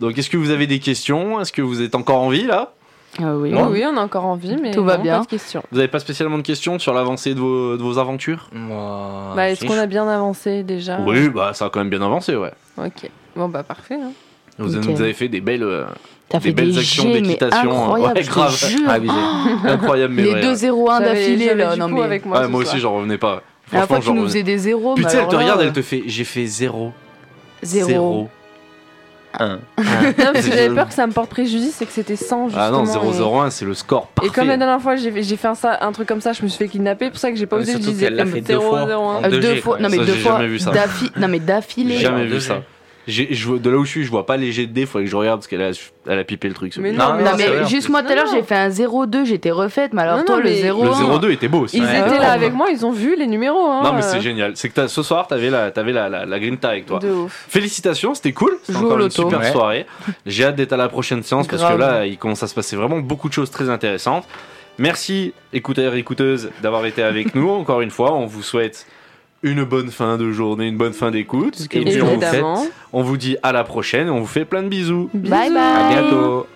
S2: Donc, est-ce que vous avez des questions Est-ce que vous êtes encore en vie là
S3: Ah oui,
S6: Oui,
S3: oui.
S6: oui, on a encore envie, mais
S3: Tout va
S6: non,
S3: bien.
S6: Pas de question.
S2: Vous n'avez pas spécialement de questions sur l'avancée de vos, de vos aventures
S4: Moi.
S6: bah, est-ce
S4: si,
S6: qu'on
S4: je-
S6: a bien avancé déjà
S2: Ah, Oui, bah ça a quand même bien avancé, ouais.
S6: Ok. Bon, bah parfait. hein.
S2: Vous,
S3: Ok.
S2: vous avez fait des belles, euh,
S3: T'as
S2: des
S3: fait
S2: belles
S3: des
S2: actions
S3: jets, mais
S2: d'équitation. hein.
S3: incroyables,
S2: Ouais,
S3: je te
S2: grave.
S3: jure. Oh.
S2: Abusé. Incroyable, mais
S3: Les
S2: vrai, ouais.
S3: 2-0-1
S6: J'avais-
S3: d'affilée
S6: j'avais
S3: là,
S6: du
S3: non
S6: coup
S3: mais...
S6: avec moi.
S2: Ouais,
S6: ce
S2: moi aussi,
S6: soir.
S2: j'en revenais pas.
S3: La dernière
S2: Franchement,
S3: fois,
S2: euh,
S3: tu
S2: j'en
S3: nous
S2: revenais.
S3: faisais des zéros, mais
S2: Putain, elle
S3: alors
S2: te
S3: là,
S2: regarde,
S3: euh,
S2: elle te fait j'ai fait zéro.
S3: Zéro.
S2: Un.
S6: Non, parce que
S2: [LAUGHS]
S6: j'avais peur que ça me porte préjudice et que c'était 100 justement.
S2: Ah non,
S6: et-
S2: 001, c'est le score
S6: Et
S2: parfait.
S6: comme la dernière fois, j'ai fait, j'ai fait un, ça, un truc comme ça, je me suis fait kidnapper, c'est pour ça que j'ai pas
S4: Mais
S6: osé, je
S4: surtout
S6: disais
S4: qu'elle l'a fait deux
S6: 0,
S4: fois.
S6: 0, 1.
S4: En
S3: Euh,
S4: deux
S3: deux
S4: G,
S3: fois,
S4: quoi.
S3: non mais
S2: Ça,
S3: deux
S2: j'ai
S3: fois,
S2: jamais vu ça.
S3: d'affi- non mais
S2: J'ai
S3: d'affilée.
S4: Jamais
S2: jamais
S4: deux
S2: vu ça.
S4: jets.
S2: J'ai- je vois- de là où je suis, je vois pas les jets de dés, faudrait que je regarde parce qu'elle a, elle a pipé le truc. celui-là.
S6: Mais non,
S3: Non, mais
S4: c'est vrai.
S3: juste moi tout à
S6: Non,
S3: l'heure
S6: non.
S3: j'ai fait un 0-2, j'étais refaite, mais alors
S6: Non,
S3: toi
S6: non,
S3: le
S6: mais-
S3: 0
S2: Le
S6: Wow.
S2: 0-2 était beau aussi.
S6: Ils
S4: Ouais.
S6: étaient
S4: Ouais.
S6: là avec moi, ils ont vu les numéros. Hein,
S2: Non,
S3: Oh
S2: mais c'est
S6: euh,
S2: génial. C'est que t'as- ce soir, t'avais la, t'avais la, la, la grinta avec toi.
S6: De ouf.
S2: Félicitations, c'était cool. C'était
S3: Joue
S2: encore une
S3: au loto.
S2: super
S4: Ouais.
S2: soirée. J'ai hâte d'être à la prochaine séance parce que
S3: Grave.
S2: là, il commence à se passer vraiment beaucoup de choses très intéressantes. Merci, écouteurs et écouteuses, d'avoir été
S3: [LAUGHS]
S2: avec nous. Encore une fois, on vous souhaite une bonne fin de journée, une bonne fin d'écoute.
S4: Et
S2: puis, on vous,
S6: Évidemment.
S2: on vous dit à la prochaine. On vous fait plein de bisous.
S3: Bye
S6: Bisous.
S3: bye.
S2: À bientôt.